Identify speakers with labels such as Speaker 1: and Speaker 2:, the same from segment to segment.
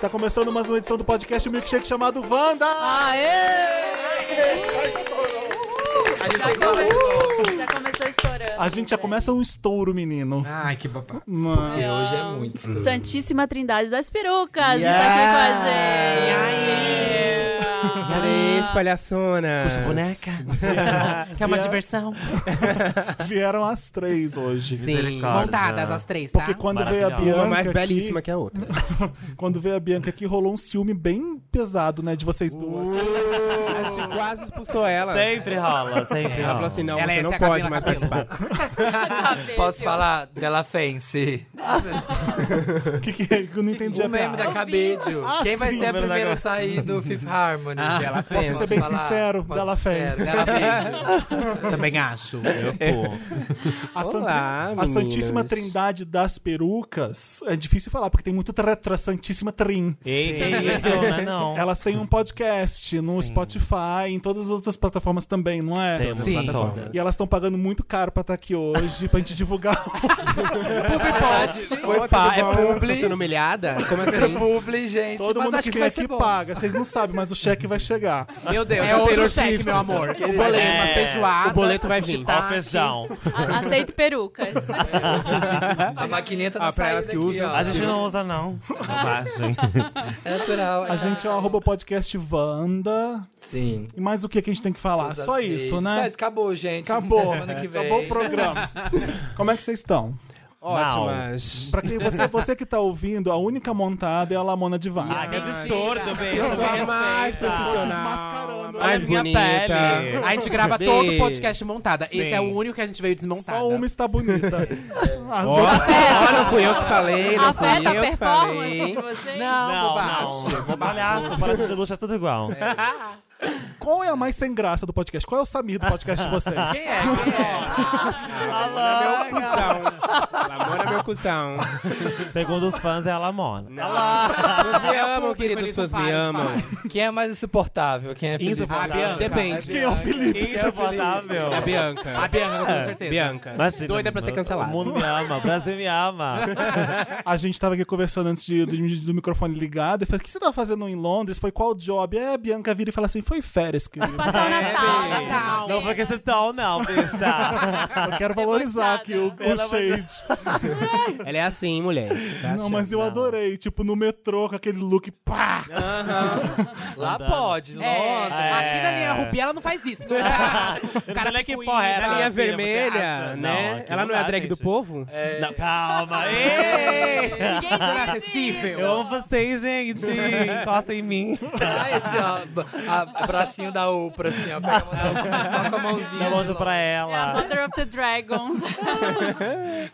Speaker 1: Tá começando mais uma edição do podcast Milkshake chamado Wanda!
Speaker 2: Aê!
Speaker 3: A gente tem que falar de novo.
Speaker 2: Já começou estourando.
Speaker 1: A gente já começa um estouro,
Speaker 4: É.
Speaker 1: menino.
Speaker 3: Ai, que babado.
Speaker 1: Mano.
Speaker 3: Porque hoje é
Speaker 2: Hum.
Speaker 3: muito.
Speaker 2: Santíssima Trindade das Perucas está aqui
Speaker 4: Yeah!
Speaker 2: com a gente.
Speaker 4: Três palhaçonas.
Speaker 3: boneca.
Speaker 5: Que é uma diversão.
Speaker 1: Vieram as três hoje.
Speaker 4: Sim.
Speaker 5: Montadas as três, tá?
Speaker 1: Porque quando veio a
Speaker 6: Maravilhosa.
Speaker 1: Bianca.
Speaker 4: Uma mais
Speaker 1: aqui-
Speaker 4: belíssima que a outra.
Speaker 1: Quando veio a Bianca aqui, rolou um ciúme bem pesado, né? De vocês duas.
Speaker 4: A gente quase expulsou ela.
Speaker 6: Sempre rola, sempre
Speaker 4: Ela falou
Speaker 6: rola.
Speaker 4: assim: não,
Speaker 5: Ela é
Speaker 4: você não
Speaker 5: essa
Speaker 4: pode
Speaker 5: Camila
Speaker 4: mais
Speaker 5: Cabello.
Speaker 4: participar.
Speaker 3: Posso falar dela Fence?
Speaker 1: Ah, O que, que é? Que Eu não entendi
Speaker 3: O
Speaker 1: a
Speaker 3: meme
Speaker 1: piada.
Speaker 3: da Cabedio.
Speaker 1: Ah,
Speaker 3: Quem vai
Speaker 1: sim,
Speaker 3: ser a
Speaker 6: lembra da
Speaker 3: primeira
Speaker 6: Gla-
Speaker 3: a sair do Fifth Harmony?
Speaker 4: Della
Speaker 3: Posso
Speaker 4: Fence.
Speaker 1: Ser bem sincero,
Speaker 3: Posso
Speaker 1: Della
Speaker 3: ser
Speaker 1: Fence.
Speaker 3: sincero, Della Fence.
Speaker 5: Também acho.
Speaker 6: Eu, pô.
Speaker 1: A, Sant-
Speaker 4: Olá,
Speaker 1: a
Speaker 4: meninas.
Speaker 1: Santíssima Trindade das Perucas. É difícil falar, porque tem muito tretra Santíssima Trin.
Speaker 6: Ei, ei, isso, não é não.
Speaker 1: Elas têm um podcast no Spotify, em todas as outras plataformas também, não é?
Speaker 6: Temos
Speaker 5: Sim.
Speaker 6: plataformas.
Speaker 1: E elas estão pagando muito caro pra estar aqui hoje, pra gente divulgar.
Speaker 3: Na verdade,
Speaker 4: Ô,
Speaker 3: Foi
Speaker 4: tudo
Speaker 3: pá, é
Speaker 4: bom? Tô sendo
Speaker 3: publi.
Speaker 4: humilhada? Como
Speaker 3: É
Speaker 4: assim?
Speaker 3: publi, gente.
Speaker 1: Todo
Speaker 3: mas
Speaker 1: mundo
Speaker 3: acho
Speaker 1: que
Speaker 3: que
Speaker 1: vem
Speaker 3: vai ser
Speaker 1: aqui
Speaker 3: bom.
Speaker 1: paga. Vocês não sabem, mas o cheque vai chegar.
Speaker 4: Meu Deus,
Speaker 5: É
Speaker 4: a
Speaker 5: outro
Speaker 4: Taylor
Speaker 5: cheque,
Speaker 4: Swift.
Speaker 5: meu amor. O
Speaker 4: boleto-
Speaker 5: uma feijoada. Tá.
Speaker 4: o boleto vai vir.
Speaker 6: Ó, feijão.
Speaker 2: A- Aceito perucas.
Speaker 3: A maquininha tá na
Speaker 4: Ah, pra elas
Speaker 3: saída
Speaker 4: que
Speaker 3: aqui,
Speaker 4: usam.
Speaker 3: ó.
Speaker 6: A gente não usa, não. Bobagem.
Speaker 3: É natural.
Speaker 1: A gente é o arroba podcast Wanda.
Speaker 3: Sim.
Speaker 1: E mais o que que a gente tem que falar?
Speaker 3: Todas
Speaker 1: Ah, Só
Speaker 3: as
Speaker 1: isso,
Speaker 3: redes. Só
Speaker 1: né?
Speaker 3: isso, acabou, gente.
Speaker 1: Acabou.
Speaker 3: Até Semana que vem.
Speaker 1: Acabou o programa. Como é que vocês estão?
Speaker 4: Ótimas.
Speaker 1: Pra quem você, você que tá ouvindo, a única montada é a Lamona de é
Speaker 6: Ah, que
Speaker 1: Vanda.
Speaker 6: absurdo, bem.
Speaker 4: Eu sou a
Speaker 3: Tá
Speaker 4: mais
Speaker 1: desmascarando.
Speaker 4: profissional. a
Speaker 1: Olha
Speaker 4: Mais
Speaker 6: a minha
Speaker 4: bonita.
Speaker 6: pele.
Speaker 5: A gente grava
Speaker 4: Beijo.
Speaker 5: todo o podcast montada. Esse é o
Speaker 6: Sim.
Speaker 5: único que a gente veio desmontada.
Speaker 1: Só uma está bonita.
Speaker 3: É.
Speaker 1: As
Speaker 4: Ó,
Speaker 1: outras-
Speaker 4: ó, não fui eu que falei, não fui
Speaker 2: Afeta a
Speaker 4: eu que
Speaker 2: performance
Speaker 4: falei.
Speaker 2: de vocês?
Speaker 5: Não,
Speaker 6: Não,
Speaker 5: bobagem.
Speaker 6: não. Palhaço, palhaço de luxo é tudo igual.
Speaker 1: Qual é a mais sem graça do podcast? Qual é o Samir do podcast de vocês?
Speaker 5: Quem é? Quem
Speaker 4: Lamona é meu cuzão. Lamona é meu cuzão.
Speaker 6: Segundo os fãs, é a Lamona.
Speaker 4: Suas me amam,
Speaker 5: é?
Speaker 4: querido,
Speaker 5: Eles
Speaker 4: suas
Speaker 5: não
Speaker 4: me
Speaker 5: param de
Speaker 4: amam.
Speaker 5: falar.
Speaker 3: Quem é mais insuportável? Quem é Felipe?
Speaker 5: A Bianca.
Speaker 4: Depende.
Speaker 1: Quem é o Felipe?
Speaker 3: Quem é o Felipe?
Speaker 6: Insuportável.
Speaker 4: É a Bianca.
Speaker 5: A Bianca,
Speaker 6: É,
Speaker 5: com certeza.
Speaker 4: Bianca.
Speaker 6: Imagina,
Speaker 4: Doida pra ser cancelada.
Speaker 6: O mundo me ama, o Brasil me ama.
Speaker 1: A gente tava aqui conversando antes de- do, do microfone ligado. Eu falei, o que você tava fazendo em Londres? Foi qual job? É, a Bianca vira e fala assim, foi férias, querido.
Speaker 2: Passar o Natal.
Speaker 4: bem.
Speaker 2: Natal.
Speaker 6: Não foi com esse tom, não, bicha.
Speaker 1: Eu quero valorizar aqui o, o
Speaker 6: Ela vai-
Speaker 1: shade.
Speaker 4: Ela é assim, mulher. Tá
Speaker 1: Não, mas eu
Speaker 6: não.
Speaker 1: adorei. Tipo, no metrô, com aquele look, pá!
Speaker 3: Lá pode,
Speaker 5: É,
Speaker 3: Londres.
Speaker 5: aqui na linha rubi ela não faz isso. Não é? O
Speaker 6: Não é que
Speaker 5: picuí,
Speaker 6: porra
Speaker 5: né?
Speaker 6: era.
Speaker 4: A linha
Speaker 6: Ah, filha, você
Speaker 4: vermelha,
Speaker 6: acha? Não,
Speaker 4: né?
Speaker 6: aquilo
Speaker 4: Ela não é a
Speaker 6: dá,
Speaker 4: drag do
Speaker 6: gente. Ah,
Speaker 4: povo?
Speaker 3: É.
Speaker 6: Não, calma.
Speaker 5: É.
Speaker 6: Ei!
Speaker 2: Ninguém
Speaker 5: Será
Speaker 2: disse isso.
Speaker 5: acessível?
Speaker 6: Eu amo vocês, gente. Encosta em mim.
Speaker 3: Ah, esse, ó, b- a, bracinho da Oprah, assim, ó. Pega a mão da Oprah, só com a mãozinha.
Speaker 6: Dá um anjo
Speaker 3: de
Speaker 6: pra
Speaker 2: É a
Speaker 6: ela.
Speaker 2: Mother of the Dragons.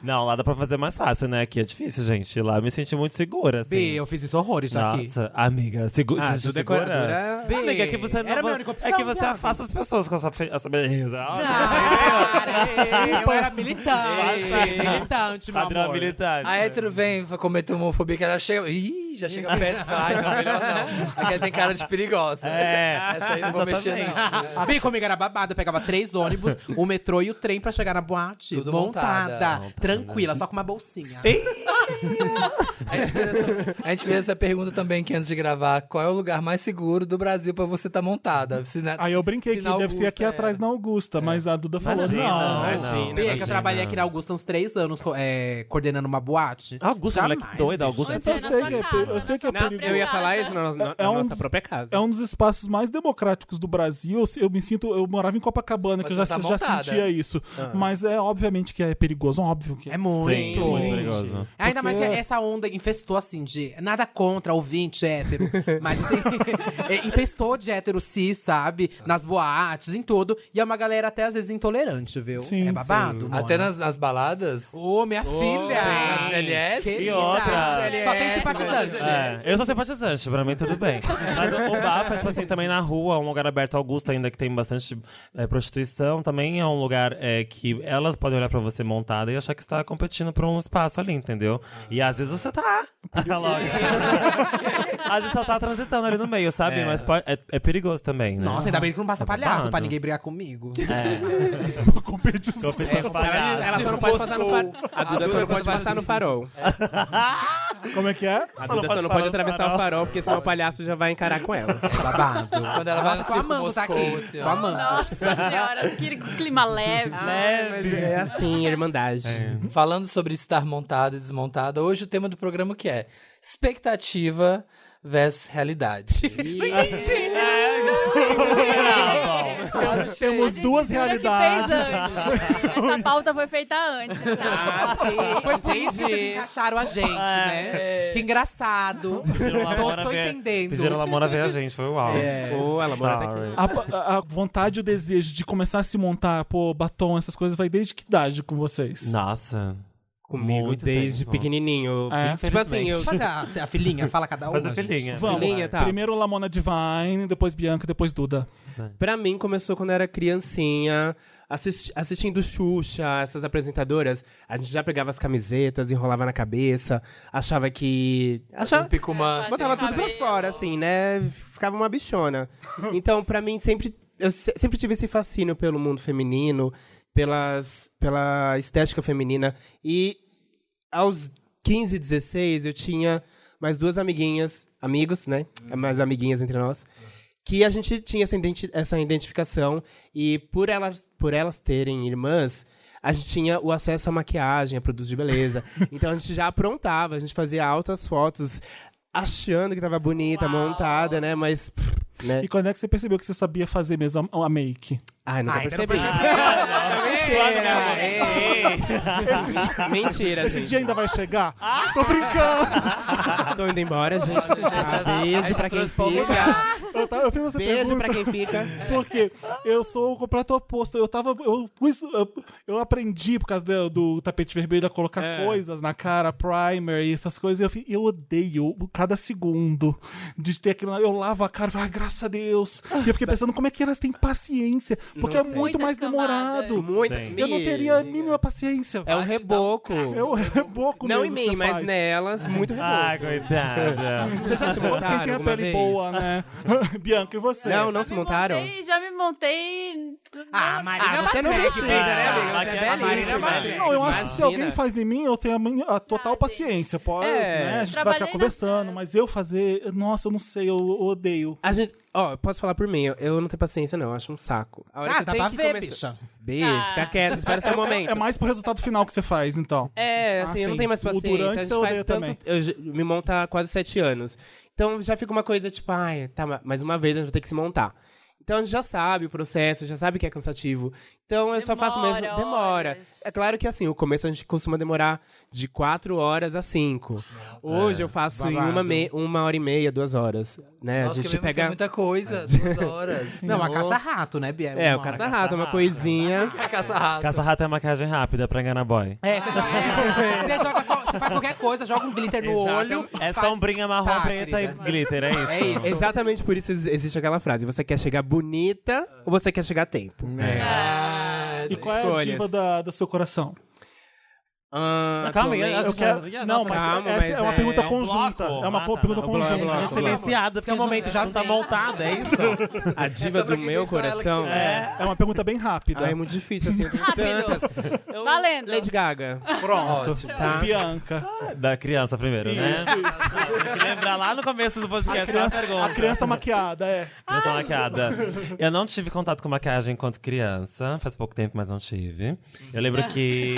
Speaker 6: Não, lá dá pra fazer mais fácil, né? Aqui é difícil, gente. Lá eu me senti muito segura, assim.
Speaker 5: Bi, eu fiz isso horrores aqui.
Speaker 6: Nossa, amiga, segura.
Speaker 4: Ah,
Speaker 6: Ah,
Speaker 4: de
Speaker 6: segura.
Speaker 4: decoradora. é
Speaker 5: Bi,
Speaker 6: Amiga, é que você não
Speaker 5: Era a
Speaker 6: vo-
Speaker 5: minha única opção. tá?
Speaker 6: É que você
Speaker 5: cara.
Speaker 6: afasta as pessoas com essa, fe... essa beleza. Ó,
Speaker 5: Cara, eu era militante.
Speaker 6: Ei.
Speaker 5: Militante, meu
Speaker 6: Padrão
Speaker 5: amor.
Speaker 6: habilitante.
Speaker 3: A hétero vem cometer homofobia que ela chega. Ih, já chega perto e fala, ai, não, melhor não. Aquela tem cara de perigosa.
Speaker 6: É.
Speaker 3: Essa aí não vou mexer, não.
Speaker 5: Bem comigo era babado, eu pegava três ônibus, o metrô e o trem pra chegar na boate.
Speaker 3: Tudo
Speaker 5: montada,
Speaker 3: montada.
Speaker 5: tranquila, só com uma bolsinha.
Speaker 3: A gente, fez essa, a gente fez essa pergunta também que antes de gravar: qual é o lugar mais seguro do Brasil pra você estar montada? Se né, na-
Speaker 1: Aí eu brinquei
Speaker 3: se
Speaker 1: que
Speaker 3: na
Speaker 1: deve ser
Speaker 3: Augusta,
Speaker 1: aqui
Speaker 3: é. né?
Speaker 1: atrás na Augusta, mas a Duda falou,
Speaker 6: Imagina,
Speaker 1: não.
Speaker 6: imagina,
Speaker 5: Bem, é que
Speaker 6: imagina.
Speaker 5: eu trabalhei aqui na Augusta uns três anos, co- é, coordenando uma boate.
Speaker 4: Ah,
Speaker 6: Augusta,
Speaker 5: Jamais,
Speaker 6: moleque doida.
Speaker 5: bicho.
Speaker 6: Augusta
Speaker 2: Ou
Speaker 6: é
Speaker 2: então
Speaker 1: eu sei
Speaker 2: na
Speaker 1: que é
Speaker 2: sua
Speaker 1: pe- eu
Speaker 2: casa,
Speaker 1: sei
Speaker 2: na
Speaker 1: que é
Speaker 2: sua
Speaker 1: perigo.
Speaker 2: própria
Speaker 4: Eu ia falar
Speaker 2: casa.
Speaker 4: isso na, nossa- na-
Speaker 1: É
Speaker 4: na
Speaker 1: um
Speaker 4: nossa
Speaker 1: dos-
Speaker 4: própria casa.
Speaker 1: É um dos espaços mais democráticos do Brasil. Eu- Eu me sinto. Eu morava em Copacabana,
Speaker 3: Mas
Speaker 1: que eu já,
Speaker 3: você tá
Speaker 1: já
Speaker 3: montada. Ah.
Speaker 1: sentia isso. Mas é obviamente que é perigoso, óbvio que é.
Speaker 5: É muito.
Speaker 6: Sim, sim, muito
Speaker 1: Gente.
Speaker 6: perigoso.
Speaker 5: Ainda mais que
Speaker 1: Porque-
Speaker 5: essa onda infestou, assim, de. Nada contra ouvinte hétero, mas assim, é, infestou de hétero cis, sabe? Nas boates, em tudo. E é uma galera até às vezes intolerante, viu?
Speaker 1: Sim,
Speaker 5: é babado. mano.
Speaker 3: Até nas, nas baladas?
Speaker 5: Ô, minha filha!
Speaker 3: Sim, nas GLS?
Speaker 5: Querida.
Speaker 6: E outra.
Speaker 5: Só tem simpatizante.
Speaker 6: É, eu sou simpatizante, pra mim tudo bem. Mas o, o bafo é, tipo assim, também na rua, um lugar aberto ao Augusta, ainda que tem bastante é, prostituição, também é um lugar é, que elas podem olhar pra você montada e achar que você tá competindo por um espaço ali, entendeu? E às vezes você tá. Logo. às vezes só tá transitando ali no meio, sabe? Mas pode- é, é perigoso também, né?
Speaker 5: Nossa, ainda bem que não passa palhaço
Speaker 6: babado.
Speaker 5: pra ninguém brigar comigo.
Speaker 6: Eu um pensei,
Speaker 5: É,
Speaker 6: palhaço.
Speaker 4: Ela só não pode passar no farol.
Speaker 3: Ah, A é
Speaker 4: A Duda só não pode passar no farol.
Speaker 1: Como é que é?
Speaker 4: A
Speaker 6: Só
Speaker 4: Duda
Speaker 6: não pode
Speaker 4: só não
Speaker 6: falar
Speaker 4: pode
Speaker 6: no
Speaker 4: atravessar
Speaker 6: farol.
Speaker 4: o farol, porque senão o palhaço já vai encarar com ela.
Speaker 5: Tá Babado.
Speaker 3: Quando ela vai
Speaker 5: Nossa,
Speaker 3: no
Speaker 5: com a
Speaker 3: circo
Speaker 5: Amanda tá aqui.
Speaker 3: Moscou, assim, ó.
Speaker 5: Com a Amanda.
Speaker 2: Nossa senhora, que clima leve.
Speaker 4: É, mas é assim, irmandagem.
Speaker 3: Falando sobre estar montada e desmontada, hoje o tema do programa que é expectativa versus realidade.
Speaker 1: Temos duas realidades.
Speaker 2: Essa pauta foi feita antes. tá?
Speaker 4: Ah, sim.
Speaker 5: Foi por isso que vocês encaixaram a gente,
Speaker 3: Ah, é.
Speaker 5: né? Que engraçado.
Speaker 6: Pediram lá
Speaker 5: Não
Speaker 6: Mona
Speaker 5: tô
Speaker 6: ver-
Speaker 5: entendendo.
Speaker 6: Pediram a Lamona ver a gente, foi uau.
Speaker 5: É.
Speaker 4: Pô, a Lamona tá aqui.
Speaker 6: Sorry.
Speaker 1: A, a- a vontade e o desejo de começar a se montar, pô, batom, essas coisas, vai desde que idade com vocês?
Speaker 6: Nossa.
Speaker 4: Comigo
Speaker 6: Muito
Speaker 4: desde
Speaker 6: tempo.
Speaker 4: pequenininho.
Speaker 1: É?
Speaker 4: Tipo assim, eu...
Speaker 5: Faz a, a filhinha, fala cada uma.
Speaker 6: Faz a
Speaker 5: gente.
Speaker 6: filhinha.
Speaker 1: Vamos.
Speaker 4: Filhinha, tá.
Speaker 1: Primeiro Lamona Divine, depois Bianca, depois Duda.
Speaker 4: Pra mim, começou quando eu era criancinha, assisti- assistindo Xuxa, essas apresentadoras. A gente já pegava as camisetas, enrolava na cabeça, achava que... Achava...
Speaker 3: Um picumã.
Speaker 4: Botava tudo pra
Speaker 2: cabelo.
Speaker 4: fora, assim, né? Ficava uma bichona. Então, pra mim, sempre. Eu se- sempre tive esse fascínio pelo mundo feminino, pelas, pela estética feminina. E aos 15, 16, eu tinha mais duas amiguinhas, amigos, né?
Speaker 1: Uhum.
Speaker 4: Mais amiguinhas entre nós. Que a gente tinha essa, identi- essa identificação. E por elas, por elas terem irmãs, a gente tinha o acesso à maquiagem, a produtos de beleza. então a gente já aprontava, a gente fazia altas fotos achando que tava bonita, montada, né? Mas. pff, Né?
Speaker 1: E quando é que você percebeu que você sabia fazer mesmo a, a make?
Speaker 4: Ai, nunca
Speaker 1: então
Speaker 4: percebi. Mentira! Ei. Mentira,
Speaker 1: Esse
Speaker 4: É, gente. Ah!
Speaker 1: dia ainda vai chegar? Tô brincando!
Speaker 4: Tô indo embora, gente. Ah, Beijo pra quem fica.
Speaker 3: fica.
Speaker 1: Eu, tava- eu fiz essa
Speaker 4: Beijo
Speaker 1: pergunta
Speaker 4: pra quem fica.
Speaker 1: porque eu sou o completo oposto. Eu tava. Eu, pus- eu- eu aprendi por causa do, do tapete vermelho a colocar
Speaker 4: É.
Speaker 1: coisas na cara, primer e essas coisas. E eu, fi- eu odeio cada segundo de ter aquilo. lá. Eu lavo a cara e falo, ai, graças a Deus. E eu fiquei pensando como é que elas têm paciência. Porque é
Speaker 4: Ah, tá. sei.
Speaker 1: muito
Speaker 2: Muitas
Speaker 1: mais
Speaker 2: camadas.
Speaker 1: demorado.
Speaker 4: Muito.
Speaker 1: Eu não teria a mínima paciência.
Speaker 4: É um reboco.
Speaker 1: Eu reboco
Speaker 4: Não em
Speaker 1: mesmo que você
Speaker 4: mim, mas né.
Speaker 1: faz.
Speaker 4: nelas, muito reboco.
Speaker 6: Ah, coitada.
Speaker 4: Vocês já se montaram
Speaker 1: Quem tem a
Speaker 4: alguma
Speaker 1: pele
Speaker 4: vez?
Speaker 1: boa, né? Bianca, e você?
Speaker 4: Não, não se montaram?
Speaker 2: já me montei.
Speaker 5: Ah, Marina
Speaker 4: Ah, você não
Speaker 5: Matrix,
Speaker 4: precisa,
Speaker 5: bicha.
Speaker 4: né, amiga? Você é
Speaker 6: Maquiagem,
Speaker 4: belíssima.
Speaker 6: maquiagem.
Speaker 1: né? Não, eu acho que se
Speaker 4: Imagina.
Speaker 1: alguém faz em mim, eu tenho a, minha- a total
Speaker 2: gente.
Speaker 1: paciência. Pode,
Speaker 4: É.
Speaker 1: né? A gente vai
Speaker 2: Trabalhei
Speaker 1: ficar
Speaker 2: na-
Speaker 1: conversando, mas eu fazer. Nossa, eu não sei, eu, eu odeio.
Speaker 4: A gente, ó, eu posso falar por mim, eu, eu não tenho paciência não, eu acho um saco. A hora que
Speaker 5: Ah,
Speaker 4: eu
Speaker 5: dá
Speaker 4: tenho
Speaker 5: pra
Speaker 4: que
Speaker 5: ver,
Speaker 4: começar-
Speaker 5: bicha.
Speaker 4: Bi,
Speaker 2: Ah.
Speaker 4: fica quieta, espera seu momento.
Speaker 1: É mais pro resultado final que você faz, então.
Speaker 4: É, assim,
Speaker 1: Ah,
Speaker 4: eu não
Speaker 1: sim.
Speaker 4: tenho mais
Speaker 1: O
Speaker 4: paciência.
Speaker 1: durante
Speaker 4: a gente
Speaker 1: eu
Speaker 4: faz
Speaker 1: odeio
Speaker 4: tanto.
Speaker 1: também.
Speaker 4: Eu j- me monto há tá quase sete anos. Então já fica uma coisa tipo, ai, tá, ma- mais uma vez a gente vai ter que se montar. Então a gente já sabe o processo, já sabe que é cansativo. Então eu só faço mesmo.
Speaker 2: Demora
Speaker 4: Demora.
Speaker 2: horas.
Speaker 4: É claro que assim, o começo a gente costuma demorar de quatro horas a cinco. Hoje
Speaker 1: é,
Speaker 4: eu faço em uma, me- uma hora e meia, duas horas. Né?
Speaker 3: Nossa,
Speaker 4: a
Speaker 3: que
Speaker 4: gente
Speaker 3: mesmo assim é
Speaker 4: pega.
Speaker 3: muita coisa, duas horas.
Speaker 5: Não, a caça-rato, né, Bia?
Speaker 4: É, o
Speaker 5: Uma hora.
Speaker 4: caça-rato, uma coisinha.
Speaker 3: A caça-rato.
Speaker 6: Caça-rato é maquiagem rápida pra enganar boy.
Speaker 5: É, você joga, é, você joga só- você faz qualquer coisa, joga um glitter no olho.
Speaker 6: É
Speaker 5: faz-
Speaker 6: sombrinha marrom,
Speaker 5: Tá,
Speaker 6: preta
Speaker 5: querida.
Speaker 6: e glitter, é isso.
Speaker 5: É isso.
Speaker 4: Exatamente por isso ex- existe aquela frase: você quer chegar bonita ou você quer chegar a tempo?
Speaker 1: É.
Speaker 4: É.
Speaker 5: É.
Speaker 3: Ah,
Speaker 1: E qual é a
Speaker 4: escolhas.
Speaker 1: diva da, do seu coração?
Speaker 4: Ah,
Speaker 6: Calma aí,
Speaker 4: atualmente-
Speaker 6: eu quero-
Speaker 1: Não, mas
Speaker 4: calma,
Speaker 1: essa
Speaker 4: mas
Speaker 1: é uma
Speaker 4: é-
Speaker 1: pergunta
Speaker 6: é um
Speaker 1: conjunta.
Speaker 6: bloco.
Speaker 1: É uma
Speaker 6: Ah,
Speaker 1: po-
Speaker 6: tá,
Speaker 1: pergunta
Speaker 6: é um
Speaker 1: conjunta.
Speaker 4: bloco, é um bloco.
Speaker 6: Silenciada, porque
Speaker 5: Seu momento
Speaker 6: não,
Speaker 5: já
Speaker 6: não tá
Speaker 5: veio.
Speaker 6: montada, é isso?
Speaker 4: A diva
Speaker 3: Essa
Speaker 4: do
Speaker 3: pra quem
Speaker 4: meu
Speaker 3: fez só ela
Speaker 4: coração.
Speaker 3: que-
Speaker 4: É.
Speaker 1: É uma pergunta bem rápida.
Speaker 4: Ah, é muito difícil, assim. Eu tenho
Speaker 2: Rápido.
Speaker 4: tantas. Eu-
Speaker 2: Valendo.
Speaker 4: Lady Gaga.
Speaker 1: Pronto.
Speaker 4: Tá.
Speaker 1: Bianca.
Speaker 6: Da criança primeiro, né? Tem que lembrar lá no começo do
Speaker 1: A
Speaker 6: podcast, qual é a
Speaker 1: criança,
Speaker 6: pergunta?
Speaker 1: a criança maquiada, é.
Speaker 6: Eu sou maquiada. Eu não tive contato com maquiagem enquanto criança. Faz pouco tempo, mas não tive. Eu lembro que.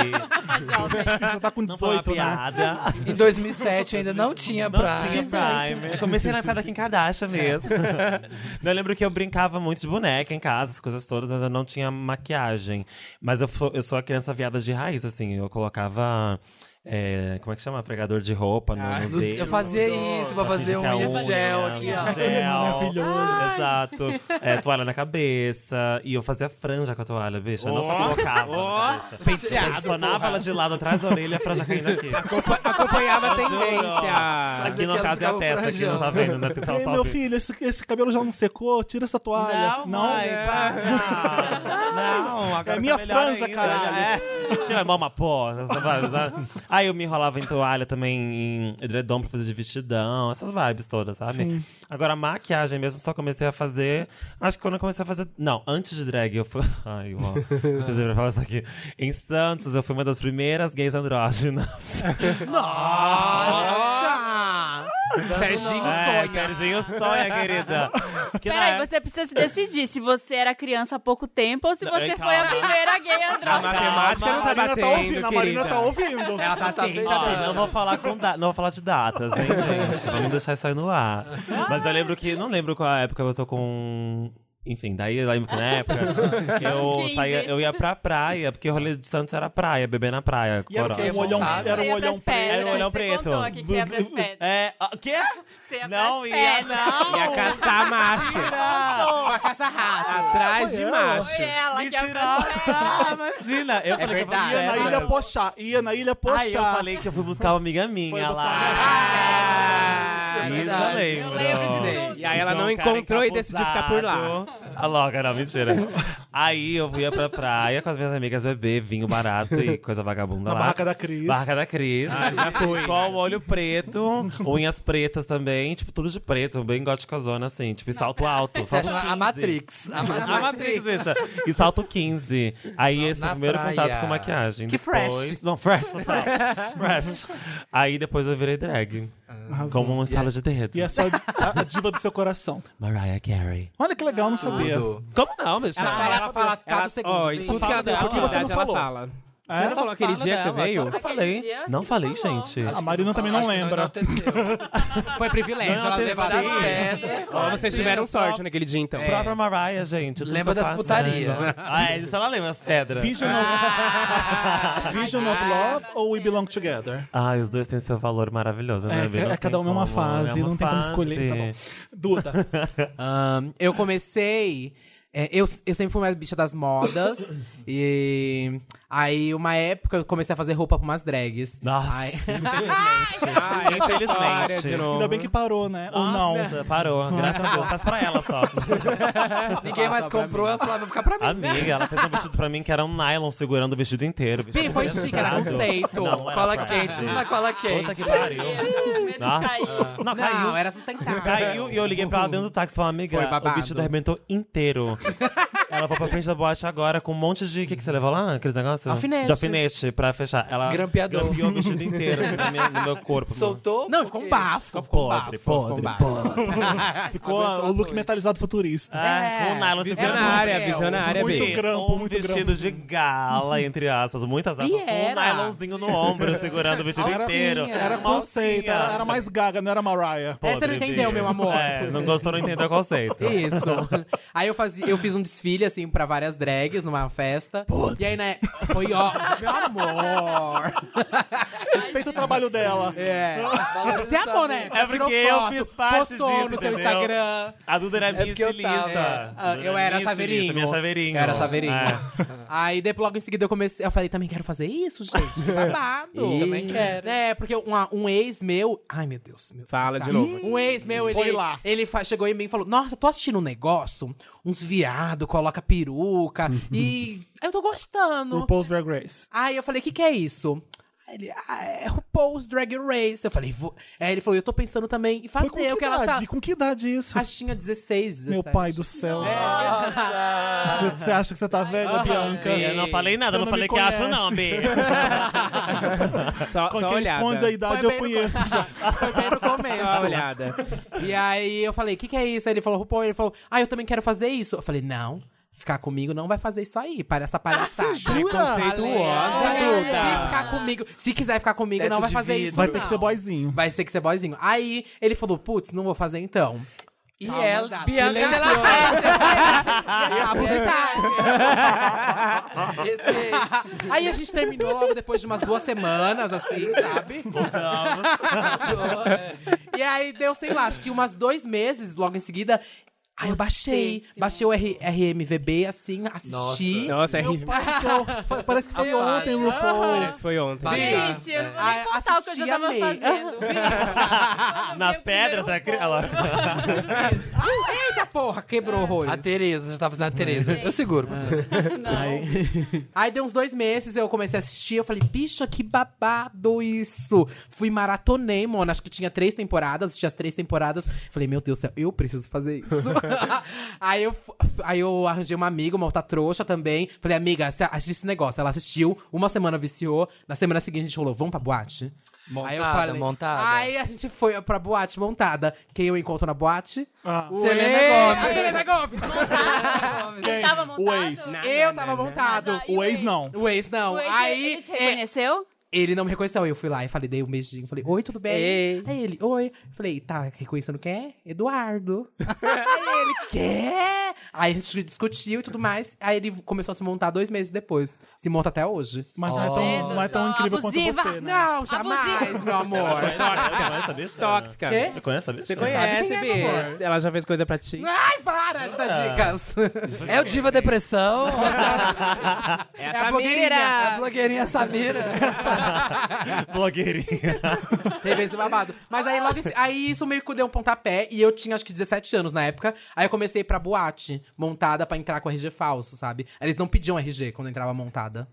Speaker 1: Você tá com
Speaker 6: Não foi uma
Speaker 1: 18, né?
Speaker 6: piada.
Speaker 3: Em 2007 ainda não tinha
Speaker 6: Não
Speaker 3: praia.
Speaker 6: tinha Prime. Eu comecei na época da Kim Kardashian mesmo. Não, eu lembro que eu brincava muito de boneca em casa, as coisas todas, mas eu não tinha maquiagem. Mas eu, fo- eu sou a criança viada de raiz, assim. Eu colocava. é, como é que chama? Pregador de roupa no, nos
Speaker 3: No-
Speaker 6: dedos.
Speaker 3: Ah, Eu fazia isso pra fazer um
Speaker 6: Fica a unha,
Speaker 3: gel
Speaker 6: um
Speaker 3: aqui,
Speaker 6: hit
Speaker 3: ó.
Speaker 6: gel.
Speaker 1: Maravilhoso.
Speaker 6: Exato. É, toalha na cabeça. E eu fazia franja com a toalha, bicha. Eu não só colocava. na cabeça. Eu Posicionava ela de lado atrás da orelha e a franja caindo aqui.
Speaker 4: Acompanhava a
Speaker 6: Eu juro.
Speaker 4: tendência.
Speaker 6: Aqui no
Speaker 3: aquela
Speaker 6: caso é a
Speaker 3: ficava
Speaker 6: testa, aqui não tá
Speaker 3: franjando.
Speaker 6: vendo, né? Tentar
Speaker 1: Ei, meu filho, esse, esse cabelo já não secou, tira essa toalha.
Speaker 6: Não, mãe, para. Ah, Não, agora
Speaker 1: É minha
Speaker 6: tá melhor
Speaker 1: franja,
Speaker 6: ainda.
Speaker 1: caralho.
Speaker 6: É. Tira a mão, uma porra. essa vibe, sabe? Aí eu me enrolava em toalha também, em edredom pra fazer de vestidão, essas vibes todas, sabe? Agora, a maquiagem mesmo, só comecei a fazer. Acho que quando eu comecei a fazer. Não, antes de drag, eu fui. Ai, uau. Vocês devem falar isso aqui. Em Santos, eu fui uma das primeiras gays andrógenas.
Speaker 5: Nossa!
Speaker 1: um
Speaker 5: Serginho
Speaker 6: É,
Speaker 5: sonha.
Speaker 6: Serginho sonha, querida. Que é. na
Speaker 2: Peraí,
Speaker 6: época-
Speaker 2: você precisa se decidir se você era criança há pouco tempo ou se
Speaker 6: Não,
Speaker 2: você
Speaker 6: e
Speaker 2: foi a
Speaker 6: calma.
Speaker 2: primeira gay
Speaker 6: A
Speaker 2: andrógena.
Speaker 6: matemática não tá
Speaker 1: Marina tá ouvindo,
Speaker 6: batendo,
Speaker 1: a Marina tá
Speaker 6: querida.
Speaker 1: ouvindo.
Speaker 5: Ela tá atenta.
Speaker 6: Ó, não vou falar com da- não vou falar de datas, hein, gente? Vamos deixar isso aí no ar. Mas eu lembro que não lembro qual a época eu tô com enfim, daí eu lembro que na época que eu
Speaker 2: 15.
Speaker 6: saía, eu ia pra praia, porque o rolê de Santos era praia, beber na praia,
Speaker 1: E era
Speaker 6: coroa.
Speaker 1: um olhão,
Speaker 5: Você
Speaker 1: era um
Speaker 2: ia pras
Speaker 1: olhão preto.
Speaker 2: pedras,
Speaker 6: Era um olhão
Speaker 2: você
Speaker 6: preto.
Speaker 2: contou aqui que você ia pras pedras.
Speaker 6: É, o quê?
Speaker 2: Você ia
Speaker 6: Não
Speaker 2: pras
Speaker 6: ia
Speaker 2: pedras.
Speaker 6: não.
Speaker 7: Ia caçar macho. Atrás de macho.
Speaker 2: Foi
Speaker 6: é assim.
Speaker 2: ela que ia pras pedras.
Speaker 6: Mentira! Ah, Imagina! Eu falei que eu
Speaker 5: verdade.
Speaker 6: fui
Speaker 1: Ia na
Speaker 6: pedras.
Speaker 1: Ilha Pochá, ia na Ilha Pochá.
Speaker 6: é Ai, eu falei que eu fui buscar uma amiga minha
Speaker 1: buscar
Speaker 6: lá.
Speaker 5: uma amiga.
Speaker 6: Isso
Speaker 5: Ah,
Speaker 6: eu
Speaker 5: verdade.
Speaker 6: lembro.
Speaker 2: é Eu lembro de tudo.
Speaker 7: E aí ela
Speaker 6: Tinha um
Speaker 7: não
Speaker 6: cara
Speaker 7: encontrou e decidiu ficar por lá.
Speaker 6: encapuzado. Ah, louca, não, mentira. Aí eu ia pra praia com as minhas amigas beber vinho barato e coisa vagabunda
Speaker 1: Na
Speaker 6: lá.
Speaker 1: barraca da Cris.
Speaker 6: Barraca da Cris.
Speaker 7: Ah,
Speaker 6: já fui. Com o olho preto, unhas pretas também, tipo, tudo de preto, bem góticazona, assim, tipo, e salto alto.
Speaker 3: Você
Speaker 6: Salto
Speaker 3: acha a
Speaker 6: 15.
Speaker 3: Matrix. A
Speaker 6: A Matrix, bicha. E salto 15. Aí esse foi
Speaker 3: na
Speaker 6: o primeiro
Speaker 3: praia.
Speaker 6: contato com maquiagem.
Speaker 5: Que fresh.
Speaker 6: Depois- Não, fresh, não, fresh. fresh. Aí depois eu virei drag. Como um estalo de dedo.
Speaker 1: E é só a, a diva do seu coração.
Speaker 6: Mariah Carey.
Speaker 1: Olha que legal, não sabia.
Speaker 6: Como não, bicha?
Speaker 5: Ela fala, ela fala cada segundo.
Speaker 7: Ó,
Speaker 5: hein?
Speaker 7: em tudo que
Speaker 6: Fala
Speaker 7: ela,
Speaker 6: dela,
Speaker 7: porque você
Speaker 1: verdade,
Speaker 7: não
Speaker 1: ela
Speaker 7: falou. fala.
Speaker 1: É?
Speaker 7: Você não falou aquele
Speaker 6: Fala
Speaker 7: dia que você
Speaker 6: dela,
Speaker 7: veio?
Speaker 6: Não
Speaker 2: Aquele
Speaker 6: falei.
Speaker 2: dia, acho
Speaker 6: Não
Speaker 2: que
Speaker 6: falei,
Speaker 2: falou.
Speaker 6: gente.
Speaker 1: A Marina também não lembra.
Speaker 5: Foi privilégio,
Speaker 6: Não,
Speaker 5: ela
Speaker 6: teve
Speaker 5: levou as
Speaker 6: sim.
Speaker 5: pedras.
Speaker 7: Ó, vocês tiveram sorte naquele dia, então.
Speaker 6: A
Speaker 4: é.
Speaker 6: própria Mariah, gente. tudo
Speaker 3: Lembra
Speaker 6: que eu
Speaker 3: das
Speaker 6: faço,
Speaker 3: putaria.
Speaker 6: né? Ah, é, isso ela lembra as pedras.
Speaker 1: Vision of, Vision of Love ou We Belong Together?
Speaker 6: Ah, os dois têm seu valor maravilhoso, né? Bem,
Speaker 1: É,
Speaker 6: não
Speaker 1: é cada
Speaker 6: tem
Speaker 1: uma é uma
Speaker 6: como,
Speaker 1: fase,
Speaker 6: é uma
Speaker 1: não tem como escolher, tá bom.
Speaker 6: fase.
Speaker 1: Duda,
Speaker 5: Ahn, eu comecei. é, eu, eu sempre fui mais bicha das modas. e aí, uma época, eu comecei a fazer roupa pra umas drags. Aí-
Speaker 6: Nossa,
Speaker 7: Ah, infelizmente. De novo.
Speaker 1: ainda bem que parou, né? Ou não.
Speaker 6: Nossa, parou. Graças a Deus, faz pra ela só.
Speaker 3: Ninguém mais comprou, ela falou, vai ficar pra mim.
Speaker 6: Amiga, ela fez um vestido pra mim que era um nylon segurando o vestido inteiro. bicho.
Speaker 5: Bem, foi chique, era
Speaker 6: Pesado.
Speaker 5: conceito.
Speaker 6: Não, não era
Speaker 3: Cola
Speaker 6: frágil.
Speaker 3: quente, tudo na cola
Speaker 6: Puta
Speaker 3: quente.
Speaker 6: que pariu. Nossa. Não, caiu.
Speaker 5: Não, era sustentável.
Speaker 6: Caiu e eu liguei pra ela dentro do táxi e falei, amiga,
Speaker 5: Foi
Speaker 6: o
Speaker 5: babado.
Speaker 6: vestido arrebentou inteiro. ela foi pra frente da boate agora com um monte de. O que, que você levou lá? Aqueles negócios?
Speaker 5: Alfinete.
Speaker 6: De alfinete pra fechar. Ela
Speaker 3: Grampeador.
Speaker 6: grampeou o vestido inteiro assim, na minha- no meu corpo.
Speaker 3: Soltou?
Speaker 5: Não, ficou um bafo. Ficou um bafo.
Speaker 6: Podre,
Speaker 5: Ficou um
Speaker 6: podre,
Speaker 5: bafo.
Speaker 1: Ficou o
Speaker 5: Aguentou as
Speaker 1: look
Speaker 5: duas.
Speaker 1: metalizado futurista.
Speaker 5: Ah,
Speaker 6: É, com nylon segurando.
Speaker 7: Visionária,
Speaker 5: Ela-
Speaker 7: visionária,
Speaker 1: Muito
Speaker 7: B.
Speaker 1: grande. grampo,
Speaker 6: um
Speaker 1: muito
Speaker 6: vestido de gala, entre aspas, muitas aspas, com
Speaker 5: era.
Speaker 6: um nylonzinho no ombro, segurando o vestido inteiro.
Speaker 1: Era
Speaker 6: Uma
Speaker 1: conceito,
Speaker 6: alcinha.
Speaker 1: É, era, era mais gaga, não era Mariah.
Speaker 6: Podre,
Speaker 5: Essa não entendeu,
Speaker 6: bicho.
Speaker 5: meu amor.
Speaker 6: É, não gostou, não entendeu o conceito.
Speaker 5: Isso. Aí eu, fazia, eu fiz um desfile, assim, pra várias drags numa festa. E aí, né? Foi ó. Meu amor!
Speaker 1: Respeita o trabalho dela.
Speaker 5: É. Você amou, né?
Speaker 6: É porque
Speaker 5: Tirou
Speaker 6: eu
Speaker 5: foto,
Speaker 6: fiz parte
Speaker 5: postou
Speaker 6: disso,
Speaker 5: no seu
Speaker 6: entendeu?
Speaker 5: Instagram.
Speaker 6: A Duda era
Speaker 1: É
Speaker 6: minha
Speaker 3: porque eu
Speaker 6: estilista.
Speaker 3: tava.
Speaker 5: Ah,
Speaker 6: Duda
Speaker 5: eu era
Speaker 6: minha estilista,
Speaker 5: chaveirinho.
Speaker 6: Minha chaveirinho.
Speaker 5: Eu era chaveirinho.
Speaker 6: É.
Speaker 5: Aí depois, logo em seguida, eu comecei. Eu falei, também quero fazer isso, gente. Que babado.
Speaker 3: Também quero.
Speaker 5: É, porque uma- um ex meu. Ai, meu Deus. Meu
Speaker 7: Fala de novo.
Speaker 5: Um ex meu, ele,
Speaker 1: Foi lá.
Speaker 5: ele fa- chegou em mim e falou: Nossa, tô assistindo um negócio, uns viado, coloca peruca,
Speaker 1: Uhum.
Speaker 5: e eu tô gostando.
Speaker 1: RuPaul's Drag Race.
Speaker 5: Aí eu falei: O que, que é isso? Aí Ele, ah, é RuPaul's Drag Race. Eu falei, vou. Aí ele falou, eu tô pensando também em fazer
Speaker 1: Foi com que
Speaker 5: o que
Speaker 1: idade?
Speaker 5: ela sabe.
Speaker 1: Com que idade isso?
Speaker 5: Acho que tinha 16, 17.
Speaker 1: Meu pai do céu.
Speaker 5: É,
Speaker 1: Você você acha que você tá velha, Bianca?
Speaker 6: Eu não falei nada,
Speaker 1: Você
Speaker 6: não,
Speaker 1: não
Speaker 6: falei
Speaker 1: me
Speaker 6: que acho
Speaker 1: conhece.
Speaker 6: não, B.
Speaker 7: Só,
Speaker 1: Com
Speaker 7: só
Speaker 1: quem
Speaker 7: olhada.
Speaker 1: esconde a idade eu
Speaker 5: bem no
Speaker 1: conheço
Speaker 5: começo. Tá,
Speaker 1: já.
Speaker 5: foi bem no começo.
Speaker 7: Só olhada.
Speaker 5: E aí eu falei, o que, que é isso? Aí ele falou, RuPaul, ele falou, ah, eu também quero fazer isso. Eu falei, não, ficar comigo não vai fazer isso aí. Para essa palhaçada.
Speaker 1: Ah, Jura?
Speaker 7: Preconceituosa,
Speaker 5: Falei,
Speaker 7: Duda.
Speaker 5: Se ficar comigo, se quiser ficar comigo,
Speaker 3: Teto
Speaker 5: não vai
Speaker 3: de
Speaker 5: fazer
Speaker 3: vidro.
Speaker 5: isso.
Speaker 1: Vai ter que
Speaker 5: não.
Speaker 1: ser boyzinho.
Speaker 5: Vai ter que ser boyzinho. Aí ele falou, putz, não vou fazer então. E
Speaker 3: ela-
Speaker 5: Bianca,
Speaker 3: Silenciou. Ah,
Speaker 5: Ah, tá, é, Aí a gente terminou depois de umas duas semanas, assim, sabe?
Speaker 3: é.
Speaker 5: E aí deu, sei lá, acho que umas dois meses logo em seguida. Aí eu baixei,
Speaker 2: Você se
Speaker 5: baixei o R- RMVB, assim, assisti.
Speaker 7: Nossa, é horrível.
Speaker 1: Fa- Parece que foi
Speaker 5: Eu
Speaker 1: ontem, RuPaul.
Speaker 7: Parece que foi ontem.
Speaker 3: Baixar.
Speaker 2: Gente, eu não vou
Speaker 5: Ah,
Speaker 2: nem contar o que eu já tava
Speaker 5: assisti, amei.
Speaker 2: fazendo. Bicho.
Speaker 6: Nas
Speaker 2: Meu primeiro
Speaker 6: pedras da
Speaker 2: RuPaul.
Speaker 6: criança.
Speaker 5: Eita porra, quebrou o Ah. rolho.
Speaker 3: A Tereza, já tava fazendo a Tereza. Eu seguro. pode ser.
Speaker 5: Aí, Então, aí deu uns dois meses, eu comecei a assistir, eu falei, bicha, que babado isso. Fui maratonei, mano, acho que tinha três temporadas, assisti as três temporadas. Falei, meu Deus do céu, eu preciso fazer isso. aí, eu, fu- aí eu arranjei uma amiga, uma outra trouxa também. Falei, amiga, você assiste esse negócio. Ela assistiu, uma semana viciou, na semana seguinte a gente rolou, vamos pra boate?
Speaker 3: Montada,
Speaker 5: aí eu falei,
Speaker 3: montada.
Speaker 5: Aí a gente foi pra boate montada. Quem eu encontro na boate?
Speaker 1: Ah,
Speaker 5: O
Speaker 3: Selena
Speaker 5: ex-
Speaker 3: Gomez.
Speaker 5: A Selena Gomez.
Speaker 2: Quem? Tava montado?
Speaker 1: O ex.
Speaker 5: Eu tava montado.
Speaker 2: Mas aí-
Speaker 1: o ex não.
Speaker 5: O ex não.
Speaker 2: O ex,
Speaker 5: aí
Speaker 2: ele te
Speaker 5: é,
Speaker 2: reconheceu?
Speaker 5: ele não me reconheceu. Eu fui lá e falei, dei um beijinho. Falei, oi, tudo bem?
Speaker 4: Ei.
Speaker 5: Aí ele, oi. Falei, tá reconhecendo quem é? Eduardo. aí ele, quê? Aí a gente discutiu e tudo mais. Aí ele começou a se montar dois meses depois. Se monta até hoje.
Speaker 1: Mas não é tão, não é tão
Speaker 2: Só
Speaker 1: incrível
Speaker 2: abusiva.
Speaker 1: quanto você, né?
Speaker 5: Não, jamais,
Speaker 2: Abusivo.
Speaker 5: meu amor.
Speaker 6: Tóxica. Você conhece
Speaker 7: Tóxica.
Speaker 5: Quê?
Speaker 6: essa bicha?
Speaker 7: Você conhece,
Speaker 5: quem é,
Speaker 7: Bia?
Speaker 5: meu amor?
Speaker 7: Ela já fez coisa pra ti.
Speaker 5: Ai, para de
Speaker 1: Ah.
Speaker 5: dar dicas.
Speaker 3: É o Diva Depressão?
Speaker 7: É
Speaker 5: a blogueirinha.
Speaker 3: é a blogueirinha Samira?
Speaker 6: Blogueirinha.
Speaker 5: Teve esse babado. Mas aí logo em se- aí isso meio que deu um pontapé e eu tinha acho que 17 anos na época. Aí eu comecei pra boate, montada pra entrar com RG falso, sabe? Eles não pediam RG quando eu entrava montada.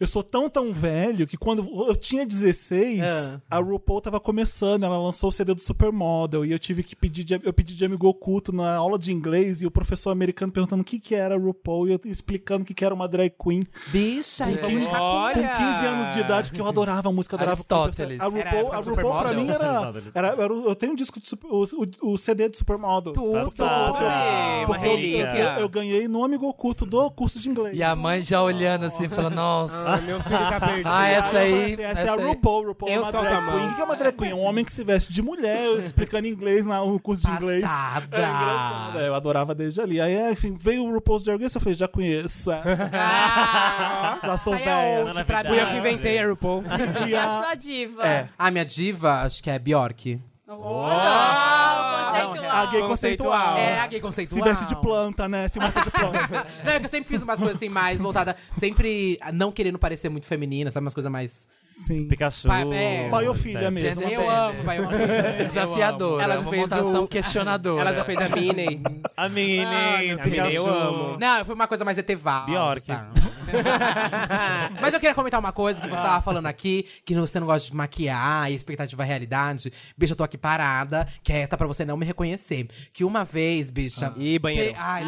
Speaker 1: Eu sou tão, tão velho que quando eu tinha 16,
Speaker 5: Ah.
Speaker 1: a RuPaul tava começando, ela lançou o CD do Supermodel e eu tive que pedir, de, eu pedi de amigo oculto na aula de inglês e o professor americano perguntando o que que era RuPaul e eu explicando o que que era uma drag queen.
Speaker 5: Bicha,
Speaker 1: Com 15, com 15 anos de idade, porque eu adorava a música, adorava
Speaker 3: Aristóteles.
Speaker 1: A
Speaker 5: Era a
Speaker 1: RuPaul,
Speaker 5: época
Speaker 1: a
Speaker 5: do
Speaker 1: RuPaul pra
Speaker 5: Supermodel.
Speaker 1: mim era,
Speaker 6: Aristóteles.
Speaker 1: era, era o- Eu tenho um disco, de super- o, o- o CD do Supermodel. É,
Speaker 6: Passada.
Speaker 7: Uma
Speaker 1: Porque
Speaker 7: relíquia.
Speaker 1: eu, eu ganhei no amigo oculto do curso de inglês.
Speaker 3: E a mãe já olhando assim, falando, nossa.
Speaker 7: Ah, meu filho tá perdido.
Speaker 3: Ah, essa
Speaker 1: Aí eu
Speaker 3: aí.
Speaker 1: falei assim, Essa, é a
Speaker 3: aí.
Speaker 1: RuPaul. RuPaul é
Speaker 7: Eu
Speaker 1: uma
Speaker 7: solto a
Speaker 1: drag
Speaker 7: mão.
Speaker 1: queen. O que é uma drag queen? É um homem que se veste de mulher, eu explicando inglês na- no curso de inglês. É engraçado.
Speaker 5: Passada.
Speaker 1: É, eu adorava desde ali. Aí, enfim, veio o RuPaul's Drag Race, eu falei, já conheço essa.
Speaker 5: Ah,
Speaker 1: Já sou
Speaker 5: Isso aí é
Speaker 1: velha.
Speaker 5: old pra
Speaker 7: Fui eu que
Speaker 5: mim.
Speaker 7: inventei a RuPaul.
Speaker 1: E
Speaker 2: A
Speaker 1: a,
Speaker 2: sua diva.
Speaker 1: É.
Speaker 5: A minha diva, acho que é Bjork.
Speaker 2: Uau, conceitual.
Speaker 1: a gay conceitual.
Speaker 5: É a gay conceitual.
Speaker 1: Se veste de planta, né? Se mata de planta.
Speaker 5: Não, é que eu sempre fiz umas coisas assim mais voltada, sempre não querendo parecer muito feminina, sabe? Umas coisas mais.
Speaker 1: Sim.
Speaker 6: Pikachu.
Speaker 5: Pai- é.
Speaker 1: Pai ou filha mesmo.
Speaker 3: Gender-
Speaker 5: Eu amo, pai. eu amo.
Speaker 3: Desafiadora,
Speaker 7: Ela
Speaker 3: é
Speaker 7: já
Speaker 3: uma
Speaker 7: fez
Speaker 3: montação
Speaker 7: o-
Speaker 3: questionadora.
Speaker 7: Ela já fez a Minnie.
Speaker 6: A Minnie. Pikachu.
Speaker 7: eu amo.
Speaker 5: Não, eu fui uma coisa mais eteval.
Speaker 6: Bjork.
Speaker 5: sabe? Mas eu queria comentar uma coisa que você tava falando aqui, que você não gosta de maquiar e expectativa é realidade. Bicha, eu tô aqui parada, quieta pra você não me reconhecer. Que uma vez, bicha.
Speaker 7: Ih, banheiro.
Speaker 5: te- Ai,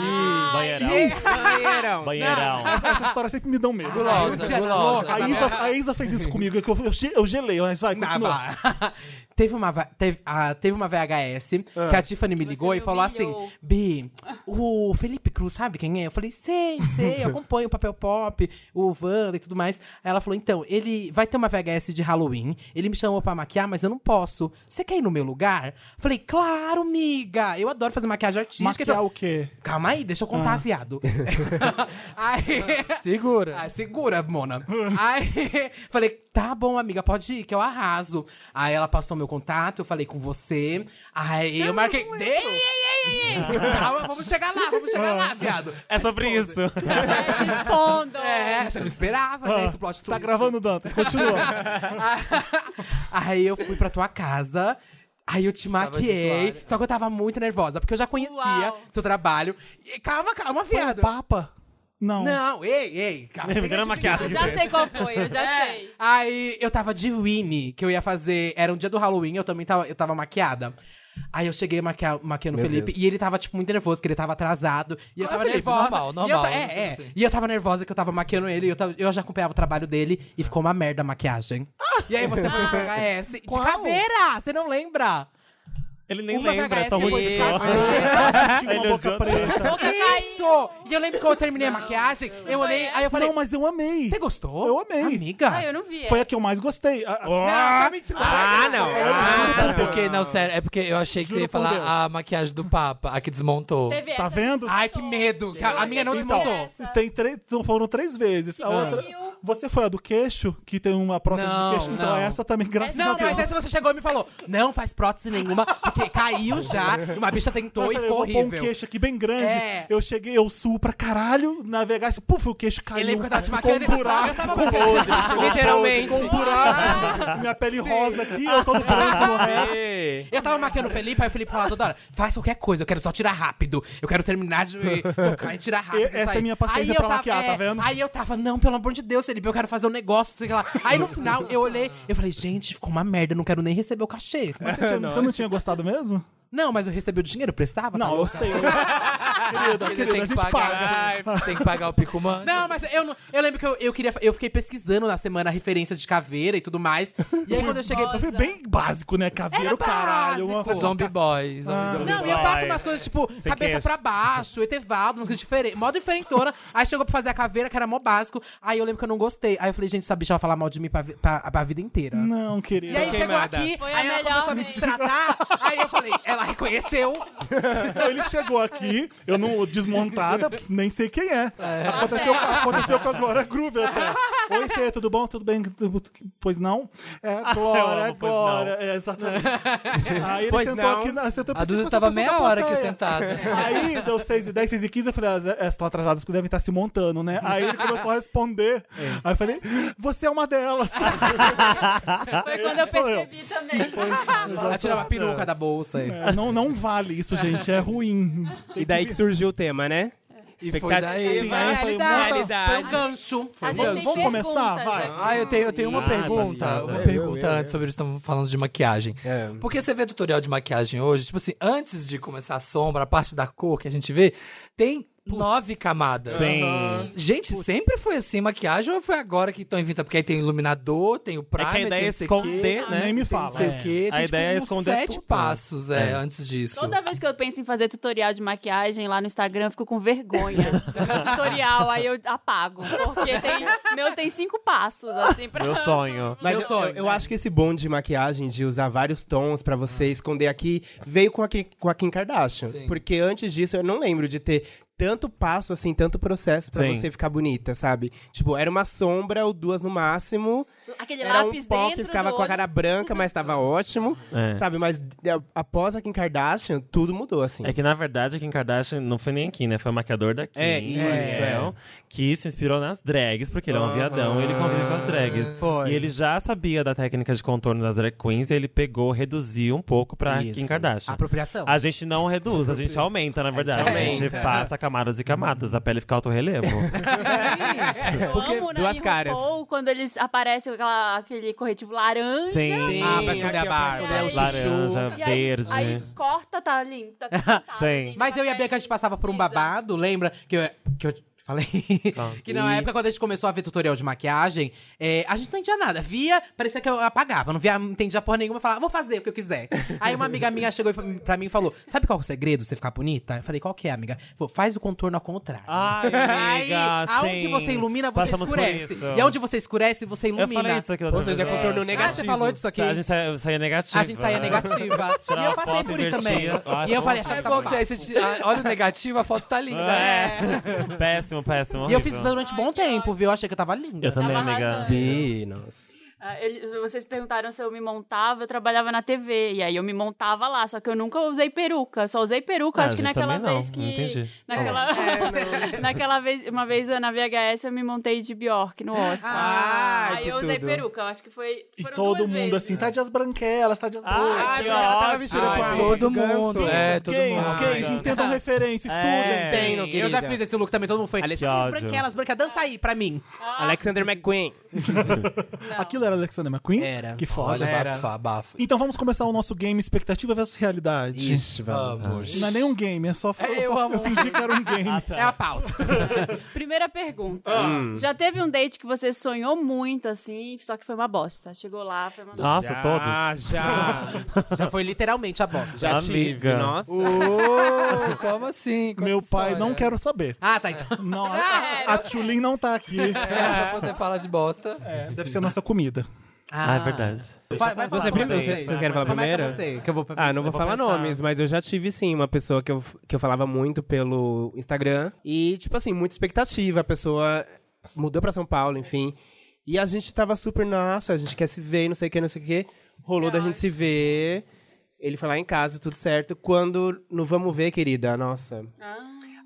Speaker 6: Banheirão.
Speaker 7: Banheirão.
Speaker 6: Banheirão.
Speaker 1: Essas histórias sempre me dão medo.
Speaker 3: Gulosa,
Speaker 5: Ai, eu-
Speaker 3: gulosa.
Speaker 1: A Isa, a Isa fez isso comigo, é que eu, eu, ge- eu gelei, mas vai,
Speaker 5: Tá,
Speaker 1: continua.
Speaker 5: vá. teve, uma, va- teve, ah, teve uma VHS que a Tiffany me ligou
Speaker 2: me
Speaker 5: e falou
Speaker 2: humilhou.
Speaker 5: assim: Bi, o Felipe Cruz sabe quem é? Eu falei, sei, sei, eu acompanho o papel pop, o Wanda e tudo mais. Aí ela falou: então, ele vai ter uma VHS de Halloween, ele me chamou pra maquiar, mas eu não posso. Você quer ir no meu lugar? Falei, claro, miga, eu adoro fazer maquiagem artística.
Speaker 1: Maquiar
Speaker 5: então-
Speaker 1: o quê?
Speaker 5: Calma aí, deixa eu contar,
Speaker 3: Ah.
Speaker 5: viado. aí,
Speaker 3: Segura.
Speaker 5: ah, segura, Mona. Aí, falei, tá bom, amiga, pode ir, que eu arraso. Aí ela passou meu contato, eu falei com você. Aí eu marquei. Ei, ei, ei, ei, ei. Ah. Calma, vamos chegar lá, vamos chegar lá, viado.
Speaker 6: É sobre isso.
Speaker 2: É, te expondo.
Speaker 5: É, você não esperava, né? Esse plot twist.
Speaker 1: Tá gravando, Dantas, continua.
Speaker 5: Aí eu fui pra tua casa. Aí eu te
Speaker 3: Estava de
Speaker 5: maquiei,
Speaker 3: toalha.
Speaker 5: só que eu tava muito nervosa, porque eu já conhecia
Speaker 2: Uau.
Speaker 5: seu trabalho. E calma, calma,
Speaker 1: Foi o
Speaker 5: viado.
Speaker 1: Papa? Não.
Speaker 5: Não, ei, ei, calma.
Speaker 6: Me
Speaker 5: você
Speaker 6: dando
Speaker 5: quer
Speaker 6: maquiagem.
Speaker 2: Eu já sei qual foi, eu já
Speaker 5: É.
Speaker 2: sei.
Speaker 5: Aí eu tava de Winnie, que eu ia fazer. Era um dia do Halloween, eu também tava, eu tava maquiada. Aí eu cheguei maquia, maquiando o Felipe e ele tava, tipo, muito nervoso, que ele tava atrasado. E eu
Speaker 3: Ah,
Speaker 5: tava
Speaker 3: Felipe,
Speaker 5: nervosa.
Speaker 3: normal,
Speaker 5: E eu,
Speaker 3: normal,
Speaker 5: ta- é,
Speaker 3: assim,
Speaker 5: é.
Speaker 3: assim.
Speaker 5: E eu tava nervosa que eu tava maquiando ele, e eu, tava- eu já acompanhava o trabalho dele e ficou uma merda a maquiagem. E aí você foi pro VHS de
Speaker 1: Qual?
Speaker 5: caveira! Você não lembra?
Speaker 6: Ele nem
Speaker 5: Uma
Speaker 6: lembra,
Speaker 5: VHS
Speaker 6: é tão
Speaker 5: foi
Speaker 6: ruim
Speaker 5: de
Speaker 6: que
Speaker 5: cara.
Speaker 6: eu-
Speaker 1: Tinha uma
Speaker 6: Ele é
Speaker 1: boca
Speaker 6: adianta.
Speaker 1: preta.
Speaker 2: Boca caindo.
Speaker 5: Isso! E eu lembro que eu terminei a maquiagem, eu olhei, aí eu falei,
Speaker 1: Não, mas eu amei.
Speaker 5: você gostou?
Speaker 1: Eu amei.
Speaker 5: Amiga?
Speaker 2: Ah, eu não vi.
Speaker 1: Foi a que eu mais gostei. A- a-
Speaker 5: Não, tá mentindo.
Speaker 7: Ah, não.
Speaker 5: tá.
Speaker 3: Ah,
Speaker 7: Ah,
Speaker 1: um
Speaker 3: sabe por quê? Não, sério, é porque eu achei que
Speaker 1: Juro
Speaker 3: você ia
Speaker 1: por Deus.
Speaker 3: falar a maquiagem do Papa, a que desmontou.
Speaker 2: Teve
Speaker 1: Tá
Speaker 2: essa-
Speaker 1: vendo?
Speaker 5: Ai, que medo. que a a minha não
Speaker 2: Então,
Speaker 5: desmontou.
Speaker 1: Tem três, então foram três vezes.
Speaker 5: Ah.
Speaker 1: A outra-
Speaker 2: Sumiu.
Speaker 1: você foi a do queixo, que tem uma prótese
Speaker 5: Não,
Speaker 1: de queixo, então
Speaker 5: não.
Speaker 1: essa também, graças a
Speaker 5: Não,
Speaker 1: Deus.
Speaker 5: mas essa você chegou e me falou: não faz prótese nenhuma, porque caiu já. Uma bicha tentou
Speaker 1: Nossa,
Speaker 5: e
Speaker 1: eu
Speaker 5: ficou
Speaker 1: vou pôr um
Speaker 5: horrível.
Speaker 1: queixo aqui bem grande.
Speaker 5: É.
Speaker 1: Eu cheguei, eu suo pra caralho, navegar, assim, puf, o queixo
Speaker 5: Eu
Speaker 1: caiu.
Speaker 5: lembro que eu tava te
Speaker 1: ficou
Speaker 5: maquiando
Speaker 1: um buraco,
Speaker 5: eu tava podre.
Speaker 7: Literalmente.
Speaker 1: ficou um
Speaker 5: Ah.
Speaker 1: buraco. Minha pele rosa aqui, eu todo branco no resto.
Speaker 7: Ei.
Speaker 5: Eu tava maquiando o Felipe, aí o Felipe falava toda hora, faz qualquer coisa, eu quero só tirar rápido. Eu quero terminar de tocar e tirar rápido.
Speaker 1: E-
Speaker 5: isso
Speaker 1: essa
Speaker 5: aí.
Speaker 1: é minha paciência
Speaker 5: Aí eu é,
Speaker 1: pra maquiar, tá vendo?
Speaker 5: Aí eu tava, não, pelo amor de Deus, Felipe, eu quero fazer um negócio. sei lá. Aí no final eu olhei, eu falei, gente, ficou uma merda, eu não quero nem receber o cachê.
Speaker 1: Você, tinha- você não tinha gostado mesmo?
Speaker 5: Não, mas eu recebi o dinheiro, eu prestava? tá
Speaker 1: Não, eu
Speaker 5: louca?
Speaker 1: sei. Eu, Querida,
Speaker 3: Ainda
Speaker 1: querida,
Speaker 3: tem
Speaker 1: a
Speaker 3: que
Speaker 1: gente paga.
Speaker 3: pagar, Tem que pagar o picumã.
Speaker 5: Não, mas eu, não- eu lembro que eu, eu queria. Eu fiquei pesquisando na semana referências de caveira e tudo mais. E aí quando eu cheguei.
Speaker 1: Foi bem básico, né?
Speaker 5: Era
Speaker 1: Caveiro, caralho. Uma...
Speaker 5: básico.
Speaker 3: Zombie boys. zombie
Speaker 5: Não, e eu passo umas coisas, tipo, cabeça
Speaker 6: queixa.
Speaker 5: pra baixo, etevaldo, umas coisas diferentes, modo diferentona. aí chegou pra fazer a caveira, que era mó básico. Aí eu lembro que eu não gostei. Aí eu falei, gente, essa bicha vai falar mal de mim pra, vi- pra, pra vida inteira.
Speaker 1: Não, querida.
Speaker 5: E aí chegou
Speaker 4: queimada.
Speaker 5: aqui,
Speaker 2: Foi a
Speaker 5: aí ela
Speaker 2: melhor
Speaker 5: começou a me
Speaker 2: vez.
Speaker 5: destratar. aí eu falei, ela reconheceu.
Speaker 1: Não, ele chegou aqui, eu não desmontada, nem sei quem é. Aconteceu, aconteceu com a Glória Groover até. Oi, Fê, tudo bom? Tudo bem? Pois não? É,
Speaker 6: Ah, eu
Speaker 1: Glória,
Speaker 6: amo, pois
Speaker 1: Glória. É, exatamente. Aí ele
Speaker 4: Pois
Speaker 1: sentou
Speaker 4: não.
Speaker 1: aqui. Na, sentou,
Speaker 3: A Duda
Speaker 1: sentou,
Speaker 3: tava
Speaker 1: sentou
Speaker 3: meia
Speaker 1: na
Speaker 3: hora aqui
Speaker 1: plateia.
Speaker 3: sentada.
Speaker 1: Aí deu 6 e 10, 6 e 15, eu falei, ah, elas estão atrasadas que devem estar se montando, né? Aí ele começou a responder. Aí eu falei, você é uma delas.
Speaker 2: Foi quando eu
Speaker 1: Esse sou eu.
Speaker 2: percebi também.
Speaker 5: ela tirou uma peruca da bolsa.
Speaker 1: É, não, não vale isso, gente, é ruim.
Speaker 4: E daí que surgiu o tema, né?
Speaker 3: E foi daí. né?
Speaker 1: Sim, aí foi, nossa,
Speaker 5: Foi um gancho.
Speaker 2: A gente
Speaker 1: vamos
Speaker 2: tem perguntas
Speaker 1: começar? Vai.
Speaker 2: aqui.
Speaker 3: Ah, eu tenho, eu tenho uma
Speaker 6: Ah,
Speaker 3: pergunta.
Speaker 6: baseada.
Speaker 3: Uma
Speaker 6: Eu,
Speaker 3: pergunta antes sobre eles estão falando de maquiagem.
Speaker 4: É.
Speaker 3: Porque você vê tutorial de maquiagem hoje, tipo assim, antes de começar a sombra, a parte da cor que a gente vê, tem nove camadas.
Speaker 6: Sim.
Speaker 3: Gente, sempre foi assim maquiagem ou foi agora que estão inventando? Porque aí tem iluminador, tem o primer,
Speaker 6: É que a ideia
Speaker 3: tem
Speaker 6: é
Speaker 3: não sei o quê,
Speaker 6: esconder, né?
Speaker 1: Nem me
Speaker 3: tem não
Speaker 1: fala.
Speaker 3: sei o quê.
Speaker 6: É.
Speaker 3: Tem,
Speaker 6: A
Speaker 3: tipo,
Speaker 6: ideia é
Speaker 3: uns
Speaker 6: esconder
Speaker 3: sete
Speaker 6: tudo.
Speaker 3: passos, é, antes disso.
Speaker 2: Toda vez que eu penso em fazer tutorial de maquiagem lá no Instagram, eu fico com vergonha. Eu vejo tutorial, aí eu apago. Porque tem, meu tem cinco passos, assim, pra.
Speaker 6: Meu sonho.
Speaker 4: Mas
Speaker 5: Meu
Speaker 4: eu,
Speaker 5: sonho,
Speaker 4: eu- eu
Speaker 5: né?
Speaker 4: acho que esse bom de maquiagem, de usar vários tons pra
Speaker 6: Ah.
Speaker 4: você esconder aqui, veio com a, Ki- com a Kim Kardashian.
Speaker 3: Sim.
Speaker 4: Porque antes disso, eu não lembro de ter tanto passo, assim, tanto processo pra
Speaker 6: Sim.
Speaker 4: você ficar bonita, sabe? Tipo, era uma sombra ou duas no máximo.
Speaker 2: Aquele
Speaker 4: Era um
Speaker 2: lápis
Speaker 4: pó
Speaker 2: dentro
Speaker 4: que ficava
Speaker 2: do
Speaker 4: com a
Speaker 2: olho.
Speaker 4: cara branca, mas tava ótimo.
Speaker 6: É.
Speaker 4: Sabe? Mas é, após a Kim Kardashian, tudo mudou, assim.
Speaker 6: É que, na verdade, a Kim Kardashian não foi nem aqui, né? Foi o maquiador da Kim,
Speaker 4: É, isso,
Speaker 6: Manuel, que se inspirou nas drags, porque ele é um viadão, ele convive com as drags.
Speaker 4: Ah,
Speaker 3: Foi.
Speaker 6: E ele já sabia da técnica de contorno das drag queens, e ele pegou, reduziu um pouco pra
Speaker 4: Isso.
Speaker 6: Kim Kardashian.
Speaker 5: Apropriação.
Speaker 6: A gente não reduz, a gente aumenta, na verdade. A gente,
Speaker 5: aumenta.
Speaker 6: passa camadas e camadas, a pele fica autorrelevo.
Speaker 2: Eu amo, né?
Speaker 4: duas
Speaker 2: em
Speaker 4: caras.
Speaker 2: RuPaul, quando eles aparecem com aquela- aquele corretivo laranja.
Speaker 6: Sim.
Speaker 4: Sim,
Speaker 5: Ah, pra esconder a
Speaker 4: aqui, ó,
Speaker 5: barba.
Speaker 4: esconder o chuchu.
Speaker 6: Laranja,
Speaker 2: E aí,
Speaker 6: verde.
Speaker 2: aí corta, tá lindo. Tá pintado,
Speaker 6: Sim.
Speaker 2: assim,
Speaker 5: Mas
Speaker 2: com
Speaker 5: eu e a Bianca, a gente passava por um
Speaker 2: camisa.
Speaker 5: babado, lembra? Que eu, que eu falei.
Speaker 6: Tá.
Speaker 5: que na época, quando a gente começou a ver tutorial de maquiagem, é, a gente não entendia nada. Via, parecia que eu apagava. Não via, não entendia porra nenhuma. Eu falava, "Ah, vou fazer o que eu quiser. Aí uma amiga minha chegou e fa- pra mim e falou, sabe qual é o segredo de você ficar bonita? Eu falei, qual que é, amiga? Falou, faz o contorno ao contrário.
Speaker 6: Ai,
Speaker 5: Aí,
Speaker 6: Ah, amiga,
Speaker 5: aonde
Speaker 6: sim.
Speaker 5: você ilumina, você
Speaker 6: Passamos por
Speaker 5: escurece.
Speaker 6: isso.
Speaker 5: E aonde você escurece, você
Speaker 6: Eu
Speaker 5: ilumina.
Speaker 6: falei isso aqui outra
Speaker 4: Ou seja,
Speaker 6: vez, eu
Speaker 4: contorno
Speaker 6: acho.
Speaker 5: Ah,
Speaker 4: negativo.
Speaker 5: você falou disso aqui.
Speaker 6: A gente saía, saía negativa.
Speaker 5: A gente saía
Speaker 6: né?
Speaker 5: negativa. e
Speaker 6: Tirava
Speaker 5: eu passei
Speaker 6: foto,
Speaker 5: por isso também.
Speaker 6: invertia. Ah,
Speaker 5: E
Speaker 6: foi
Speaker 5: eu falei,
Speaker 6: um
Speaker 5: achava
Speaker 3: É
Speaker 5: que
Speaker 3: bom
Speaker 5: tava
Speaker 3: que aí você te- ah, olha o negativo, a foto tá linda.
Speaker 6: É. Péssimo, péssimo.
Speaker 5: É. E eu
Speaker 6: horrível.
Speaker 5: fiz isso durante um bom tempo, viu? Eu achei que eu tava linda.
Speaker 6: Eu também,
Speaker 2: Tava
Speaker 6: amiga.
Speaker 2: arrasando.
Speaker 4: Ih,
Speaker 6: é.
Speaker 4: nossa.
Speaker 2: Ah, ele- vocês perguntaram se eu me montava, eu trabalhava na TV. E aí eu me montava lá, só que eu nunca usei peruca. Só usei peruca,
Speaker 6: Ah,
Speaker 2: acho
Speaker 6: a
Speaker 2: que
Speaker 6: gente
Speaker 2: naquela
Speaker 6: também não,
Speaker 2: vez que.
Speaker 6: não entendi.
Speaker 5: Tá
Speaker 2: Naquela,
Speaker 5: É,
Speaker 2: naquela vez, uma vez na VHS eu me montei de Bjork no Oscar.
Speaker 4: Ah,
Speaker 2: aí
Speaker 4: que
Speaker 2: eu usei
Speaker 4: tudo.
Speaker 2: peruca, eu acho que foi.
Speaker 1: E
Speaker 2: foram
Speaker 1: todo
Speaker 2: duas
Speaker 1: mundo
Speaker 2: vezes.
Speaker 1: assim, tá de as branquelas, tá de as boas.
Speaker 4: Ah,
Speaker 6: que
Speaker 4: ela tava
Speaker 6: ótimo.
Speaker 4: vestindo
Speaker 6: Ai,
Speaker 4: com a roupa de
Speaker 3: todo
Speaker 4: ganso.
Speaker 3: mundo. É, todo
Speaker 1: gays,
Speaker 3: mundo.
Speaker 1: gays, entendam referência, estudem.
Speaker 6: É.
Speaker 4: Tem, não,
Speaker 5: Eu já
Speaker 4: querida?
Speaker 5: fiz esse look também, todo mundo foi.
Speaker 4: Alex-
Speaker 5: "Ih, as branquelas, branca, dança aí pra mim.
Speaker 2: Ah,
Speaker 4: Alexander McQueen.
Speaker 2: Não.
Speaker 1: Aquilo era Alexander McQueen?
Speaker 4: Era.
Speaker 1: Que foda.
Speaker 3: Olha,
Speaker 5: Era.
Speaker 3: abafa, abafa.
Speaker 1: Então vamos começar o nosso game expectativa versus realidade.
Speaker 3: Vamos.
Speaker 1: Não é nem um game, é só,
Speaker 5: É,
Speaker 1: eu,
Speaker 5: eu
Speaker 1: só
Speaker 5: amo.
Speaker 1: eu fingi que era um game.
Speaker 4: Tá.
Speaker 5: É a pauta.
Speaker 2: Primeira pergunta. Já teve um date que você sonhou muito, assim, só que foi uma bosta. Chegou lá, foi uma bosta.
Speaker 6: Nossa, todos.
Speaker 4: Ah, já.
Speaker 5: Já foi literalmente a bosta.
Speaker 4: Já
Speaker 6: Amiga.
Speaker 4: tive, nossa.
Speaker 3: Ô, como assim? Qual
Speaker 1: Meu
Speaker 3: essa
Speaker 1: pai,
Speaker 3: história?
Speaker 1: não quero saber.
Speaker 5: Ah, tá. Então.
Speaker 1: Não, a,
Speaker 2: Ah,
Speaker 1: a Tchulin não tá aqui.
Speaker 3: É, pra poder falar de bosta.
Speaker 1: É, deve ser a nossa comida.
Speaker 6: Ah, é verdade.
Speaker 5: Vai, vai falar,
Speaker 4: Você primeiro,
Speaker 5: começa
Speaker 4: vocês,
Speaker 5: você.
Speaker 4: vocês querem falar
Speaker 5: Começa
Speaker 4: primeiro?
Speaker 5: você, que eu vou pra
Speaker 4: Ah, não vou,
Speaker 6: vou
Speaker 4: falar
Speaker 6: pensar.
Speaker 4: nomes, mas eu já tive, sim, uma pessoa que eu, que eu falava muito pelo Instagram. E, tipo assim, muita expectativa. A pessoa mudou pra São Paulo, enfim. E a gente tava super, nossa, a gente quer se ver, não sei o que, não sei o que. Rolou da gente se ver. Ele foi lá em casa, tudo certo. Quando não vamos ver, querida, nossa.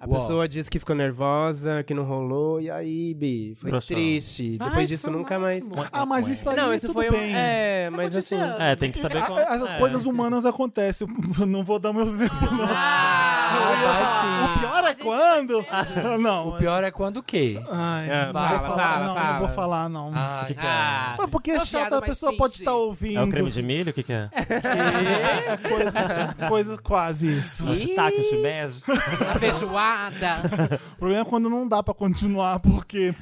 Speaker 4: A
Speaker 3: Uau.
Speaker 4: pessoa disse que ficou nervosa, que não rolou. E aí, Bi, foi
Speaker 6: Broxou.
Speaker 4: triste. Depois disso, nunca mais...
Speaker 1: Ah, mas isso aí
Speaker 4: Não,
Speaker 1: tudo
Speaker 4: isso foi um...
Speaker 1: bem.
Speaker 4: É, mas assim...
Speaker 5: cotidiano. ah,
Speaker 6: É, tem que saber como.
Speaker 1: As
Speaker 6: é.
Speaker 1: coisas humanas acontecem. Não vou dar meu exemplo, não. O pior é
Speaker 2: gente
Speaker 1: quando. Não.
Speaker 3: O pior é quando o quê?
Speaker 1: Ai,
Speaker 6: É,
Speaker 1: não
Speaker 5: fala,
Speaker 1: vou falar,
Speaker 5: fala,
Speaker 1: não,
Speaker 5: fala.
Speaker 1: não vou falar, não.
Speaker 3: Ah,
Speaker 6: que que
Speaker 5: Ah,
Speaker 1: Mas porque é
Speaker 5: uma
Speaker 1: chato,
Speaker 5: piada
Speaker 1: a
Speaker 5: mais
Speaker 1: pessoa pode
Speaker 5: finge.
Speaker 1: estar ouvindo.
Speaker 6: É o creme de milho? O que, que é?
Speaker 1: É, coisa- coisas quase isso.
Speaker 6: O shiitake, o shimeji?
Speaker 4: é?
Speaker 5: Ah, A feijoada.
Speaker 1: O problema é quando não dá pra continuar, porque.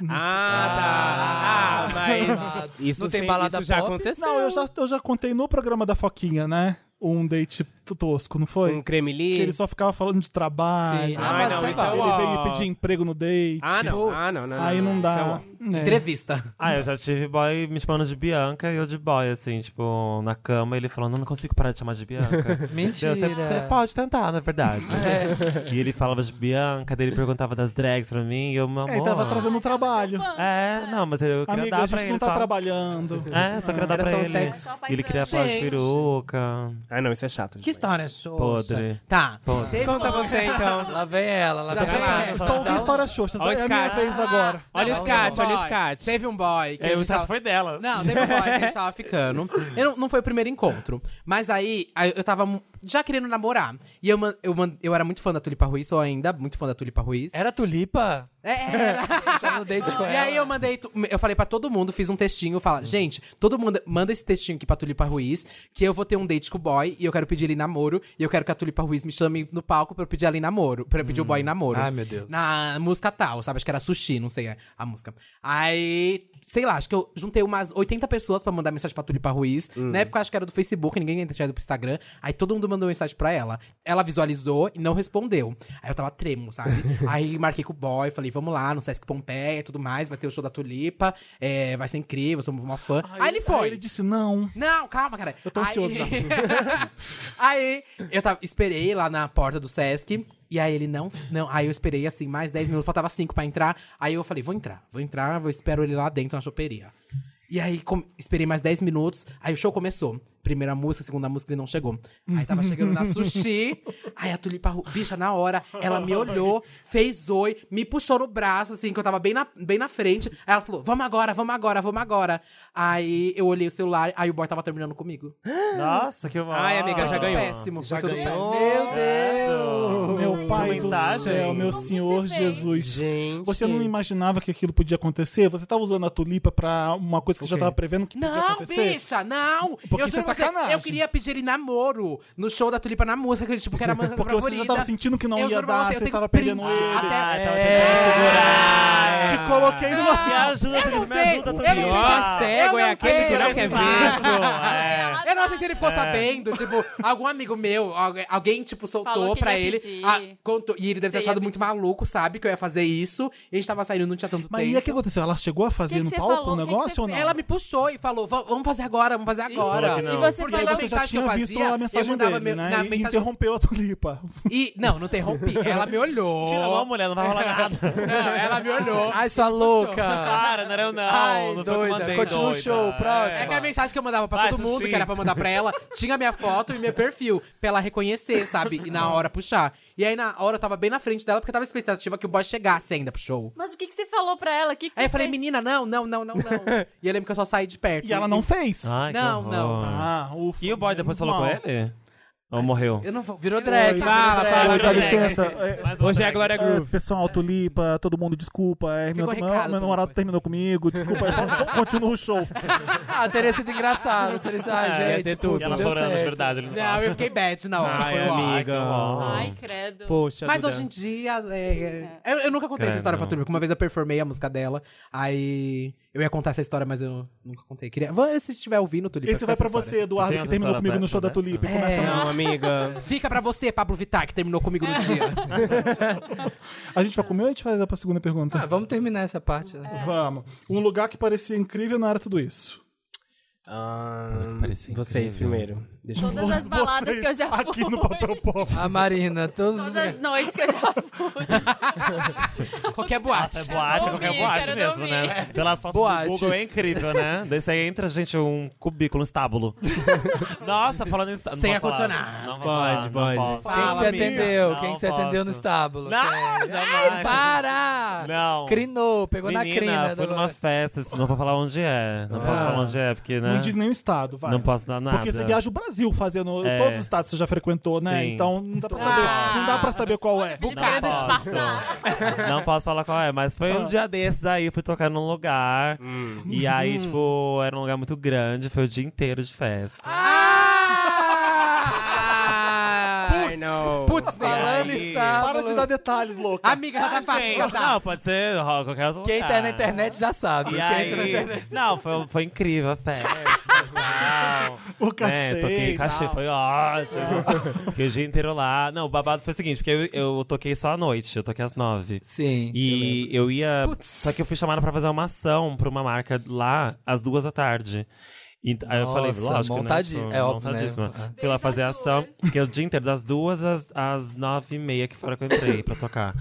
Speaker 4: Ah, tá. Ah,
Speaker 3: Ah,
Speaker 4: mas isso,
Speaker 3: não tem
Speaker 4: sim,
Speaker 3: balada
Speaker 4: isso já
Speaker 3: pop?
Speaker 4: aconteceu.
Speaker 1: Não, eu já, eu já contei no programa da Foquinha, né? Um date t- tosco, não foi?
Speaker 4: Um cremeli.
Speaker 1: Que ele só ficava falando de trabalho.
Speaker 5: Sim.
Speaker 4: Ah,
Speaker 1: mas
Speaker 4: não,
Speaker 1: sei
Speaker 4: isso
Speaker 1: lá,
Speaker 4: é
Speaker 1: ele
Speaker 4: ó.
Speaker 1: veio pedir emprego no date.
Speaker 4: Ah, não. Ah, não, não, não.
Speaker 1: aí não
Speaker 4: Isso é
Speaker 1: dá. É.
Speaker 5: Entrevista.
Speaker 6: Ah, eu já tive boy me chamando de Bianca e eu de boy, assim, tipo, na cama, ele falando, não consigo parar de te chamar de Bianca.
Speaker 3: Mentira.
Speaker 6: Você pode tentar, na verdade.
Speaker 5: É.
Speaker 6: E ele falava de Bianca, daí ele perguntava das drags pra mim, e eu, meu amor...
Speaker 1: É, ele tava trazendo trabalho.
Speaker 6: É, não, mas eu queria
Speaker 1: Amiga,
Speaker 6: dar
Speaker 1: a
Speaker 6: pra
Speaker 1: gente
Speaker 6: ele
Speaker 1: não tá
Speaker 6: só. um-
Speaker 1: trabalhando.
Speaker 6: É, só queria dar
Speaker 4: Era
Speaker 6: pra
Speaker 4: só um
Speaker 6: ele.
Speaker 4: sexo.
Speaker 2: Só
Speaker 6: E ele queria falar
Speaker 2: paisagem.
Speaker 6: de
Speaker 2: Gente.
Speaker 6: peruca.
Speaker 4: Ah, não, isso é chato.
Speaker 5: Que
Speaker 4: demais.
Speaker 5: história xoxa.
Speaker 6: Podre.
Speaker 5: Tá.
Speaker 6: Podre.
Speaker 5: Teve
Speaker 4: Conta
Speaker 5: uma-
Speaker 4: você, então.
Speaker 3: Lá vem ela, lá
Speaker 5: Lá
Speaker 3: vem
Speaker 5: vem
Speaker 3: ela. um
Speaker 5: ela.
Speaker 1: Só ouvi histórias xoxas.
Speaker 4: Olha
Speaker 1: É
Speaker 4: o
Speaker 1: a minha
Speaker 4: Scat.
Speaker 1: vez agora.
Speaker 4: Olha o
Speaker 5: Não,
Speaker 4: Scat,
Speaker 5: teve um
Speaker 4: olha o
Speaker 5: boy.
Speaker 4: Scat.
Speaker 5: Teve um boy. Que
Speaker 6: É,
Speaker 5: a
Speaker 6: o
Speaker 5: gente
Speaker 6: Sasha
Speaker 5: tava-
Speaker 6: foi dela.
Speaker 5: Não, teve um boy que a gente tava ficando. Eu não, não foi o primeiro encontro. Mas aí, aí eu tava mu- já querendo namorar. E eu, man- eu, man- eu era muito fã da Tulipa Ruiz, sou ainda muito fã da Tulipa Ruiz.
Speaker 3: Era tulipa?
Speaker 5: É, era.
Speaker 3: Tá no date com
Speaker 5: E
Speaker 3: ela.
Speaker 5: aí eu mandei, tu- eu falei pra todo mundo, fiz um textinho, fala, gente, todo mundo manda esse textinho aqui pra Tulipa Ruiz, que eu vou ter um date com o boy e eu quero pedir ele em namoro e eu quero que a Tulipa Ruiz me chame no palco pra eu pedir ela em namoro, pra eu pedir o boy em namoro.
Speaker 3: Ai, meu Deus.
Speaker 5: Na música tal, sabe? Acho que era sushi, não sei é, a música. Aí, sei lá, acho que eu juntei umas 80 pessoas pra mandar mensagem pra Tulipa Ruiz.
Speaker 1: Hum.
Speaker 5: Na época acho que era do Facebook, ninguém tinha ido pro Instagram. Aí todo mundo mandou mensagem pra ela. Ela visualizou e não respondeu. Aí eu tava tremo, sabe? aí marquei com o boy, falei, vamos lá, no Sesc Pompeia e tudo mais, vai ter o show da Tulipa, é, vai ser incrível, sou uma fã. aí ele foi.
Speaker 1: Aí ele disse não.
Speaker 5: Não, calma, cara.
Speaker 1: Eu tô ansioso já.
Speaker 5: aí... aí, eu tava, esperei lá na porta do Sesc. E aí ele não, não. Aí eu esperei assim, mais 10 minutos, faltava 5 pra entrar. Aí eu falei, vou entrar, vou entrar, vou espero ele lá dentro na choperia. E aí com- esperei mais 10 minutos, aí o show começou. Primeira música, segunda música, ele não chegou. Aí tava chegando na sushi. Aí a Tulipa, Ru- bicha, na hora, ela me olhou, fez oi, me puxou no braço, assim, que eu tava bem na, bem na frente. Aí ela falou: vamos agora, vamos agora, vamos agora. Aí eu olhei o celular, aí o boy tava terminando comigo.
Speaker 6: Nossa, que Tá bom.
Speaker 4: Ai, amiga, já
Speaker 5: Tudo
Speaker 4: ganhou.
Speaker 5: Péssimo, foi tudo péssimo.
Speaker 3: Meu
Speaker 6: Credo.
Speaker 1: Meu pai do
Speaker 6: mensagem.
Speaker 1: céu, meu
Speaker 2: Como que
Speaker 1: senhor
Speaker 2: você fez?
Speaker 1: Jesus.
Speaker 4: Gente.
Speaker 1: Você não imaginava que aquilo podia acontecer? Você tava usando a tulipa pra uma coisa que você já tava prevendo que podia
Speaker 5: Não,
Speaker 1: acontecer?
Speaker 5: bicha, não!
Speaker 1: Porque
Speaker 5: eu
Speaker 1: isso é
Speaker 5: juro pra você,
Speaker 1: sacanagem.
Speaker 5: eu queria pedir ele namoro no show da Tulipa na música, que tipo, que era a música
Speaker 1: Porque
Speaker 5: favorita.
Speaker 1: você já tava sentindo que não
Speaker 5: Eu
Speaker 1: ia
Speaker 5: juro pra
Speaker 1: dar,
Speaker 5: você,
Speaker 1: você,
Speaker 5: eu tenho
Speaker 1: tava
Speaker 5: print.
Speaker 1: perdendo ele.
Speaker 5: Até-
Speaker 6: Ah, tava tentando segurar. é.
Speaker 1: Te coloquei
Speaker 5: Não,
Speaker 1: numa.
Speaker 6: Me ajuda,
Speaker 5: eu não
Speaker 6: Tulipa, me
Speaker 5: sei,
Speaker 6: ajuda,
Speaker 5: eu não
Speaker 6: Tulipa.
Speaker 5: sei. tá
Speaker 6: Ah,
Speaker 4: Ó, cego
Speaker 5: Eu
Speaker 4: é
Speaker 5: não
Speaker 4: aquele que
Speaker 5: sei,
Speaker 4: não
Speaker 5: eu
Speaker 4: quer
Speaker 5: não
Speaker 4: ver.
Speaker 6: Isso, é.
Speaker 5: Eu não sei se ele ficou sabendo, tipo, algum amigo meu, algu- alguém, tipo,
Speaker 2: Falou
Speaker 5: soltou
Speaker 2: que
Speaker 5: pra
Speaker 2: ia
Speaker 5: ele.
Speaker 2: pedir.
Speaker 5: ah, contou, e ele deve ter
Speaker 2: Você ia
Speaker 5: achado muito
Speaker 2: pedir.
Speaker 5: maluco, sabe, que eu ia fazer isso. E a gente tava saindo, não tinha tanto
Speaker 1: Mas
Speaker 5: tempo.
Speaker 1: e o que aconteceu? Ela chegou a fazer
Speaker 2: Que que
Speaker 1: no
Speaker 2: você
Speaker 1: palco
Speaker 2: falou?
Speaker 1: o
Speaker 2: Que que
Speaker 1: negócio
Speaker 2: você
Speaker 1: ou não?
Speaker 2: fez?
Speaker 5: Ela me puxou e falou: "Va- vamos fazer agora, vamos fazer agora.
Speaker 6: falou que não.
Speaker 2: E você
Speaker 5: Porque
Speaker 1: Porque aí
Speaker 5: na
Speaker 1: você
Speaker 5: mensagem
Speaker 1: já
Speaker 5: que eu
Speaker 1: tinha visto
Speaker 5: fazia,
Speaker 1: a
Speaker 5: eu
Speaker 1: mensagem
Speaker 5: mandava
Speaker 1: dele,
Speaker 5: me-
Speaker 1: né?
Speaker 5: na
Speaker 1: E
Speaker 5: mensagem-
Speaker 1: interrompeu a tulipa.
Speaker 5: E, não, não interrompi. Ela me olhou.
Speaker 6: Tira a mão, Ah, mulher, não vai rolar nada.
Speaker 5: Não, ela me olhou.
Speaker 3: Ai, sua louca.
Speaker 6: Para, não era eu não.
Speaker 3: Ai,
Speaker 6: não foi o que eu
Speaker 3: doida.
Speaker 6: mandei,
Speaker 3: Continua o
Speaker 6: doida.
Speaker 3: show, próximo.
Speaker 5: É que a mensagem que eu mandava pra
Speaker 6: Vai,
Speaker 5: todo mundo,
Speaker 6: sushi.
Speaker 5: que era pra mandar pra ela, tinha minha foto e meu perfil, pra ela reconhecer, sabe? E na hora puxar. E aí na hora eu tava bem na frente dela, porque eu tava expectativa que o boy chegasse ainda pro show.
Speaker 2: Mas o que, que você falou pra ela? O que, que você
Speaker 5: Aí eu falei,
Speaker 2: fez?
Speaker 5: menina, não, não, não, não, não. E eu lembro que eu só saí de perto.
Speaker 1: E ela não fez.
Speaker 6: Ai, que
Speaker 5: Não,
Speaker 6: horror.
Speaker 5: não.
Speaker 1: Ah, ufa.
Speaker 6: E o boy depois falou com
Speaker 1: Mal.
Speaker 6: ele? Ou morreu?
Speaker 5: Eu não vou.
Speaker 3: Virou
Speaker 5: eu não
Speaker 3: drag,
Speaker 5: vou-
Speaker 3: fala,
Speaker 5: Virou
Speaker 1: Fala,
Speaker 5: drag.
Speaker 1: dá licença. É,
Speaker 4: Hoje é a Glória
Speaker 1: É,
Speaker 4: Groove.
Speaker 1: pessoal, Tulipa, todo mundo, desculpa. É, meu,
Speaker 5: Ficou
Speaker 1: meu-
Speaker 5: recado,
Speaker 1: meu namorado
Speaker 5: tudo bem.
Speaker 1: terminou comigo, desculpa. então, continua o show.
Speaker 3: Ah,
Speaker 4: É,
Speaker 3: teria sido engraçado. Teria sido, ah,
Speaker 4: ia
Speaker 3: gente,
Speaker 4: ter
Speaker 3: pô,
Speaker 4: tudo.
Speaker 6: E ela
Speaker 3: deu
Speaker 6: chorando de
Speaker 3: certo.
Speaker 6: verdade. Ele não
Speaker 5: Não, eu fiquei bad na hora. foi um
Speaker 4: Ai,
Speaker 5: ó.
Speaker 4: amiga.
Speaker 2: Ai, credo.
Speaker 4: Poxa,
Speaker 5: Mas
Speaker 4: Duda.
Speaker 5: hoje em dia. é, Eu, eu nunca contei essa história pra
Speaker 6: Credo.
Speaker 5: turma, porque uma vez eu performei a música dela. Aí. Eu ia contar essa história, mas eu nunca contei. Queria... Vã- Se estiver ouvindo, Tulipa.
Speaker 1: Esse vai
Speaker 5: essa
Speaker 1: pra você,
Speaker 5: história.
Speaker 1: Eduardo,
Speaker 6: Tem
Speaker 1: que terminou
Speaker 6: outra história
Speaker 1: comigo no
Speaker 6: dessa,
Speaker 1: show da
Speaker 6: né?
Speaker 1: Tulipa. E
Speaker 5: É.
Speaker 1: começa a
Speaker 4: Não, amiga.
Speaker 5: Fica pra você, Pablo Vittar, que terminou comigo
Speaker 6: É.
Speaker 5: no dia.
Speaker 1: A gente vai comer ou a gente vai dar pra segunda pergunta?
Speaker 3: Ah, vamos terminar essa parte. né?
Speaker 1: Vamos. Um lugar que parecia incrível não era tudo isso.
Speaker 4: Ahn,
Speaker 6: Parecia
Speaker 4: Ah, vocês
Speaker 6: incrível.
Speaker 4: primeiro. Deixa eu
Speaker 2: Todas as baladas que eu já fui.
Speaker 1: Aqui no papel pop.
Speaker 3: A Marina, todos os...
Speaker 2: Todas as noites que eu já fui.
Speaker 5: Qualquer boate.
Speaker 6: É boate,
Speaker 2: dormir,
Speaker 6: qualquer boate
Speaker 2: quero
Speaker 6: mesmo,
Speaker 2: dormir.
Speaker 6: né? Pelas fotos
Speaker 3: Boates.
Speaker 6: do Google é incrível, né? Desse aí entra, gente, um cubículo, um estábulo. Nossa, falando em estábulo.
Speaker 5: Sem
Speaker 6: não posso falar.
Speaker 5: ar-condicionado.
Speaker 6: Não
Speaker 4: Pode,
Speaker 6: posso falar,
Speaker 4: pode.
Speaker 6: Não, posso.
Speaker 3: Quem
Speaker 5: Fala,
Speaker 3: se
Speaker 5: amiga.
Speaker 3: atendeu?
Speaker 6: Não
Speaker 3: Quem se
Speaker 6: posso.
Speaker 3: atendeu no estábulo?
Speaker 6: Não,
Speaker 3: Quem?
Speaker 6: jamais.
Speaker 3: Ai, para!
Speaker 6: Não.
Speaker 3: Crinou, pegou
Speaker 6: Menina,
Speaker 3: na crina.
Speaker 6: fui
Speaker 3: do- Ah.
Speaker 6: numa assim, festa, não vou falar onde é. Não posso falar onde é, porque, né?
Speaker 1: Não diz nem o estado, vai.
Speaker 6: Não posso dar nada.
Speaker 1: Porque você viaja o Brasil. Brasil fazendo.
Speaker 6: É.
Speaker 1: Todos os estados você já frequentou, né?
Speaker 6: Sim.
Speaker 1: Então não dá pra saber.
Speaker 6: Ah.
Speaker 1: não dá pra saber qual é.
Speaker 2: Felipe
Speaker 6: Não
Speaker 2: querendo
Speaker 6: posso.
Speaker 2: disfarçar.
Speaker 6: Não posso falar qual é, mas foi um dia desses aí, fui tocar num lugar.
Speaker 3: Hum.
Speaker 6: E aí,
Speaker 5: Uhum.
Speaker 6: tipo, era um lugar muito grande, foi o dia inteiro de festa.
Speaker 5: Ah,
Speaker 4: Ai, não.
Speaker 5: Putz, falando
Speaker 6: aí?
Speaker 5: e tal.
Speaker 1: Ah! Para de dar detalhes, louca.
Speaker 5: Amiga, já tá fácil. já tá.
Speaker 6: não, pode ser ó, qualquer outro
Speaker 3: Quem
Speaker 6: lugar.
Speaker 3: tá na internet já sabe.
Speaker 6: E
Speaker 3: Quem tá na
Speaker 6: aí,
Speaker 3: internet-
Speaker 6: não, foi, foi incrível a festa. Não,
Speaker 1: O cachê
Speaker 6: Né, toquei
Speaker 1: e
Speaker 6: cachê,
Speaker 1: tal.
Speaker 6: foi ótimo. Fiquei o dia inteiro lá. Não, o babado foi o seguinte, porque eu, eu toquei só à noite, eu toquei às nove.
Speaker 3: Sim.
Speaker 6: E eu, ia.
Speaker 5: Putz.
Speaker 6: Só que eu fui chamada pra fazer uma ação pra uma marca lá às duas da tarde. E, aí eu
Speaker 3: Nossa,
Speaker 6: falei, lógico,
Speaker 3: montadi-
Speaker 6: né? Tipo,
Speaker 3: é óbvio, né?
Speaker 6: montadíssima.
Speaker 3: Ah.
Speaker 6: Fui lá
Speaker 2: Desde
Speaker 6: fazer a
Speaker 2: as
Speaker 6: ação,
Speaker 2: duas.
Speaker 6: porque o dia inteiro, das duas às, às nove e meia, que fora que eu entrei pra tocar.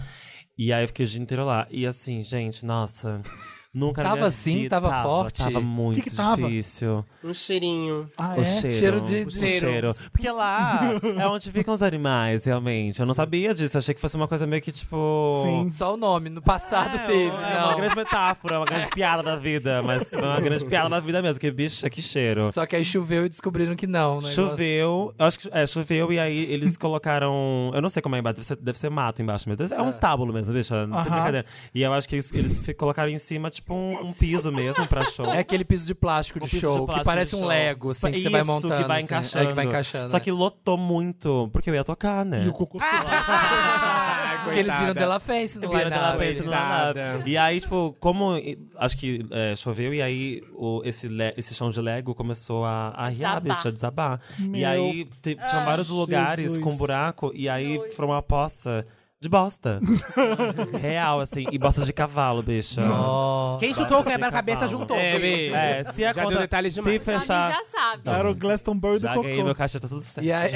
Speaker 6: E aí eu fiquei o dia inteiro lá. E assim, gente, nossa. Nunca na
Speaker 3: Tava
Speaker 6: minha
Speaker 3: assim?
Speaker 6: vida-
Speaker 3: Tava forte?
Speaker 6: Tava muito
Speaker 1: que tava?
Speaker 6: difícil.
Speaker 4: Um cheirinho.
Speaker 1: Ah,
Speaker 6: O
Speaker 1: é?
Speaker 6: cheiro.
Speaker 3: Cheiro de-
Speaker 6: O
Speaker 3: de-
Speaker 6: cheiro. Porque lá é onde ficam os animais, realmente. Eu não sabia disso. Achei que fosse uma coisa meio que tipo.
Speaker 1: Sim.
Speaker 3: Só o nome, no passado
Speaker 6: É,
Speaker 3: teve.
Speaker 6: é
Speaker 3: não.
Speaker 6: uma grande metáfora, uma grande piada da vida, mas é uma grande piada da vida mesmo, que bicha, que cheiro.
Speaker 3: Só que aí choveu e descobriram que não. né?
Speaker 6: Choveu, eu acho que é, choveu e aí eles colocaram. Eu não sei como é embaixo, deve ser, deve ser mato embaixo mesmo.
Speaker 3: Ah.
Speaker 6: É um estábulo mesmo, bicha, não tem
Speaker 1: Aham.
Speaker 6: brincadeira. E eu acho que eles, eles fi- colocaram em cima, tipo, um, um piso mesmo pra show.
Speaker 3: É aquele piso de plástico
Speaker 6: Um
Speaker 3: de
Speaker 6: piso de
Speaker 3: show, que
Speaker 6: plástico
Speaker 3: parece
Speaker 6: de
Speaker 3: um
Speaker 6: show.
Speaker 3: Lego, assim, que você
Speaker 6: Isso,
Speaker 3: vai montando.
Speaker 6: que vai
Speaker 3: assim.
Speaker 6: encaixando.
Speaker 3: É, que vai encaixando.
Speaker 6: Só que lotou muito, porque eu ia tocar, né?
Speaker 1: E o cocô suado.
Speaker 3: É Porque eles viram Della Face no
Speaker 6: Vira dela
Speaker 3: line-up.
Speaker 6: pra isso, não é nada. E aí, tipo, como e- acho que é, choveu, e aí o, esse, le- esse chão de Lego começou a arriar,
Speaker 2: Desabar.
Speaker 6: bicho, a desabar. E
Speaker 1: Meu
Speaker 6: aí te, tinha vários lugares com buraco, e aí formou uma poça de bosta. Real, assim, e bosta de cavalo, bicha.
Speaker 3: Nossa.
Speaker 5: Quem chutou o quebra-cabeça juntou.
Speaker 4: É, bi.
Speaker 6: É, se a
Speaker 4: Já
Speaker 6: contra-
Speaker 4: deu detalhes
Speaker 6: se
Speaker 4: demais.
Speaker 2: Samir
Speaker 6: fechar.
Speaker 2: já sabe.
Speaker 1: Era o Glastonbury do
Speaker 6: Ah. Já ganhei meu
Speaker 1: cocô.
Speaker 6: cachê, tá tudo certo.
Speaker 3: E aí,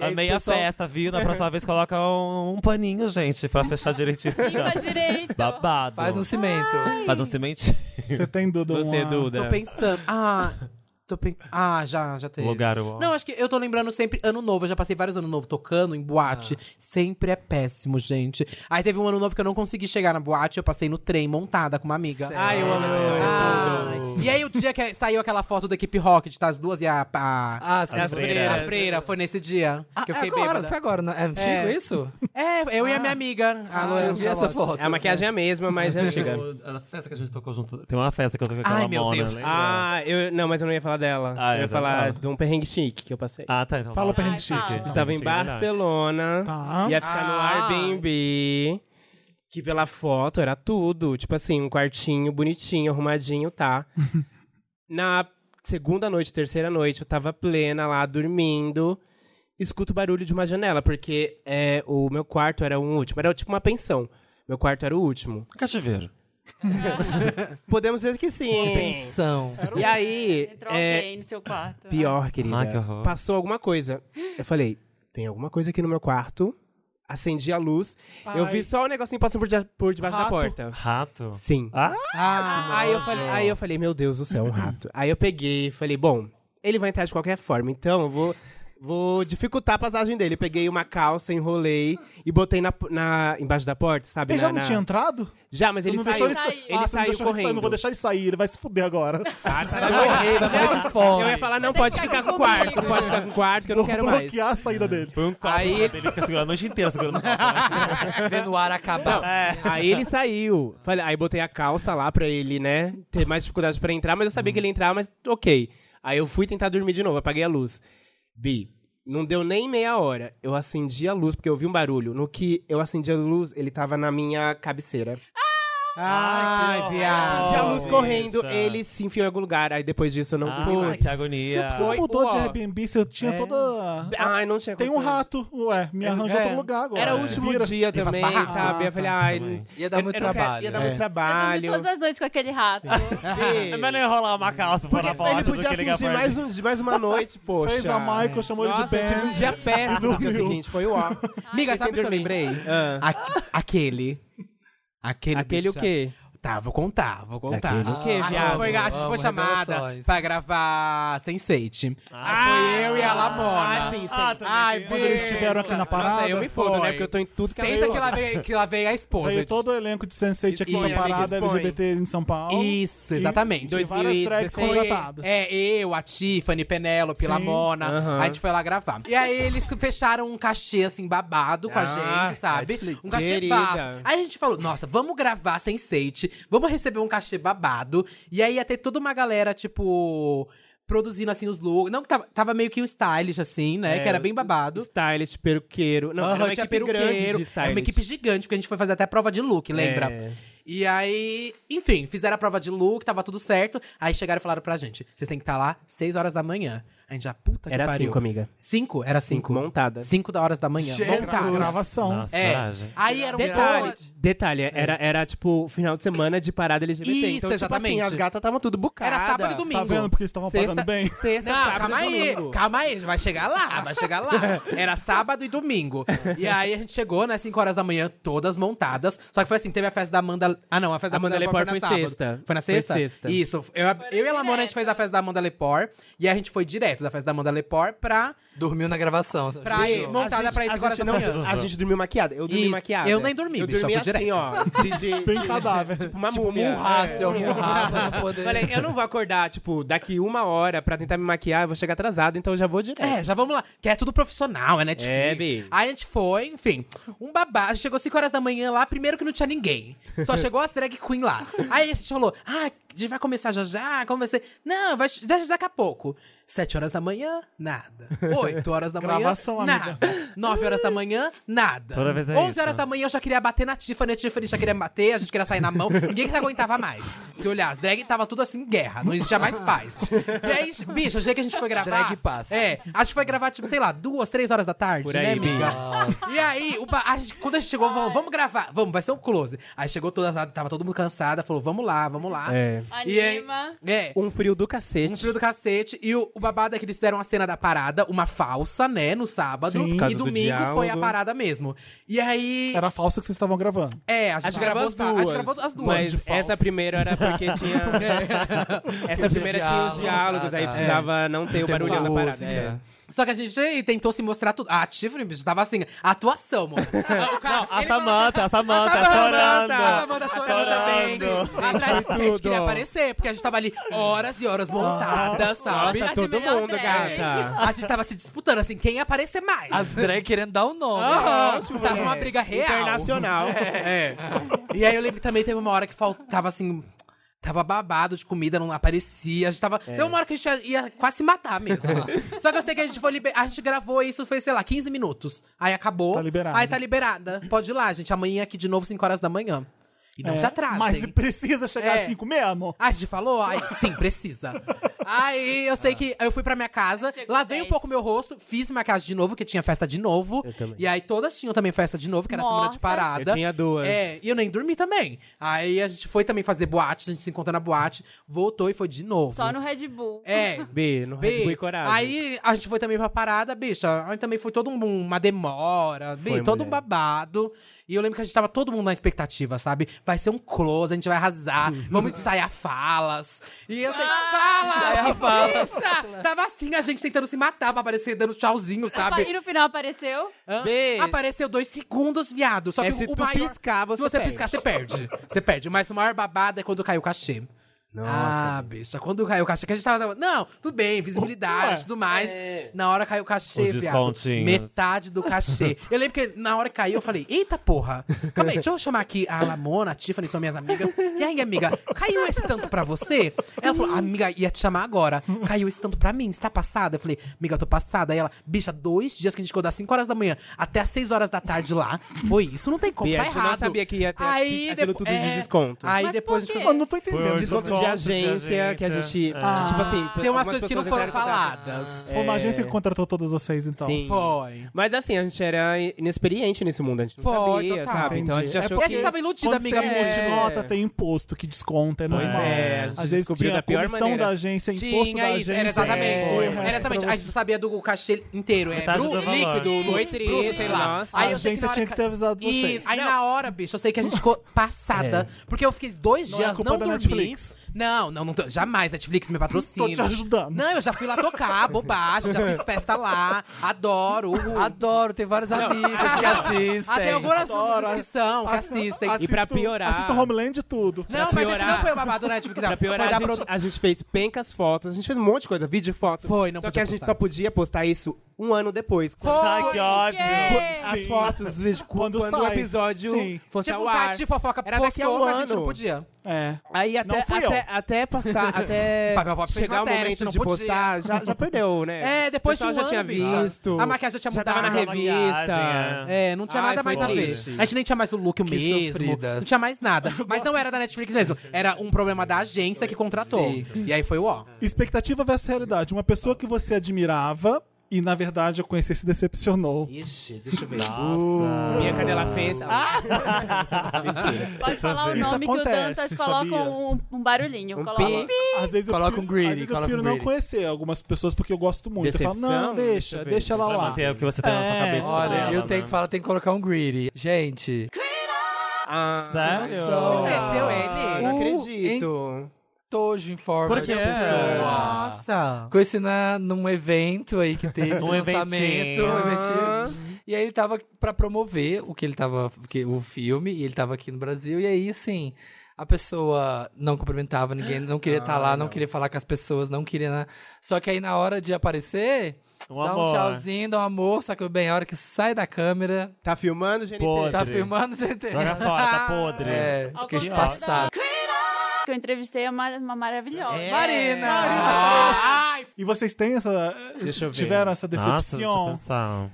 Speaker 6: Amei a
Speaker 3: pessoal-
Speaker 6: festa, viu? Na próxima vez coloca um, um paninho, gente, pra fechar direitinho esse chão.
Speaker 2: Limpa direito.
Speaker 6: Babado.
Speaker 3: faz um cimento.
Speaker 6: Faz um cimento.
Speaker 1: Você tem Duda
Speaker 6: Você,
Speaker 1: uma-
Speaker 6: Duda.
Speaker 5: Tô pensando. Ah, tô pen... ah já, já teve.
Speaker 6: Lugar ó.
Speaker 5: Não, acho que eu tô lembrando sempre ano novo. Eu já passei vários ano novo tocando em boate.
Speaker 3: Ah.
Speaker 5: Sempre é péssimo, gente. Aí teve um ano novo que eu não consegui chegar na boate. Eu passei no trem montada com uma amiga.
Speaker 3: Ai, eu amo esse
Speaker 5: Ai. E aí o dia que saiu aquela foto da equipe Rocket, tá? As duas e a... a...
Speaker 3: Ah, sim.
Speaker 6: As
Speaker 3: sim.
Speaker 6: freiras.
Speaker 5: A freira, foi nesse dia
Speaker 3: Ah,
Speaker 5: que eu
Speaker 3: é
Speaker 5: fiquei
Speaker 3: agora,
Speaker 5: bêbada.
Speaker 3: Foi agora, não- é antigo
Speaker 5: É.
Speaker 3: isso?
Speaker 5: É, eu e a minha amiga. a Lorena
Speaker 3: Ah, eu vi essa
Speaker 5: Charlotte.
Speaker 3: foto.
Speaker 4: A maquiagem é a mesma, mas é antiga.
Speaker 6: A festa que a gente tocou junto. Tem uma festa que eu toquei com a
Speaker 5: Ai,
Speaker 6: Lamona.
Speaker 5: meu Deus.
Speaker 6: lembra?
Speaker 4: Ah, eu, não, mas eu não ia falar dela.
Speaker 6: Ah,
Speaker 4: eu ia
Speaker 6: então
Speaker 4: falar
Speaker 6: fala.
Speaker 4: de um perrengue chique que eu passei.
Speaker 6: Ah, tá. Então
Speaker 1: Fala pra
Speaker 2: Ai,
Speaker 1: gente chique.
Speaker 2: fala.
Speaker 4: Estava em
Speaker 6: Chique, verdade.
Speaker 4: Barcelona,
Speaker 1: Tá.
Speaker 4: ia ficar no
Speaker 5: Ah.
Speaker 4: Airbnb, que pela foto era tudo. Tipo assim, um quartinho bonitinho, arrumadinho, tá? Na segunda noite, terceira noite, eu tava plena lá, dormindo. Escuto o barulho de uma janela, porque é, o meu quarto era o último. Era tipo uma pensão. Meu quarto era o último.
Speaker 6: Cativeiro.
Speaker 4: Podemos dizer que sim.
Speaker 3: Pensão.
Speaker 4: E aí...
Speaker 2: Entrou
Speaker 4: é,
Speaker 2: alguém no seu quarto.
Speaker 4: Pior, querida.
Speaker 6: Ah, que horror.
Speaker 4: Passou alguma coisa. Eu falei, tem alguma coisa aqui no meu quarto. Acendi a luz. Eu vi só o negocinho passando por, dia- por debaixo
Speaker 1: Rato.
Speaker 4: da porta.
Speaker 6: Rato.
Speaker 4: Sim.
Speaker 6: Ah,
Speaker 4: aí, eu falei, aí eu falei, meu Deus do céu, um rato. aí eu peguei e falei, bom, ele vai entrar de qualquer forma, então eu vou, vou dificultar a passagem dele. Eu peguei uma calça, enrolei e botei na, na- embaixo da porta, sabe?
Speaker 1: Ele
Speaker 4: na-
Speaker 1: já não
Speaker 4: na-
Speaker 1: tinha entrado?
Speaker 4: Já, mas
Speaker 1: Você
Speaker 4: ele
Speaker 1: não
Speaker 4: saiu,
Speaker 1: deixou ele sa-
Speaker 2: Saiu.
Speaker 4: ele
Speaker 1: Ah, você não
Speaker 4: saiu
Speaker 1: deixou ele sair,
Speaker 4: correndo.
Speaker 1: não vou deixar ele sair, ele vai se fuder agora.
Speaker 3: Vai morrer, vai morrer de fome.
Speaker 4: Eu ia falar,
Speaker 2: Vai
Speaker 4: não,
Speaker 2: ter
Speaker 4: pode
Speaker 2: que
Speaker 4: ficar
Speaker 2: ficar
Speaker 4: com o
Speaker 2: comigo.
Speaker 4: quarto, pode ficar com o quarto, que eu não
Speaker 1: Vou
Speaker 4: quero mais.
Speaker 1: bloquear a
Speaker 4: É.
Speaker 1: saída dele.
Speaker 6: foi um copo.
Speaker 4: Aí-
Speaker 6: sabe? Ele fica segurando a noite inteira, segurando o copo.
Speaker 3: Vendo o ar acabar.
Speaker 2: É.
Speaker 4: Aí ele saiu. Falei, aí botei a calça lá pra ele, né? Ter mais dificuldade pra entrar, mas eu sabia que ele ia entrar, mas ok. Aí eu fui tentar dormir de novo, apaguei a luz. Bi, não deu nem meia hora. Eu acendi a luz, porque eu ouvi um barulho. No que eu acendi a luz, ele tava na minha cabeceira.
Speaker 5: Ai, viado.
Speaker 4: e a luz
Speaker 6: bicha.
Speaker 4: correndo, ele se enfiou em algum lugar. Aí depois disso eu não
Speaker 1: Ah,
Speaker 4: dormi
Speaker 6: Ai,
Speaker 4: mais.
Speaker 6: Ah, que agonia.
Speaker 1: Você não
Speaker 4: Foi-
Speaker 1: mudou de
Speaker 4: Uó.
Speaker 1: Airbnb, você
Speaker 4: É.
Speaker 1: tinha toda...
Speaker 4: Ai, não tinha
Speaker 1: Tem um
Speaker 4: acontecido.
Speaker 1: rato, ué, me arranjou
Speaker 5: É.
Speaker 1: outro lugar agora.
Speaker 4: Era o
Speaker 1: Se
Speaker 4: último
Speaker 1: vira.
Speaker 4: dia também,
Speaker 5: barraco.
Speaker 4: sabe? Eu falei, ai.
Speaker 6: também.
Speaker 3: Ia dar
Speaker 4: eu-
Speaker 3: muito
Speaker 4: eu não quero-
Speaker 3: trabalho.
Speaker 4: É, Ia dar muito
Speaker 3: É.
Speaker 2: Você dormiu
Speaker 4: trabalho.
Speaker 2: todas as noites com aquele rato.
Speaker 4: Bi.
Speaker 6: É melhor enrolar uma calça pra na porta
Speaker 4: Ele
Speaker 6: do que
Speaker 4: podia
Speaker 6: ligar
Speaker 4: fingir
Speaker 6: pra
Speaker 4: mais,
Speaker 6: ele.
Speaker 4: um, mais uma noite, poxa.
Speaker 1: Fez a Michael, chamou ele de
Speaker 4: Nossa, eu tive
Speaker 1: Ben.
Speaker 4: um dia péssimo no dia
Speaker 1: Dormiu.
Speaker 4: seguinte, foi o ó.
Speaker 5: Amiga, sabe o que eu lembrei? Aque- Ah. aquele. Aquele,
Speaker 4: Aquele é- o
Speaker 5: bicha.
Speaker 4: quê?
Speaker 5: Tá, vou contar, vou contar.
Speaker 6: Aquele
Speaker 4: quê,
Speaker 5: a gente
Speaker 4: viado?
Speaker 5: foi, a gente
Speaker 3: Amo
Speaker 5: foi chamada
Speaker 3: revelações.
Speaker 5: pra gravar Sense8. Ah, foi eu e a Lamona.
Speaker 4: Ah, sim, sim.
Speaker 6: Ah, também
Speaker 5: Ai,
Speaker 6: tem-
Speaker 1: Quando eles estiveram aqui na parada.
Speaker 4: Nossa, eu me fodo,
Speaker 5: Foi.
Speaker 4: né? Porque eu tô em tudo que ela
Speaker 5: Senta que lá, veio, que lá veio a esposa.
Speaker 1: Veio todo o elenco de Sense8 aqui
Speaker 4: Expõe,
Speaker 1: na parada
Speaker 4: amiga, expõe.
Speaker 1: LGBT em São Paulo.
Speaker 5: Isso,
Speaker 1: E-
Speaker 5: exatamente.
Speaker 1: E, várias drags
Speaker 4: 2016.
Speaker 1: contratadas.
Speaker 5: É, eu, a Tiffany, Penélope,
Speaker 1: Sim.
Speaker 5: Lamona.
Speaker 4: Aham.
Speaker 5: A gente foi lá gravar. E aí eles fecharam um cachê, assim, babado com a
Speaker 4: Ah,
Speaker 5: gente, sabe?
Speaker 4: Netflix.
Speaker 5: Um cachê
Speaker 4: Querida.
Speaker 5: babado. Aí a gente falou, nossa, vamos gravar sem seite, vamos receber um cachê babado. E aí ia ter toda uma galera, tipo... Produzindo, assim, os looks. Não, que tava, tava meio que um stylish, assim, né? que era bem babado.
Speaker 4: Stylist, peruqueiro. Não,
Speaker 5: Aham,
Speaker 4: era uma
Speaker 5: tinha
Speaker 4: equipe grande
Speaker 5: peruqueiro.
Speaker 4: de
Speaker 5: É
Speaker 4: stylist.
Speaker 5: uma equipe gigante, porque a gente foi fazer até a prova de look, lembra?
Speaker 4: É.
Speaker 5: E aí, enfim, fizeram a prova de look, tava tudo certo. Aí chegaram e falaram pra gente: vocês têm que estar lá 6 horas da manhã. A gente já, puta que
Speaker 4: Era assim
Speaker 5: pariu.
Speaker 4: cinco, amiga.
Speaker 5: Cinco? Era cinco.
Speaker 4: Cinco, montada.
Speaker 5: 5 da horas da manhã.
Speaker 1: Gra-
Speaker 5: Montada.
Speaker 1: gravação.
Speaker 6: Nossa,
Speaker 5: É.
Speaker 6: coragem.
Speaker 5: Aí era um
Speaker 4: Detalhe, detalhe era, era tipo final de semana de parada LGBT.
Speaker 5: Isso,
Speaker 4: então, tipo
Speaker 5: exatamente.
Speaker 4: assim, as gatas estavam tudo bucadas.
Speaker 5: Era sábado e domingo.
Speaker 1: Tá vendo porque eles estavam pagando bem?
Speaker 4: Sexta,
Speaker 5: Não,
Speaker 4: sábado
Speaker 5: calma
Speaker 4: e
Speaker 5: aí,
Speaker 4: domingo.
Speaker 5: calma aí, vai chegar lá, vai chegar lá. Era sábado e domingo. E aí a gente chegou, né, 5 horas da manhã, todas montadas. Só que foi assim, teve a festa da Amanda. Ah, não, a festa da
Speaker 4: Amanda
Speaker 5: Amanda Lepore
Speaker 4: Lepore
Speaker 5: foi na
Speaker 4: foi
Speaker 5: sábado.
Speaker 4: sexta.
Speaker 5: Foi na
Speaker 4: Foi
Speaker 5: sexta?
Speaker 4: sexta.
Speaker 5: Isso. Eu, eu e a Lamona, a gente
Speaker 2: direto.
Speaker 5: fez a festa da Amanda Lepore. E a gente foi direto da festa da Amanda Lepore pra.
Speaker 3: Dormiu na gravação. sabe?
Speaker 5: Pra-
Speaker 3: Fechou.
Speaker 5: Bom, montada
Speaker 4: A gente-
Speaker 5: pra esse
Speaker 4: a
Speaker 5: agora
Speaker 4: gente
Speaker 5: da
Speaker 4: não,
Speaker 5: manhã.
Speaker 4: A gente dormiu maquiada. Eu dormi
Speaker 5: Isso.
Speaker 4: maquiada.
Speaker 5: Eu nem dormi,
Speaker 4: Eu
Speaker 5: bicho, eu
Speaker 4: dormi
Speaker 5: fui
Speaker 4: assim,
Speaker 5: direto. um
Speaker 4: ó. De, de,
Speaker 1: Bem
Speaker 4: de-
Speaker 1: cadáver.
Speaker 4: Uma
Speaker 3: Tipo,
Speaker 4: múmia.
Speaker 3: murrasse, eu
Speaker 4: É.
Speaker 3: murrava pra poder.
Speaker 4: Falei, eu não vou acordar, tipo, daqui uma hora pra tentar me maquiar, eu vou chegar atrasado, então eu já vou direto.
Speaker 5: É, já vamos lá. Que é tudo profissional, é Netflix.
Speaker 4: É, bi.
Speaker 5: Aí a gente foi, enfim, um babado. Chegou 5 horas da manhã lá, primeiro que não tinha ninguém. Só chegou as drag queen lá. Aí a gente falou, ah, a gente vai começar já já, como vai ser? Não, vai já, já daqui a pouco. 7 horas da manhã, nada. 8 horas da manhã,
Speaker 1: Gravação, amiga.
Speaker 5: nada. 9 horas da manhã, nada.
Speaker 6: Toda vez é
Speaker 5: 11
Speaker 6: isso.
Speaker 5: horas da manhã eu já queria bater na Tiffany, a Tiffany já queria bater, a gente queria sair na mão. Ninguém que aguentava mais. Se olhar, as drag tava tudo assim, guerra. Não existia mais paz. E aí, bicho, o dia que a gente foi gravar...
Speaker 3: Drag paz.
Speaker 5: É, acho que foi gravar, tipo, sei lá, duas, três horas da tarde,
Speaker 4: Por
Speaker 5: né,
Speaker 4: aí,
Speaker 5: amiga? E aí, o ba- a gente- quando a gente chegou, falou, vamos gravar, vamos, vai ser um close. Aí chegou toda, tava todo mundo cansada, falou, vamos lá, vamos lá.
Speaker 4: É.
Speaker 5: E aí-
Speaker 2: Anima.
Speaker 5: é,
Speaker 4: Um frio do cacete.
Speaker 5: um frio do cacete. E o, o babado é que eles fizeram a cena da parada, uma falsa, né, no sábado.
Speaker 1: Sim. Por
Speaker 4: causa
Speaker 5: e
Speaker 4: do
Speaker 5: domingo foi a
Speaker 4: diálogo.
Speaker 5: parada mesmo. E aí...
Speaker 1: Era a falsa que vocês estavam gravando.
Speaker 5: É, a gente,
Speaker 4: A gente
Speaker 5: gravou
Speaker 4: gravou as
Speaker 5: a-
Speaker 4: duas.
Speaker 5: A gente gravou as duas.
Speaker 4: Mas
Speaker 5: de falsa.
Speaker 4: essa é primeira era porque tinha. essa primeira tinha os
Speaker 3: diálogo,
Speaker 4: diálogos, aí
Speaker 3: tá, tá.
Speaker 5: É.
Speaker 4: precisava não ter o
Speaker 3: Tem
Speaker 4: barulho da
Speaker 3: música.
Speaker 4: parada. é.
Speaker 5: Só que a gente tentou se mostrar tudo. Ah, a Tiffany, bicho, tava assim, atuação, mano. Ah, O cara-
Speaker 6: Não, a
Speaker 5: ele falou-
Speaker 6: Samanta, a Samanta, chorando.
Speaker 5: A Samanta chorando.
Speaker 6: Chorando.
Speaker 5: Atrás, a gente
Speaker 4: tudo.
Speaker 5: queria aparecer, porque a gente tava ali horas e horas montadas, sabe?
Speaker 4: Nossa,
Speaker 2: Acho
Speaker 4: todo
Speaker 2: melhor
Speaker 4: mundo,
Speaker 5: né?
Speaker 2: drag.
Speaker 4: gata.
Speaker 5: A gente tava se disputando, assim, quem ia aparecer mais.
Speaker 3: As drag querendo dar o nome. né?
Speaker 5: Aham, tava uma briga real.
Speaker 4: Internacional.
Speaker 5: É. E aí eu lembro que também teve uma hora que faltava assim. Tava babado de comida, não aparecia. A gente tava. Teve uma hora que a gente ia, ia quase se matar mesmo. Só que eu sei que a gente foi liber... A gente gravou isso, foi, sei lá, 15 minutos. Aí acabou.
Speaker 1: Tá liberada.
Speaker 5: Aí tá liberada. Pode ir lá, gente. Amanhã aqui de novo, 5 horas da manhã. E não
Speaker 1: É,
Speaker 5: se
Speaker 4: Ah,
Speaker 5: atrasem.
Speaker 1: Mas precisa chegar
Speaker 5: É.
Speaker 1: às 5 mesmo?
Speaker 5: A gente falou, ai, sim, precisa. Aí eu sei que aí eu fui pra minha casa,
Speaker 2: Chegou
Speaker 5: lavei um
Speaker 2: 10.
Speaker 5: pouco meu rosto, fiz maquiagem de novo, que tinha festa de novo. E aí todas tinham também festa de novo, que era a semana de
Speaker 2: Mortas.
Speaker 5: parada.
Speaker 4: Eu tinha duas.
Speaker 5: É, e eu nem dormi também. Aí a gente foi também fazer boate, a gente se encontrou na boate, voltou e foi de novo.
Speaker 2: Só no Red Bull.
Speaker 5: É.
Speaker 4: B, no Red Bull e
Speaker 5: Bi,
Speaker 4: Coragem.
Speaker 5: aí a gente foi também pra parada, bicha. Aí também foi toda uma demora, bi,
Speaker 4: Foi,
Speaker 5: todo um
Speaker 4: mulher.
Speaker 5: babado. E eu lembro que a gente tava todo mundo na expectativa, sabe? Vai ser um close, a gente vai arrasar, vamos ensaiar falas. E eu sei, fala! Bicha! Tava assim, a gente tentando se matar pra aparecer dando tchauzinho,
Speaker 2: E
Speaker 5: sabe?
Speaker 2: no final apareceu.
Speaker 5: Hã?
Speaker 4: Bi.
Speaker 5: Apareceu dois segundos, viado. Só que
Speaker 4: É,
Speaker 5: o,
Speaker 4: se
Speaker 5: o
Speaker 4: tu
Speaker 5: maior-
Speaker 4: piscar, Ah, você
Speaker 5: Se você
Speaker 4: perde.
Speaker 5: piscar, você perde. Você perde. Mas o maior babado é quando caiu o cachê. Ah, bicha, quando caiu o cachê, que a gente tava. Não, tudo bem, visibilidade e tudo mais.
Speaker 4: é.
Speaker 5: Na hora caiu o cachê,
Speaker 6: Os
Speaker 5: viado.
Speaker 6: descontinhos.
Speaker 5: Metade do cachê. eu lembro que na hora que caiu, eu falei, eita porra! Calma aí, deixa eu chamar aqui a Lamona, a Tiffany, são minhas amigas. E aí, amiga, caiu esse tanto pra você? Ela falou, amiga, ia te chamar agora. Caiu esse tanto pra mim, você tá passada? Eu falei, amiga, eu tô passada. Aí ela, bicha, dois dias que a gente ficou das 5 horas da manhã até as 6 horas da tarde lá. Foi isso, não tem como,
Speaker 4: Bi,
Speaker 5: tá
Speaker 4: a gente não
Speaker 5: errado.
Speaker 4: sabia que ia ter
Speaker 5: Aí,
Speaker 4: aquilo
Speaker 5: depo-
Speaker 4: tudo
Speaker 5: é.
Speaker 4: de desconto.
Speaker 5: Aí
Speaker 2: Mas
Speaker 5: depois
Speaker 2: por
Speaker 5: a gente
Speaker 2: quê?
Speaker 1: Eu não tô entendendo.
Speaker 6: Por
Speaker 1: Desculpa,
Speaker 6: desconto.
Speaker 4: de agência, que a gente.
Speaker 6: Ah.
Speaker 4: Tipo assim,
Speaker 5: é. Tem umas
Speaker 4: algumas
Speaker 5: coisas que não
Speaker 4: pessoas
Speaker 5: foram
Speaker 4: entraram em contato.
Speaker 5: faladas.
Speaker 1: Foi uma agência que contratou todas vocês, então.
Speaker 4: É. Sim.
Speaker 5: "Hum, Foi.
Speaker 4: Mas assim, a gente era inexperiente nesse mundo, a gente não
Speaker 5: Foi,
Speaker 4: sabia,
Speaker 5: total.
Speaker 4: sabe? Então a gente
Speaker 1: Entendi. É
Speaker 4: achou
Speaker 5: E a
Speaker 4: que.
Speaker 5: gente tava iludida,
Speaker 1: Quando
Speaker 5: amiga.
Speaker 1: você
Speaker 5: minha.
Speaker 1: emite nota, tem imposto que desconta, é
Speaker 6: Pois
Speaker 1: normal.
Speaker 6: é, a
Speaker 1: Às
Speaker 4: gente
Speaker 1: vezes
Speaker 4: descobriu
Speaker 1: tinha
Speaker 4: da pior
Speaker 1: comissão
Speaker 4: maneira.
Speaker 1: da agência, imposto
Speaker 5: Tinha
Speaker 1: da
Speaker 5: é isso,
Speaker 1: agência. É.
Speaker 5: era exatamente.
Speaker 1: e o resto
Speaker 5: Era
Speaker 1: pra
Speaker 5: exatamente. A
Speaker 1: você.
Speaker 5: gente sabia do cachê inteiro. É,
Speaker 6: Metade
Speaker 5: bruto,
Speaker 6: do valor.
Speaker 5: líquido,
Speaker 4: Foi
Speaker 5: bruto,
Speaker 4: triste,
Speaker 5: sei lá.
Speaker 4: nossa.
Speaker 1: A
Speaker 5: eu sei que
Speaker 1: agência
Speaker 5: na hora
Speaker 1: tinha que ter avisado vocês.
Speaker 5: Isso. Aí na hora, bicho, eu sei que a gente ficou passada. Porque eu fiquei dois
Speaker 1: Não é
Speaker 5: dias
Speaker 1: culpa
Speaker 5: não
Speaker 1: da
Speaker 5: dormi.
Speaker 1: Netflix.
Speaker 5: Não, não, não tô- jamais. Netflix me patrocina.
Speaker 1: Tô te ajudando.
Speaker 5: Não, eu já fui lá tocar, bobagem, já fiz festa lá. Adoro. uhul.
Speaker 3: Adoro, tem vários amigos que assistem.
Speaker 5: Até algumas
Speaker 1: Adoro.
Speaker 5: músicas que são, que
Speaker 1: Assisto-
Speaker 5: assistem.
Speaker 1: assisto-
Speaker 4: pra piorar-
Speaker 1: Assisto Homeland e tudo.
Speaker 4: pra
Speaker 5: Não, mas esse
Speaker 4: piorar-
Speaker 5: não foi o babado do Netflix. não.
Speaker 4: Pra piorar,
Speaker 5: Foi
Speaker 4: a
Speaker 5: da
Speaker 4: gente,
Speaker 5: produ-
Speaker 4: a gente fez pencas fotos, a gente fez um monte de coisa, vídeo e foto.
Speaker 5: Foi, não
Speaker 4: Só que
Speaker 5: podia
Speaker 4: a gente
Speaker 5: postar.
Speaker 4: só podia postar isso um ano depois. Quando,
Speaker 6: Ai, que ódio.
Speaker 2: Yeah.
Speaker 4: As
Speaker 1: Sim.
Speaker 4: fotos, os vídeos,
Speaker 1: Quando
Speaker 4: quando, o
Speaker 1: sai.
Speaker 4: episódio
Speaker 1: Sim.
Speaker 4: fosse
Speaker 5: Tipo,
Speaker 4: ao
Speaker 5: o
Speaker 4: ar.
Speaker 5: site de fofoca
Speaker 4: Era daqui a
Speaker 5: postou,
Speaker 4: um
Speaker 5: mas a gente não
Speaker 4: ano.
Speaker 5: podia.
Speaker 1: É.
Speaker 4: Aí até,
Speaker 1: Não fui
Speaker 4: até, até passar, até
Speaker 5: Papel Pop fez
Speaker 4: chegar o
Speaker 5: matéria, a gente
Speaker 4: momento
Speaker 5: é não
Speaker 4: de
Speaker 5: podia.
Speaker 4: postar, já, já perdeu, né?
Speaker 5: É,
Speaker 4: O
Speaker 5: depois
Speaker 4: pessoal
Speaker 5: de um
Speaker 4: já
Speaker 5: ano,
Speaker 4: tinha
Speaker 5: bicho.
Speaker 4: visto.
Speaker 5: A maquiagem já tinha
Speaker 4: Já tava na
Speaker 5: mudado.
Speaker 4: revista.
Speaker 6: maquiagem,
Speaker 5: É, não tinha
Speaker 4: Ai,
Speaker 5: nada
Speaker 4: foi
Speaker 5: mais a ver.
Speaker 4: triste.
Speaker 5: A gente nem tinha mais o look mesmo.
Speaker 3: sofridas.
Speaker 5: Não tinha mais nada. Mas não era da Netflix mesmo. Era um problema da agência que contratou. E aí foi o ó.
Speaker 1: Expectativa versus realidade. Uma pessoa que você admirava e, na verdade, eu conheci se decepcionou.
Speaker 4: Ixi, deixa eu ver.
Speaker 6: Nossa.
Speaker 4: Minha cadela fez.
Speaker 2: Pode falar o
Speaker 1: Isso
Speaker 2: nome que o
Speaker 1: acontece,
Speaker 2: Dantas coloca
Speaker 1: sabia?
Speaker 2: um, um barulhinho.
Speaker 4: Um
Speaker 2: coloca um
Speaker 4: pi.
Speaker 2: pi.
Speaker 1: Às vezes
Speaker 3: Coloca
Speaker 1: eu
Speaker 3: um
Speaker 1: prefiro,
Speaker 3: greedy,
Speaker 1: às vezes eu
Speaker 3: coloca um
Speaker 1: prefiro não
Speaker 3: greedy.
Speaker 1: conhecer algumas pessoas porque eu gosto muito. eu falo,
Speaker 4: Decepção?
Speaker 1: não, deixa,
Speaker 4: Deixa eu ver,
Speaker 1: deixa ela
Speaker 6: Pra
Speaker 1: lá.
Speaker 6: manter o que você tem na sua
Speaker 1: É.
Speaker 6: cabeça.
Speaker 3: Olha,
Speaker 6: dela,
Speaker 3: eu
Speaker 6: né?
Speaker 3: tenho que falar, tem que colocar um greedy. Gente,
Speaker 6: Sério?
Speaker 3: Nossa.
Speaker 5: Ah! Conheceu ele?
Speaker 4: Não
Speaker 3: Uh,
Speaker 4: acredito.
Speaker 3: tojo em forma
Speaker 6: Por quê?
Speaker 3: de pessoa.
Speaker 5: Nossa.
Speaker 3: Conheci na, num evento aí que teve.
Speaker 6: Num
Speaker 3: de lançamento,
Speaker 6: eventinho.
Speaker 3: um eventinho. E aí ele tava pra promover o que ele tava. que- o filme, e ele tava aqui no Brasil. E aí, assim, a pessoa não cumprimentava ninguém, não queria estar lá, não. queria falar com as pessoas, não queria. na- Só que aí na hora de aparecer,
Speaker 6: Um
Speaker 3: dá um
Speaker 6: amor.
Speaker 3: tchauzinho, dá um amor, só que bem, a hora que sai da câmera,
Speaker 4: Tá filmando, gente?
Speaker 6: Podre.
Speaker 3: tá filmando, você entende?
Speaker 6: Joga fora, tá podre.
Speaker 3: É,
Speaker 2: Ao
Speaker 3: fiquei
Speaker 2: contrário
Speaker 3: espaçado.
Speaker 2: Que eu entrevistei é uma, uma maravilhosa.
Speaker 3: É.
Speaker 4: É.
Speaker 3: Marina!
Speaker 5: Ah, Ai,
Speaker 1: E vocês têm essa.
Speaker 4: Deixa eu ver.
Speaker 1: Tiveram essa
Speaker 6: Nossa, tá deixa eu
Speaker 1: decepção?
Speaker 6: pensar.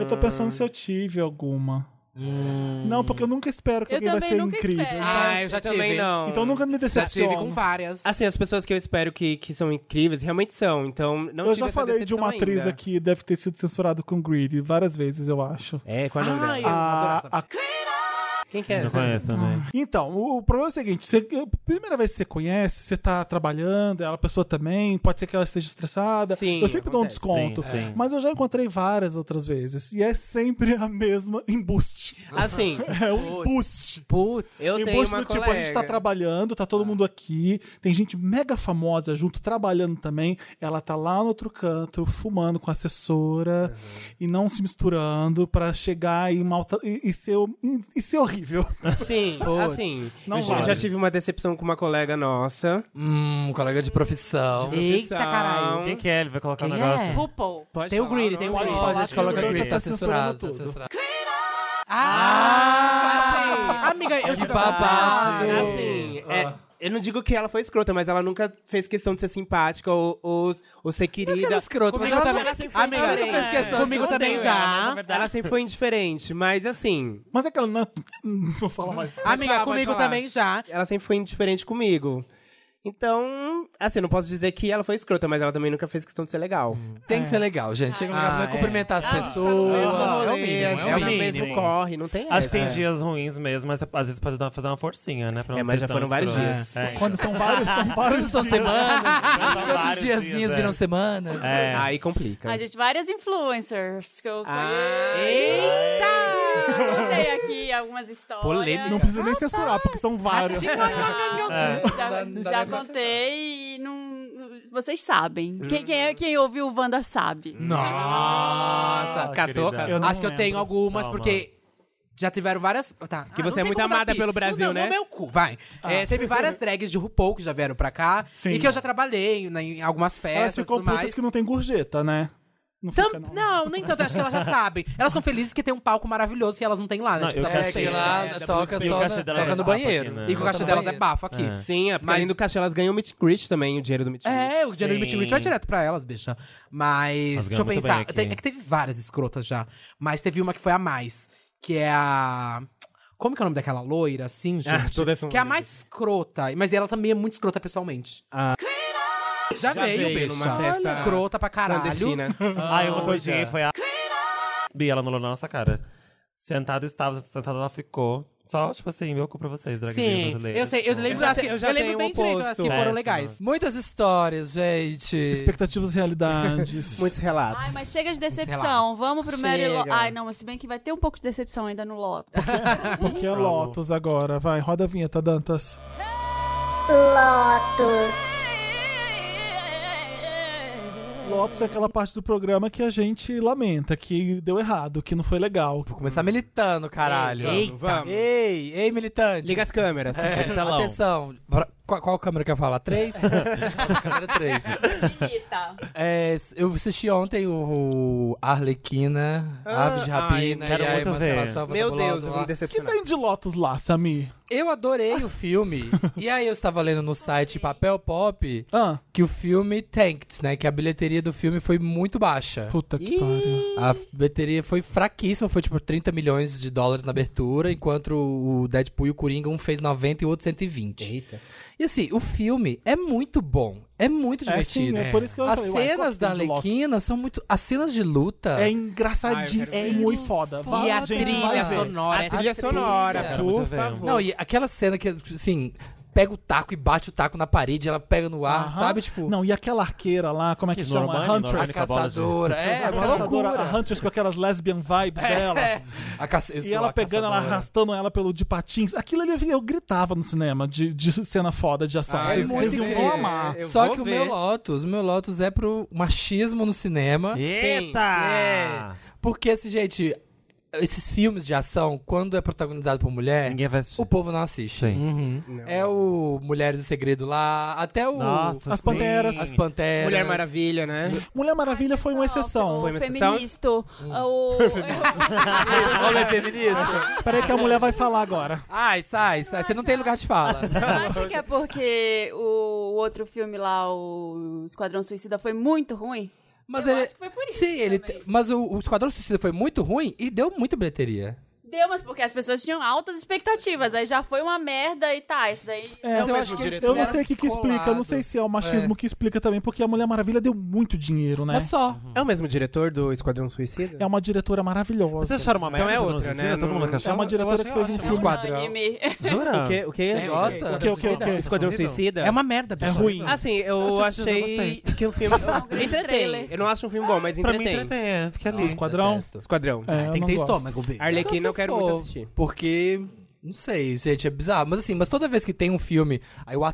Speaker 1: eu, tô pensando se eu tive alguma. Não, porque eu nunca espero que
Speaker 2: Eu
Speaker 1: alguém vai
Speaker 2: também
Speaker 1: ser
Speaker 2: nunca
Speaker 1: incrível.
Speaker 2: espero.
Speaker 5: Ai, ah, eu já tive.
Speaker 4: Ah, Também não.
Speaker 1: Então nunca me
Speaker 5: Já tive
Speaker 1: decepciono.
Speaker 5: com várias.
Speaker 4: Assim, as pessoas que eu espero que, que são incríveis realmente são. Então, não
Speaker 1: eu
Speaker 4: tive
Speaker 1: já
Speaker 4: essa
Speaker 1: falei de
Speaker 4: decepção
Speaker 1: uma atriz
Speaker 4: ainda.
Speaker 1: aqui que deve ter sido censurado com greedy várias vezes, eu acho. Ah,
Speaker 4: É, qual é o nome
Speaker 5: Ai,
Speaker 4: dela?
Speaker 5: eu adoro essa.
Speaker 1: A- a-
Speaker 4: Quem que é
Speaker 6: Não
Speaker 4: essa?
Speaker 6: conheço também.
Speaker 1: Então, o, o problema é o seguinte: você, a primeira vez que você conhece, você tá trabalhando, ela a pessoa também, pode ser que ela esteja estressada.
Speaker 4: Sim,
Speaker 1: eu sempre dou um
Speaker 4: acontece.
Speaker 1: desconto.
Speaker 6: Sim, sim.
Speaker 1: Mas eu já encontrei várias outras vezes. E é sempre a mesma embuste.
Speaker 4: Assim,
Speaker 1: É um embuste.
Speaker 5: Putz.
Speaker 4: eu tenho
Speaker 1: embuste
Speaker 4: uma
Speaker 1: do tipo, a gente tá
Speaker 4: colega.
Speaker 1: trabalhando, tá todo mundo aqui, tem gente mega famosa junto trabalhando também. Ela tá lá no outro canto, fumando com a assessora e não se misturando pra chegar e, malta, e, e ser, e, e ser horrível.
Speaker 4: Sim,
Speaker 5: Putz.
Speaker 4: assim.
Speaker 1: Não
Speaker 4: eu já-
Speaker 1: vale.
Speaker 4: já tive uma decepção com uma colega nossa.
Speaker 3: Hum, colega de profissão.
Speaker 5: Eita, caralho.
Speaker 6: Quem que é? Ele vai colocar o
Speaker 5: Quem
Speaker 6: negócio.
Speaker 5: é?
Speaker 2: RuPaul.
Speaker 4: Pode
Speaker 5: Tem o
Speaker 4: falar,
Speaker 5: Greedy,
Speaker 4: não?
Speaker 5: tem o
Speaker 1: Pode
Speaker 5: Greedy.
Speaker 1: falar,
Speaker 3: a gente coloca
Speaker 1: Bruno,
Speaker 3: greedy,
Speaker 1: tá
Speaker 3: tá
Speaker 1: censurando
Speaker 3: censurado, tá
Speaker 1: tudo.
Speaker 3: censurado.
Speaker 5: Ah, Amiga, eu
Speaker 3: Que
Speaker 5: tive
Speaker 3: babado.
Speaker 5: babado.
Speaker 4: Assim,
Speaker 6: Ah.
Speaker 4: é, eu não digo que ela foi escrota, mas ela nunca fez questão de ser simpática ou, ou, ou ser
Speaker 3: Que era
Speaker 4: querida.
Speaker 3: escroto, mas
Speaker 5: Comigo
Speaker 3: ela
Speaker 5: também.
Speaker 3: também.
Speaker 4: sempre foi
Speaker 5: Amiga,
Speaker 4: diferente.
Speaker 5: nunca fez questão. comigo
Speaker 4: Eu
Speaker 5: também né?
Speaker 4: odeio
Speaker 5: já.
Speaker 4: Ela, mas ela sempre foi indiferente, mas assim,
Speaker 1: Mas é que ela não. Hum, Vou falar mais.
Speaker 5: Amiga,
Speaker 4: falar, pode
Speaker 5: comigo
Speaker 4: falar.
Speaker 5: também já.
Speaker 4: ela sempre foi indiferente comigo. Então, assim, não posso dizer que ela foi escrota, mas ela também nunca fez questão de ser legal.
Speaker 6: Hum.
Speaker 3: Tem que ser legal, gente. Chega um lugar pra
Speaker 5: é.
Speaker 3: cumprimentar as
Speaker 4: O
Speaker 3: pessoas.
Speaker 4: mesmo
Speaker 3: É o
Speaker 4: rolê,
Speaker 3: mínimo,
Speaker 4: acho que
Speaker 3: é
Speaker 4: é
Speaker 3: o
Speaker 4: o
Speaker 3: mínimo.
Speaker 4: mesmo corre, não tem
Speaker 6: Acho que tem
Speaker 4: essa.
Speaker 6: dias ruins mesmo, mas às vezes pode dar- fazer uma forcinha, né? pra não
Speaker 4: É, mas
Speaker 6: ser
Speaker 4: já
Speaker 6: tão
Speaker 4: foram vários
Speaker 6: escroto.
Speaker 4: dias.
Speaker 6: É.
Speaker 1: Quando são vários, são vários.
Speaker 3: Quantos são semanas? Quantos
Speaker 6: vários dias,
Speaker 3: diazinhos
Speaker 6: é.
Speaker 3: viram semanas?
Speaker 6: É.
Speaker 4: Aí complica.
Speaker 2: Ah, gente, várias influencers que eu
Speaker 4: Ah,
Speaker 2: conheço. Eu contei aqui algumas histórias.
Speaker 5: Polêmica.
Speaker 1: Não precisa nem censurar, porque são vários.
Speaker 2: Ah,
Speaker 3: Dá- dá
Speaker 2: Já, já
Speaker 3: nem pra
Speaker 2: contei e não. Vocês sabem. Quem, quem, é- quem ouviu o Wanda sabe.
Speaker 5: Nossa.
Speaker 6: Ah,
Speaker 4: catou,
Speaker 6: querida.
Speaker 1: Eu não
Speaker 5: Acho que eu
Speaker 1: lembro.
Speaker 5: tenho algumas,
Speaker 6: Calma.
Speaker 5: porque já tiveram várias. Tá.
Speaker 4: Que você
Speaker 5: Ah, não
Speaker 4: é
Speaker 5: tem
Speaker 4: muito
Speaker 5: como dar
Speaker 4: amada
Speaker 5: pi.
Speaker 4: pelo
Speaker 5: Não,
Speaker 4: Brasil,
Speaker 5: não,
Speaker 4: né?
Speaker 5: No meu cu, vai. É, teve várias drags de RuPaul que já vieram pra cá
Speaker 1: Sim.
Speaker 5: e que eu já trabalhei né, em algumas
Speaker 1: Elas
Speaker 5: festas e
Speaker 1: ficam
Speaker 5: tudo
Speaker 1: putas
Speaker 5: mais.
Speaker 1: que não tem gorjeta, né? Não
Speaker 5: Tam-
Speaker 1: fica, não.
Speaker 5: não, nem tanto, acho que elas já sabem. Elas ficam felizes que tem um palco maravilhoso que elas não têm lá, né?
Speaker 6: Não, eu
Speaker 5: dá
Speaker 3: É,
Speaker 5: pra
Speaker 6: cachei
Speaker 3: que
Speaker 5: vocês.
Speaker 3: lá
Speaker 6: da
Speaker 3: toca
Speaker 6: música e o
Speaker 3: só
Speaker 6: cachê
Speaker 3: na-
Speaker 6: dela
Speaker 3: toca
Speaker 6: é
Speaker 3: no
Speaker 6: bafo aqui,
Speaker 3: banheiro.
Speaker 6: né?
Speaker 5: E que o cachê
Speaker 3: Toca no
Speaker 5: delas é
Speaker 3: banheiro.
Speaker 5: bafo aqui.
Speaker 6: É.
Speaker 4: Sim, é porque
Speaker 5: Mas-
Speaker 4: além do cachê, elas ganham o meet and greet também, o dinheiro do meet and greet.
Speaker 5: É, o dinheiro do
Speaker 6: Sim.
Speaker 5: Meet and Greet vai direto pra elas, bicha. Mas,
Speaker 6: Elas
Speaker 5: deixa
Speaker 6: ganham
Speaker 5: eu
Speaker 6: muito bem
Speaker 5: pensar.
Speaker 6: aqui.
Speaker 5: Tem- é que teve várias escrotas já. Mas teve uma que foi a mais. Que é a... Como que é o nome daquela loira, assim, gente?
Speaker 4: Ah, toda essa
Speaker 5: que é a
Speaker 4: loira.
Speaker 5: mais escrota. Mas ela também é muito escrota pessoalmente. Já,
Speaker 4: Ah. Já
Speaker 5: veio,
Speaker 4: veio
Speaker 5: bicho.
Speaker 4: numa festa
Speaker 5: escrota pra caralho.
Speaker 4: Clandestina.
Speaker 6: Aí uma que eu odiei foi a. Bia, ela anulou na nossa cara. Sentada estava, sentada ela ficou. Só, tipo assim, meu cu pra vocês, dragzinhos
Speaker 5: Sim,
Speaker 6: brasileiros.
Speaker 5: eu sei, eu lembro,
Speaker 4: já
Speaker 5: assim,
Speaker 4: te-
Speaker 5: eu
Speaker 4: eu já
Speaker 5: lembro
Speaker 4: tenho É,
Speaker 5: bem
Speaker 4: o
Speaker 5: direito as
Speaker 4: oposto.
Speaker 5: que foram
Speaker 6: Péssimo.
Speaker 5: legais.
Speaker 3: Muitas histórias, gente.
Speaker 1: Expectativas e realidades.
Speaker 4: Muitos relatos.
Speaker 2: Ai, mas chega de decepção.
Speaker 3: relatos.
Speaker 2: Vamos pro Mary Lo...
Speaker 4: Chega.
Speaker 2: Ai, não, mas se bem que vai ter um pouco de decepção ainda no Lotus.
Speaker 1: Porque é Lotus agora. Vai, roda a vinheta, Dantas. Lotus é aquela parte do programa que a gente lamenta, que deu errado, que não foi legal.
Speaker 3: Vou começar militando, caralho.
Speaker 4: Hum. Ei, vamos, vamos.
Speaker 3: Ei, ei, militante.
Speaker 4: Liga as câmeras.
Speaker 3: É,
Speaker 6: telão.
Speaker 3: atenção. Bora- Qual, qual câmera que eu falo? A 3? câmera 3.
Speaker 2: Eita.
Speaker 3: eu assisti ontem o, o Arlequina, Aves de
Speaker 4: Ah, ai, né?
Speaker 3: Rapina
Speaker 6: quero
Speaker 3: e a
Speaker 6: muito ver.
Speaker 3: Emancipação
Speaker 4: Meu
Speaker 3: Fantabulosa
Speaker 4: Deus, eu vou
Speaker 3: lá.
Speaker 4: me
Speaker 1: que
Speaker 4: decepcionar.
Speaker 1: tem de Lotus lá, Samir?
Speaker 3: Eu adorei o filme. e aí eu estava lendo no site Papel Pop
Speaker 1: Ah,
Speaker 3: que o filme tanked, né? Que a bilheteria do filme foi muito baixa.
Speaker 1: puta que pariu.
Speaker 3: A bilheteria foi fraquíssima, foi tipo 30 milhões de dólares na abertura, enquanto o Deadpool e o Coringa um fez 90 e o outro 120.
Speaker 4: Eita.
Speaker 3: E assim, o filme é muito bom, é muito
Speaker 1: É
Speaker 3: divertido.
Speaker 1: sim, é por isso que eu
Speaker 3: As
Speaker 1: falei, uai, qual
Speaker 3: cenas
Speaker 1: que
Speaker 3: da
Speaker 1: tem de Lotus?
Speaker 3: Arlequina são muito. As cenas de luta.
Speaker 1: É engraçadíssimo
Speaker 3: Ai,
Speaker 1: e
Speaker 3: eu
Speaker 1: foda. Vai,
Speaker 5: E a
Speaker 1: gente, vai
Speaker 5: trilha
Speaker 1: ver.
Speaker 5: sonora. é
Speaker 4: A trilha sonora,
Speaker 6: Quero
Speaker 4: por
Speaker 6: muito ver.
Speaker 4: favor.
Speaker 3: Não, e aquela cena que, assim, pega o taco e bate o taco na parede, ela pega no ar,
Speaker 1: Aham.
Speaker 3: sabe? Tipo,
Speaker 1: Não, e aquela arqueira lá, como é que,
Speaker 6: Que
Speaker 1: chama?
Speaker 6: Normani,
Speaker 1: a
Speaker 3: a
Speaker 1: Huntress.
Speaker 6: Normani. bola de-
Speaker 3: caçadora. É,
Speaker 1: a
Speaker 3: uma
Speaker 1: caçadora,
Speaker 3: loucura.
Speaker 1: a Huntress com aquelas lesbian vibes dela.
Speaker 3: A caça- eu
Speaker 1: E
Speaker 3: sou
Speaker 1: ela
Speaker 3: a
Speaker 1: pegando, ela
Speaker 3: caçadora.
Speaker 1: arrastando ela pelo de patins. Aquilo ali eu gritava no cinema de, de cena foda de ação.
Speaker 4: Ah,
Speaker 1: vocês
Speaker 4: é
Speaker 1: vocês
Speaker 4: muito
Speaker 1: iam
Speaker 4: incrível.
Speaker 1: amar.
Speaker 4: Eu
Speaker 3: Só
Speaker 4: vou
Speaker 3: que o
Speaker 4: ver.
Speaker 3: meu Lotus, o meu Lotus é pro machismo no cinema.
Speaker 6: Eita!
Speaker 3: É. Porque, assim, gente, esses filmes de ação, quando é protagonizado por mulher,
Speaker 6: Ninguém vai assistir.
Speaker 3: o povo não assiste.
Speaker 6: Sim.
Speaker 3: É o Mulheres do Segredo lá, até o.
Speaker 6: Nossa,
Speaker 1: As Panteras.
Speaker 6: sim.
Speaker 3: As Panteras.
Speaker 5: Uhum.
Speaker 4: Mulher Maravilha, né?
Speaker 1: Mulher Maravilha foi uma exceção.
Speaker 4: Foi uma exceção? Hum.
Speaker 2: feminista. O...
Speaker 3: Homem feminista.
Speaker 1: Peraí que a mulher vai falar agora.
Speaker 3: Ai, sai, sai. Você não tem lugar de fala.
Speaker 2: Eu acho que é porque o outro filme lá, o Esquadrão Suicida, foi muito ruim.
Speaker 3: Mas
Speaker 2: Eu
Speaker 3: ele.
Speaker 2: acho que foi por isso
Speaker 3: Sim, ele.
Speaker 2: também.
Speaker 3: te- Mas o, o Esquadrão Suicida foi muito ruim e deu muita bilheteria.
Speaker 2: Deu, mas porque as pessoas tinham altas expectativas. Aí já foi uma merda e tá, isso daí...
Speaker 1: É,
Speaker 3: Mas eu acho que eles
Speaker 1: eu não
Speaker 3: fizeram
Speaker 1: sei o que, que explica. Eu não sei se é o machismo que explica também, porque a Mulher Maravilha deu muito dinheiro, né?
Speaker 3: Mas só.
Speaker 4: É o mesmo diretor do Esquadrão Suicida?
Speaker 1: É uma diretora maravilhosa.
Speaker 6: Vocês acharam uma merda?
Speaker 4: Então é
Speaker 6: Esquadrão
Speaker 4: outra,
Speaker 6: Suicida?
Speaker 4: né?
Speaker 6: Todo mundo que
Speaker 4: Não-
Speaker 6: achou?
Speaker 1: é uma diretora que fez um filme.
Speaker 3: Esquadrão.
Speaker 2: Unânime.
Speaker 6: Jura?
Speaker 4: O que? O que?
Speaker 3: Você gosta?
Speaker 1: O que, o que, o que?
Speaker 4: Esquadrão Suicida?
Speaker 5: É uma merda,
Speaker 1: É
Speaker 5: bicho.
Speaker 1: ruim.
Speaker 4: Assim, eu
Speaker 6: Eu assisti, eu
Speaker 4: achei que o filme...
Speaker 2: grande
Speaker 4: entretém.
Speaker 2: trailer.
Speaker 4: Eu não acho um filme bom, mas
Speaker 6: Pra mim,
Speaker 4: entretém.
Speaker 6: entretém, é. Fiquei ali.
Speaker 1: Esquadrão?
Speaker 3: Detesto.
Speaker 4: Esquadrão.
Speaker 1: É, eu
Speaker 5: Tem que
Speaker 1: não
Speaker 5: ter
Speaker 1: gosto.
Speaker 5: estômago, bicho.
Speaker 4: Arlequina
Speaker 3: Só
Speaker 4: eu
Speaker 3: se
Speaker 4: É quero
Speaker 3: for,
Speaker 4: muito assistir.
Speaker 3: Porque. Não sei, gente, é bizarro. Mas assim, mas toda vez que tem um filme, aí o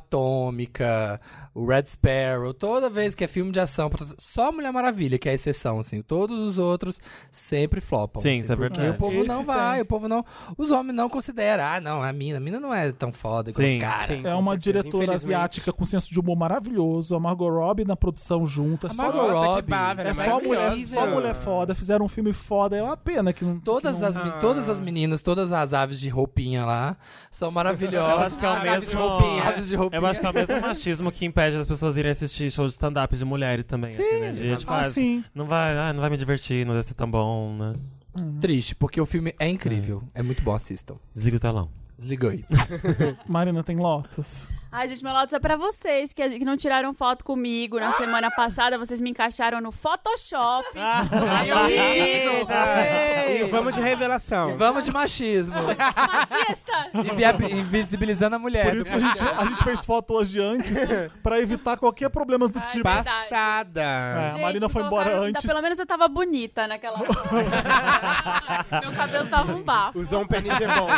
Speaker 3: Atômica, o Red Sparrow, toda vez que é filme de ação, só Mulher Maravilha, que é a exceção, assim. Todos os outros sempre flopam.
Speaker 6: Sim,
Speaker 3: assim,
Speaker 6: isso é
Speaker 3: porque
Speaker 6: verdade.
Speaker 3: o povo
Speaker 1: Esse
Speaker 3: não
Speaker 1: tem.
Speaker 3: vai, o povo não. Os homens não consideram. Ah, não, a mina, a mina não é tão foda igual
Speaker 6: Sim,
Speaker 3: os caras.
Speaker 1: É uma
Speaker 4: certeza,
Speaker 1: diretora
Speaker 4: infelizmente.
Speaker 1: asiática com senso de humor maravilhoso. A Margot Robbie na produção junto. É
Speaker 3: A
Speaker 1: só-
Speaker 3: Margot
Speaker 4: Nossa, que
Speaker 3: Robbie.
Speaker 4: baba,
Speaker 1: É
Speaker 4: ela é
Speaker 1: só mulher,
Speaker 4: maravilhosa.
Speaker 1: só mulher foda, fizeram um filme foda, é uma pena que não.
Speaker 3: Todas
Speaker 1: que não...
Speaker 3: as, men- todas as meninas, todas as aves de roupinha lá, são maravilhosas.
Speaker 6: Eu acho que é o
Speaker 3: As aves de
Speaker 6: mesmo-
Speaker 3: roupinha, aves de roupinha.
Speaker 6: Eu acho que é o mesmo machismo que impede as pessoas irem assistir show de stand-up de mulheres também. Sim. Assim, né? De, tipo,
Speaker 1: Ah,
Speaker 6: ah,
Speaker 1: sim.
Speaker 6: Não vai, ah, não vai me divertir, não vai ser tão bom, né?
Speaker 3: Triste, porque o filme é incrível. É muito bom, assistam.
Speaker 6: Desliga o telão.
Speaker 3: Desligou aí.
Speaker 1: Marina tem Lotus.
Speaker 2: Ai, gente, meu Lotus é pra vocês que, que não tiraram foto comigo na semana passada. Vocês me encaixaram no Photoshop.
Speaker 1: Ah,
Speaker 2: Aí eu pedi.
Speaker 4: E vamos de revelação.
Speaker 3: Vamos de machismo.
Speaker 2: Machista!
Speaker 3: Invi- Invisibilizando a mulher.
Speaker 1: Por isso que a gente, a gente fez foto hoje antes pra evitar qualquer problema do
Speaker 2: Ai,
Speaker 1: tipo.
Speaker 2: verdade.
Speaker 1: É,
Speaker 4: Passada.
Speaker 1: a
Speaker 2: Gente,
Speaker 1: Marina foi
Speaker 2: me
Speaker 1: embora
Speaker 2: colocaram-
Speaker 1: antes.
Speaker 2: Pelo menos eu tava bonita naquela foto. Meu cabelo tava um bafo.
Speaker 4: Usou um pênis de bom.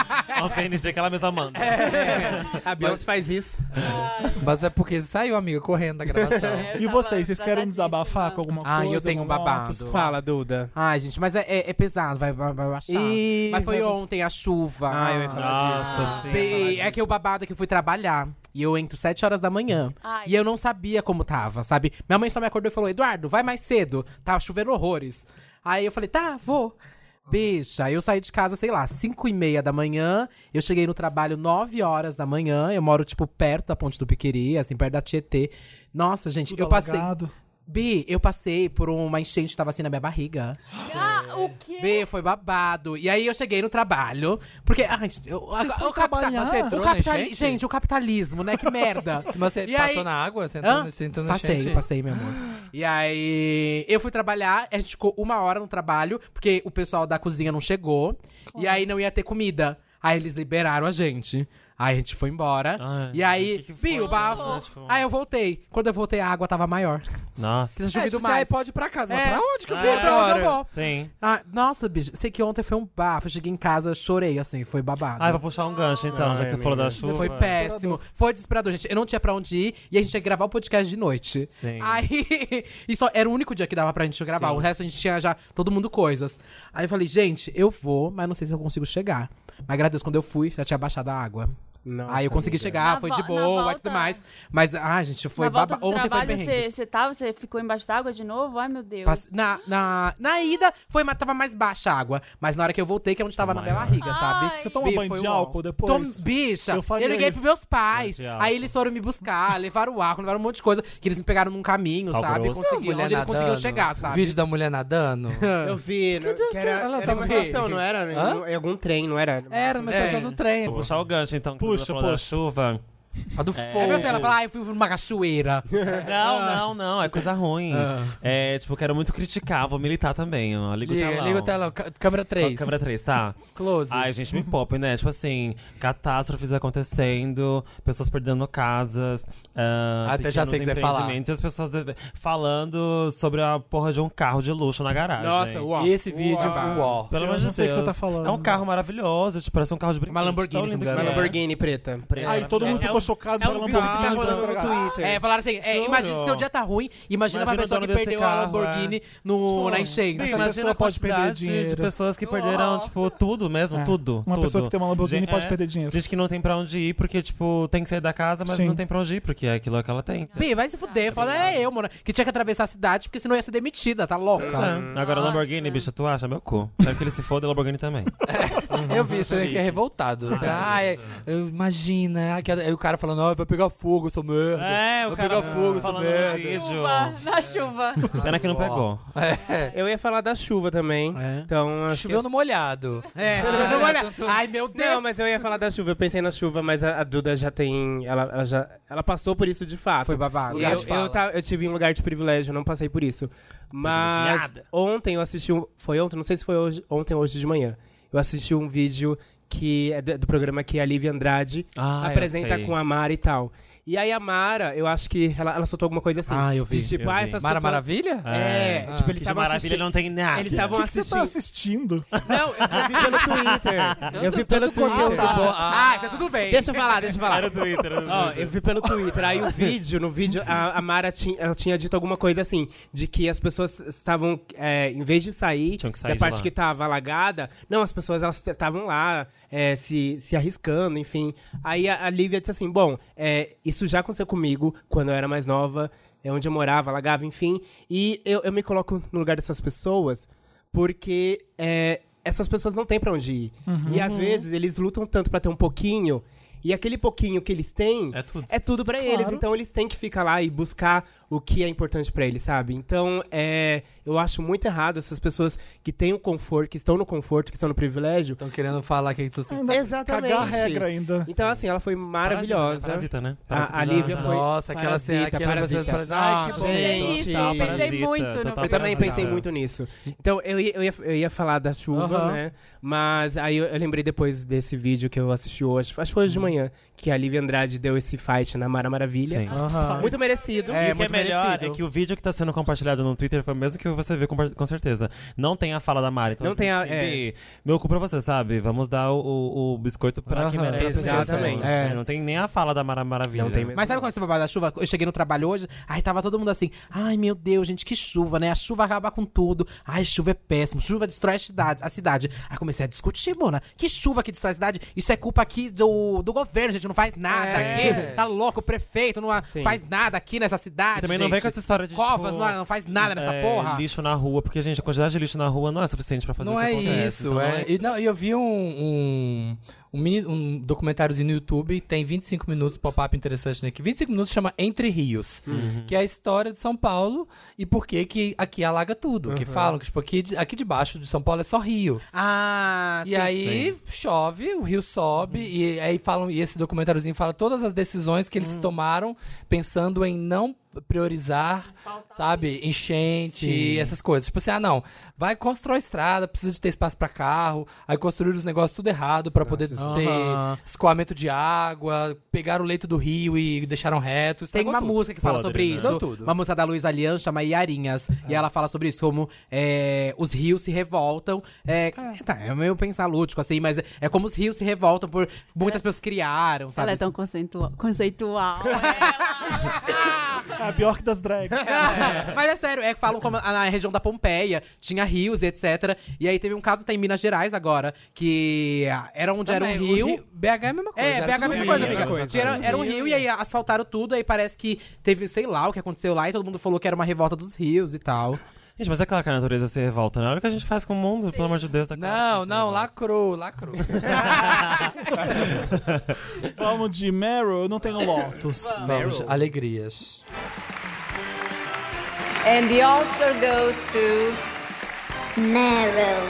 Speaker 6: Ó, o PNG que ela mesma manda.
Speaker 5: É.
Speaker 4: A Beyoncé faz isso.
Speaker 3: Mas é porque saiu, amiga, correndo da gravação.
Speaker 2: É, eu
Speaker 1: E
Speaker 2: tava
Speaker 1: vocês, vocês querem
Speaker 2: atrasadíssima.
Speaker 1: desabafar com alguma coisa?
Speaker 5: Ah, eu tenho um
Speaker 1: alguma
Speaker 5: babado.
Speaker 1: Lotus?
Speaker 4: Fala, Duda.
Speaker 5: Ai, gente, mas é, é- é pesado, vai, vai, vai baixar.
Speaker 4: Ih,
Speaker 5: mas foi
Speaker 4: vai baixar.
Speaker 5: ontem a chuva.
Speaker 4: Ah, eu ia falar disso.
Speaker 6: Nossa, sim.
Speaker 5: Bem, é que o babado é que eu fui trabalhar. E eu entro 7 horas da manhã.
Speaker 2: Ai.
Speaker 5: E eu não sabia como tava, sabe? Minha mãe só me acordou e falou: Eduardo, vai mais cedo. Tava chovendo horrores. Aí eu falei: tá, vou. Bicha, eu saí de casa, sei lá, 5 e meia da manhã. Eu cheguei no trabalho 9 horas da manhã. Eu moro, tipo, perto da Ponte do Piqueri, assim, perto da Tietê. Nossa, gente,
Speaker 1: Tudo
Speaker 5: eu passei.
Speaker 1: alagado.
Speaker 5: Bi, eu passei por uma enchente que tava assim na minha barriga.
Speaker 2: Ah, o quê?
Speaker 5: B, foi babado. E aí eu cheguei no trabalho, porque ai, eu,
Speaker 1: Você
Speaker 5: a-
Speaker 1: foi
Speaker 5: o capital,
Speaker 1: trabalhar?
Speaker 5: Você entrou
Speaker 3: O
Speaker 5: o
Speaker 3: capitali-
Speaker 5: gente? o capitalismo, né? Que merda.
Speaker 3: Se você
Speaker 5: E
Speaker 3: passou
Speaker 5: aí-
Speaker 3: na água, você entrou,
Speaker 5: Hã?
Speaker 3: no- você entrou no
Speaker 5: passei,
Speaker 3: enchente?
Speaker 5: passei, meu amor. E aí eu fui trabalhar, a gente ficou uma hora no trabalho, porque o pessoal da cozinha não chegou. E aí não ia ter comida. Aí eles liberaram a gente. Aí a gente foi embora.
Speaker 6: Ai,
Speaker 5: e aí,
Speaker 6: Ah, o que que foi?
Speaker 5: vi o bafo.
Speaker 6: Tipo,
Speaker 5: Aí eu voltei. Quando eu voltei, a água tava maior.
Speaker 6: Nossa.
Speaker 5: Tinha
Speaker 3: É,
Speaker 5: chovido
Speaker 3: tipo, você aí
Speaker 5: mais.
Speaker 3: pode ir pra casa, mas
Speaker 5: É.
Speaker 3: pra onde que eu
Speaker 5: Ah,
Speaker 3: vou?
Speaker 5: pra onde eu vou?
Speaker 6: Sim.
Speaker 5: Ah, nossa, bicho, sei que ontem foi um bafo. Eu Cheguei em casa, chorei, assim, foi babado.
Speaker 6: Ai, vou puxar um gancho então, já que você falou da chuva.
Speaker 5: Foi péssimo. Foi desesperador, gente. Eu não tinha pra onde ir e a gente ia gravar o podcast de noite.
Speaker 6: Sim.
Speaker 5: Aí. E só era o único dia que dava pra gente gravar. O resto a gente tinha já todo mundo coisas. Aí eu falei, gente, eu vou, mas não sei se eu consigo chegar. Mas graças a Deus, quando eu fui, já tinha baixado a água.
Speaker 4: Nossa,
Speaker 5: Aí eu consegui
Speaker 4: amiga.
Speaker 5: chegar,
Speaker 2: Na
Speaker 5: foi
Speaker 2: vo-
Speaker 5: de
Speaker 2: na
Speaker 5: boa e
Speaker 2: volta-
Speaker 5: tudo mais. Mas, ah, gente, foi
Speaker 2: na volta
Speaker 5: babado.
Speaker 2: do
Speaker 5: Ontem foi
Speaker 2: trabalho,
Speaker 5: perrengue.
Speaker 2: você, você tava, você ficou embaixo d'água de novo? Ai, meu Deus.
Speaker 5: Pass- Na, na, na ida, foi, mas tava mais baixa a água. Mas na hora que eu voltei, que é onde tava na minha barriga, sabe?
Speaker 2: Ai.
Speaker 1: Você toma
Speaker 5: Bi,
Speaker 1: banho
Speaker 5: foi
Speaker 1: de
Speaker 5: um
Speaker 1: álcool
Speaker 5: ó.
Speaker 1: depois?
Speaker 5: Tom- bicha,
Speaker 1: Eu
Speaker 5: eu,
Speaker 1: faria
Speaker 5: liguei
Speaker 1: isso.
Speaker 5: pros meus pais.
Speaker 6: Banho de
Speaker 5: Aí eles foram me buscar, levaram o álcool, levaram um monte de coisa. Que eles me pegaram num caminho,
Speaker 6: Sal
Speaker 5: sabe?
Speaker 6: grosso.
Speaker 5: Conseguiram, onde eles conseguiram chegar, sabe?
Speaker 3: Vídeo da mulher nadando.
Speaker 4: Eu vi, né, que era,
Speaker 3: ela
Speaker 4: era
Speaker 3: tava
Speaker 4: uma
Speaker 3: aqui?
Speaker 1: assim?
Speaker 4: estação, não era? Em- Em algum trem, não era?
Speaker 3: Era uma
Speaker 5: É.
Speaker 3: estação do trem.
Speaker 6: Vou puxar o gancho então.
Speaker 1: Puxa,
Speaker 6: quando você falou da
Speaker 1: puxa.
Speaker 6: chuva.
Speaker 3: A do
Speaker 6: É.
Speaker 5: Aí
Speaker 3: fogo.
Speaker 5: meu filho, ela fala, ah, eu fui pra uma cachoeira.
Speaker 6: Não, não, não. É coisa ruim.
Speaker 5: Ah.
Speaker 6: É, tipo, quero muito criticar. Vou militar também, ó. Liga o
Speaker 3: Liga,
Speaker 6: telão.
Speaker 3: liga o telão. Ca- Câmera
Speaker 6: Ó,
Speaker 3: 3.
Speaker 6: Câmera 3, tá?
Speaker 3: Close.
Speaker 6: Ai, gente, me pop, né? Tipo assim, catástrofes acontecendo, pessoas perdendo casas. ah,
Speaker 3: Até já sei
Speaker 6: pequenos
Speaker 3: o que você vai falar.
Speaker 6: empreendimentos, e As pessoas deve- falando sobre a porra de um carro de luxo na garagem.
Speaker 3: Esse vídeo foi um ó.
Speaker 6: Pelo
Speaker 1: Eu
Speaker 6: amor de
Speaker 1: não sei o que
Speaker 6: Deus.
Speaker 1: você tá falando.
Speaker 6: É um carro maravilhoso, tipo, parece um carro de brinquedo.
Speaker 5: Uma Lamborghini,
Speaker 6: tão lindo
Speaker 5: se
Speaker 6: que
Speaker 5: não me
Speaker 4: Uma
Speaker 6: é.
Speaker 5: engano.
Speaker 4: Lamborghini preta. Ah,
Speaker 6: Preto.
Speaker 1: Aí todo mundo
Speaker 6: É- é
Speaker 1: ficou
Speaker 6: um-
Speaker 1: chocado
Speaker 6: é um
Speaker 1: pela
Speaker 6: vídeo
Speaker 1: Lamborghini
Speaker 6: que tá
Speaker 1: que
Speaker 6: rolando
Speaker 1: foi
Speaker 6: no
Speaker 1: estragada.
Speaker 6: Twitter.
Speaker 5: É, falaram assim, é,
Speaker 6: Juro.
Speaker 5: imagina se seu dia tá ruim, imagina,
Speaker 6: Imagina
Speaker 5: uma pessoa
Speaker 6: o
Speaker 5: que
Speaker 6: dono desse
Speaker 5: perdeu
Speaker 6: carro,
Speaker 5: a Lamborghini
Speaker 6: é.
Speaker 5: no, na
Speaker 6: Pensa,
Speaker 5: enchente.
Speaker 1: Essa
Speaker 6: imagina
Speaker 1: pessoa
Speaker 6: a
Speaker 1: pode perder
Speaker 6: quantidade de- De
Speaker 1: dinheiro.
Speaker 6: pessoas que perderam, tipo, tudo mesmo,
Speaker 1: É.
Speaker 6: tudo.
Speaker 1: Uma
Speaker 6: tudo.
Speaker 1: pessoa que tem uma Lamborghini
Speaker 6: Gente,
Speaker 1: pode
Speaker 6: é,
Speaker 1: perder dinheiro.
Speaker 6: Gente que não tem pra onde ir, porque, tipo, tem que sair da casa, mas
Speaker 1: Sim.
Speaker 6: não tem pra onde ir, porque é aquilo que ela tem.
Speaker 5: Bi, vai se fuder, foda era eu, mano. Que tinha que atravessar a cidade, porque senão ia ser demitida, tá louca?
Speaker 6: É. Agora, Lamborghini, bicho, tu acha? Meu cu. Quero que ele se foda, Lamborghini também.
Speaker 3: Eu vi, isso aí que é revoltado. Eu falei, Ai, eu- imagina. Aí que- aí o cara falando, "Ai, vai pegar fogo, sou merda.
Speaker 6: É, o
Speaker 3: Vai pegar fogo, essa
Speaker 6: falando
Speaker 3: merda.
Speaker 6: no vídeo.
Speaker 2: Chuva, na chuva.
Speaker 6: Pena que não
Speaker 3: Ó.
Speaker 6: pegou.
Speaker 3: É.
Speaker 4: Eu ia falar da chuva também.
Speaker 5: É.
Speaker 4: Então, acho
Speaker 3: Choveu no molhado.
Speaker 5: É, você não olha. Ai, meu
Speaker 4: que... Não,
Speaker 5: Deus.
Speaker 4: mas eu ia falar da chuva. Eu pensei na chuva, mas a, a Duda já tem... Ela, ela já, ela passou por isso de fato.
Speaker 5: Foi babado.
Speaker 3: Lugar
Speaker 4: Eu,
Speaker 3: de fala.
Speaker 4: eu, ta- eu tive um lugar de privilégio, não passei por isso. Mas
Speaker 6: Privilegiada.
Speaker 4: ontem eu assisti um. Foi ontem, não sei se foi hoje, ontem ou hoje de manhã. Eu assisti um vídeo que é do, do programa que a Lívia Andrade
Speaker 6: Ah, eu
Speaker 4: apresenta
Speaker 6: sei.
Speaker 4: com a Mara e tal. E aí a Mara, eu acho que ela, ela soltou alguma coisa assim.
Speaker 5: Ah, eu vi,
Speaker 4: de tipo,
Speaker 6: eu
Speaker 4: ah,
Speaker 6: vi.
Speaker 4: essas
Speaker 3: Mara
Speaker 4: pessoas-
Speaker 3: Maravilha?
Speaker 4: É, tipo,
Speaker 6: Ah.
Speaker 4: eles
Speaker 6: Que de
Speaker 4: estavam
Speaker 6: maravilha
Speaker 4: assistindo.
Speaker 6: não tem nada.
Speaker 4: Eles estavam
Speaker 1: O que você
Speaker 4: assistindo.
Speaker 1: tá assistindo?
Speaker 4: Não, eu vi pelo Twitter. Eu vi pelo Twitter.
Speaker 5: Ah, tá tudo bem.
Speaker 4: Deixa eu falar, deixa eu falar.
Speaker 6: Era o Twitter. era o
Speaker 4: Ó,
Speaker 6: Twitter.
Speaker 4: eu vi pelo Twitter. Aí o vídeo, no vídeo, a, a Mara tinha, ela tinha dito alguma coisa assim, de que as pessoas estavam, é, em vez de sair,
Speaker 6: Tinham que sair
Speaker 4: da
Speaker 6: de
Speaker 4: parte
Speaker 6: lá.
Speaker 4: que tava alagada, não, as pessoas elas estavam lá é, se, se arriscando, enfim. Aí a, a Lívia disse assim: bom, é, isso já aconteceu comigo quando eu era mais nova, é onde eu morava, alagava, enfim. E eu, eu me coloco no lugar dessas pessoas porque é, essas pessoas não têm pra onde ir.
Speaker 6: Uhum.
Speaker 4: E às vezes eles lutam tanto pra ter um pouquinho. E aquele pouquinho que eles têm
Speaker 6: É tudo.
Speaker 4: é tudo pra eles. Então eles têm que ficar lá e buscar o que é importante pra eles, sabe? Então é, eu acho muito errado essas pessoas que têm o conforto, que estão no conforto, que estão no privilégio.
Speaker 3: Estão querendo falar que tu...
Speaker 1: Ainda
Speaker 4: Exatamente.
Speaker 1: Cagar a regra ainda.
Speaker 4: Então assim, ela foi maravilhosa.
Speaker 6: né? Parasita, né? Parasita,
Speaker 4: A, a
Speaker 6: já-
Speaker 4: Lívia
Speaker 6: já-
Speaker 4: foi
Speaker 3: Nossa, aquela cena,
Speaker 4: parasita,
Speaker 3: aquela
Speaker 4: parasita.
Speaker 3: Ai, que
Speaker 2: Eu
Speaker 3: bom.
Speaker 2: pensei nisso, eu
Speaker 6: Total
Speaker 2: pensei
Speaker 6: parasita,
Speaker 2: muito no
Speaker 6: total
Speaker 4: Eu também
Speaker 6: parasita.
Speaker 4: pensei muito nisso. Então, eu ia, eu ia, eu ia falar da chuva,
Speaker 5: Aham.
Speaker 4: né? Mas aí eu, eu lembrei depois desse vídeo que eu assisti hoje, acho que foi hoje
Speaker 5: Uhum.
Speaker 4: de manhã, que a Lívia Andrade deu esse fight na Mara Maravilha.
Speaker 6: Sim.
Speaker 5: Aham.
Speaker 4: Muito merecido.
Speaker 6: e
Speaker 5: É,
Speaker 6: o que é
Speaker 5: muito
Speaker 6: melhor
Speaker 5: merecido.
Speaker 6: é que o vídeo que tá sendo compartilhado no Twitter foi o mesmo que você viu, compa- com certeza. Não tem a fala da Mari. Então,
Speaker 4: Não tem a-
Speaker 6: gente,
Speaker 4: é.
Speaker 6: Meu cu pra você, sabe? Vamos dar o, o- o biscoito pra quem
Speaker 3: Aham,
Speaker 6: merece.
Speaker 4: exatamente.
Speaker 6: É, Não tem nem a fala da Mara Maravilha.
Speaker 4: Não tem mesmo.
Speaker 5: Mas sabe quando você babado da chuva? Eu cheguei no trabalho hoje, aí tava todo mundo assim, ai meu Deus, gente, que chuva, né? A chuva acaba com tudo. Ai, chuva é péssimo, chuva destrói a cidade. A cidade. Aí comecei a discutir, mona, que chuva que destrói a cidade? Isso é culpa aqui do, do governo, gente, não faz nada
Speaker 3: É.
Speaker 5: aqui. Tá louco, o prefeito não a- faz nada aqui nessa cidade.
Speaker 6: E também não
Speaker 5: gente.
Speaker 6: vem com essa história de,
Speaker 5: Covas
Speaker 6: tipo,
Speaker 5: não, não faz nada nessa
Speaker 6: é,
Speaker 5: porra.
Speaker 6: Lixo na rua, porque, gente, a quantidade de lixo na rua não é suficiente pra fazer
Speaker 3: Não
Speaker 6: o que
Speaker 3: é
Speaker 6: acontece,
Speaker 3: isso,
Speaker 6: então
Speaker 3: é. E não, e eu vi um, um, um, mini, um documentáriozinho no YouTube, tem 25 minutos, pop-up interessante né, que 25 minutos chama Entre Rios, que é a história de São Paulo e por que que aqui alaga tudo. Que falam que tipo, aqui, de- aqui debaixo de São Paulo é só rio.
Speaker 5: Ah,
Speaker 3: E aí chove, o rio sobe, e aí falam, e esse documentáriozinho fala todas as decisões que eles tomaram pensando em não priorizar, sabe, enchente, essas coisas. Tipo assim, ah, não, vai constrói estrada, precisa de ter espaço pra carro, aí construir os negócios tudo errado pra poder ter
Speaker 5: Aham.
Speaker 3: escoamento de água, pegaram o leito do rio e deixaram reto.
Speaker 5: Tem uma
Speaker 3: estragou tudo.
Speaker 5: música que fala
Speaker 6: Podre,
Speaker 5: sobre
Speaker 6: né?
Speaker 5: isso.
Speaker 3: Deu tudo.
Speaker 5: Uma música da Luísa Alian chama Iarinhas. E ela fala sobre isso, como é, os rios se revoltam. É, tá, é meio pensar lúdico, assim, mas é, é como os rios se revoltam por.
Speaker 3: É.
Speaker 5: Muitas pessoas criaram, sabe?
Speaker 2: Ela é tão conceitua- conceitual. é.
Speaker 1: A Bjork das drags.
Speaker 5: Mas é sério, é que falam como na região da Pompeia tinha rios e etc. E aí teve um caso tá em Minas Gerais agora, que ah, era onde era um
Speaker 3: Também,
Speaker 5: rio.
Speaker 3: o BH é a mesma coisa.
Speaker 5: É,
Speaker 3: era
Speaker 5: BH é a
Speaker 3: tudo
Speaker 5: mesma
Speaker 3: rio, né? era
Speaker 5: coisa, amiga.
Speaker 3: tudo
Speaker 5: Tinha- Era, era um
Speaker 3: rio,
Speaker 5: rio e aí asfaltaram tudo, aí parece que teve, sei lá, o que aconteceu lá, e todo mundo falou que era uma revolta dos rios e tal.
Speaker 6: Gente, mas é claro que a natureza se revolta, né? Olha o que a gente faz com o mundo, pelo amor de Deus. é claro
Speaker 3: Não,
Speaker 6: que
Speaker 3: não, lacrou, lacrou.
Speaker 1: Vamos de Meryl, eu não tenho Lotus.
Speaker 3: Vamos, alegrias.
Speaker 8: And the Oscar goes to.
Speaker 9: Meryl.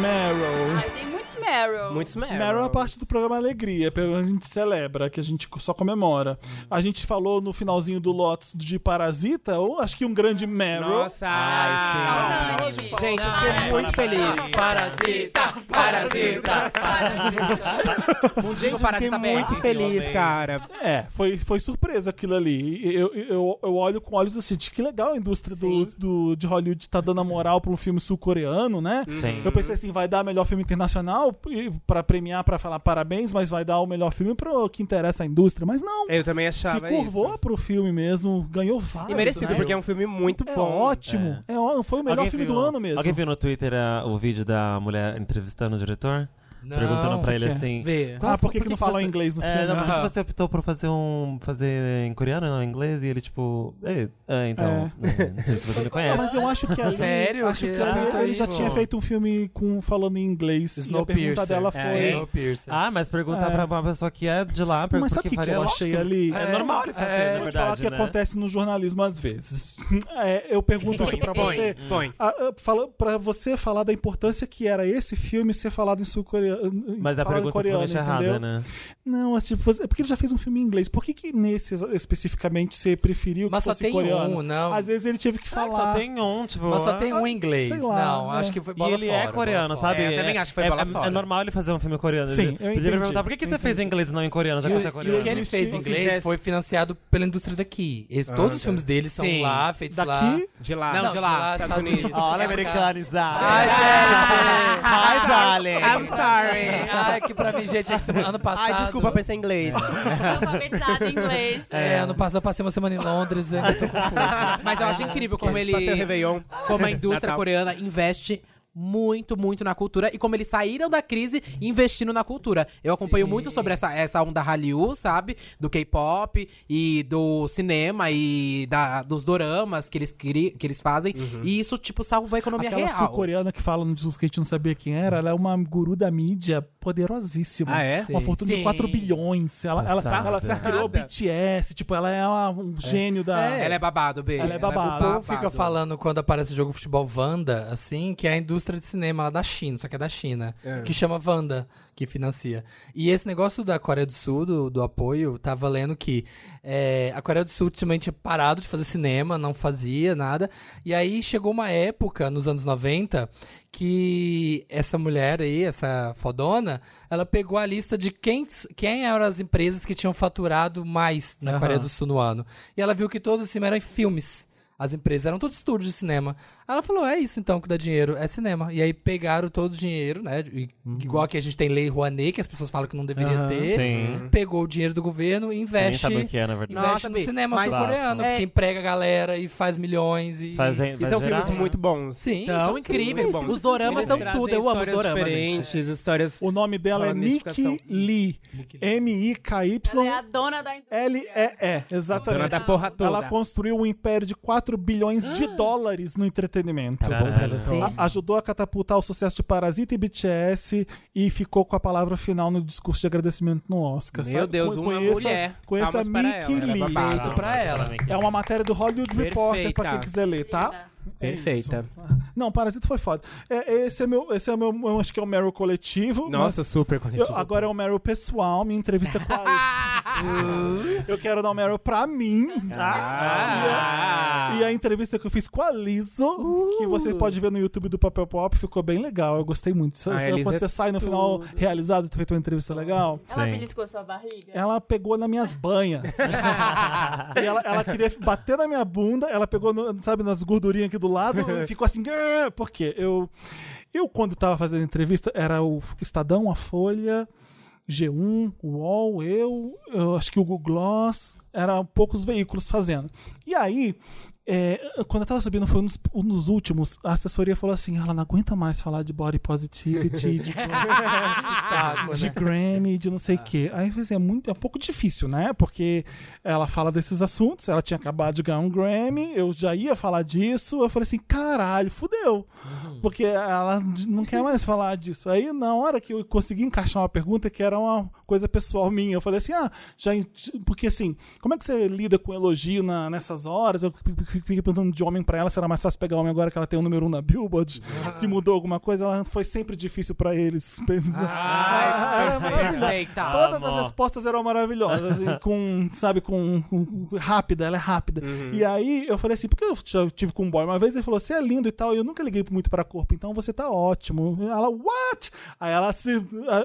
Speaker 1: Meryl.
Speaker 2: Ai, tem muitos Meryl.
Speaker 4: Muitos Meryl.
Speaker 1: Meryl é a parte do programa Alegria, pelo menos a gente celebra, que a gente só comemora.
Speaker 4: Uhum.
Speaker 1: A gente falou no finalzinho do Lotus de Parasita, ou acho que um grande Meryl.
Speaker 4: Nossa!
Speaker 5: Ah,
Speaker 2: Ah, Ai, sim. Unânime.
Speaker 4: Gente, eu
Speaker 2: é
Speaker 4: fiquei muito feliz.
Speaker 5: Parasita, parasita, parasita. Mundinho
Speaker 4: Gente, eu fiquei
Speaker 5: parasita
Speaker 4: muito
Speaker 5: BR.
Speaker 4: feliz, cara.
Speaker 1: É, foi, foi surpresa aquilo ali. E Eu, eu, eu olho com olhos assim, de que legal a indústria do, do- de Hollywood tá dando a moral pra um filme sul-coreano, né?
Speaker 4: Uhum.
Speaker 6: Sim.
Speaker 1: Eu pensei assim, vai dar melhor filme internacional e- pra premiar, pra falar parabéns, mas vai dar o melhor filme pro que interessa a indústria. Mas não,
Speaker 4: Eu também
Speaker 1: se
Speaker 4: achava
Speaker 1: curvou pro filme mesmo, ganhou vários.
Speaker 4: E merecido,
Speaker 1: né?
Speaker 4: porque é um filme muito
Speaker 1: É
Speaker 4: bom.
Speaker 1: ótimo. É. ó- foi o melhor
Speaker 6: Alguém
Speaker 1: filme
Speaker 6: viu-
Speaker 1: do ano mesmo.
Speaker 6: Alguém viu no Twitter ah, o vídeo da mulher entrevistando o diretor? Perguntando pra ele assim.
Speaker 3: Vê.
Speaker 1: Ah, por que, que não falam
Speaker 6: você-
Speaker 1: inglês no
Speaker 6: É,
Speaker 1: filme?
Speaker 6: não, por que você optou por fazer um. fazer em coreano, não, em inglês? E ele, tipo. "É, É, então. né, Não sei se você me
Speaker 1: Ah,
Speaker 6: conhece.
Speaker 1: Mas eu acho que ali,
Speaker 3: Sério?
Speaker 1: acho que,
Speaker 3: Que
Speaker 1: ali
Speaker 6: é
Speaker 3: tanto
Speaker 1: ele já
Speaker 3: isso?
Speaker 1: tinha feito um filme com, falando em inglês. e a pergunta
Speaker 3: Snowpiercer.
Speaker 1: dela foi.
Speaker 3: É, Snowpiercer.
Speaker 6: Ah, mas perguntar
Speaker 1: É.
Speaker 6: pra uma pessoa que é de lá, pergunta
Speaker 1: Mas sabe o que, que
Speaker 6: faria
Speaker 1: eu
Speaker 6: lógico.
Speaker 1: achei ali?
Speaker 6: É normal ele fazer,
Speaker 1: É,
Speaker 6: na
Speaker 1: vou te falar
Speaker 6: verdade,
Speaker 1: que
Speaker 6: né?
Speaker 1: acontece no jornalismo às vezes. É, eu pergunto isso pra você.
Speaker 4: Expõe.
Speaker 1: Ah, ah, fala- Pra você falar da importância que era esse filme ser falado em sul-coreano.
Speaker 6: Mas a
Speaker 1: falado em
Speaker 6: pergunta foi
Speaker 1: coreano,
Speaker 6: totalmente errada,
Speaker 1: entendeu?
Speaker 6: né?
Speaker 1: Não, é tipo, você- é porque ele já fez um filme em inglês. Por que, que nesse ex- especificamente você preferiu que
Speaker 3: Mas só
Speaker 1: fosse
Speaker 3: tem
Speaker 1: coreano?
Speaker 3: um, não.
Speaker 1: Às vezes ele teve que falar.
Speaker 6: É, Só tem um, tipo.
Speaker 3: Mas só
Speaker 6: ah,
Speaker 3: tem um em inglês.
Speaker 1: sei lá,
Speaker 3: não,
Speaker 1: é.
Speaker 3: acho que foi
Speaker 6: E
Speaker 3: bola
Speaker 6: ele
Speaker 3: fora,
Speaker 6: é coreano,
Speaker 3: bola fora.
Speaker 6: sabe?
Speaker 5: É, eu também acho que foi
Speaker 6: é,
Speaker 5: bola
Speaker 6: é-
Speaker 5: fora.
Speaker 6: É normal ele fazer um filme coreano.
Speaker 1: Sim, eu
Speaker 6: Ele
Speaker 1: entendi.
Speaker 6: deveria perguntar por que, que você fez em inglês e não em coreano, já
Speaker 3: E
Speaker 6: que você é
Speaker 3: o, e o que
Speaker 6: coreano.
Speaker 3: ele
Speaker 1: Existe,
Speaker 3: fez em
Speaker 1: se
Speaker 3: inglês
Speaker 1: fizesse-
Speaker 3: foi financiado pela indústria daqui. Eles- todos os filmes dele são
Speaker 5: Sim.
Speaker 3: lá, feitos lá.
Speaker 1: Daqui?
Speaker 4: Ah, De lá.
Speaker 5: Não, de lá, Estados Unidos.
Speaker 3: É,
Speaker 6: Olha, americanizado.
Speaker 3: Ai, gente!
Speaker 6: Hi, darling.
Speaker 4: I'm sorry.
Speaker 3: É, Ai, que pra mim, gente, é que semana- ano passado...
Speaker 4: Ai, desculpa, pensei em inglês.
Speaker 2: é Alfabetizada em inglês.
Speaker 3: É, ano passado eu passei uma semana em Londres, eu ainda tô confusa.
Speaker 5: Mas eu acho incrível como ele.
Speaker 4: Passei o Réveillon.
Speaker 5: como a indústria
Speaker 4: Natal.
Speaker 5: coreana investe muito, muito na cultura e como eles saíram da crise investindo na cultura. Eu acompanho muito sobre essa, essa onda Hallyu, sabe? Do K-pop e do cinema e da, dos doramas que eles, cri, que eles fazem. E isso, tipo, salva a economia
Speaker 1: Aquela
Speaker 5: real.
Speaker 1: sul-coreana que fala no discurso que a gente não sabia quem era, ela é uma guru da mídia poderosíssima.
Speaker 4: Ah, é?
Speaker 1: Uma
Speaker 3: Sim.
Speaker 1: fortuna
Speaker 5: Sim.
Speaker 1: de 4 bilhões. Ela, ela,
Speaker 6: Passada.
Speaker 1: ela criou o BTS, tipo, ela é uma- um gênio da.
Speaker 5: Ela é babado, B.
Speaker 1: Ela é
Speaker 3: O
Speaker 1: babado.
Speaker 3: povo fica falando quando aparece o jogo de futebol Wanda, assim, que é a indústria de cinema lá da China, só que é da China, que chama Wanda, que financia. E esse negócio da Coreia do Sul, do, do apoio, tava lendo que é, a Coreia do Sul também tinha parado de fazer cinema, não fazia nada. E aí chegou uma época, nos anos 90, que essa mulher aí, essa fodona, ela pegou a lista de quem, quem eram as empresas que tinham faturado mais na
Speaker 5: Aham.
Speaker 3: Coreia do Sul no ano. E ela viu que todos assim eram em filmes. As empresas eram todos estúdios de cinema. Ela falou, é isso então, que dá dinheiro, é cinema. E aí pegaram todo o dinheiro, né? e- Igual que a gente tem lei Rouanet, que as pessoas falam que não deveria
Speaker 5: Aham.
Speaker 3: ter.
Speaker 6: Sim.
Speaker 3: Pegou o dinheiro do governo e
Speaker 6: Nem
Speaker 3: investe.
Speaker 6: sabe o que é, na verdade.
Speaker 3: Investe
Speaker 5: Nossa,
Speaker 3: no
Speaker 5: Bi,
Speaker 3: cinema
Speaker 5: mas-
Speaker 3: sul-coreano,
Speaker 5: É.
Speaker 3: que emprega a galera e faz milhões e...
Speaker 6: Fazem,
Speaker 4: E
Speaker 6: vai
Speaker 4: são
Speaker 6: gerar,
Speaker 4: filmes é muito bons.
Speaker 3: Sim,
Speaker 5: São, incríveis.
Speaker 4: bons.
Speaker 5: é Os doramas
Speaker 4: Eles
Speaker 5: são
Speaker 4: trazem
Speaker 5: tudo. Eu amo os
Speaker 4: histórias
Speaker 5: doramas, gente.
Speaker 4: diferentes, histórias...
Speaker 1: O nome dela é
Speaker 4: Falando em
Speaker 1: Nick
Speaker 4: educação.
Speaker 1: Lee.
Speaker 2: Ela é a
Speaker 1: M-I-K-Y.
Speaker 2: dona da indústria.
Speaker 1: L-E-E, exatamente.
Speaker 4: da porra toda.
Speaker 1: Ela construiu um império de 4 bilhões de dólares no entretenimento.
Speaker 6: Tá bom pra ela.
Speaker 1: Então, A- ajudou a catapultar o sucesso de Parasita e BTS e ficou com a palavra final no discurso de agradecimento no Oscar.
Speaker 4: Meu Deus, uma mulher.
Speaker 1: Conheça a
Speaker 4: Palmas para ela.
Speaker 1: Mickey
Speaker 4: Ela é
Speaker 1: Lee.
Speaker 4: babada.
Speaker 3: Feito pra ela.
Speaker 1: É uma matéria do Hollywood Reporter, pra quem
Speaker 4: Perfeita.
Speaker 1: quiser ler, tá? É isso.
Speaker 4: Perfeita.
Speaker 1: Não, Parasita foi foda. É, esse é meu, esse é meu, eu acho que é o Meryl coletivo.
Speaker 4: Nossa,
Speaker 1: mas
Speaker 4: super
Speaker 1: eu-
Speaker 4: conhecida.
Speaker 1: agora é o Meryl pessoal, minha entrevista com a... eu quero dar o Meryl pra mim.
Speaker 4: Ah.
Speaker 1: E a entrevista que eu fiz com a Liso,
Speaker 4: Uh.
Speaker 1: que você pode ver no YouTube do Papel Pop, ficou bem legal. Eu gostei muito. Você-
Speaker 4: Ah,
Speaker 1: você-
Speaker 4: a Liso
Speaker 1: quando
Speaker 4: é
Speaker 1: você sai no final realizado, tu fez uma entrevista legal.
Speaker 2: Ela
Speaker 6: Sim.
Speaker 2: beliscou sua barriga.
Speaker 1: Ela pegou nas minhas banhas. e ela, ela queria bater na minha bunda, ela pegou, no- sabe, nas gordurinhas aqui do lado e ficou assim. "Grrr", Por quê? Eu, eu, quando tava fazendo entrevista, era o Estadão, a Folha, G1, UOL, eu, eu acho que o Google Gloss, eram poucos veículos fazendo. E aí, é, quando eu tava subindo, foi um dos, um dos últimos, a assessoria falou assim: ela não aguenta mais falar de body positivity, de
Speaker 3: Saco,
Speaker 1: de
Speaker 3: né?
Speaker 1: Grammy, de não sei o quê. Aí eu falei assim, é, muito, é um pouco difícil, né? Porque ela fala desses assuntos, ela tinha acabado de ganhar um Grammy, eu já ia falar disso. Eu falei assim, caralho, fudeu. Porque ela d- não quer mais falar disso. Aí, na hora que eu consegui encaixar uma pergunta que era uma coisa pessoal minha, eu falei assim, ah, já. ent- Porque assim, como é que você lida com elogio na- nessas horas? Eu fi- fi- fiquei perguntando de homem pra ela, será mais fácil pegar homem agora que ela tem o número um na Billboard? Se mudou alguma coisa, ela foi sempre difícil pra eles. Ah,
Speaker 5: Ai,
Speaker 1: maravilhosa.
Speaker 4: Ah,
Speaker 5: perfeita.
Speaker 1: Todas
Speaker 6: Amo.
Speaker 1: as respostas eram maravilhosas, e com, sabe, com, com- com- rápida, ela é rápida.
Speaker 4: Uhum.
Speaker 1: E aí eu falei assim, porque eu já tive com um boy uma vez, ele falou, você é lindo e tal, e eu nunca liguei muito pra corpo, então você tá ótimo. E Ela, what? Aí ela se,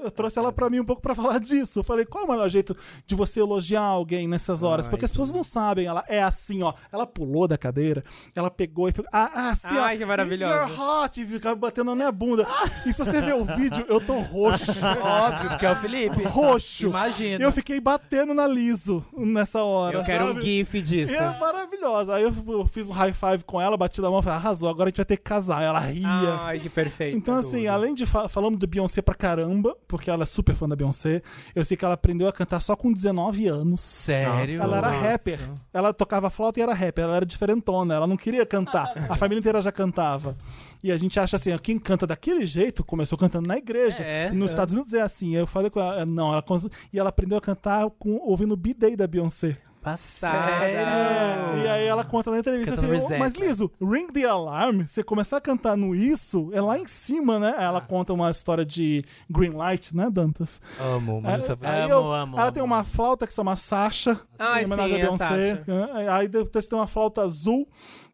Speaker 1: eu trouxe ela pra mim um pouco pra falar disso. Eu falei, qual é o melhor jeito de você elogiar alguém nessas horas? Porque as pessoas não sabem, ela é assim, ó, ela pulou da cadeira, ela pegou e ficou, ah, ah, assim, ó.
Speaker 4: Ai, que maravilhosa.
Speaker 1: You're hot, e ficava batendo na minha bunda. E se você ver o vídeo, eu tô roxo.
Speaker 3: Óbvio, porque é o Felipe.
Speaker 1: Roxo.
Speaker 3: Imagina.
Speaker 1: Eu fiquei batendo na liso nessa hora.
Speaker 4: Eu quero um
Speaker 1: sabe?
Speaker 4: gif disso.
Speaker 1: É maravilhosa. Aí eu, eu fiz um high five com ela, bati na mão e falei, arrasou, agora a gente vai ter que casar. Ela ria.
Speaker 4: Ai, que perfeito.
Speaker 1: Então, assim, além de fa falamos do Beyoncé pra caramba, porque ela é super fã da Beyoncé, eu sei que ela aprendeu a cantar só com 19 anos.
Speaker 3: Sério?
Speaker 1: Ela era
Speaker 3: Nossa.
Speaker 1: rapper. Ela tocava flauta e era rapper. Ela era diferentona. Ela não queria cantar. A família inteira já cantava. E a gente acha assim, ó, quem canta daquele jeito começou cantando na igreja.
Speaker 4: É.
Speaker 1: Nos Estados Unidos é assim. Eu falei com ela, não, ela cons- e ela aprendeu a cantar com ouvindo o B-Day da Beyoncé.
Speaker 4: Passada. Ah.
Speaker 1: É, e aí ela conta na entrevista,
Speaker 3: Cantando
Speaker 1: assim, "Ô, mas
Speaker 3: Berserker."
Speaker 1: Liso, Ring the Alarm, você começar a cantar no isso, é lá em cima, né? Aí Ela
Speaker 4: Ah.
Speaker 1: conta uma história de Green Light, né, Dantas?
Speaker 3: Amo, mano. essa-
Speaker 1: Aí
Speaker 6: Amo, amo,
Speaker 1: Ela
Speaker 6: amo.
Speaker 1: tem uma flauta que se chama Sasha,
Speaker 4: Ai,
Speaker 1: em homenagem
Speaker 4: Ah, sim, é
Speaker 1: a
Speaker 4: a
Speaker 1: Beyoncé. né? Aí depois tem uma flauta azul,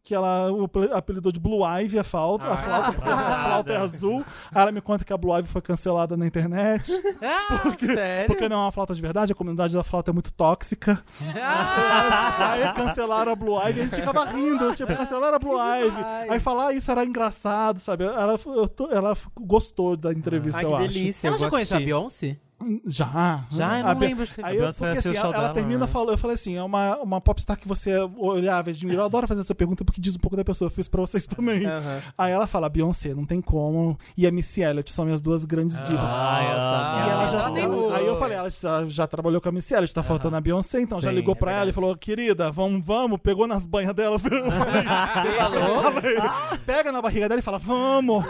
Speaker 1: que ela o apel- apelidou de Blue Ivy a flauta, a
Speaker 4: Ah,
Speaker 1: flauta, porque a flauta é azul. Aí ela me conta que a Blue Ivy foi cancelada na internet,
Speaker 5: Ah,
Speaker 3: Sério?
Speaker 1: porque não é uma flauta de verdade, a comunidade da flauta é muito tóxica.
Speaker 4: Ah!
Speaker 1: Aí cancelaram a Blue Ivy, a gente ficava rindo, tipo, cancelaram a Blue Ivy. Aí falar isso era engraçado, sabe? Ela, eu tô- ela gostou da entrevista,
Speaker 4: Ai,
Speaker 1: eu
Speaker 4: que
Speaker 1: acho.
Speaker 4: delícia.
Speaker 5: Ela
Speaker 4: eu
Speaker 5: já
Speaker 4: vou
Speaker 5: conheceu a
Speaker 4: assistir.
Speaker 5: Beyoncé?
Speaker 1: Já.
Speaker 5: Já? Eu
Speaker 1: Hum. A
Speaker 5: não
Speaker 1: Be-
Speaker 5: lembro. se-
Speaker 1: Aí
Speaker 6: A
Speaker 1: eu,
Speaker 6: Beyoncé
Speaker 1: porque,
Speaker 6: assistiu
Speaker 1: assim, ela,
Speaker 6: Showdown,
Speaker 1: ela termina
Speaker 6: né?
Speaker 1: falando, eu falei assim, é uma, uma popstar que você olhava, admirava, eu adoro fazer essa pergunta porque diz um pouco da pessoa, eu fiz pra vocês também.
Speaker 4: Aham.
Speaker 1: Aí ela fala, Beyoncé, não tem como, e a Missy Elliott são minhas duas grandes divas.
Speaker 6: Ai, amo.
Speaker 1: E ela já,
Speaker 5: ela tem um.
Speaker 1: aí eu falei, ela já, já trabalhou com a Missy Elliott, tá faltando a Beyoncé, então já
Speaker 6: Sim,
Speaker 1: ligou
Speaker 6: é
Speaker 1: pra ela e
Speaker 6: verdade.
Speaker 1: falou, querida, vamos, vamos, pegou nas banhas dela, eu falei, pega na barriga dela e fala, vamos!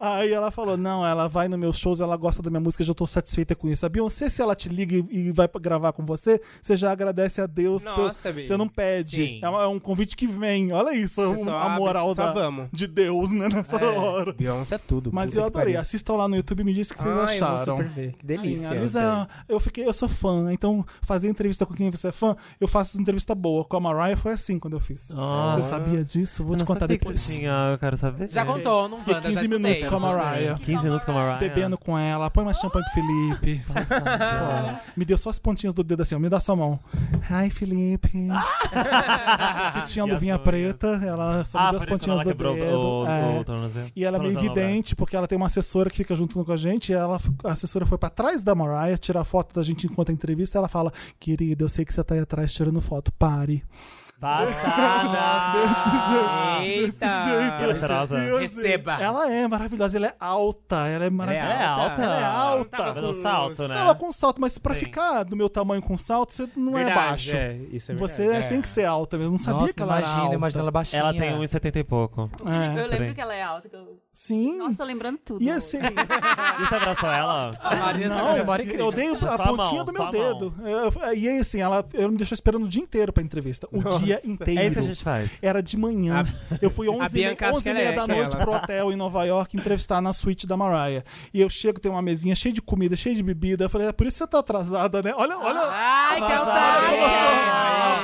Speaker 1: Aí ela falou: não, ela vai nos meus shows, ela gosta da minha música, já tô satisfeita com isso. A Beyoncé, se ela te liga e e vai pra gravar com você, você já agradece a Deus.
Speaker 4: Nossa,
Speaker 1: por...
Speaker 4: Bi.
Speaker 1: Você não pede.
Speaker 6: Sim.
Speaker 1: É um, é um convite que vem. Olha isso, é
Speaker 4: Você
Speaker 1: um-
Speaker 4: só
Speaker 1: a
Speaker 4: abre,
Speaker 1: moral
Speaker 4: só
Speaker 1: da,
Speaker 4: vamos.
Speaker 1: de Deus, né, nessa hora.
Speaker 4: Beyoncé é tudo.
Speaker 1: Mas
Speaker 4: puta
Speaker 1: eu
Speaker 4: que
Speaker 1: adorei.
Speaker 4: pariu.
Speaker 1: Assistam lá no YouTube e me diz o que vocês
Speaker 4: Ai, eu vou
Speaker 1: acharam.
Speaker 4: super ver. Que delícia.
Speaker 1: Sim, a Lisa, eu fiquei, eu sou fã, então fazer entrevista com quem você é fã, eu faço entrevista boa. Com a Mariah foi assim quando eu fiz.
Speaker 6: Ah.
Speaker 1: você sabia disso? Vou
Speaker 6: Eu
Speaker 1: te
Speaker 6: não
Speaker 1: contar
Speaker 6: sabia que
Speaker 1: depois.
Speaker 6: você tinha, eu quero saber.
Speaker 5: Já contou, não
Speaker 1: Fiquei
Speaker 5: Wanda, já
Speaker 1: 15
Speaker 5: escutei,
Speaker 1: minutos
Speaker 5: eu
Speaker 1: com a
Speaker 5: não sabia.
Speaker 1: Mariah.
Speaker 6: 15 minutos com a Mariah.
Speaker 1: Bebendo com ela, põe mais champanhe, por Felipe. Fala. me deu só as pontinhas do dedo assim, ó, me dá sua mão. Ai, Felipe. que tinha
Speaker 6: E
Speaker 1: luvinha
Speaker 6: as unhas.
Speaker 1: preta, ela só me
Speaker 6: Ah,
Speaker 1: deu as
Speaker 6: foi quando
Speaker 1: pontinhas
Speaker 6: ela
Speaker 1: do
Speaker 6: quebrou
Speaker 1: dedo.
Speaker 6: o- o-
Speaker 1: é.
Speaker 6: o tornozelo.
Speaker 1: E ela é meio
Speaker 6: Tornozelo, né?
Speaker 1: evidente, porque ela tem uma assessora que fica junto com a gente, e ela, a assessora foi pra trás da Mariah tirar foto da gente enquanto a entrevista, ela fala, querida, eu sei que você tá aí atrás tirando foto, pare.
Speaker 6: Passada!
Speaker 4: Eita!
Speaker 6: Ela é cheirosa.
Speaker 1: Meu Deus,
Speaker 5: Receba.
Speaker 1: Ela é maravilhosa, ela é alta, ela é maravilhosa.
Speaker 6: Ela é alta.
Speaker 1: Ela é alta.
Speaker 6: Tava no salto, né?
Speaker 1: Ela é com salto, mas pra
Speaker 6: Sim.
Speaker 1: ficar do meu tamanho com salto, você não é
Speaker 7: Verdade,
Speaker 1: baixo.
Speaker 7: É, isso é
Speaker 1: Você
Speaker 7: verdade.
Speaker 1: tem que ser alta mesmo. Eu Não sabia
Speaker 3: Nossa,
Speaker 1: que ela
Speaker 3: imagina,
Speaker 1: era alta.
Speaker 3: imagina ela baixinha.
Speaker 6: Ela tem 1,70 e pouco.
Speaker 1: É.
Speaker 2: Eu lembro
Speaker 6: peraí.
Speaker 2: que ela é alta. que eu-
Speaker 1: Sim.
Speaker 2: Nossa, lembrando tudo.
Speaker 1: e assim,
Speaker 6: E você abraçou é ela?
Speaker 3: A Marina tá com
Speaker 5: é
Speaker 3: memória incrível.
Speaker 1: eu dei
Speaker 6: Só
Speaker 1: a
Speaker 6: a
Speaker 1: pontinha
Speaker 6: mão,
Speaker 1: do
Speaker 6: só
Speaker 1: meu
Speaker 6: a mão.
Speaker 1: dedo. Eu- e aí, assim, ela eu me deixou esperando o dia inteiro pra entrevista. O dia inteiro.
Speaker 6: É isso que a gente faz.
Speaker 1: Era de manhã. Eu fui 11
Speaker 7: Bianca acho que
Speaker 1: e
Speaker 7: ela
Speaker 1: meia
Speaker 7: é
Speaker 1: da noite
Speaker 7: aquela.
Speaker 1: pro hotel em Nova York entrevistar na suíte da Mariah. E eu chego, tem uma mesinha cheia de comida, cheia de bebida. Eu falei, é por isso que você tá atrasada, né? Olha, olha.
Speaker 7: Ah,
Speaker 5: Ai, que
Speaker 7: tá
Speaker 1: olha,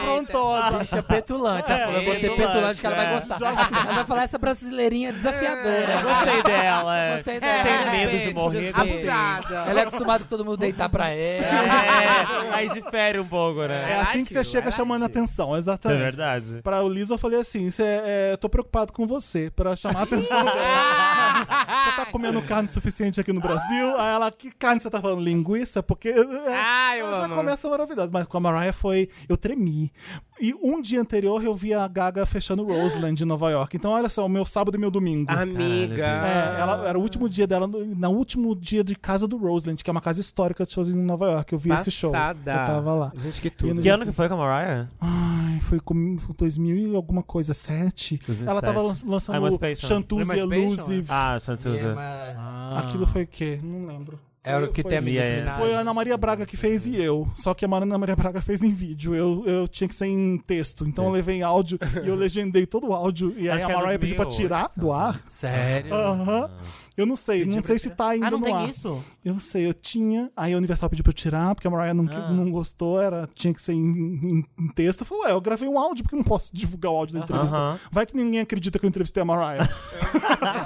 Speaker 1: eu
Speaker 5: otário!
Speaker 1: sou afrontosa.
Speaker 3: Bicha petulante. Ela falou, eu vou ser
Speaker 6: petulante,
Speaker 3: petulante que ela vai
Speaker 6: é.
Speaker 3: gostar. Ela vai falar essa brasileirinha é desafiadora.
Speaker 6: Eu gostei né? dela.
Speaker 3: Gostei dela.
Speaker 2: É,
Speaker 6: Tem medo de
Speaker 7: Respeito,
Speaker 6: morrer.
Speaker 5: tá
Speaker 7: respeito.
Speaker 5: Abusada.
Speaker 3: Ela é acostumada com todo mundo deitar pra ela.
Speaker 6: É, aí difere um pouco, né?
Speaker 1: É tá- assim que você chega chamando atenção,
Speaker 6: É
Speaker 1: exatamente.
Speaker 6: verdade.
Speaker 1: Pra o Liso, eu falei assim: cê, é, tô preocupado com você, pra chamar a atenção dela. Você tá comendo carne suficiente aqui no Brasil? Aí ela, que carne você tá falando? Linguiça? Porque. é,
Speaker 7: Ai, eu
Speaker 1: Essa
Speaker 7: amo.
Speaker 1: começa maravilhosa, mas com a Mariah foi. Eu tremi. E um dia anterior eu vi a Gaga fechando Roseland em Nova York. Então, olha só, o meu sábado e meu domingo.
Speaker 7: Ah,
Speaker 4: Amiga.
Speaker 1: É, ela, era o último dia dela, no, na último dia de casa do Roseland, que é uma casa histórica de shows em Nova York. Eu vi esse show. Eu
Speaker 7: Passada.
Speaker 1: tava lá.
Speaker 7: Gente, que
Speaker 1: E
Speaker 7: tudo.
Speaker 1: no
Speaker 6: Que ano que foi com a Mariah?
Speaker 1: Ai, foi com 2000 e alguma coisa, 7.
Speaker 6: 2007.
Speaker 1: Ela tava lan- lançando
Speaker 6: Emancipation.
Speaker 1: Chantuze Elusive.
Speaker 6: Ah, Chantuza.
Speaker 7: Ah.
Speaker 1: Aquilo foi o quê? Não lembro.
Speaker 3: Era o que
Speaker 1: Foi-
Speaker 3: tem a
Speaker 1: foi-
Speaker 3: minha
Speaker 6: Sim, é.
Speaker 1: Foi a Ana Maria Braga que fez e eu. Só que a Ana Maria Braga fez em vídeo. Eu, eu tinha que ser em texto. Então eu levei em áudio e eu legendei todo o áudio. E aí a
Speaker 6: Acho que é
Speaker 1: Mariah pediu pra
Speaker 6: 2008,
Speaker 1: tirar do ar.
Speaker 3: Sério?
Speaker 1: Aham. Eu não sei. Não sei se tá ainda
Speaker 5: Ah, não
Speaker 1: no
Speaker 5: tem
Speaker 1: ar.
Speaker 5: isso?
Speaker 1: Eu sei, eu tinha. Aí a Universal pediu pra eu tirar, porque a Mariah não,
Speaker 6: Ah.
Speaker 1: não gostou, era, tinha que ser em, em- em texto. Eu falei, ué, eu gravei um áudio, porque eu não posso divulgar o áudio da entrevista.
Speaker 6: Aham.
Speaker 1: Vai que ninguém acredita que eu entrevistei a Mariah.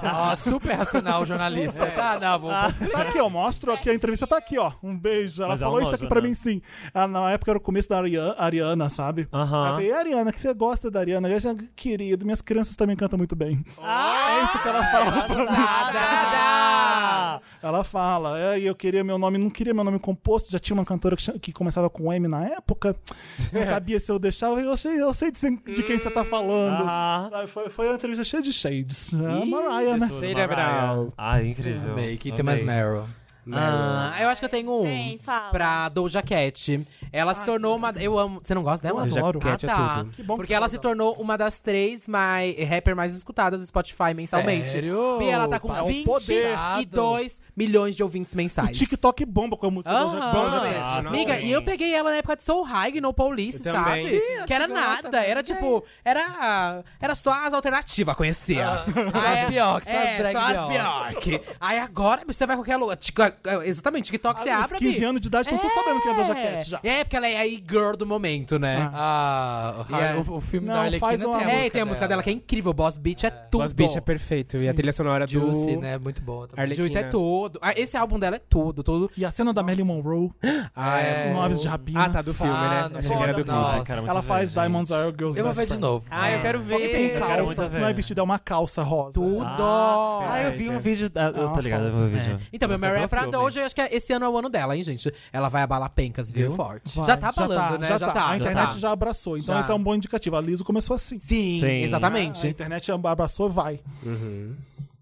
Speaker 3: Ó, super racional o jornalista. Ah, não, vou...
Speaker 1: tá aqui, ó, mostro aqui, a entrevista tá aqui, ó. Um beijo. Ela
Speaker 6: Mas é um
Speaker 1: falou isso
Speaker 6: nojo,
Speaker 1: aqui pra
Speaker 6: né?
Speaker 1: mim sim. Ah, na época era o começo da Ariana, Ariana sabe?
Speaker 6: Aham.
Speaker 1: Eu falei, e a Ariana, que você gosta da Ariana? Eu já, querido, minhas crianças também cantam muito bem. é isso que ela fala pra mim.
Speaker 6: Ah!
Speaker 1: Ela fala, é, e eu queria meu nome, não queria meu nome composto, já tinha uma cantora que, cha- que começava com M na época, não sabia se eu deixava, eu sei, eu sei de, se- de quem você tá falando.
Speaker 6: Ah.
Speaker 1: Sabe, Foi, foi uma entrevista cheia de shades. É a Mariah, né?
Speaker 7: Cerebral.
Speaker 6: Ah, incrível.
Speaker 3: Amei, que
Speaker 6: Amei.
Speaker 3: tem mais Meryl.
Speaker 5: Ah, eu acho que eu tenho um.
Speaker 2: Tem, fala.
Speaker 5: Pra Doja Cat. Ela se tornou uma. Eu amo. Você não gosta dela?
Speaker 1: Ah, Eu adoro.
Speaker 5: Ah,
Speaker 1: Cat é
Speaker 5: tá.
Speaker 1: tudo. Que bom que
Speaker 5: Porque
Speaker 1: você
Speaker 5: ela
Speaker 1: gosta
Speaker 5: se tornou uma das três mais, rapper mais escutadas do Spotify mensalmente.
Speaker 3: Sério?
Speaker 5: E ela tá com
Speaker 1: É um poder.
Speaker 5: 22 milhões de ouvintes
Speaker 1: O
Speaker 5: mensais.
Speaker 1: TikTok bomba com a música do
Speaker 5: Aham.
Speaker 1: Jack Black.
Speaker 6: Ah,
Speaker 7: Nossa,
Speaker 5: Amiga,
Speaker 7: sim.
Speaker 5: e eu peguei ela na época de Soul High no Police,
Speaker 7: Eu
Speaker 5: sabe?
Speaker 7: também.
Speaker 5: que era nada, era tipo, era era só as alternativas a conhecer.
Speaker 3: Ah, Só as Bjork, só as
Speaker 5: é,
Speaker 3: drag
Speaker 5: só as
Speaker 3: Bjork.
Speaker 5: Bjork. Aí agora você vai a qualquer lugar, tic- é, exatamente, TikTok você
Speaker 1: Ah, os
Speaker 5: abre.
Speaker 1: 15
Speaker 5: amigo.
Speaker 1: anos de idade, não tô sabendo quem é a Doja Cat já.
Speaker 5: É, porque ela é a girl do momento, né?
Speaker 3: Ah, o,
Speaker 5: Yeah.
Speaker 3: o, o filme
Speaker 1: Não,
Speaker 3: da Arlequina
Speaker 1: faz uma-
Speaker 3: tem a
Speaker 5: é,
Speaker 3: música
Speaker 5: e tem a música dela que é incrível, Boss Beach é tudo.
Speaker 7: Os bichos é perfeito. E a trilha sonora
Speaker 3: Juicy,
Speaker 7: do...
Speaker 3: né? Muito boa também.
Speaker 7: Arlequina.
Speaker 5: Juice é tudo. Ah, Esse álbum dela é tudo, tudo.
Speaker 1: E a cena da Marilyn Monroe,
Speaker 7: Ah, é.
Speaker 1: com
Speaker 3: o-
Speaker 1: aves de rapina.
Speaker 7: Ah, tá, do filme, né?
Speaker 3: Ah, não
Speaker 7: Achei que era do
Speaker 3: foda, não.
Speaker 7: clipe.
Speaker 6: Ai, cara, muito
Speaker 1: Ela
Speaker 6: bem,
Speaker 1: faz
Speaker 6: gente.
Speaker 1: Diamonds Are Your
Speaker 5: é
Speaker 1: Girls
Speaker 3: Eu vou
Speaker 1: Best
Speaker 3: ver de
Speaker 1: Friend.
Speaker 3: novo.
Speaker 7: Ah, eu quero
Speaker 1: Só que tem
Speaker 7: ver.
Speaker 6: quero muito
Speaker 1: calça,
Speaker 6: ver.
Speaker 1: não é vestido, é uma calça rosa.
Speaker 5: Tudo.
Speaker 6: Ah, eu vi um vídeo. da- Eu tô ligado, eu vi um vídeo.
Speaker 5: Então, meu
Speaker 6: Mas
Speaker 5: Mary é
Speaker 6: comprou
Speaker 5: pra
Speaker 6: o filme.
Speaker 5: Doja, eu acho que esse ano é o ano dela, hein, gente? Ela vai abalar pencas, viu?
Speaker 3: Veio forte.
Speaker 1: Vai,
Speaker 5: Já tá falando, né?
Speaker 1: Já,
Speaker 5: Já
Speaker 1: tá.
Speaker 5: tá,
Speaker 1: A
Speaker 5: já
Speaker 1: internet
Speaker 5: tá.
Speaker 1: já abraçou, então
Speaker 5: Já.
Speaker 1: esse é um bom indicativo. A Liso começou assim.
Speaker 5: Sim,
Speaker 6: Sim.
Speaker 1: A
Speaker 5: exatamente.
Speaker 1: internet abraçou, vai.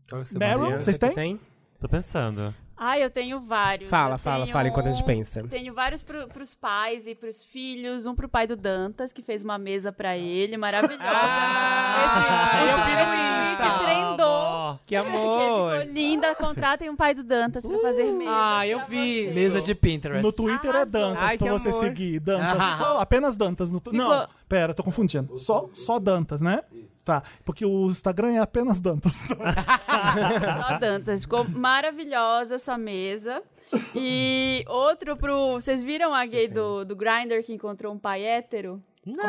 Speaker 3: Qual que você
Speaker 1: Meryl,
Speaker 3: mandou?
Speaker 1: vocês têm?
Speaker 7: Tem?
Speaker 6: Tô pensando.
Speaker 2: Ah, eu tenho vários.
Speaker 7: Fala,
Speaker 2: Eu
Speaker 7: fala,
Speaker 2: tenho
Speaker 7: fala enquanto a gente
Speaker 2: um-
Speaker 7: pensa.
Speaker 2: Tenho vários pro, pros pais e pros filhos. Um pro pai do Dantas, que fez uma mesa pra ele, maravilhosa.
Speaker 7: Ah,
Speaker 2: esse
Speaker 7: eu vi
Speaker 2: esse
Speaker 7: no
Speaker 2: vídeo
Speaker 7: Insta.
Speaker 2: trendou.
Speaker 7: Que
Speaker 2: Que
Speaker 7: amor!
Speaker 2: ficou linda. Contratem um pai do Dantas pra fazer
Speaker 7: Uh.
Speaker 2: mesa.
Speaker 5: Ah, eu
Speaker 2: pra
Speaker 5: vi.
Speaker 2: vocês.
Speaker 3: Mesa de Pinterest.
Speaker 1: No Twitter é
Speaker 2: Arrasou.
Speaker 1: Dantas
Speaker 7: Ai,
Speaker 1: pra
Speaker 7: que
Speaker 1: você
Speaker 7: amor.
Speaker 1: seguir. Dantas, só, apenas Dantas. No tu... Não, pera, tô confundindo. Só, só Dantas, né? Tá, porque o Instagram é apenas Dantas.
Speaker 2: Só Dantas. Ficou maravilhosa essa mesa. E outro pro. Vocês viram a gay do, do Grindr que encontrou um pai hétero?
Speaker 5: Não.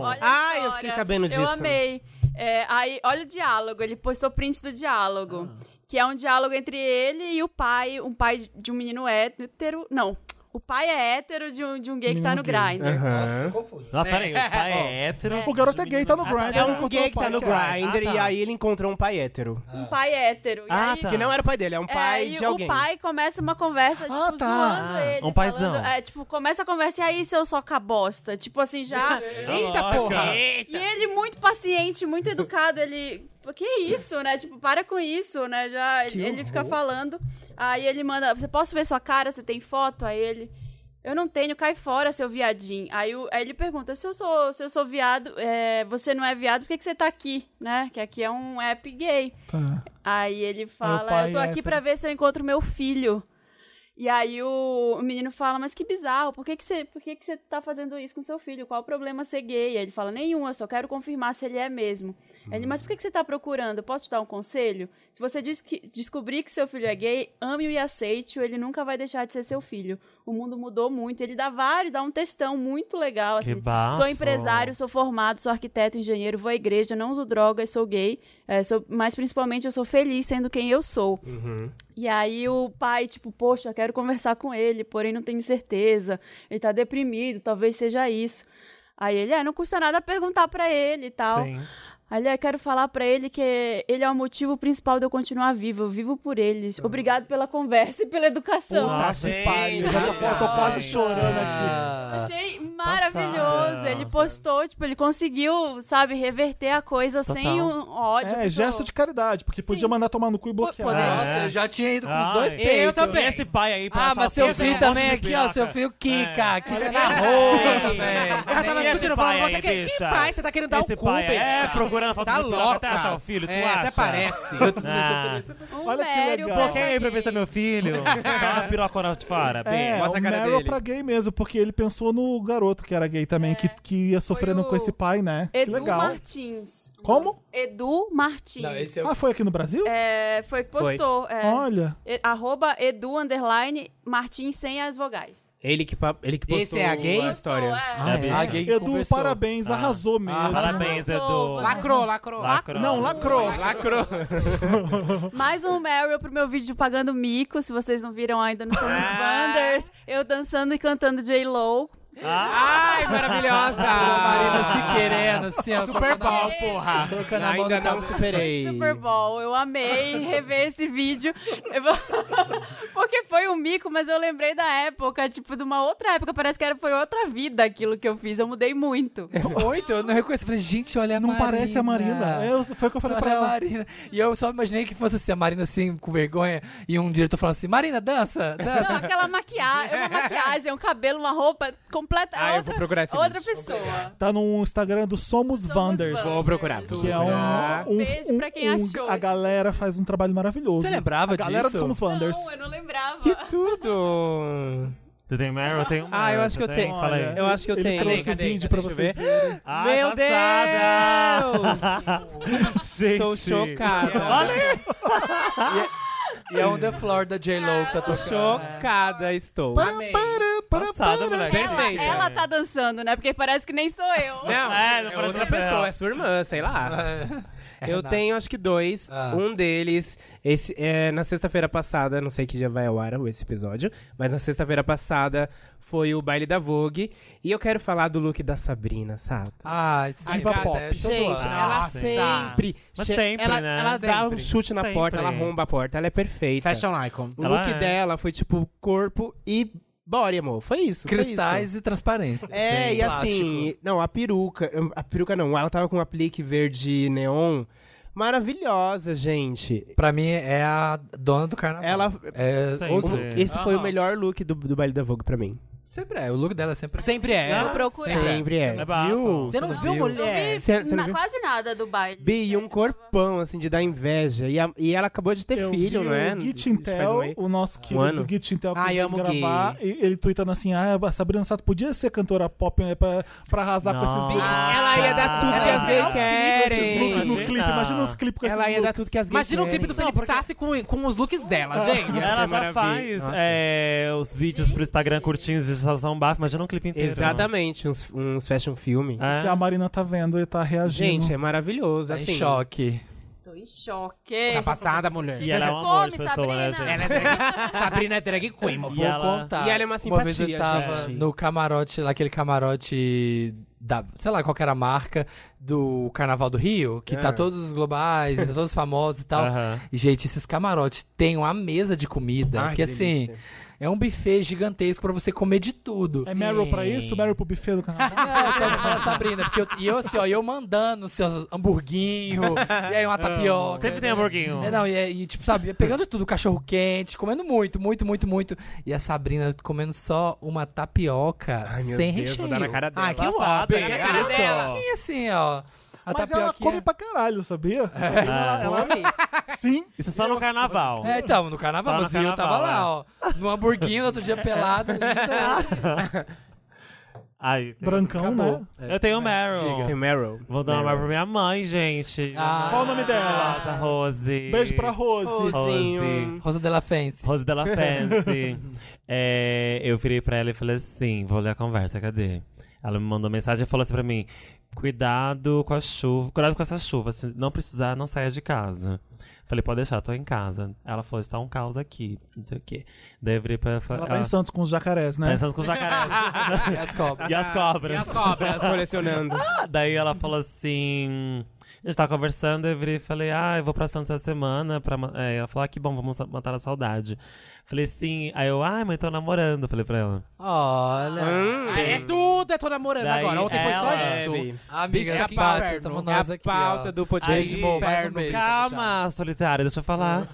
Speaker 2: Olha a
Speaker 4: Ah, eu
Speaker 2: história.
Speaker 4: fiquei sabendo disso.
Speaker 2: Eu amei. É, aí, olha o diálogo, ele postou print do diálogo. Que é um diálogo entre ele e o pai, um pai de um menino hétero. Não, o pai é hétero de um, de um gay que tá no grinder.
Speaker 3: Nossa, tô confuso.
Speaker 6: Ah, peraí, o pai é hétero.
Speaker 1: O garoto é gay, tá no grind.
Speaker 4: É um gay que tá no Grindr
Speaker 6: Ah, tá.
Speaker 4: e aí ele encontrou um pai hétero.
Speaker 2: Um pai hétero. E
Speaker 6: Ah,
Speaker 2: aí,
Speaker 6: tá.
Speaker 4: Que não era o pai dele, é um
Speaker 2: é,
Speaker 4: pai
Speaker 2: aí
Speaker 4: de alguém.
Speaker 2: o pai começa uma conversa, tipo,
Speaker 1: Ah, tá.
Speaker 2: zoando
Speaker 6: Ah,
Speaker 2: ele.
Speaker 6: um paizão.
Speaker 2: falando- é, tipo, começa a conversa, e aí, seu soca bosta? Tipo assim, já...
Speaker 5: Eita porra!
Speaker 2: E ele muito paciente, muito educado, ele... "Pô, Que isso, né? Tipo, para com isso, né? Já, ele, ele fica falando. Aí ele manda, você posso ver sua cara? Você tem foto? Aí ele... Eu não tenho, cai fora, seu viadinho. Aí, o- aí ele pergunta, se eu sou, se eu sou viado, é, você não é viado, por que, que você tá aqui, né? Que aqui é um app gay.
Speaker 1: Tá.
Speaker 2: Aí ele
Speaker 1: o
Speaker 2: fala,
Speaker 1: pai
Speaker 2: eu tô
Speaker 1: é
Speaker 2: aqui
Speaker 1: hétero.
Speaker 2: pra ver se eu encontro meu filho. E aí o, o menino fala, mas que bizarro, por que que, você, por que que você tá fazendo isso com seu filho? Qual o problema ser gay? Aí ele fala, nenhum, eu só quero confirmar se ele é mesmo. Aí Ele, mas por que que você tá procurando? Eu Posso te dar um conselho? Se você diz que- descobrir que seu filho é gay, ame-o e aceite-o, ele nunca vai deixar de ser seu filho. O mundo mudou muito. Ele dá vários, dá um textão muito legal,
Speaker 6: Que
Speaker 2: assim.
Speaker 6: bafo.
Speaker 2: Sou empresário, sou formado, sou arquiteto, engenheiro, vou à igreja, não uso drogas, sou gay, é, sou- mas principalmente eu sou feliz sendo quem eu sou. E aí o pai, tipo, poxa, eu quero conversar com ele, porém não tenho certeza, ele tá deprimido, talvez seja isso. Aí ele, é, não custa nada perguntar pra ele e tal.
Speaker 6: Sim.
Speaker 2: Aí ele, eu quero falar pra ele que ele é o motivo principal de eu continuar vivo, eu vivo por eles. Obrigado pela conversa e pela educação.
Speaker 6: Ah, gente,
Speaker 1: Eu tô, eu tô quase
Speaker 6: gente.
Speaker 1: chorando aqui.
Speaker 2: Achei maravilhoso.
Speaker 6: Passada.
Speaker 2: Ele postou, tipo, ele conseguiu, sabe, reverter a coisa
Speaker 6: Total.
Speaker 2: sem um ódio.
Speaker 1: É,
Speaker 2: pessoal.
Speaker 1: gesto de caridade, porque podia mandar tomar no cu e bloquear.
Speaker 2: Poder-
Speaker 6: Ah,
Speaker 3: Nossa,
Speaker 6: é?
Speaker 3: eu já tinha ido com
Speaker 6: Ai,
Speaker 3: os dois
Speaker 6: eu
Speaker 3: peitos.
Speaker 6: também. Esse pai aí pra
Speaker 3: Ah,
Speaker 6: achar
Speaker 3: mas seu
Speaker 6: filho
Speaker 3: filho
Speaker 6: tem um
Speaker 3: também
Speaker 6: monte de
Speaker 3: aqui, ó.
Speaker 6: piroca.
Speaker 3: Seu filho
Speaker 6: É.
Speaker 3: Kika. Kika na rola
Speaker 5: Eu
Speaker 3: também.
Speaker 5: tava
Speaker 6: Esse
Speaker 5: discutindo,
Speaker 6: pai
Speaker 5: falando, você
Speaker 6: aí,
Speaker 5: quer que
Speaker 6: bicha.
Speaker 5: pai? Você tá querendo dar
Speaker 6: Esse
Speaker 5: o cu,
Speaker 6: pai é,
Speaker 5: bicha.
Speaker 6: procurando a foto
Speaker 5: tá
Speaker 6: de piroca
Speaker 5: louca.
Speaker 6: até achar o filho, tu
Speaker 5: é,
Speaker 6: acha?
Speaker 5: até parece.
Speaker 6: Ah,
Speaker 2: Um
Speaker 1: Olha que
Speaker 2: mério
Speaker 1: legal.
Speaker 2: pra
Speaker 6: bloqueia aí pra ver se é meu filho. Fala piroca na fora,
Speaker 1: É,
Speaker 6: bem.
Speaker 1: o Meryl pra gay mesmo, porque ele pensou no garoto que era gay também, que, que ia sofrendo
Speaker 2: É. o
Speaker 1: com esse pai,
Speaker 6: tá-
Speaker 1: né?
Speaker 2: Edu
Speaker 1: que legal.
Speaker 2: Martins.
Speaker 1: Como?
Speaker 2: Edu Martins.
Speaker 3: Não, esse é o
Speaker 1: Ah, foi aqui no Brasil?
Speaker 2: É, foi que postou. é.
Speaker 1: Olha.
Speaker 2: E- arroba Edu underline Martins sem as vogais.
Speaker 4: Ele que, pa- ele que
Speaker 5: Esse
Speaker 4: postou
Speaker 5: é a gay? Ah,
Speaker 4: a história.
Speaker 2: Postou, é.
Speaker 6: É, bicha.
Speaker 3: a gay que
Speaker 1: Edu,
Speaker 3: conversou. Ah.
Speaker 1: parabéns, arrasou mesmo.
Speaker 6: Parabéns,
Speaker 2: Arrasou,
Speaker 6: Edu.
Speaker 2: você-
Speaker 5: Lacrou, lacrou.
Speaker 6: Lacrou.
Speaker 1: Não, lacrou.
Speaker 2: Mais um Meryl pro meu vídeo pagando mico, se vocês não viram ainda no Somos
Speaker 6: Ah.
Speaker 2: Wonders. Eu dançando e cantando J-Lo.
Speaker 4: Ai,
Speaker 3: A
Speaker 4: maravilhosa!
Speaker 3: Marina se querendo, assim, ó.
Speaker 5: Super Bowl, porra.
Speaker 3: Tocando a mão
Speaker 4: Ainda
Speaker 3: no
Speaker 4: não
Speaker 3: cabelo.
Speaker 4: superei.
Speaker 2: tá Super Bowl. Eu amei rever esse vídeo. Eu vou- Porque foi um mico, mas eu lembrei da época, tipo, de uma outra época. Parece que era, foi outra vida aquilo que eu fiz. Eu mudei muito.
Speaker 3: Oito, eu não reconheço. Falei, gente, olha a
Speaker 1: Não
Speaker 3: Marina.
Speaker 1: parece a Marina. É, eu- foi o que eu falei pra
Speaker 3: Olha a
Speaker 1: ela.
Speaker 3: Marina. E eu só imaginei que fosse assim, a Marina assim, com vergonha, e um diretor falando assim, Marina, dança, dança.
Speaker 2: Não, aquela maquiagem, uma maquiagem, um cabelo, uma roupa completa. é
Speaker 4: Ah, eu
Speaker 2: outra,
Speaker 4: vou procurar esse
Speaker 2: Outra
Speaker 4: vídeo.
Speaker 2: pessoa.
Speaker 1: Tá no Instagram do Somos,
Speaker 2: Somos
Speaker 1: Wonders.
Speaker 2: Wonders.
Speaker 4: Vou procurar.
Speaker 1: Que é um, um,
Speaker 2: Beijo pra quem
Speaker 1: um-
Speaker 2: achou.
Speaker 1: A galera faz um trabalho maravilhoso.
Speaker 3: Você lembrava
Speaker 1: A galera do
Speaker 3: disso?
Speaker 1: Somos Wonders.
Speaker 2: Não, eu não lembrava.
Speaker 4: Que tudo!
Speaker 6: Tu tem Meryl? Eu tenho
Speaker 4: Ah, eu
Speaker 6: Meryl,
Speaker 4: acho que
Speaker 6: tu
Speaker 4: eu
Speaker 6: tem?
Speaker 4: tenho.
Speaker 6: Fala aí.
Speaker 4: Eu acho que eu
Speaker 1: Ele
Speaker 4: tenho.
Speaker 1: trouxe o vídeo pra vocês verem.
Speaker 6: Ah,
Speaker 4: Meu
Speaker 6: passada. Gente.
Speaker 4: Tô chocada.
Speaker 6: Olha aí.
Speaker 3: E é um The Floor da J-Lo
Speaker 4: Ah,
Speaker 3: que tá tocando.
Speaker 4: Chocada estou.
Speaker 5: Amei.
Speaker 6: Passada, moleque.
Speaker 2: Ela, ela tá dançando, né? Porque parece que nem sou eu.
Speaker 4: Não,
Speaker 6: É,
Speaker 4: é
Speaker 6: não parece
Speaker 4: outra
Speaker 6: uma pessoa.
Speaker 4: pessoa, é sua irmã, sei lá.
Speaker 3: É,
Speaker 4: Eu
Speaker 3: não.
Speaker 4: tenho, acho que dois.
Speaker 3: Ah.
Speaker 4: Um deles, esse, é, na sexta-feira passada, não sei que dia vai ao ar esse episódio, mas na sexta-feira passada foi o baile da Vogue. E eu quero falar do look da Sabrina Sato.
Speaker 3: Ah, esse
Speaker 1: Diva
Speaker 3: cara,
Speaker 1: pop.
Speaker 3: é todo
Speaker 4: Gente,
Speaker 3: ano.
Speaker 4: ela
Speaker 6: Nossa.
Speaker 4: sempre.
Speaker 6: Mas
Speaker 4: che-
Speaker 6: sempre,
Speaker 4: ela,
Speaker 6: né?
Speaker 4: Ela dá um
Speaker 6: Sempre.
Speaker 4: chute na porta,
Speaker 6: Sempre.
Speaker 4: ela arromba a porta, ela é perfeita.
Speaker 5: Fashion Icon.
Speaker 4: O
Speaker 6: Ela
Speaker 4: look
Speaker 6: é.
Speaker 4: dela foi tipo corpo e body, amor. Foi isso. foi isso.
Speaker 3: Cristais e transparência.
Speaker 4: É,
Speaker 3: Sim,
Speaker 4: e assim, não, a peruca, a peruca não, ela tava com um aplique verde neon maravilhosa, gente.
Speaker 3: Pra mim, é a dona do carnaval.
Speaker 4: Ela-
Speaker 3: É,
Speaker 6: Sempre.
Speaker 3: ou-
Speaker 6: Sim.
Speaker 4: Esse foi o melhor look do, do baile da Vogue pra mim.
Speaker 3: sempre é, o look dela sempre é.
Speaker 5: Sempre é.
Speaker 2: Vou procurar.
Speaker 4: Sempre é.
Speaker 6: É bafo.
Speaker 5: Você não viu,
Speaker 3: viu?
Speaker 5: mulher?
Speaker 4: Você- você não
Speaker 2: Na-
Speaker 4: viu?
Speaker 2: quase nada do baile.
Speaker 4: Bi, e um corpão, assim, de dar inveja. E, a- e ela acabou de ter
Speaker 1: Eu
Speaker 4: filho,
Speaker 1: vi
Speaker 4: não é?
Speaker 1: O
Speaker 4: Acho
Speaker 1: Git
Speaker 4: que faz um
Speaker 1: Intel,
Speaker 4: aí.
Speaker 1: o nosso querido
Speaker 4: ano.
Speaker 1: Git Intel, que
Speaker 5: Ai,
Speaker 1: veio
Speaker 5: amo o
Speaker 1: gravar, e ele tweetando assim: ah, a Sabrina Sato podia ser cantora pop né, pra, pra arrasar com esses looks.
Speaker 4: Ah, Ela ia dar tudo que as gays
Speaker 1: Esses looks
Speaker 4: querem.
Speaker 1: no
Speaker 6: Imagina.
Speaker 1: clipe, imagina os clipes com
Speaker 4: Ela
Speaker 1: esses
Speaker 4: ia dar
Speaker 1: looks.
Speaker 4: tudo que as gays
Speaker 5: Imagina o
Speaker 4: querem.
Speaker 5: clipe do Felipe Sassi com, com os looks dela, gente.
Speaker 6: Ela
Speaker 4: ser
Speaker 6: já
Speaker 4: maravilha.
Speaker 6: faz
Speaker 4: Nossa.
Speaker 6: é, os vídeos pro Instagram curtinhos de de só um bafo, imagina um clipe inteiro.
Speaker 4: Exatamente, uns, uns fashion filme.
Speaker 6: É.
Speaker 1: Se a Marina tá vendo e tá reagindo.
Speaker 4: Gente, é maravilhoso.
Speaker 3: Tá em
Speaker 4: assim,
Speaker 3: choque.
Speaker 2: Tô em choque.
Speaker 5: Tá passada, mulher.
Speaker 6: E ela é um
Speaker 2: Come,
Speaker 6: amor de pessoa, né,
Speaker 2: Sabrina.
Speaker 6: gente?
Speaker 5: Ela é drag... Sabrina é drag queen, mas
Speaker 6: E
Speaker 5: vou
Speaker 6: ela-
Speaker 5: contar. É.
Speaker 4: E ela é uma
Speaker 3: Uma vez eu
Speaker 4: simpatia,
Speaker 3: tava
Speaker 4: gente.
Speaker 3: no camarote, lá, aquele camarote da, sei lá, qual que era a marca do Carnaval do Rio, que
Speaker 5: É.
Speaker 3: tá todos os globais, tá todos os famosos e tal.
Speaker 6: Aham.
Speaker 3: E, Gente, esses camarotes têm uma mesa de comida,
Speaker 4: Ai,
Speaker 3: que
Speaker 4: que
Speaker 3: assim,
Speaker 4: delícia.
Speaker 3: é um buffet gigantesco pra você comer de tudo.
Speaker 1: É Meryl pra isso? Meryl pro buffet do canal?
Speaker 3: Não, só pra falar, Sabrina, porque eu, e eu assim, ó, eu mandando, assim, ó, hamburguinho, e aí uma tapioca.
Speaker 6: Sempre tem um. hamburguinho.
Speaker 3: É, não, e, é- e, tipo, sabe, pegando de tudo, cachorro quente, comendo muito, muito, muito, muito. E a Sabrina comendo só uma tapioca
Speaker 4: Ai, meu
Speaker 3: sem
Speaker 4: Deus, vou
Speaker 3: recheio.
Speaker 4: dar na cara dela.
Speaker 5: Ah, que
Speaker 6: Passada,
Speaker 5: uop.
Speaker 6: né, querido?
Speaker 3: E assim, ó, a
Speaker 1: Mas
Speaker 3: tapioca.
Speaker 1: ela come pra caralho, sabia? é. Ela, ela- Sim.
Speaker 6: Isso só no carnaval.
Speaker 3: É, então, no carnaval,
Speaker 6: Só no
Speaker 3: mas eu tava
Speaker 6: carnaval,
Speaker 3: lá, ó, no hamburguinho, no outro dia pelado. linda.
Speaker 6: Ai, tem-
Speaker 1: Brancão,
Speaker 3: Acabou.
Speaker 1: né?
Speaker 5: É.
Speaker 6: Eu tenho Meryl.
Speaker 3: Diga.
Speaker 4: É. Tem Meryl.
Speaker 6: Vou dar uma Meryl pra minha mãe, gente.
Speaker 3: Ah.
Speaker 1: Qual o nome dela?
Speaker 6: Nossa, Rose.
Speaker 1: Beijo pra Rose.
Speaker 6: Rose.
Speaker 3: Rosa Della Fence.
Speaker 6: Rose Della Fancy. É, eu virei pra ela e falei assim: vou ler a conversa, cadê? Ela me mandou mensagem e falou assim pra mim: cuidado com a chuva, cuidado com essa chuva, se não precisar, não saia de casa. Falei, pode deixar, tô em casa. Ela falou: está um caos aqui, não sei o quê. Daí eu virei pra ela e falei: "Ah,
Speaker 1: Ela tá em Santos com os jacarés, né?
Speaker 6: com os jacarés.
Speaker 3: E as cobras.
Speaker 6: e as cobras.
Speaker 5: E as cobras.
Speaker 4: Colecionando.
Speaker 6: Ah, Daí ela falou assim. A gente tava conversando, eu virei e falei, ah, eu vou pra Santos essa semana. Pra... ma- é, ela falou, ah, que bom, vamos sa- matar a saudade. Falei, sim. Aí eu, ai, mãe, tô namorando. Falei pra ela.
Speaker 3: Olha.
Speaker 5: Ah, é tudo, é tô namorando
Speaker 6: Hum. Daí
Speaker 5: agora. Ontem foi só
Speaker 6: ela- é
Speaker 5: isso.
Speaker 4: Baby.
Speaker 3: Amiga,
Speaker 5: Bicha
Speaker 3: que bate,
Speaker 5: Barno.
Speaker 3: tamo
Speaker 4: É
Speaker 3: nós
Speaker 4: a
Speaker 3: aqui,
Speaker 4: pauta
Speaker 3: ó.
Speaker 4: do podcast.
Speaker 3: Beijo, bom, mais um
Speaker 5: Inferno,
Speaker 3: beijo.
Speaker 6: Calma, solitária, deixa eu falar.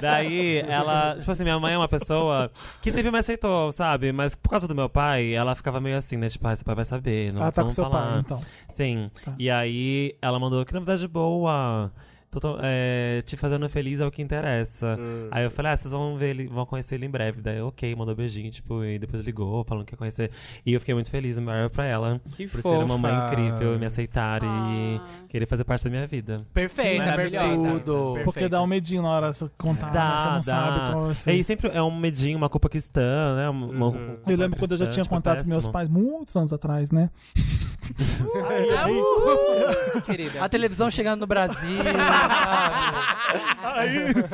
Speaker 6: Daí, ela. Tipo assim, minha mãe é uma pessoa que sempre me aceitou, sabe? Mas por causa do meu pai, ela ficava meio assim, né? Tipo, ah, seu pai vai saber. Não
Speaker 1: ela tá com
Speaker 6: vamos
Speaker 1: seu
Speaker 6: falar.
Speaker 1: pai, então.
Speaker 6: Sim. E aí ela mandou que novidade boa. Tô, tão- é, te fazendo feliz é o que interessa.
Speaker 3: Hum.
Speaker 6: Aí eu falei, ah, vocês vão ver ele, vão conhecer ele em breve. Daí, ok, mandou beijinho, tipo, e depois ligou, falando que ia conhecer. E eu fiquei muito feliz, maior pra ela.
Speaker 4: Que
Speaker 6: por
Speaker 4: fofa.
Speaker 6: ser uma mãe incrível e me aceitar
Speaker 2: Ah.
Speaker 6: e querer fazer parte da minha vida.
Speaker 5: Perfeita,
Speaker 4: Maravilhosa.
Speaker 5: perfeita.
Speaker 3: Tudo.
Speaker 1: Porque dá um medinho na hora de contar, né?
Speaker 6: Dá,
Speaker 1: Ah, você não
Speaker 6: dá.
Speaker 1: sabe como assim.
Speaker 6: É, e sempre é um medinho, uma culpa cristã, né? Uma- uma culpa
Speaker 1: Eu lembro quando eu já
Speaker 6: cristã,
Speaker 1: tinha
Speaker 6: tipo, é
Speaker 1: contado pros meus
Speaker 6: péssimo.
Speaker 1: pais, muitos anos atrás, né? Aí, aí,
Speaker 4: Ah,
Speaker 3: A televisão chegando no Brasil, sabe?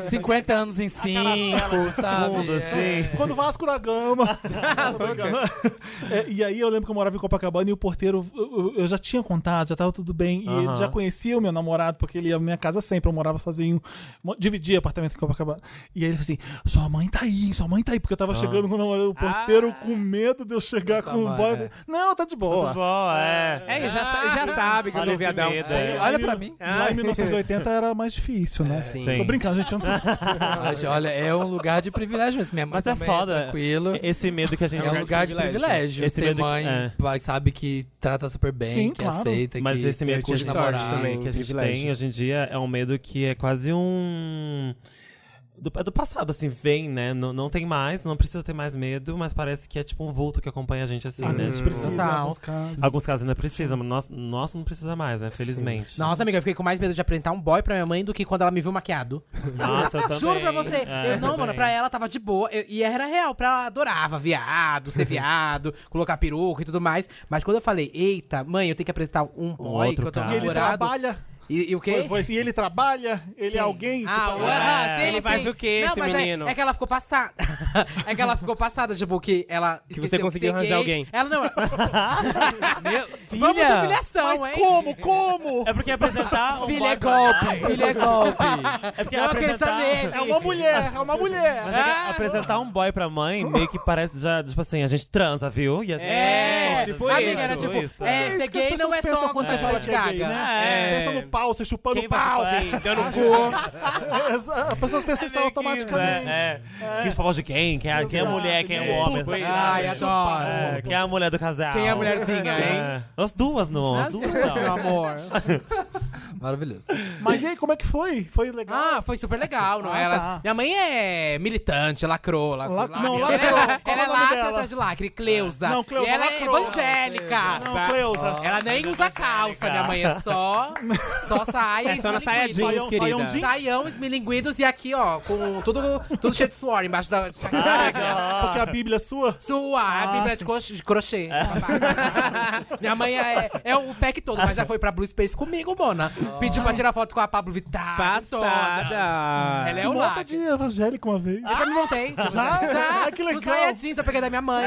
Speaker 3: 50 anos em 5, sabe?
Speaker 6: Fundo,
Speaker 3: É.
Speaker 6: assim.
Speaker 1: Quando o Vasco da Gama. Não, tô brincando. É, e aí eu lembro que eu morava em Copacabana e o porteiro, eu, eu já tinha contado, já tava tudo bem. E ele
Speaker 6: Aham.
Speaker 1: já conhecia o meu namorado, porque ele ia à minha casa sempre, eu morava sozinho, mo- dividia apartamento em Copacabana. E aí ele falou assim: sua mãe tá aí, hein? sua mãe tá aí, porque eu
Speaker 6: Ah.
Speaker 1: tava chegando com o namorado, o porteiro com medo de eu chegar
Speaker 3: Sua
Speaker 1: com o
Speaker 3: mãe,
Speaker 1: boy.
Speaker 3: é.
Speaker 1: Não, tá de boa.
Speaker 6: Muito bom, é.
Speaker 4: É, já, sa- já sabe que eu
Speaker 6: Olha
Speaker 4: sou
Speaker 6: esse
Speaker 4: viadão.
Speaker 6: medo, é.
Speaker 3: Olha pra mim.
Speaker 1: Lá em 1980 era mais difícil, né?
Speaker 4: Sim.
Speaker 1: Tô brincando, gente. Eu não...
Speaker 3: Mas, olha, é um lugar de privilégio mesmo. Minha mãe
Speaker 6: Mas é
Speaker 3: também
Speaker 6: foda.
Speaker 3: tranquilo.
Speaker 6: Esse medo que a gente
Speaker 3: É um lugar de privilégio.
Speaker 6: Esse
Speaker 3: Ter
Speaker 6: medo que-
Speaker 3: mãe,
Speaker 6: é.
Speaker 3: vai- sabe, que trata super bem,
Speaker 1: Sim,
Speaker 3: que
Speaker 1: claro.
Speaker 3: aceita,
Speaker 6: Mas
Speaker 3: que...
Speaker 6: esse medo que a gente,
Speaker 3: curte
Speaker 6: tem,
Speaker 3: namorar.
Speaker 6: que a gente
Speaker 4: privilégios.
Speaker 6: tem hoje em dia é um medo que é quase um. Do, é do passado, assim, vem, né? Não, não tem mais, não precisa ter mais medo, mas parece que é tipo um vulto que acompanha a gente, assim,
Speaker 1: Às
Speaker 6: né?
Speaker 1: vezes
Speaker 6: Tipo,
Speaker 1: precisa, em
Speaker 5: Total.
Speaker 1: alguns casos.
Speaker 6: Alguns casos ainda precisam, mas nós, nós não precisa mais, né? Felizmente.
Speaker 5: Nossa, amiga, eu fiquei com mais medo de apresentar um boy pra minha mãe do que quando ela me viu maquiado.
Speaker 6: Nossa, eu também.
Speaker 5: Juro pra você.
Speaker 6: É,
Speaker 5: eu não, mano,
Speaker 6: também.
Speaker 5: pra ela tava de boa. eu- e era real, pra ela adorava viado, ser viado, colocar peruca e tudo mais. Mas quando eu falei, eita, mãe, eu tenho que apresentar um boy
Speaker 6: outro
Speaker 5: que eu tô
Speaker 6: cara.
Speaker 1: E ele
Speaker 5: namorado.
Speaker 1: trabalha.
Speaker 5: E, e o quê?
Speaker 1: Foi- foi assim, ele trabalha, ele é alguém.
Speaker 5: Ah,
Speaker 1: tipo,
Speaker 5: o- ah, sim,
Speaker 4: Ele
Speaker 5: sim.
Speaker 4: faz o quê,
Speaker 5: Não,
Speaker 4: esse
Speaker 5: mas é-
Speaker 4: menino?
Speaker 5: É, que ela ficou passada. é que ela ficou passada, tipo, que ela esqueceu
Speaker 4: você
Speaker 5: que
Speaker 4: conseguiu
Speaker 5: ser
Speaker 4: arranjar
Speaker 5: gay.
Speaker 4: alguém.
Speaker 5: Ela não... é.
Speaker 3: Meu, filha!
Speaker 5: Vamos de humilhação,
Speaker 1: mas
Speaker 5: hein?
Speaker 1: como? Como?
Speaker 6: É porque apresentar um
Speaker 3: Filha
Speaker 6: boy
Speaker 3: é
Speaker 6: pra-
Speaker 3: golpe, filha é golpe.
Speaker 6: É porque
Speaker 5: Não acredita
Speaker 6: apresentar...
Speaker 5: nele.
Speaker 1: É uma mulher, é uma mulher.
Speaker 6: Mas é que apresentar um boy pra mãe meio que parece já, tipo assim, a gente transa, viu? E a gente...
Speaker 5: É,
Speaker 4: tipo
Speaker 5: amiga,
Speaker 4: isso,
Speaker 5: era tipo,
Speaker 6: isso.
Speaker 5: é,
Speaker 1: isso
Speaker 5: ser
Speaker 1: que as
Speaker 5: gay não
Speaker 1: pessoas
Speaker 5: é
Speaker 1: pensam
Speaker 5: só quando você
Speaker 1: é
Speaker 5: fala de
Speaker 1: gay,
Speaker 5: gaga.
Speaker 1: né?
Speaker 6: É.
Speaker 1: Pensa no pau, você chupando
Speaker 6: Quem
Speaker 1: o pau.
Speaker 6: vai chupar?
Speaker 4: Dando um
Speaker 1: As as pessoas pensam isso automaticamente.
Speaker 6: É, é. Quem chupou de quem? Quem é, quem é a mulher? Quem é o homem?
Speaker 4: Tipo isso.
Speaker 5: Ai, adoro.
Speaker 6: É, quem é a mulher do casal?
Speaker 5: Quem é a mulherzinha, hein?
Speaker 6: É. As duas, não. As duas,
Speaker 5: Meu
Speaker 6: não.
Speaker 5: amor.
Speaker 3: Maravilhoso.
Speaker 1: Mas e aí, como é que foi? Foi legal?
Speaker 5: Ah, foi super legal, não
Speaker 1: Ah,
Speaker 5: é? Ela-
Speaker 1: tá.
Speaker 5: Minha mãe é militante, lacrou, lacrou.
Speaker 1: Lac- não,
Speaker 5: Ela é-
Speaker 1: lacrou. Qual é
Speaker 5: Ela é
Speaker 1: o nome
Speaker 5: lacra
Speaker 1: dela?
Speaker 5: atrás de lacre, Cleusa.
Speaker 1: Não, Cleusa
Speaker 5: E ela
Speaker 1: lacrou.
Speaker 5: é evangélica.
Speaker 1: Não, Cleusa.
Speaker 5: Ela nem usa calça, minha mãe é só, só saia
Speaker 7: É
Speaker 5: e
Speaker 7: só na saia
Speaker 5: esmilinguidos.
Speaker 7: jeans,
Speaker 1: Saião- saião
Speaker 7: querida.
Speaker 1: jeans?
Speaker 5: Saião, esmilinguidos e aqui, ó, com tudo, tudo cheio de suor embaixo da... Ah,
Speaker 1: Ah, Porque a Bíblia é sua?
Speaker 5: Sua, a Bíblia é de, crochê, de crochê. Minha mãe é, é o pack todo, mas já foi pra Blue Space comigo, Mona. Pediu pra tirar foto com a Pablo Vittar. com todas.
Speaker 7: Passada.
Speaker 5: Ela é
Speaker 1: Se
Speaker 5: o
Speaker 1: monta
Speaker 5: lacre.
Speaker 1: de evangélico uma vez.
Speaker 6: Ah,
Speaker 5: Eu já me montei.
Speaker 1: Já?
Speaker 5: Já?
Speaker 1: Ah, que legal.
Speaker 5: Com saia jeans eu peguei da minha mãe.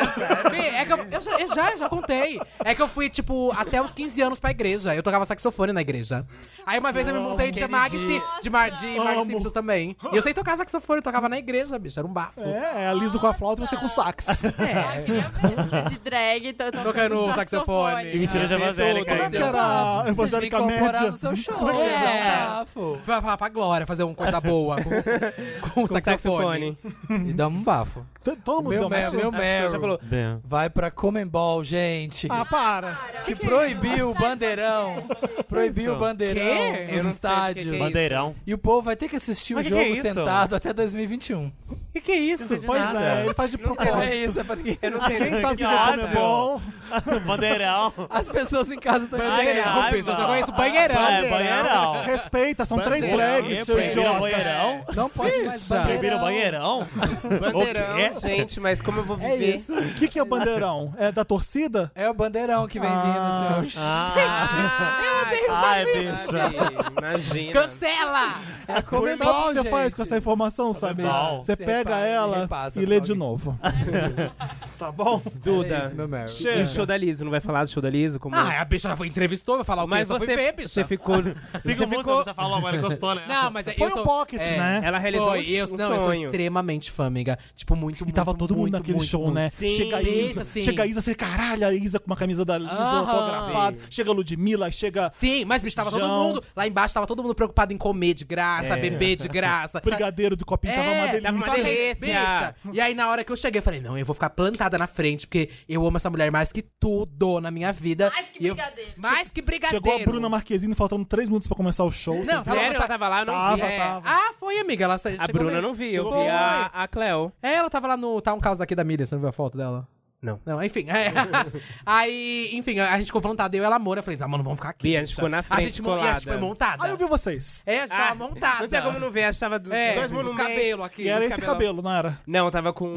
Speaker 5: Bi, é que eu, eu já, eu já, eu já contei. É que eu fui, tipo, até os 15 anos pra igreja. Eu tocava saxofone na igreja. Aí uma vez eu me montei de Marg Si- de Mardi, Marg
Speaker 1: Amo.
Speaker 5: Simpsons também. E eu sei tocar saxofone, eu tocava na igreja, bicho. Era um bafo. é.
Speaker 1: É, é a Liso com a flauta e você com o sax.
Speaker 2: Ai,
Speaker 4: é.
Speaker 2: queria ver você de drag, tô, tô
Speaker 5: Tocando
Speaker 2: tocando
Speaker 5: saxofone.
Speaker 6: E mentira de evangélica
Speaker 1: Como é que
Speaker 6: ainda.
Speaker 1: era a evangélica média?
Speaker 3: no seu show.
Speaker 5: É.
Speaker 3: dá um bafo.
Speaker 5: Pra, pra, pra Glória fazer uma coisa boa com, com, o saxofone.
Speaker 7: Saxofone.
Speaker 3: E dá um bafo.
Speaker 1: T- Todo mundo deu
Speaker 3: Meu,
Speaker 1: uma
Speaker 3: meu, meu
Speaker 7: Já
Speaker 3: Meryl.
Speaker 7: falou.
Speaker 6: Bem.
Speaker 3: Vai pra Comembol, gente.
Speaker 1: Ah, para.
Speaker 3: que proibiu o bandeirão. Proibiu o bandeirão
Speaker 5: Que?
Speaker 3: nos estádios.
Speaker 6: é Bandeirão.
Speaker 3: E o povo vai ter que assistir o
Speaker 7: Mas que
Speaker 3: jogo
Speaker 7: que é isso?
Speaker 3: sentado até 2021.
Speaker 7: O que, que é isso?
Speaker 1: Pois é, ele faz de propósito.
Speaker 3: isso, é pra
Speaker 7: Eu não sei.
Speaker 1: Quem sabe que
Speaker 6: Que
Speaker 1: o é
Speaker 6: ódio.
Speaker 1: bom?
Speaker 6: Bandeirão.
Speaker 3: As pessoas em casa estão
Speaker 6: Ai,
Speaker 5: Banheirão,
Speaker 6: ai,
Speaker 5: bicho. Eu só
Speaker 6: mano.
Speaker 5: conheço banheirão.
Speaker 6: É, banheirão.
Speaker 1: Respeita, são três
Speaker 6: Bandeirão.
Speaker 1: drags, seu
Speaker 6: Proibiram
Speaker 1: idiota.
Speaker 6: banheirão?
Speaker 3: Não pode mais
Speaker 5: Bicha.
Speaker 3: bandeirão.
Speaker 6: Proibiram banheirão?
Speaker 4: Bandeirão,
Speaker 6: O quê?
Speaker 4: gente, mas como eu vou
Speaker 3: É
Speaker 4: viver?
Speaker 3: isso.
Speaker 1: O que, que é o bandeirão? É da torcida?
Speaker 3: É o bandeirão que vem
Speaker 1: Ah.
Speaker 3: vindo. Seu...
Speaker 6: Ah, ai, bicha.
Speaker 4: Imagina.
Speaker 5: Cancela!
Speaker 3: É a
Speaker 1: Sabe o
Speaker 3: Comembol,
Speaker 1: que Tá você
Speaker 3: gente.
Speaker 1: faz com essa informação, sabe?
Speaker 6: Comebol.
Speaker 1: Você
Speaker 3: Você
Speaker 1: pega
Speaker 3: repara,
Speaker 1: ela
Speaker 3: repassa
Speaker 1: e lê
Speaker 3: pra
Speaker 1: de
Speaker 3: alguém.
Speaker 1: novo.
Speaker 4: Tá bom? Duda.
Speaker 3: Esse É meu Meryl.
Speaker 1: Chega.
Speaker 4: E o show da Liso, não vai falar do show da Liso? Como...
Speaker 3: é
Speaker 5: Ah, a bicha foi entrevistou, vai falar o quê?
Speaker 4: mas
Speaker 5: eu só
Speaker 4: você,
Speaker 5: fui ver, bicha.
Speaker 4: você ficou. Você
Speaker 6: Cinco
Speaker 4: ficou.
Speaker 6: minutos, já falou agora, encostou, né?
Speaker 5: Não, mas é-
Speaker 1: Foi
Speaker 5: eu
Speaker 1: um
Speaker 5: sou...
Speaker 1: pocket,
Speaker 5: é,
Speaker 1: né?
Speaker 4: Ela realizou
Speaker 5: Foi,
Speaker 4: um,
Speaker 5: eu,
Speaker 4: um
Speaker 5: não, eu sou
Speaker 4: sonho.
Speaker 5: extremamente fã, amiga. Tipo, muito,
Speaker 1: E tava
Speaker 5: muito,
Speaker 1: todo mundo
Speaker 5: muito,
Speaker 1: naquele
Speaker 5: muito,
Speaker 1: show,
Speaker 5: muito.
Speaker 1: né?
Speaker 4: Sim,
Speaker 1: chega a Isa,
Speaker 5: isso, sim.
Speaker 1: chega a Isa, você, caralho, a Isa com uma camisa da Isa
Speaker 5: Aham.
Speaker 1: autografada. Chega a Ludmilla, aí chega
Speaker 5: Sim, mas, bicho, tava todo
Speaker 1: João.
Speaker 5: mundo... Lá embaixo tava todo mundo preocupado em comer de graça,
Speaker 1: É.
Speaker 5: beber de graça.
Speaker 1: brigadeiro do copinho, tava uma delícia.
Speaker 5: tava É, uma delícia. E aí, na hora que eu cheguei, eu falei, não, eu vou ficar plantada na frente, porque eu amo essa mulher mais que tudo na minha vida.
Speaker 2: Mais que
Speaker 5: E eu-
Speaker 2: brigadeiro.
Speaker 5: Mais que brigadeiro.
Speaker 1: Chegou a Bruna Marquezine faltando três minutos pra começar o show.
Speaker 5: Não,
Speaker 1: você-
Speaker 5: tava
Speaker 7: Sério, ela
Speaker 5: passando-
Speaker 7: tava lá, eu não vi.
Speaker 1: Tava,
Speaker 5: É.
Speaker 1: tava.
Speaker 5: Ah, foi, amiga. Ela sa-
Speaker 4: A
Speaker 5: chegou
Speaker 4: Bruna
Speaker 5: bem.
Speaker 4: não viu, eu
Speaker 5: Foi.
Speaker 4: vi a, a Cleo.
Speaker 5: É, ela tava lá no Town House aqui da Miriam, você não viu a foto dela?
Speaker 4: Não.
Speaker 5: Não, enfim. é. Aí, enfim, a gente ficou plantada, eu e ela, amor. Eu falei, ah, mano, vamos ficar aqui.
Speaker 4: Bia, a gente
Speaker 5: bicha.
Speaker 4: ficou na
Speaker 5: A
Speaker 4: frente,
Speaker 5: gente, mo- e a gente
Speaker 4: colada.
Speaker 5: foi montada.
Speaker 1: Aí eu vi vocês.
Speaker 5: É, a gente
Speaker 4: Ah,
Speaker 5: tava montada.
Speaker 4: Não tinha como não ver, a gente tava dos
Speaker 5: É,
Speaker 4: dois
Speaker 5: os
Speaker 4: monumentos.
Speaker 5: cabelos aqui.
Speaker 1: E era
Speaker 4: os
Speaker 1: esse
Speaker 4: cabelão.
Speaker 1: cabelo, não era?
Speaker 4: Não, tava com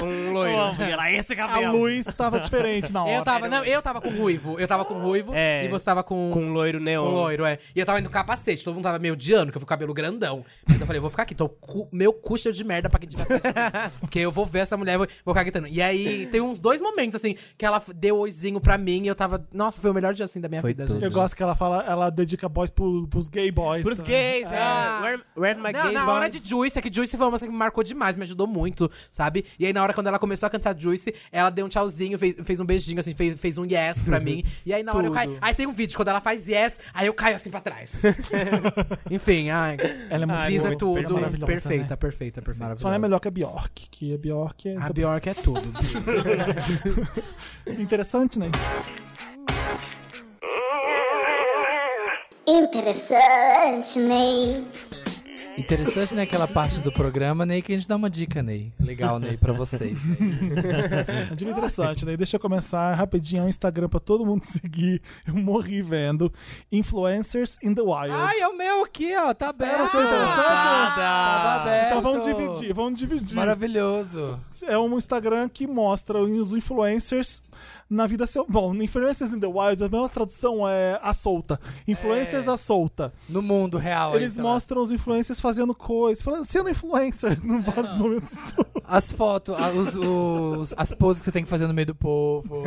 Speaker 4: com um
Speaker 6: Eu
Speaker 4: loiro.
Speaker 6: amo ela, esse
Speaker 1: né? A
Speaker 6: cabelo.
Speaker 1: luz tava diferente na hora.
Speaker 5: Eu tava, não, eu tava com ruivo. Eu tava com ruivo
Speaker 4: né? É.
Speaker 5: e você tava com...
Speaker 4: com um loiro neon.
Speaker 5: com loiro, é. E eu tava indo com capacete, todo mundo tava meio odiando, que eu fui com cabelo grandão. Mas eu falei, vou ficar aqui, então cu- meu cu cheio de merda pra quem tiver atrás de mim. Porque eu vou ver essa mulher, vou, vou ficar gritando. E aí, tem uns dois momentos, assim, que ela deu oizinho pra mim e eu tava... Nossa, foi o melhor dia, assim, da minha
Speaker 4: Foi
Speaker 5: vida,
Speaker 4: tudo.
Speaker 5: gente.
Speaker 1: Eu gosto que ela fala, ela dedica boys pro, pros gay boys.
Speaker 4: Pros
Speaker 1: né?
Speaker 4: gays, é.
Speaker 5: Ah.
Speaker 4: Where, where my
Speaker 5: Não,
Speaker 4: gays
Speaker 5: na
Speaker 4: boys?
Speaker 5: hora de Juice, é que Juice foi uma música que me marcou demais, me ajudou muito, sabe? E aí, na hora quando ela começou a cantar Juice, ela deu um tchauzinho, fez, fez um beijinho, assim, fez, fez um yes pra mim. E aí, na hora eu caí. Aí tem um vídeo, quando ela faz yes, aí eu caio assim pra trás. Enfim, ai.
Speaker 1: Ela é muito
Speaker 7: Ai,
Speaker 5: Liso é
Speaker 1: boa,
Speaker 5: tudo.
Speaker 1: ela é maravilhosa,
Speaker 5: perfeita,
Speaker 1: né?
Speaker 5: perfeita, perfeita.
Speaker 1: Só não é melhor que a Bjork, que a Bjork é
Speaker 5: A Bjork é tudo.
Speaker 1: interessante, né?
Speaker 9: Interessante, Ney.
Speaker 3: Interessante, né, aquela parte do programa, Ney, que a gente dá uma dica, Ney. Legal, Ney, pra vocês. né? Ney.
Speaker 1: Eu digo É interessante, né? Deixa eu começar rapidinho o Instagram pra todo mundo seguir. Eu morri vendo. Influencers in the Wild.
Speaker 3: Ai, é o meu aqui, ó. Tá aberto.
Speaker 1: Era seu interessante?
Speaker 3: Tava aberto.
Speaker 1: Então vamos dividir, vamos dividir.
Speaker 3: Maravilhoso.
Speaker 1: É um Instagram que mostra os influencers na vida seu. Bom, influencers in the wild, a melhor tradução é a solta. Influencers à solta.
Speaker 3: No mundo real. então, né? aí,
Speaker 1: Eles
Speaker 3: sei lá.
Speaker 1: mostram os influencers fazendo coisas, falando, sendo influencer em vários momentos.
Speaker 3: As fotos, a- os- os- as poses que você tem que fazer no meio do povo.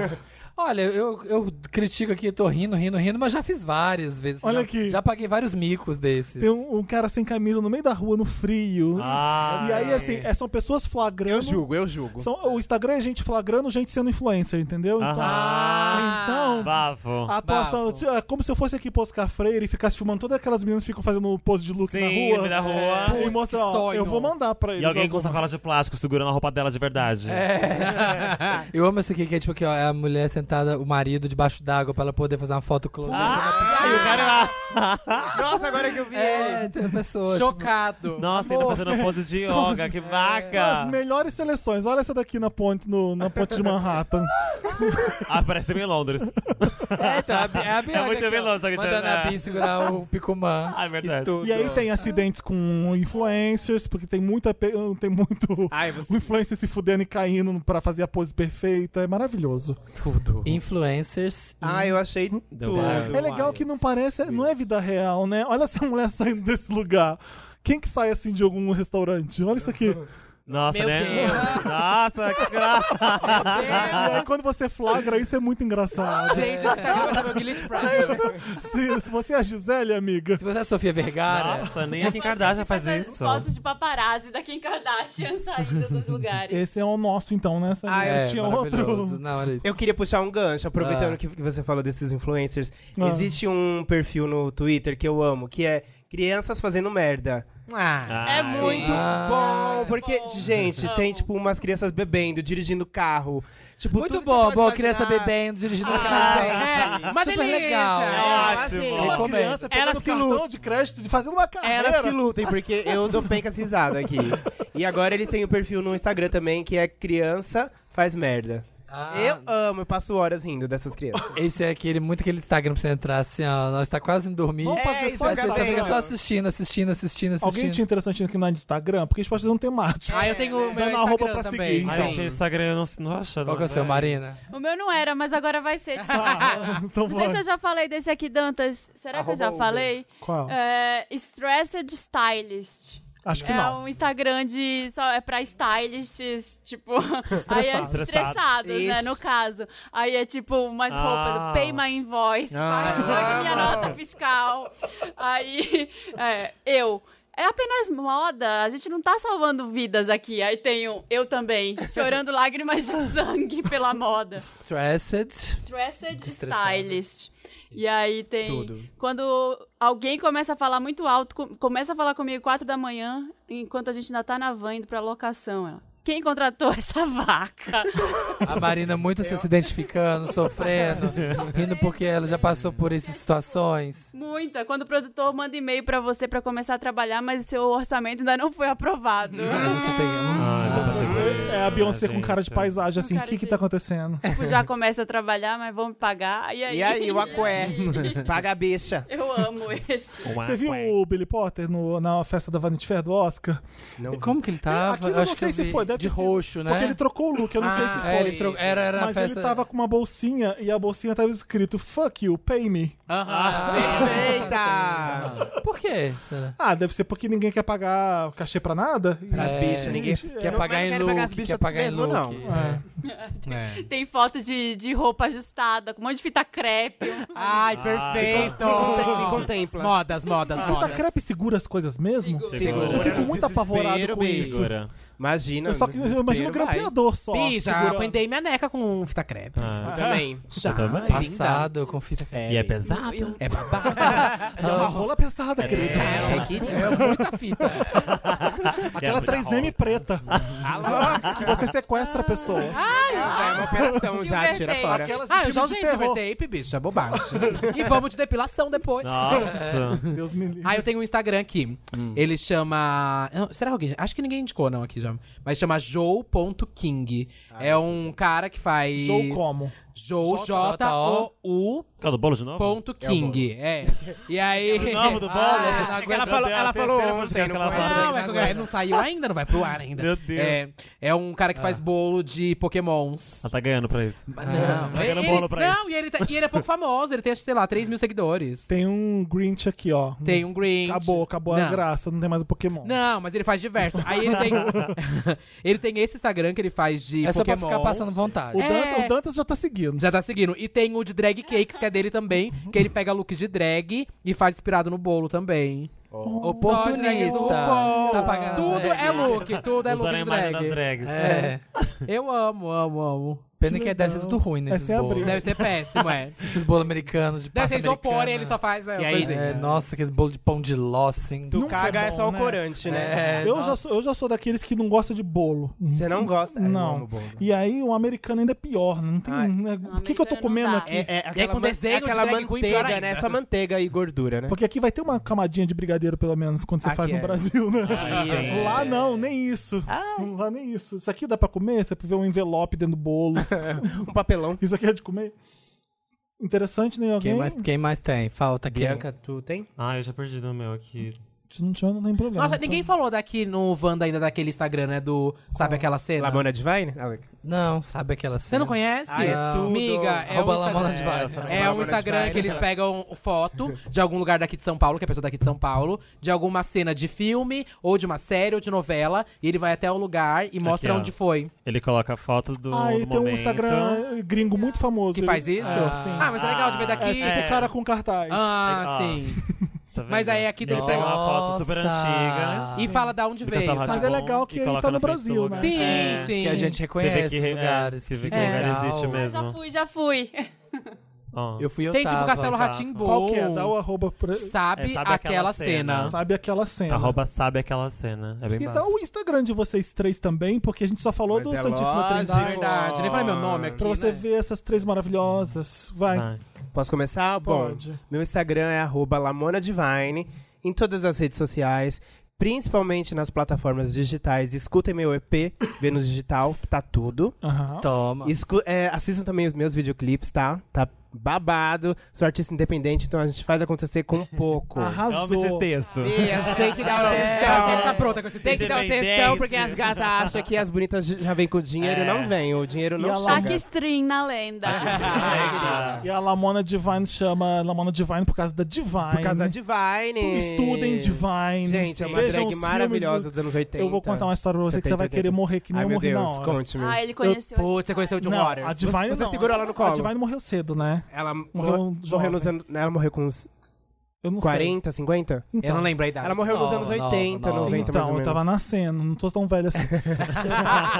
Speaker 3: Olha, eu, eu critico aqui, eu tô rindo, rindo, rindo, mas já fiz várias vezes.
Speaker 1: Olha
Speaker 3: já,
Speaker 1: aqui.
Speaker 3: Já paguei vários micos desses.
Speaker 1: Tem um, um cara sem camisa no meio da rua, no frio.
Speaker 6: Ah,
Speaker 1: e aí, assim, é, são pessoas
Speaker 7: Eu
Speaker 1: flagrando.
Speaker 7: julgo, eu julgo.
Speaker 1: São, o Instagram é gente flagrando, gente sendo influencer, entendeu? Então,
Speaker 6: Aham.
Speaker 1: então,
Speaker 6: Bafo.
Speaker 1: A atuação,
Speaker 3: Bafo.
Speaker 1: é como se eu fosse aqui pro Oscar Freire e ficasse filmando todas aquelas meninas que ficam fazendo pose de look
Speaker 6: Sim,
Speaker 1: na rua.
Speaker 6: na rua.
Speaker 1: E mostrar, ó,
Speaker 5: sonho.
Speaker 1: eu vou mandar pra eles.
Speaker 6: E alguém com
Speaker 1: algumas.
Speaker 6: sacola de plástico segurando a roupa dela de verdade. É.
Speaker 3: Eu amo esse aqui que é tipo aqui, ó, é a mulher sent- sentada o marido debaixo d'água pra ela poder fazer uma foto close.
Speaker 6: Ah, e o cara lá.
Speaker 4: Nossa, agora que eu vi
Speaker 3: é, tem uma pessoa. tipo,
Speaker 5: Chocado.
Speaker 6: Nossa, ele tá fazendo uma pose de yoga, que
Speaker 1: As
Speaker 6: vaca!
Speaker 1: melhores seleções. Olha essa daqui na ponte, no- na ponte de Manhattan.
Speaker 6: Ah, parece bem Londres.
Speaker 3: é, então, é, a Bi- é a Bianca
Speaker 6: muito
Speaker 3: aqui, ó,
Speaker 6: veloz, só que tinha-
Speaker 3: Mandando a Bi segurar o Picumã.
Speaker 6: Ah, é verdade.
Speaker 1: E aí tem acidentes com influencers, porque tem muita. pe- Tem muito.
Speaker 4: Ah,
Speaker 7: Ai, você.
Speaker 1: O influencer se fudendo e caindo pra fazer a pose perfeita. É maravilhoso.
Speaker 5: Tudo.
Speaker 3: Influencers. e-
Speaker 4: Ah, eu achei tudo.
Speaker 6: Vai.
Speaker 1: É legal que não parece. Não é vida real, né? Olha essa mulher saindo desse lugar. Quem que sai assim de algum restaurante? Olha isso aqui.
Speaker 6: Nossa,
Speaker 5: Meu
Speaker 6: né?
Speaker 5: Deus.
Speaker 6: Nossa, que graça!
Speaker 1: E
Speaker 4: é
Speaker 1: aí, quando você flagra, isso é muito engraçado.
Speaker 5: Gente, esse aqui vai ser meu Guilty Pleasure.
Speaker 1: Se, se você é a Gisele, amiga.
Speaker 3: Se você é a Sofia Vergara,
Speaker 6: Nossa, nem a Kim Kardashian faz isso.
Speaker 2: Fotos de paparazzi da Kim Kardashian saindo dos lugares.
Speaker 1: Esse é o nosso, então, né? Samir?
Speaker 4: Ah,
Speaker 1: Você
Speaker 3: é,
Speaker 1: tinha
Speaker 3: maravilhoso.
Speaker 1: outro.
Speaker 3: Não, era isso.
Speaker 4: Eu queria puxar um gancho, aproveitando
Speaker 3: Ah.
Speaker 4: que que você falou desses influencers.
Speaker 1: Ah.
Speaker 4: Existe um perfil no Twitter que eu amo, que é Crianças Fazendo Merda.
Speaker 5: Ah,
Speaker 4: É
Speaker 6: Ah,
Speaker 4: muito
Speaker 3: Ah.
Speaker 4: bom, porque,
Speaker 2: Bom.
Speaker 4: gente, tem,
Speaker 2: Amo.
Speaker 4: tipo, umas crianças bebendo, dirigindo carro. Tipo,
Speaker 3: Muito
Speaker 4: tudo que
Speaker 3: bom,
Speaker 4: você pode
Speaker 3: boa criança
Speaker 4: imaginar.
Speaker 3: bebendo, dirigindo o
Speaker 1: Ah,
Speaker 3: carro.
Speaker 5: é. Uma
Speaker 3: Super
Speaker 5: delícia.
Speaker 3: legal.
Speaker 6: É
Speaker 4: assim,
Speaker 6: ótimo.
Speaker 1: Uma
Speaker 3: Recomendo.
Speaker 1: criança pegando
Speaker 4: Elas que
Speaker 1: cartão
Speaker 4: lutam.
Speaker 1: de crédito de fazendo uma carreira. né?
Speaker 4: Elas que lutem, porque eu dou pencas risada aqui. E agora eles têm o perfil no Instagram também, que é Criança Faz Merda. Ah. Eu amo, eu passo horas rindo dessas crianças.
Speaker 3: Esse é aquele, muito aquele Instagram pra você entrar assim, ó. Nós tá quase indo dormir.
Speaker 1: Vamos fazer
Speaker 4: É, isso
Speaker 1: só
Speaker 3: Aí
Speaker 1: essa
Speaker 3: você
Speaker 4: eu
Speaker 3: só
Speaker 4: também,
Speaker 3: fica
Speaker 1: vez.
Speaker 3: só assistindo, assistindo, assistindo,
Speaker 1: Alguém tinha
Speaker 3: assistindo.
Speaker 1: interessante aqui no Instagram? Porque a gente pode fazer um temático.
Speaker 5: Ah, eu tenho o meu
Speaker 1: Dando
Speaker 5: Instagram
Speaker 1: arroba pra
Speaker 5: também.
Speaker 1: seguir. então.
Speaker 6: Ai,
Speaker 4: Sim.
Speaker 6: gente, Instagram eu não, não acho.
Speaker 3: Qual que é o
Speaker 6: não,
Speaker 3: seu,
Speaker 6: né?
Speaker 3: Marina?
Speaker 2: O meu não era, mas agora vai ser.
Speaker 1: Ah, então
Speaker 2: Não sei
Speaker 1: vai.
Speaker 2: se eu já falei desse aqui, Dantas. Será que eu já
Speaker 4: Arroba Uber.
Speaker 2: falei?
Speaker 1: Qual?
Speaker 2: É, Stressed Stylist.
Speaker 1: Acho que
Speaker 2: é
Speaker 1: não.
Speaker 2: um Instagram de. Só é pra stylists, tipo. aí é
Speaker 6: Estressados.
Speaker 2: estressados, né?
Speaker 4: Isso.
Speaker 2: No caso. Aí é tipo umas
Speaker 6: Ah.
Speaker 2: roupas, pay my invoice,
Speaker 1: Ah.
Speaker 2: pague- pague minha nota fiscal. Aí. é, eu. É apenas moda, a gente não tá salvando vidas aqui. Aí tem um eu também, chorando lágrimas de sangue pela moda.
Speaker 3: Stressed.
Speaker 2: Stressed
Speaker 3: Destressada.
Speaker 2: Stylist. E aí tem.
Speaker 4: Tudo.
Speaker 2: Quando alguém começa a falar muito alto, com- começa a falar comigo quatro da manhã, enquanto a gente ainda tá na van indo pra locação. Ela, Quem contratou essa vaca?
Speaker 3: A Marina muito assim, se identificando, sofrendo, rindo porque ela já passou por essas situações.
Speaker 2: Muita. Quando o produtor manda e-mail pra você pra começar a trabalhar, mas seu orçamento ainda não foi aprovado.
Speaker 3: Aí você tem, hum, já passei por isso.
Speaker 1: É a Beyoncé
Speaker 6: Ah,
Speaker 1: com cara de
Speaker 6: gente.
Speaker 1: paisagem, assim. O
Speaker 2: Com cara
Speaker 1: que que
Speaker 2: de-
Speaker 1: tá acontecendo?
Speaker 2: tipo, já começa a trabalhar, mas vão me pagar. E aí?
Speaker 4: E aí, o Aqué, paga a bicha.
Speaker 2: Eu amo esse.
Speaker 6: Ué,
Speaker 1: Você viu
Speaker 6: ué.
Speaker 1: o Billy Potter no- na festa da Vanity Fair do Oscar?
Speaker 4: Ah.
Speaker 3: Como que ele tava?
Speaker 1: Aquilo eu
Speaker 3: Ah, Acho
Speaker 1: não
Speaker 3: que
Speaker 1: sei se
Speaker 3: vi.
Speaker 1: foi, deve
Speaker 3: De
Speaker 1: ter sido-
Speaker 3: roxo, né?
Speaker 1: Porque ele trocou o look, eu não sei se
Speaker 5: Ah,
Speaker 1: foi.
Speaker 3: É, ele trocou. Era, era a
Speaker 1: Mas
Speaker 3: festa.
Speaker 1: ele tava com uma bolsinha e a bolsinha tava escrito Fuck you, pay me.
Speaker 5: Aham.
Speaker 2: É
Speaker 4: Eita!
Speaker 3: Por quê? Será?
Speaker 1: Ah, deve ser porque ninguém quer pagar cachê pra nada. E-
Speaker 4: As
Speaker 3: É.
Speaker 4: bichas, ninguém.
Speaker 3: Quer
Speaker 4: Não,
Speaker 3: pagar
Speaker 4: mas
Speaker 3: em
Speaker 4: quero pagar as
Speaker 3: look,
Speaker 4: bichas
Speaker 3: quer pagar em
Speaker 4: mesmo,
Speaker 3: look.
Speaker 4: não.
Speaker 3: é. É.
Speaker 2: Tem foto de, de roupa ajustada, com um monte de fita crepe. um,
Speaker 5: Ai,
Speaker 4: Me contem- Me
Speaker 5: perfeito.
Speaker 4: contempla.
Speaker 5: Modas, modas,
Speaker 1: Puta,
Speaker 5: modas.
Speaker 1: Tipo, crepe segura as coisas mesmo?
Speaker 2: Segura.
Speaker 6: Segura.
Speaker 1: Eu fico muito
Speaker 4: Desespero,
Speaker 1: apavorado com
Speaker 4: baby.
Speaker 1: isso.
Speaker 6: Segura.
Speaker 4: Imagina.
Speaker 1: Eu só
Speaker 4: no
Speaker 1: que eu
Speaker 4: desespero,
Speaker 1: imagino o
Speaker 4: vai.
Speaker 1: grampeador só.
Speaker 5: Bi, já
Speaker 1: segurando.
Speaker 5: aguentei minha neca com fita crepe.
Speaker 6: Ah.
Speaker 4: Também.
Speaker 5: Já.
Speaker 6: também.
Speaker 3: Passado, com fita.
Speaker 6: E é pesado?
Speaker 2: Eu-
Speaker 5: É babado.
Speaker 1: É uma rola pesada, querida.
Speaker 5: É, que-
Speaker 3: É muita fita.
Speaker 1: Aquela 3M preta. que você sequestra pessoas.
Speaker 4: Vai Ah, é uma operação já, tira
Speaker 2: Silver
Speaker 4: fora.
Speaker 2: tape.
Speaker 1: Aquelas de
Speaker 5: Ah, eu
Speaker 1: filme
Speaker 5: já
Speaker 1: de
Speaker 5: usei
Speaker 1: terror.
Speaker 5: silver tape, bicho. É bobagem. e vamos de depilação depois.
Speaker 6: Nossa.
Speaker 1: Deus me livre.
Speaker 5: Ah, eu tenho um Instagram aqui. Ele chama. eu não- Será que alguém. Acho que ninguém indicou, não, aqui já. Mas chama Joe.king.
Speaker 6: Ah,
Speaker 5: é um cara que faz.
Speaker 1: Sou como?
Speaker 5: Joe,
Speaker 3: J-O-U.
Speaker 5: J-O-U.
Speaker 6: Qual do bolo de novo?
Speaker 5: Ponto King. É. E aí.
Speaker 6: De novo do bolo?
Speaker 5: Ah,
Speaker 4: É que ela falou, ela falou ontem, não foi?
Speaker 5: Não, é
Speaker 3: Não
Speaker 5: que- é, não saiu ainda, não vai pro ar ainda.
Speaker 6: Meu Deus.
Speaker 5: É, é um cara que faz bolo de pokémons.
Speaker 6: Ela tá ganhando pra isso.
Speaker 5: Não,
Speaker 6: tá ganhando
Speaker 5: ele-
Speaker 6: bolo pra
Speaker 5: não, E, ele tá- e ele é pouco famoso, ele tem, acho que, sei lá, 3 mil seguidores.
Speaker 1: Tem um Grinch aqui, ó.
Speaker 5: Tem um Green.
Speaker 1: Acabou, acabou a
Speaker 5: Não.
Speaker 1: graça, não tem mais o Pokémon.
Speaker 5: Não, mas ele faz diversos. Aí ele tem. ele tem esse Instagram que ele faz de
Speaker 3: É só pra
Speaker 5: Pokémon.
Speaker 3: ficar passando
Speaker 1: O,
Speaker 3: vontade.
Speaker 5: É.
Speaker 1: Dan- o Dantas já tá seguindo.
Speaker 5: Já tá seguindo. E tem o de drag cakes, que é dele também,
Speaker 3: Uhum.
Speaker 5: que ele pega looks de drag e faz inspirado no bolo também.
Speaker 3: Oportunista.
Speaker 5: Opa!
Speaker 3: Tá pagando. as
Speaker 5: Tudo
Speaker 3: drag.
Speaker 5: é look, tudo é
Speaker 6: Usando
Speaker 5: look
Speaker 6: a
Speaker 5: de
Speaker 6: imagem das
Speaker 5: drag.
Speaker 6: drags.
Speaker 3: É.
Speaker 5: Eu amo, amo, amo.
Speaker 3: Pena
Speaker 1: Que
Speaker 3: que, deve ser
Speaker 1: legal.
Speaker 3: tudo ruim, né?
Speaker 1: É
Speaker 3: Esses
Speaker 1: sem abrir.
Speaker 3: bolos.
Speaker 5: Deve ser péssimo, é.
Speaker 3: Esses bolos americanos de
Speaker 5: Deve
Speaker 3: pasta
Speaker 5: ser isopor,
Speaker 3: americana.
Speaker 5: ele só faz. É,
Speaker 3: E aí, é, nossa, aqueles bolos de pão de ló, assim.
Speaker 4: Tu
Speaker 1: Nunca
Speaker 4: caga
Speaker 1: é
Speaker 4: é,
Speaker 1: bom,
Speaker 4: só o
Speaker 1: né?
Speaker 4: corante, né?
Speaker 3: É,
Speaker 1: Eu
Speaker 3: nossa.
Speaker 1: já, sou, eu já sou daqueles que não gosta de bolo.
Speaker 4: Você não gosta. É, Ai, eu
Speaker 1: Não.
Speaker 4: amo bolo.
Speaker 1: E aí, o americano ainda é pior. Não tem.
Speaker 4: Ai.
Speaker 1: né,
Speaker 2: Não,
Speaker 1: o que, que eu tô
Speaker 2: americano não
Speaker 1: comendo
Speaker 2: dá.
Speaker 1: aqui?
Speaker 4: É, é aquela,
Speaker 5: com
Speaker 4: man-
Speaker 5: desenho
Speaker 4: é
Speaker 5: de
Speaker 4: aquela
Speaker 5: drag queen, pior
Speaker 4: manteiga, né?
Speaker 5: ainda.
Speaker 4: Só manteiga e gordura, né?
Speaker 1: Porque aqui vai ter uma camadinha de brigadeiro, pelo menos, quando você
Speaker 4: Aqui
Speaker 1: faz no
Speaker 4: é.
Speaker 1: Brasil, né?
Speaker 6: sim.
Speaker 1: Lá não, nem isso. Lá nem isso. Isso aqui dá pra comer? Você vê um envelope dentro do bolo.
Speaker 4: Um papelão.
Speaker 1: isso aqui é de comer? Interessante, né? Alguém?
Speaker 3: Quem mais, quem mais tem? Falta aqui. um.
Speaker 4: Bianca, tu tem?
Speaker 6: Ah, eu já perdi do meu aqui.
Speaker 1: Se não tiver, não tem problema.
Speaker 5: Nossa,
Speaker 1: Só-
Speaker 5: ninguém falou daqui no Wanda ainda daquele Instagram, né? Do. Sabe aquela cena?
Speaker 4: Lamona Divine? Ah,
Speaker 3: Não, sabe aquela cena?
Speaker 5: Você não conhece?
Speaker 4: Ah, é tudo.
Speaker 5: Amiga, é
Speaker 3: Rouba
Speaker 5: um
Speaker 3: Lamona
Speaker 5: Instagram-
Speaker 3: de
Speaker 6: Vara.
Speaker 5: É um
Speaker 4: Lamona de
Speaker 5: Instagram
Speaker 4: Vara.
Speaker 5: que eles pegam foto de algum lugar daqui de São Paulo, que a pessoa daqui de São Paulo, de alguma cena de filme, ou de uma série, ou de novela, e ele vai até o lugar e mostra
Speaker 6: ó.
Speaker 5: onde foi.
Speaker 6: Ele coloca fotos do,
Speaker 1: Ah,
Speaker 6: do
Speaker 1: e tem um
Speaker 6: momento.
Speaker 1: Instagram gringo muito famoso.
Speaker 5: Que
Speaker 1: Ele-
Speaker 5: faz isso?
Speaker 1: É, sim.
Speaker 5: Ah, mas é legal de ver
Speaker 1: É
Speaker 5: daqui.
Speaker 1: tipo
Speaker 6: É.
Speaker 1: cara com cartaz.
Speaker 6: Ah.
Speaker 5: Ah, sim.
Speaker 6: Tá vendo?
Speaker 5: Mas aí aqui
Speaker 6: Ele
Speaker 5: tem-
Speaker 6: pega uma foto super
Speaker 3: Nossa.
Speaker 6: antiga.
Speaker 5: E fala da onde
Speaker 6: Fica essa
Speaker 5: veio.
Speaker 6: raiva
Speaker 5: sabe?
Speaker 1: Mas é
Speaker 6: bom
Speaker 1: legal
Speaker 6: e
Speaker 1: que ele
Speaker 6: coloca
Speaker 1: tá no Brasil,
Speaker 6: Facebook,
Speaker 1: né?
Speaker 6: né?
Speaker 5: Sim,
Speaker 6: É.
Speaker 5: sim.
Speaker 3: Que a gente reconhece
Speaker 6: Você vê
Speaker 3: os
Speaker 6: que-
Speaker 3: lugares.
Speaker 6: é, que vê que
Speaker 5: lugar
Speaker 3: legal.
Speaker 6: existe mesmo.
Speaker 2: Já fui, já fui.
Speaker 6: Ó.
Speaker 3: Eu fui, eu
Speaker 5: Tem tipo
Speaker 3: tava.
Speaker 5: Castelo
Speaker 6: tava.
Speaker 5: Ratimbo.
Speaker 1: Qual que é? Dá o arroba pra...
Speaker 5: Sabe,
Speaker 6: É,
Speaker 5: aquela, cena.
Speaker 1: Sabe aquela cena.
Speaker 6: Arroba sabe aquela cena. É bem
Speaker 1: E
Speaker 6: básico.
Speaker 1: dá o Instagram de vocês três também, porque a gente só falou
Speaker 4: Mas
Speaker 1: do
Speaker 4: é
Speaker 1: Santíssima
Speaker 4: lógico.
Speaker 1: Trindade.
Speaker 5: Verdade, nem falei meu nome aqui.
Speaker 1: Pra você
Speaker 5: né?
Speaker 1: ver essas três maravilhosas. Vai.
Speaker 6: Vai.
Speaker 4: Posso começar?
Speaker 1: Pode.
Speaker 4: Bom, meu Instagram é arroba Lamona Divine, em todas as redes sociais, principalmente nas plataformas digitais. Escutem meu EP, Vênus Digital, que tá tudo.
Speaker 1: Aham.
Speaker 3: Toma.
Speaker 4: Escu é, assistam também os meus videoclipes, tá? Tá babado. Sou artista independente, então a gente faz acontecer com pouco.
Speaker 6: Amo esse
Speaker 1: Arrasou.
Speaker 6: texto.
Speaker 4: Ih, eu sei que dá um
Speaker 1: É.
Speaker 5: Você tá
Speaker 4: textão.
Speaker 5: pronta com esse
Speaker 4: Tem que dar um textão, porque as gatas acham que as bonitas já vêm com dinheiro. Não vem, o dinheiro
Speaker 1: É. E a
Speaker 4: não
Speaker 2: Shaq
Speaker 4: chega. Ah.
Speaker 2: String na lenda.
Speaker 6: Eita.
Speaker 1: E a Lamona Divine chama Lamona Divine por causa da Divine.
Speaker 4: Por causa da Divine.
Speaker 1: Estudem Divine.
Speaker 4: Gente, é uma
Speaker 1: Vejam os
Speaker 4: drag
Speaker 1: filmes
Speaker 4: maravilhosa
Speaker 1: do-
Speaker 4: dos anos 80.
Speaker 1: Eu vou contar uma história pra você que você
Speaker 4: 70,
Speaker 1: vai querer
Speaker 4: 80.
Speaker 1: morrer, que nem
Speaker 4: Ai,
Speaker 1: eu
Speaker 4: meu
Speaker 1: morri na
Speaker 4: Deus,
Speaker 1: hora.
Speaker 4: conte-me.
Speaker 2: Ah, ele conheceu.
Speaker 5: Putz, você conheceu o John
Speaker 1: Não, a
Speaker 5: Waters.
Speaker 1: Divine
Speaker 4: Você
Speaker 1: não.
Speaker 4: segurou ela no colo?
Speaker 1: A Divine morreu cedo, né?
Speaker 4: Ela
Speaker 1: Morreu
Speaker 4: morreu,
Speaker 1: jovem.
Speaker 4: morreu nos anos. Ela morreu com uns
Speaker 1: Eu não
Speaker 4: 40, 50?
Speaker 1: sei.
Speaker 5: Eu
Speaker 1: Então,
Speaker 5: não lembro a idade.
Speaker 4: Ela morreu nos
Speaker 3: nova,
Speaker 4: anos
Speaker 3: nova,
Speaker 4: 80,
Speaker 3: nova.
Speaker 4: 90, mais ou
Speaker 1: Então, eu
Speaker 4: menos.
Speaker 1: tava nascendo, não tô tão velho assim.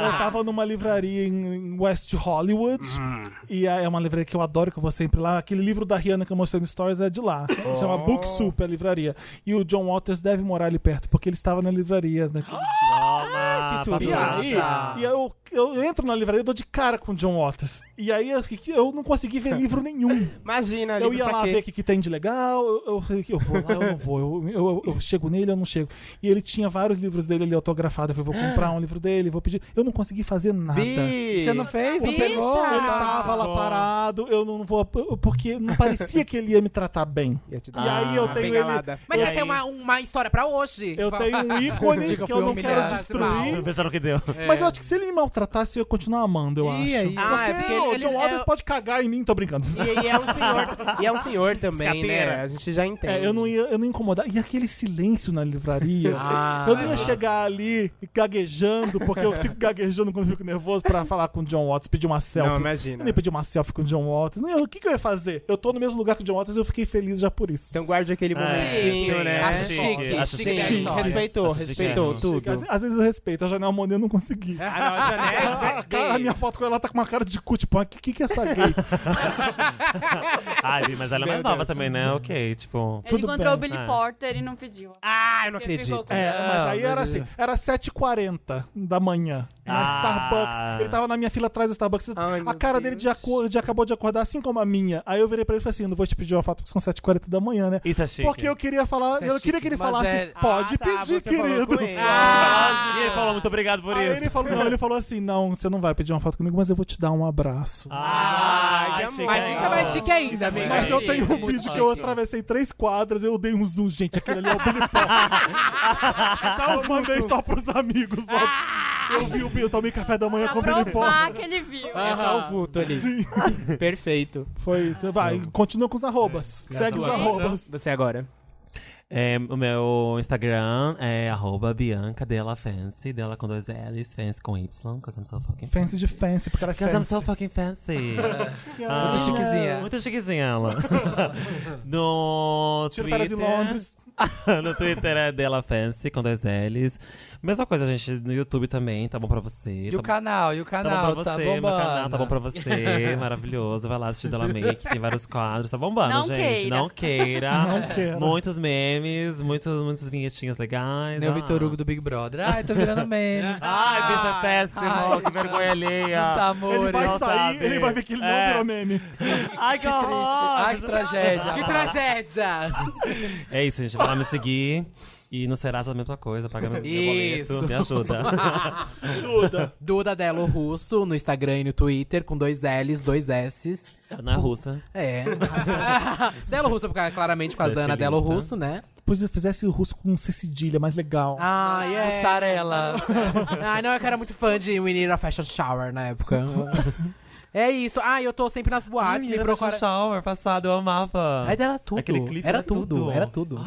Speaker 1: eu tava numa livraria em em West Hollywood,
Speaker 4: Hum.
Speaker 1: e é uma livraria que eu adoro, que eu vou sempre lá. Aquele livro da Rihanna que eu mostrei no Stories é de lá.
Speaker 4: Oh.
Speaker 1: Chama Book Soup, é a livraria. E o John Waters deve morar ali perto, porque ele estava na livraria naquele
Speaker 4: Ah,
Speaker 1: dia.
Speaker 6: Toma,
Speaker 4: que tudo.
Speaker 1: E
Speaker 6: papelada.
Speaker 1: aí, e eu, eu entro na livraria, eu dou de cara com o John Waters. E aí eu, eu não consegui ver livro nenhum.
Speaker 4: Imagina,
Speaker 1: Eu
Speaker 4: livro
Speaker 1: ia
Speaker 4: tá pra
Speaker 1: lá
Speaker 4: quê?
Speaker 1: ver o que, que tem de legal, eu, eu falei que eu vou lá, eu não vou, eu, eu, eu- eu chego nele, eu não chego. E ele tinha vários livros dele ali autografados, eu falei, vou comprar um livro dele, vou pedir. Eu não consegui fazer nada.
Speaker 4: Bi!
Speaker 3: Você não fez? Não
Speaker 5: Bicha!
Speaker 3: pegou?
Speaker 1: Ele tava lá parado, eu não vou. Porque não parecia que ele ia me tratar bem.
Speaker 4: Ia te dar
Speaker 1: E aí eu
Speaker 4: uma
Speaker 1: tenho
Speaker 4: bengalada.
Speaker 1: ele.
Speaker 5: Mas
Speaker 1: eu,
Speaker 5: você tem uma, uma história pra hoje.
Speaker 1: eu tenho um ícone
Speaker 3: Diga,
Speaker 1: que eu
Speaker 3: fui
Speaker 1: não quero
Speaker 3: humilhado.
Speaker 1: destruir.
Speaker 6: Veja no que deu.
Speaker 1: Mas eu acho que se ele me maltratasse, eu ia continuar amando, eu acho.
Speaker 3: Ih, aí.
Speaker 4: Ah, é
Speaker 1: Porque
Speaker 4: porque ele-
Speaker 1: o
Speaker 4: ele-
Speaker 1: John Waters
Speaker 4: é-
Speaker 1: pode cagar em mim, tô brincando.
Speaker 4: E, e é um senhor, e é um senhor também, né?
Speaker 6: Escateira.
Speaker 4: A gente já entende.
Speaker 1: É, eu não ia eu não ia incomodar. E aquele silêncio na livraria. eu não ia chegar ali gaguejando, porque eu fico gaguejando quando eu fico nervoso pra falar com o John Watts, pedir uma selfie.
Speaker 4: Não, imagina.
Speaker 1: Eu nem pedi uma selfie com o John Watts. Não, o que, que eu ia fazer? Eu tô no mesmo lugar que o John Watts e eu fiquei feliz já por isso.
Speaker 4: Então guarde aquele
Speaker 6: Ah, é.
Speaker 4: momentinho,
Speaker 6: Sim,
Speaker 4: né?
Speaker 5: Acho
Speaker 6: Sim,
Speaker 5: chique,
Speaker 6: acho
Speaker 5: chique da
Speaker 6: chique.
Speaker 5: história.
Speaker 4: Respeitou,
Speaker 6: Acho
Speaker 4: respeitou
Speaker 6: chique.
Speaker 4: tudo.
Speaker 1: Às, às vezes eu respeito, a Janel Monet eu não consegui.
Speaker 4: Ah, não, a
Speaker 1: A,
Speaker 4: Janelle-
Speaker 1: cara-
Speaker 4: é.
Speaker 1: a minha foto com ela tá com uma cara de cu, tipo, o que, que que é essa gay?
Speaker 6: Ai, Bi, mas ela é mais
Speaker 4: Meu
Speaker 6: nova
Speaker 4: Deus.
Speaker 6: também, né? Ok, tipo.
Speaker 2: Ele
Speaker 1: Tudo
Speaker 2: encontrou o
Speaker 1: bem.
Speaker 2: Billy
Speaker 6: É.
Speaker 2: Porter e não pediu.
Speaker 4: Ah, eu não
Speaker 2: Porque ficou
Speaker 4: acredito.
Speaker 2: com-
Speaker 1: É, mas aí
Speaker 3: mas
Speaker 1: era
Speaker 3: ele-
Speaker 1: assim, era 7h40 da manhã, na
Speaker 6: Ah.
Speaker 1: Starbucks. Ele tava na minha fila atrás da Starbucks.
Speaker 4: Ai,
Speaker 1: a
Speaker 4: meu
Speaker 1: cara dele de,
Speaker 4: Deus.
Speaker 1: aco- de acabou de acordar, assim como a minha. Aí eu virei pra ele e falei assim, não vou te pedir uma foto porque são 7h40 da manhã, né?
Speaker 6: Isso é chique.
Speaker 1: Porque eu queria falar,
Speaker 3: Isso é
Speaker 1: eu queria que ele
Speaker 3: chique, mas
Speaker 1: falasse,
Speaker 3: é-
Speaker 1: pode
Speaker 4: Ah, tá,
Speaker 1: pedir,
Speaker 4: você falou
Speaker 1: querido.
Speaker 4: com ele.
Speaker 6: Ah, e ele falou muito obrigado por
Speaker 1: Aí
Speaker 6: isso.
Speaker 1: Ah, ele falou, não, ele falou assim, não, você não vai pedir uma foto comigo, mas eu vou te dar um abraço.
Speaker 6: Ah, que
Speaker 5: Mas isso é mais chique ainda, amiga.
Speaker 1: Mas eu tenho um
Speaker 5: é Muito
Speaker 1: vídeo
Speaker 5: chique.
Speaker 1: que eu atravessei três quadras, eu dei um zoom, gente, aquele ali é o Billy Porter. Só eu mandei só pros amigos, só. Eu vi o Bill, tomei café da manhã
Speaker 2: Pra
Speaker 1: com o Billy
Speaker 2: provar
Speaker 1: Porter.
Speaker 2: que ele viu.
Speaker 4: É só o vulto ali. Perfeito.
Speaker 1: Foi, vai, continua com os arrobas. Segue os
Speaker 6: Obrigado.
Speaker 1: arrobas.
Speaker 4: Você agora.
Speaker 6: É, o meu Instagram é arroba Bianca Della Fancy, dela com dois L's, Fancy com Y, cause I'm so fucking fancy.
Speaker 1: Fancy de fancy, porque ela é
Speaker 6: Cause I'm so
Speaker 1: fancy.
Speaker 6: fucking fancy. É
Speaker 1: Ah,
Speaker 3: Muito chiquezinha.
Speaker 6: Muito chiquezinha ela. no
Speaker 1: Tiro férias em
Speaker 6: Twitter-
Speaker 1: Londres.
Speaker 6: no Twitter é Della Fancy com dois L's. Mesma coisa, gente, no YouTube também, tá bom pra você.
Speaker 3: E
Speaker 6: tá
Speaker 3: o canal, e o
Speaker 6: Tá bom
Speaker 3: canal,
Speaker 6: pra
Speaker 3: tá
Speaker 6: você, meu canal tá bom
Speaker 3: bombando.
Speaker 6: pra você, maravilhoso. Vai lá assistir Della Make, tem vários quadros, tá bombando,
Speaker 2: Não
Speaker 6: gente.
Speaker 2: queira.
Speaker 6: Não queira.
Speaker 1: Não queira.
Speaker 6: Muitos memes, muitos, muitos vinhetinhas legais.
Speaker 3: Nem o
Speaker 6: Ah.
Speaker 3: Vitor Hugo do Big Brother. Ai, tô virando meme.
Speaker 6: Ai, bicha péssimo,
Speaker 3: Ai,
Speaker 6: que vergonha alheia.
Speaker 3: Tá, amor.
Speaker 1: Ele vai
Speaker 6: Não
Speaker 1: sair,
Speaker 6: sabe.
Speaker 1: ele vai ver que ele não
Speaker 6: É.
Speaker 1: virou meme.
Speaker 6: Ai, que, horror.
Speaker 3: Ai, que
Speaker 1: Ah,
Speaker 3: tragédia.
Speaker 1: tá.
Speaker 5: Que tragédia!
Speaker 6: É isso, gente. Vai lá me seguir. E no Serasa é a mesma coisa, paga meu, meu boleto,
Speaker 5: Isso.
Speaker 6: me ajuda.
Speaker 5: Duda Delo Russo no Instagram e no Twitter, com dois L's, dois S's.
Speaker 6: Na russa.
Speaker 5: É. Delo Russo, porque, é claramente
Speaker 1: É
Speaker 5: por causa da
Speaker 6: Desse
Speaker 5: Ana Delo
Speaker 6: link, né?
Speaker 5: Russo, né?
Speaker 1: Depois eu fizesse o russo com C cedilha, mais legal.
Speaker 5: Ah, é.
Speaker 3: Mussarela.
Speaker 5: Ai, não, é que eu era muito fã de We Need a Fashion Shower na época. é isso. Ah, e eu tô sempre nas
Speaker 6: Ai,
Speaker 5: boates, me
Speaker 6: menina,
Speaker 5: procura. tá
Speaker 6: Fashion Shower, passado, eu amava.
Speaker 5: Aí era tudo.
Speaker 6: Ah. Aquele clipe
Speaker 5: era tudo, era tudo.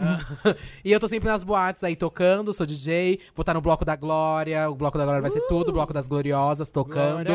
Speaker 5: Ah, e eu tô sempre nas boates aí tocando, sou DJ, vou estar no Bloco da Glória, o Bloco da Glória vai ser
Speaker 4: Uh!
Speaker 5: tudo, o Bloco das Gloriosas tocando.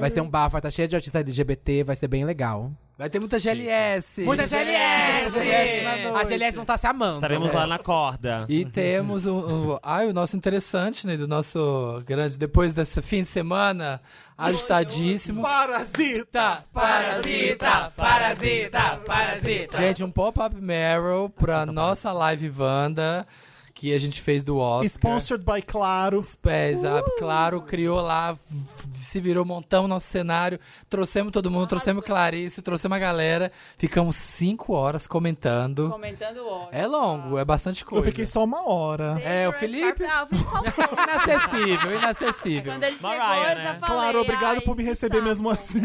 Speaker 5: Vai ser um bafo, vai estar cheio de artista LGBT, vai ser bem legal.
Speaker 3: Vai ter muita GLS.
Speaker 5: Muita GLS!
Speaker 3: GLS na noite.
Speaker 5: A GLS não tá se amando.
Speaker 6: Estaremos lá na corda.
Speaker 3: E temos o, o, ai, o nosso interessante, né? Do nosso grande, depois desse fim de semana, agitadíssimo.
Speaker 1: Parasita!
Speaker 3: Parasita, parasita, parasita. Gente, um pop-up Meryl pra nossa live Wanda, que a gente fez do Oscar.
Speaker 1: Sponsored by Claro.
Speaker 3: Pés, a Claro criou lá, se virou montão o nosso cenário. Trouxemos todo mundo, trouxemos Clarice, trouxemos a galera. Ficamos cinco horas comentando.
Speaker 2: Comentando o
Speaker 3: É longo, é bastante
Speaker 1: Eu
Speaker 3: coisa.
Speaker 1: fiquei só uma hora.
Speaker 3: É, o Felipe.
Speaker 2: Ah, o Felipe faltou.
Speaker 3: Inacessível, inacessível.
Speaker 2: Quando ele chegou,
Speaker 6: Mariah,
Speaker 2: eu já
Speaker 6: né?
Speaker 2: falei.
Speaker 1: claro, obrigado
Speaker 2: ai,
Speaker 1: por me
Speaker 2: que
Speaker 1: receber
Speaker 2: saco.
Speaker 1: mesmo assim.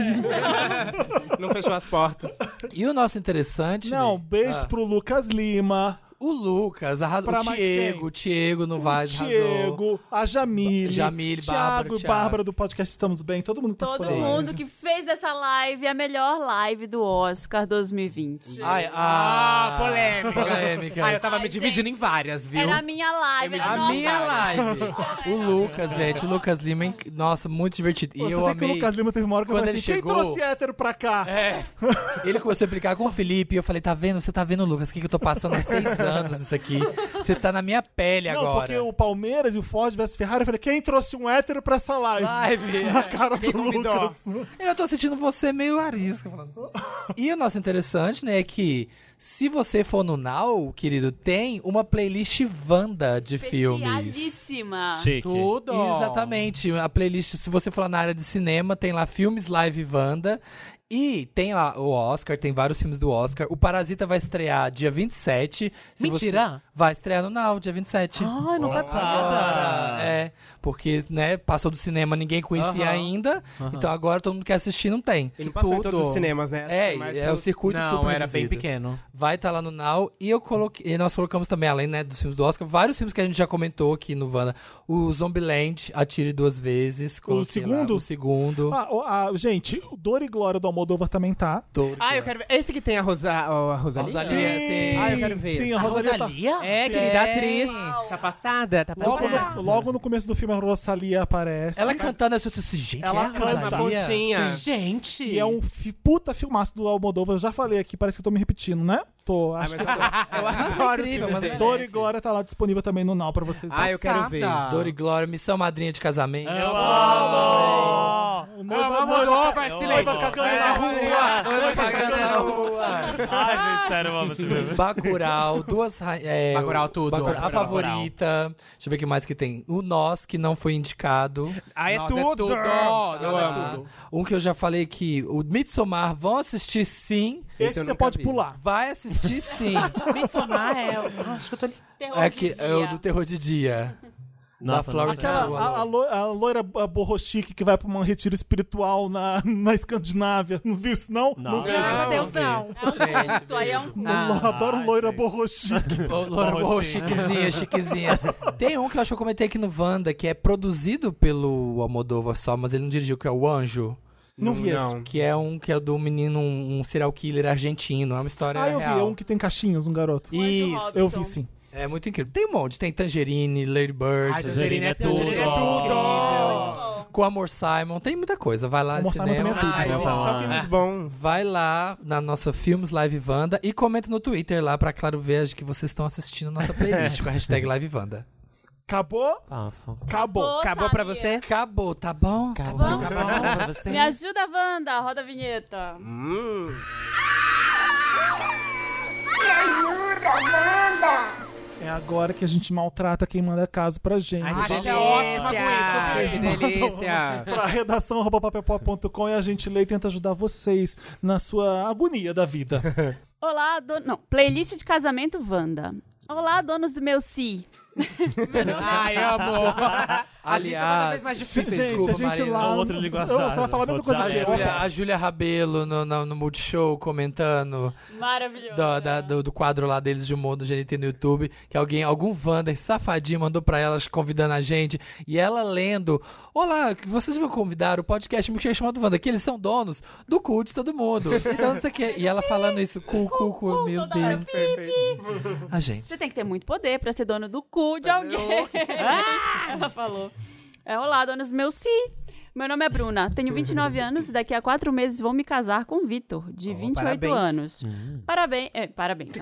Speaker 4: Não fechou as portas.
Speaker 3: E o nosso interessante.
Speaker 1: Não,
Speaker 3: né?
Speaker 1: beijo
Speaker 3: Ah,
Speaker 1: pro Lucas Lima,
Speaker 3: O Lucas, arrasou.
Speaker 1: Pra
Speaker 3: O
Speaker 1: mais
Speaker 3: Diego,
Speaker 1: quem?
Speaker 3: o Diego no Vaz arrasou.
Speaker 1: Diego, a Jamile,
Speaker 3: Ba- Jamile, Bárbara,
Speaker 1: Thiago e
Speaker 3: Thiago.
Speaker 1: Bárbara do podcast Estamos Bem, todo mundo que tá
Speaker 2: Todo
Speaker 1: participou.
Speaker 2: mundo que fez dessa live a melhor live do Oscar 2020.
Speaker 3: Ai,
Speaker 5: Ah,
Speaker 3: ah,
Speaker 5: polêmica.
Speaker 3: Polêmica.
Speaker 5: Ah, eu tava
Speaker 2: Ai,
Speaker 5: me dividindo
Speaker 2: gente.
Speaker 5: em várias, viu?
Speaker 2: Era a minha live, era
Speaker 3: A
Speaker 2: nossa
Speaker 3: minha live. O Lucas, gente, o Lucas Lima, hein? nossa, muito divertido. E
Speaker 1: Pô,
Speaker 3: eu
Speaker 1: só sei que o
Speaker 3: amei.
Speaker 1: Lucas Lima teve uma hora que eu
Speaker 3: Quando
Speaker 1: falei
Speaker 3: ele
Speaker 1: assim,
Speaker 3: chegou- É,
Speaker 1: quem trouxe hétero pra cá?
Speaker 3: Ele começou a brincar com o Felipe e eu falei: tá vendo? Você tá vendo, Lucas? O que, que eu tô passando há seis anos isso aqui? Você tá na minha pele
Speaker 1: Não,
Speaker 3: agora.
Speaker 1: porque o Palmeiras e o Ford versus Ferrari, eu falei, quem trouxe um hétero pra essa live?
Speaker 3: Live.
Speaker 1: A cara do Lucas.
Speaker 3: Eu tô sentindo você meio arisca. falando. E o nosso interessante, né, é que se você for no Now, querido, tem uma playlist Wanda de filmes.
Speaker 2: Especialíssima.
Speaker 6: Chique.
Speaker 5: Tudo.
Speaker 3: Exatamente. A playlist, se você for lá na área de cinema, tem lá filmes live Wanda. E tem lá o Oscar, tem vários filmes do Oscar. O Parasita vai estrear dia 27. Se
Speaker 5: Mentira.
Speaker 3: você- Vai estrear no Now, dia 27.
Speaker 5: Ai, não sabia.
Speaker 3: Agora, é, porque, né, passou do cinema, ninguém conhecia
Speaker 5: Aham.
Speaker 3: ainda. Então agora todo mundo quer assistir, não tem.
Speaker 4: E não passou em
Speaker 5: Tudo.
Speaker 4: todos os cinemas, né?
Speaker 3: É,
Speaker 4: Mas
Speaker 3: é
Speaker 4: pelo-
Speaker 3: o circuito
Speaker 5: não,
Speaker 3: super
Speaker 5: era bem
Speaker 3: reduzido.
Speaker 5: pequeno.
Speaker 3: Vai estar lá no Now. E eu coloquei. E nós colocamos também, além né, dos filmes do Oscar, vários filmes que a gente já comentou aqui no Vanda. O Zombieland, Atire Duas Vezes. coloquei lá.
Speaker 1: segundo?
Speaker 3: o segundo.
Speaker 1: Ah, o- ah, gente, o Dor e Glória do Almodóvar também tá.
Speaker 3: Dor-
Speaker 4: Ah, eu quero ver. Esse que tem a, Rosa... oh, a Rosalia?
Speaker 3: Rosalia. É, sim.
Speaker 4: Ah, eu quero ver.
Speaker 1: Sim, a
Speaker 5: A
Speaker 1: Rosalia, tá-
Speaker 5: Rosalia?
Speaker 4: É, querida atriz. Tá passada? Tá passada.
Speaker 1: Logo no, logo no começo do filme, a Rosalia aparece.
Speaker 3: Ela cantando, eu disse, gente,
Speaker 1: Ela
Speaker 3: é a
Speaker 1: canta
Speaker 4: na
Speaker 3: Rosalia?
Speaker 4: pontinha.
Speaker 5: Gente.
Speaker 1: E é um fi- puta filmaço do Almodóvar. Eu já falei aqui, parece que eu tô me repetindo, né? Tô, acho
Speaker 4: tá
Speaker 1: que...
Speaker 3: Mas é incrível, mas merece.
Speaker 1: Dor e Glória tá lá disponível também no Now pra vocês.
Speaker 4: Ah, eu quero ver.
Speaker 5: Passada.
Speaker 3: Dor e Glória, Missão Madrinha de Casamento.
Speaker 1: É
Speaker 6: Eu amo!
Speaker 1: O
Speaker 5: Ah,
Speaker 1: noivo-
Speaker 5: vamos
Speaker 1: noivo-
Speaker 5: Almodóvar, silêncio.
Speaker 1: Noiva cagando
Speaker 5: é
Speaker 1: na rua.
Speaker 3: Noiva cagando na
Speaker 6: Ai, gente, sério, eu amo esse filme.
Speaker 3: Bacurau, duas... ra- É,
Speaker 5: Bacurau, tudo.
Speaker 3: Bacurau, a
Speaker 5: Bacurau.
Speaker 3: favorita. Deixa eu ver o que mais que tem. O Nós, que não foi indicado.
Speaker 4: Ah, é
Speaker 5: Nossa,
Speaker 4: tudo.
Speaker 1: Oh,
Speaker 4: é
Speaker 5: Eu
Speaker 3: Ah,
Speaker 5: amo.
Speaker 3: Um que eu já falei que o Midsommar vão assistir sim.
Speaker 1: Esse você pode pular.
Speaker 3: Vai assistir sim.
Speaker 5: Midsommar é. Acho que eu tô ali.
Speaker 2: Terror
Speaker 3: é,
Speaker 2: de
Speaker 3: que,
Speaker 2: dia.
Speaker 3: é o do terror de dia.
Speaker 6: Nossa,
Speaker 3: Flor-
Speaker 6: nossa.
Speaker 1: Aquela,
Speaker 3: Não,
Speaker 1: a, a lo- a loira a borrochique que vai pra um retiro espiritual na, na Escandinávia. Não viu isso, não?
Speaker 6: Não.
Speaker 1: vejo.
Speaker 5: Graças a Deus, não.
Speaker 2: É um culto, aí é um culto.
Speaker 5: Ah.
Speaker 4: Ah,
Speaker 1: Eu adoro
Speaker 6: Ai,
Speaker 1: loira
Speaker 6: gente.
Speaker 1: borrochique.
Speaker 3: Ô, Loura,
Speaker 6: Bom,
Speaker 3: ô,
Speaker 6: sim.
Speaker 3: chiquezinha, chiquezinha. Tem um que eu acho que eu comentei aqui no Wanda, que é produzido pelo Almodóvar só, mas ele não dirigiu, que é o Anjo.
Speaker 1: Não vi esse.
Speaker 7: Não.
Speaker 3: Que é um que é do menino, um, um serial killer argentino. É uma história
Speaker 1: Ah, eu vi,
Speaker 3: real.
Speaker 1: é um que tem caixinhas, um garoto.
Speaker 3: Isso,
Speaker 1: Eu vi sim.
Speaker 3: é muito incrível. Tem um monte. Tem Tangerine, Lady Bird,
Speaker 5: Ai,
Speaker 6: Tangerine é tudo.
Speaker 5: Tangerine é tudo!
Speaker 3: com Amor Simon. Tem muita coisa. Vai lá no
Speaker 1: um Amor, Simon
Speaker 3: Ah, cinema.
Speaker 1: também é tudo.
Speaker 4: Ai, gente, só filmes bons.
Speaker 3: Vai lá na nossa Filmes Live Vanda e comenta no Twitter lá pra Claro Veja que vocês estão assistindo a nossa playlist com a hashtag Live Vanda.
Speaker 1: Acabou?
Speaker 6: Bafo.
Speaker 1: Acabou.
Speaker 4: Acabou pra
Speaker 2: Samir.
Speaker 4: você?
Speaker 3: Acabou, tá bom? Tá bom.
Speaker 2: Vamos? Me ajuda, Wanda. Roda a vinheta.
Speaker 3: Hum.
Speaker 9: Me ajuda, Wanda!
Speaker 1: É agora que a gente maltrata quem manda caso pra gente. tá
Speaker 5: Ai,
Speaker 1: Pra-
Speaker 5: gente é ótima com isso,
Speaker 1: Vocês
Speaker 5: Fê.
Speaker 1: mandam-
Speaker 4: delícia.
Speaker 1: pra redação arroba papelpop.com e a gente lê e tenta ajudar vocês na sua agonia da vida.
Speaker 2: Olá, dono... Não, playlist de casamento Wanda. Olá, donos do meu si.
Speaker 5: Ai, amor.
Speaker 3: Aliás,
Speaker 1: gente, a gente
Speaker 3: Marina.
Speaker 5: é
Speaker 1: lá.
Speaker 6: Ou outro linguajar.
Speaker 1: Não, você vai falar a mesma
Speaker 6: Outro
Speaker 5: né?
Speaker 1: coisa
Speaker 6: já
Speaker 1: que eu.
Speaker 6: era.
Speaker 3: Júlia- a Júlia Rabelo no, no, no Multishow comentando
Speaker 2: Maravilhoso.
Speaker 3: do, da- do, do quadro lá deles de humor do GNT no YouTube, que alguém, algum Wander safadinho mandou pra elas convidando a gente, e ela lendo, olá, que vocês vão convidar o podcast Me Chamado Wanda, que eles são donos do cu de todo mundo. E, Então, não sei o quê. E ela falando isso, cu, cu, cu, meu
Speaker 2: toda hora,
Speaker 3: Deus. A gente.
Speaker 2: Você tem que ter muito poder pra ser dono do cu
Speaker 3: Tá
Speaker 2: de alguém. Ela falou. É, olá, donos do meu si. Meu nome é Bruna, tenho 29 anos e daqui a quatro meses vou me casar com o Vitor, de
Speaker 3: Oh,
Speaker 2: 28
Speaker 4: parabéns.
Speaker 2: anos.
Speaker 3: Hum.
Speaker 2: Parabéns. É, parabéns.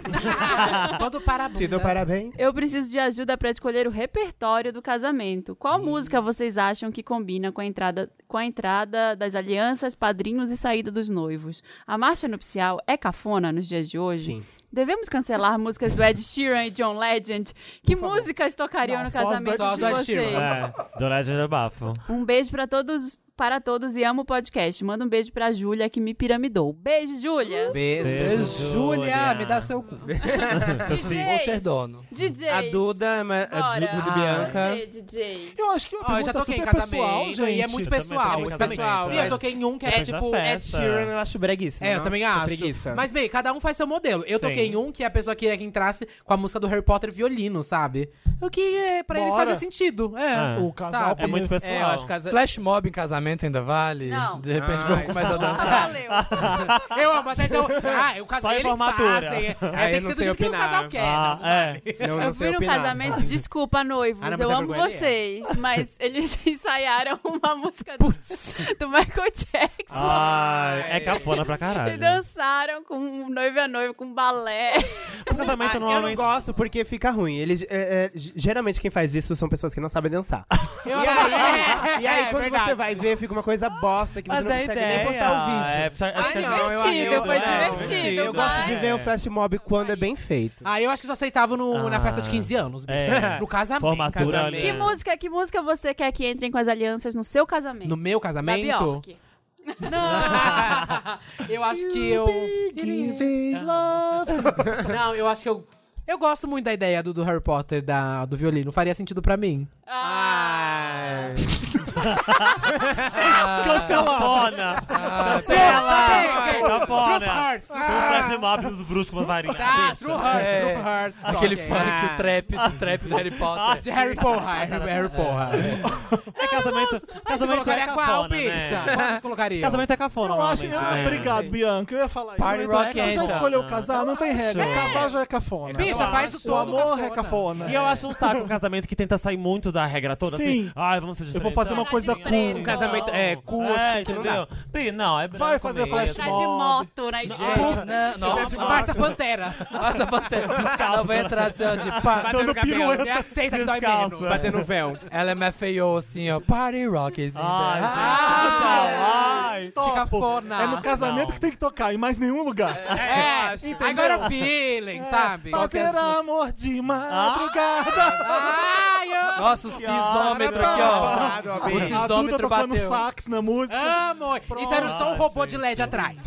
Speaker 5: Manda o parabéns.
Speaker 4: Te dou parabéns.
Speaker 2: Eu preciso de ajuda para escolher o repertório do casamento. Qual música vocês acham que combina com a entrada com a entrada das alianças, padrinhos e saída dos noivos? A marcha nupcial é cafona nos dias de hoje?
Speaker 4: Sim.
Speaker 2: Devemos cancelar músicas do Ed Sheeran e John Legend? Que músicas tocariam no
Speaker 1: só as do
Speaker 2: casamento
Speaker 1: Ed
Speaker 2: de
Speaker 3: Sheeran.
Speaker 2: vocês?
Speaker 6: É, Dolores é bafo.
Speaker 2: Um beijo para todos, para todos e amo o podcast. Manda um beijo para Júlia que me piramidou. Beijo, Júlia.
Speaker 4: Beijo.
Speaker 6: Beijo,
Speaker 3: Júlia,
Speaker 6: Júlia.
Speaker 3: me dá seu
Speaker 5: É
Speaker 3: cu. Vou ser
Speaker 2: DJs.
Speaker 3: assim, é dono.
Speaker 2: DJs.
Speaker 4: A Duda, ma- a
Speaker 2: Bora.
Speaker 4: Duda do
Speaker 2: Ah,
Speaker 4: Bianca.
Speaker 2: Você, DJ.
Speaker 1: Eu acho que é uma
Speaker 5: Ó, eu já
Speaker 1: pergunta
Speaker 5: toquei em
Speaker 1: super
Speaker 5: casamento
Speaker 1: pessoal, gente.
Speaker 5: e é muito
Speaker 6: Eu também
Speaker 5: pessoal.
Speaker 6: toquei em
Speaker 5: exatamente.
Speaker 6: casamento,
Speaker 5: E eu
Speaker 6: é.
Speaker 5: toquei em um que era
Speaker 6: Depois da
Speaker 5: tipo.
Speaker 6: festa.
Speaker 4: Ed É, Sheeran, eu acho breguíssimo.
Speaker 5: É, eu
Speaker 4: Nossa,
Speaker 5: também acho.
Speaker 4: Preguiça.
Speaker 5: Mas bem, cada um faz seu modelo. Eu
Speaker 6: né? Sim.
Speaker 5: toquei em um que a pessoa queria que entrasse com a música do Harry Potter violino, sabe? O que é, pra eles
Speaker 1: Bora.
Speaker 5: fazia sentido. É.
Speaker 6: Ah.
Speaker 1: O casal
Speaker 5: Sabe?
Speaker 6: É muito pessoal.
Speaker 5: É, eu acho que as-
Speaker 3: Flash mob em casamento ainda vale?
Speaker 2: Não.
Speaker 3: De repente o povo começa a dançar.
Speaker 2: Valeu.
Speaker 5: Eu amo, até então. Ah, o casal
Speaker 6: Só
Speaker 5: eles
Speaker 6: informatura.
Speaker 5: fazem. É,
Speaker 4: Ah, eu não
Speaker 5: tem que ser
Speaker 4: sei
Speaker 5: do jeito que o
Speaker 4: opinar.
Speaker 5: casal quer.
Speaker 6: Ah, é.
Speaker 4: Não, não
Speaker 2: Eu
Speaker 4: sei
Speaker 2: fui no
Speaker 4: opinar.
Speaker 2: casamento, desculpa, noivos,
Speaker 5: Ah, não, mas
Speaker 2: eu
Speaker 5: é
Speaker 2: amo
Speaker 5: vergonha
Speaker 2: vocês, mas eles ensaiaram uma música do, do Michael
Speaker 5: Ah,
Speaker 2: Jackson
Speaker 6: Ai, é cafona pra
Speaker 2: e
Speaker 6: caralho.
Speaker 2: um dançaram com um noivo a noivo, com balé.
Speaker 6: Os casamentos
Speaker 4: Ah, Eu
Speaker 5: é
Speaker 4: não
Speaker 6: normalmente.
Speaker 4: gosto porque fica ruim. Eles, é, é, g- geralmente quem faz isso são pessoas que não sabem dançar.
Speaker 5: Eu-
Speaker 4: E aí, e aí
Speaker 5: É,
Speaker 4: quando
Speaker 5: verdade.
Speaker 4: você vai ver, fica uma coisa bosta que você
Speaker 6: Mas
Speaker 4: não
Speaker 6: é
Speaker 4: consegue
Speaker 6: ideia.
Speaker 4: nem postar o vídeo.
Speaker 6: É, precisa-
Speaker 2: Foi
Speaker 6: é,
Speaker 4: eu
Speaker 2: divertido,
Speaker 4: arrego,
Speaker 2: foi
Speaker 6: né?
Speaker 2: divertido.
Speaker 4: Eu gosto de
Speaker 2: mas-
Speaker 4: ver o flash mob quando é bem feito.
Speaker 5: Ah, eu acho que só aceitavam no- na
Speaker 6: Ah.
Speaker 5: festa de 15 anos. bicho.
Speaker 6: É.
Speaker 5: No casamento.
Speaker 6: Formatura,
Speaker 5: casamento.
Speaker 2: Que música, que música você quer que entrem com as alianças no seu casamento?
Speaker 5: No meu
Speaker 2: da
Speaker 5: casamento?
Speaker 2: Bjork.
Speaker 5: Não! eu acho que eu. É, Não, eu acho que eu. Eu gosto muito da ideia do, do Harry Potter, da, do violino. Faria sentido pra mim.
Speaker 2: Ah,
Speaker 6: Cafona!
Speaker 5: Ela!
Speaker 6: Cafona!
Speaker 5: Hearts! Ah,
Speaker 6: Um flash mob dos bruxos com as varinhas. né?
Speaker 5: Tá,
Speaker 6: Bicha.
Speaker 5: True Hearts,
Speaker 3: É.
Speaker 5: True Hearts.
Speaker 3: Aquele
Speaker 5: ok.
Speaker 3: funk, o trap, do trap do Harry Potter.
Speaker 5: De Harry Porra, Harry, Harry Porra.
Speaker 6: É casamento.
Speaker 5: Você
Speaker 6: Casamento é
Speaker 5: colocaria qual,
Speaker 6: cafona,
Speaker 5: bicha?
Speaker 6: né?
Speaker 5: Qual vocês colocariam?
Speaker 6: Casamento é cafona,
Speaker 1: Eu acho.
Speaker 6: normalmente,
Speaker 1: Ah,
Speaker 6: né?
Speaker 5: É.
Speaker 1: obrigado, Bianca. Eu ia falar isso.
Speaker 3: Party
Speaker 1: Então,
Speaker 3: rock
Speaker 1: você já
Speaker 3: anthem.
Speaker 1: escolheu casar, não tem regra.
Speaker 6: acho.
Speaker 1: Casar já é cafona.
Speaker 5: Bicha, faz o
Speaker 1: o
Speaker 5: todo
Speaker 1: amor é
Speaker 5: cafona.
Speaker 1: cafona.
Speaker 6: E eu acho um saco um casamento que tenta sair muito da regra toda, assim.
Speaker 1: Sim.
Speaker 6: Ai, vamos ser diferentes.
Speaker 1: Eu vou fazer uma coisa
Speaker 2: preto.
Speaker 1: cool.
Speaker 6: Um casamento é cu,
Speaker 4: É,
Speaker 6: entendeu? Bi, não, é branco
Speaker 1: Vai fazer
Speaker 6: mesmo.
Speaker 1: flash
Speaker 2: tá de
Speaker 1: mob.
Speaker 2: moto na igreja.
Speaker 3: Gente, não, nossa,
Speaker 5: Barça Pantera.
Speaker 3: nossa, pantera. Ela vai entrar assim, ó, de pá.
Speaker 6: Dando
Speaker 5: Me
Speaker 6: pirueta.
Speaker 5: aceita que dói
Speaker 6: Descalça.
Speaker 5: menos.
Speaker 4: Batendo véu.
Speaker 3: Ela é FAO, assim, ó. Party rock is in
Speaker 6: Ai,
Speaker 3: the-
Speaker 5: Ah!
Speaker 6: gente, não, ai.
Speaker 5: Fica fona.
Speaker 1: É no casamento
Speaker 6: Não.
Speaker 1: que tem que tocar, em mais nenhum lugar.
Speaker 5: É, agora feeling, sabe?
Speaker 1: Fazer amor
Speaker 5: Ah!
Speaker 1: de madrugada.
Speaker 5: Ai, eu
Speaker 3: Nossa, o sisômetro aqui, ó. O
Speaker 1: a Duda
Speaker 3: sisômetro
Speaker 1: tocando
Speaker 3: bateu.
Speaker 1: sax na música.
Speaker 5: amo. E tá só um robô de LED atrás.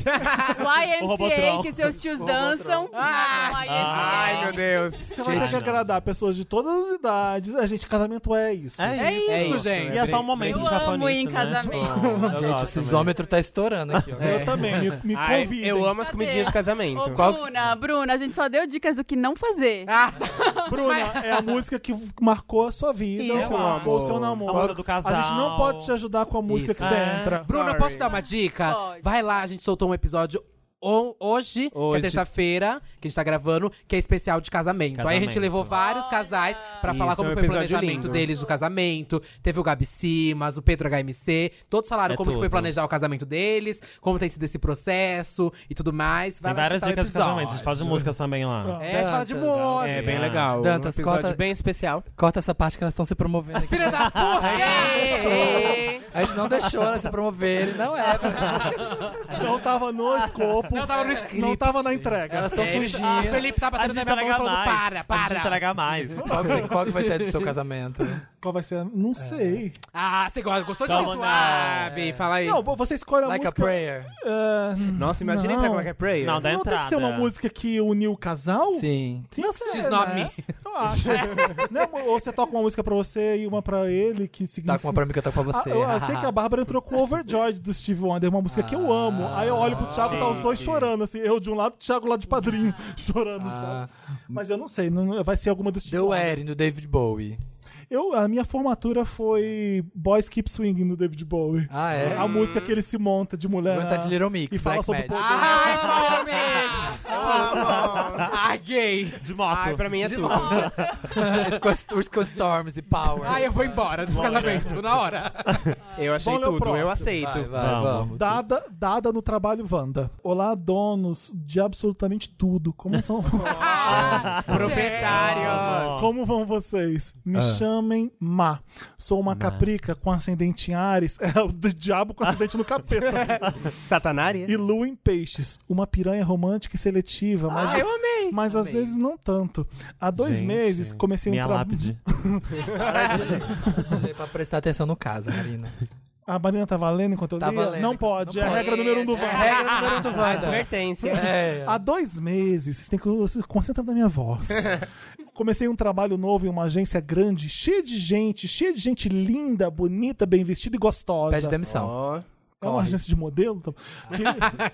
Speaker 6: O
Speaker 2: YMCA,
Speaker 6: Robotron.
Speaker 2: que seus tios dançam. Ah,
Speaker 4: Ai, meu Deus.
Speaker 1: Você vai ter que
Speaker 6: não.
Speaker 1: agradar pessoas de todas as idades. A gente, casamento é isso.
Speaker 5: É isso, gente.
Speaker 6: E é só um momento
Speaker 2: Eu
Speaker 6: de cafona
Speaker 2: amo ir em
Speaker 6: isso, né?
Speaker 2: casamento.
Speaker 6: Tipo, eu
Speaker 3: Gente,
Speaker 6: gosto
Speaker 3: o sisômetro tá estourando aqui, ó.
Speaker 1: Eu também, me, me
Speaker 4: Ai,
Speaker 1: convidem.
Speaker 4: eu amo as comidinhas de casamento.
Speaker 2: Ô,
Speaker 3: Qual-
Speaker 2: Bruna, Bruna, a gente só deu dicas do que não fazer.
Speaker 5: Ah,
Speaker 1: Bruna, é a música que marcou a sua vida,
Speaker 4: Isso,
Speaker 1: o
Speaker 4: meu
Speaker 1: amor,
Speaker 4: amor.
Speaker 1: o seu namoro.
Speaker 6: A música do casal.
Speaker 1: A gente não pode te ajudar com a música
Speaker 5: Isso.
Speaker 1: que você
Speaker 6: É.
Speaker 1: entra.
Speaker 5: Bruna,
Speaker 4: Sorry.
Speaker 5: posso dar uma dica?
Speaker 2: Pode.
Speaker 5: Vai lá, a gente soltou um episódio on- hoje, que é
Speaker 4: Hoje.
Speaker 5: terça-feira, que a gente tá gravando, que é especial de casamento. Aí a gente
Speaker 6: Casamento.
Speaker 5: levou vários casais pra
Speaker 4: Isso,
Speaker 5: falar como
Speaker 4: é um
Speaker 5: foi o
Speaker 4: episódio
Speaker 5: planejamento
Speaker 4: lindo.
Speaker 5: deles do casamento. Teve o Gabi Simas, o Pedro HMC, todos falaram
Speaker 6: É
Speaker 5: como que foi
Speaker 6: tudo.
Speaker 5: planejar o casamento deles, como tem sido esse processo e tudo mais. Vai
Speaker 6: Tem
Speaker 5: lá
Speaker 6: várias
Speaker 5: escutar o
Speaker 6: dicas de casamento. A gente
Speaker 5: episódio.
Speaker 6: fala de músicas também lá.
Speaker 5: É, a gente fala de
Speaker 3: Dantas,
Speaker 5: música.
Speaker 4: É, bem
Speaker 6: Ah.
Speaker 4: legal.
Speaker 3: Dantas,
Speaker 4: um episódio
Speaker 3: corta-
Speaker 4: bem especial.
Speaker 3: Corta essa parte que elas estão se promovendo aqui.
Speaker 5: Filha da puta! É.
Speaker 3: A gente não deixou elas se promoverem, não é.
Speaker 1: Não tava no escopo.
Speaker 5: Não tava no script.
Speaker 1: Não tava na entrega.
Speaker 3: Elas estão
Speaker 6: Eles-
Speaker 3: fugindo.
Speaker 5: Ah, Felipe tá batendo na minha mão falando, para,
Speaker 6: A gente tá
Speaker 5: para.
Speaker 6: entrega mais.
Speaker 3: Qual que, qual que vai ser a do seu casamento?
Speaker 1: Qual vai ser? a- Não sei.
Speaker 5: Ah, você gosta, gostou de
Speaker 6: Toma,
Speaker 5: visual?
Speaker 4: Ah, Bi, fala aí.
Speaker 1: Não, você escolhe a
Speaker 3: Like a
Speaker 1: música.
Speaker 3: prayer.
Speaker 1: ah,
Speaker 4: Nossa, imagina
Speaker 1: Não.
Speaker 4: entrar com Like a Prayer.
Speaker 6: Não, da
Speaker 1: não tem que
Speaker 6: entrada.
Speaker 1: ser uma música que uniu o casal?
Speaker 3: Sim.
Speaker 1: Tem que ser,
Speaker 5: she's not
Speaker 1: né?
Speaker 5: me.
Speaker 1: Eu acho. Não, ou você toca uma música pra você e uma pra ele, que significa.
Speaker 3: Tá com uma pra mim que eu tô pra
Speaker 1: Ah,
Speaker 3: você.
Speaker 1: eu, eu sei que a Bárbara entrou com Overjoyed do Steve Wonder, uma música que eu amo. Aí eu olho pro Thiago e tá os dois chorando, assim. Eu de um lado, o Thiago lá de padrinho, chorando, sabe? Mas eu não sei, não, vai ser alguma do Steve
Speaker 3: Ah, The
Speaker 1: Wonder.
Speaker 3: Wedding, do David Bowie.
Speaker 1: Eu, a minha formatura foi Boys Keep Swinging do David Bowie.
Speaker 3: Ah, é?
Speaker 1: A música que ele se monta de mulher.
Speaker 3: Vontade de Little Mix,
Speaker 1: E fala
Speaker 3: Black
Speaker 1: sobre o
Speaker 3: Magic.
Speaker 1: poder.
Speaker 5: Ai,
Speaker 4: Vamos.
Speaker 5: Ah, gay!
Speaker 6: De moto.
Speaker 4: Ai, pra mim é tudo.
Speaker 3: Os com as- Os com Storms e Power.
Speaker 5: Ai, eu vou embora desse casamento, na hora.
Speaker 4: Eu achei
Speaker 1: Vamos ler o
Speaker 4: tudo, eu
Speaker 1: próximo.
Speaker 4: aceito.
Speaker 3: Vai, vai,
Speaker 6: Vamos.
Speaker 3: vamos.
Speaker 1: ah, Dada, dada no trabalho, Wanda. Olá, donos de absolutamente tudo. Como são?
Speaker 4: Proprietário.
Speaker 1: Como vão vocês? Me chamem Má. Sou uma caprica com ascendente em Ares. É o do diabo com ascendente no capeta.
Speaker 4: Satanaria?
Speaker 1: e lua em peixes. Uma piranha romântica e seletiva, mas,
Speaker 4: Ah, eu amei.
Speaker 1: mas às vezes não tanto. Há dois
Speaker 6: Gente,
Speaker 1: meses comecei
Speaker 6: Minha
Speaker 1: um tra-
Speaker 6: lápide.
Speaker 3: Para de ler. Para de ler pra prestar atenção no caso, Marina.
Speaker 1: A Marina tá valendo enquanto eu
Speaker 3: Tá
Speaker 1: lia?
Speaker 3: valendo.
Speaker 1: Não pode.
Speaker 3: Não
Speaker 1: é a
Speaker 3: pode.
Speaker 1: regra número um do
Speaker 3: É
Speaker 1: Wanda.
Speaker 3: regra número um do
Speaker 4: Mais
Speaker 3: Wanda.
Speaker 4: advertência.
Speaker 3: É.
Speaker 1: Há dois meses, vocês têm que se concentrar na minha voz. Comecei um trabalho novo em uma agência grande, cheia de gente, cheia de gente linda, bonita, bem vestida e gostosa.
Speaker 3: Pede demissão.
Speaker 4: Ó.
Speaker 1: É uma
Speaker 3: corre.
Speaker 1: agência de modelo? Tá. Que-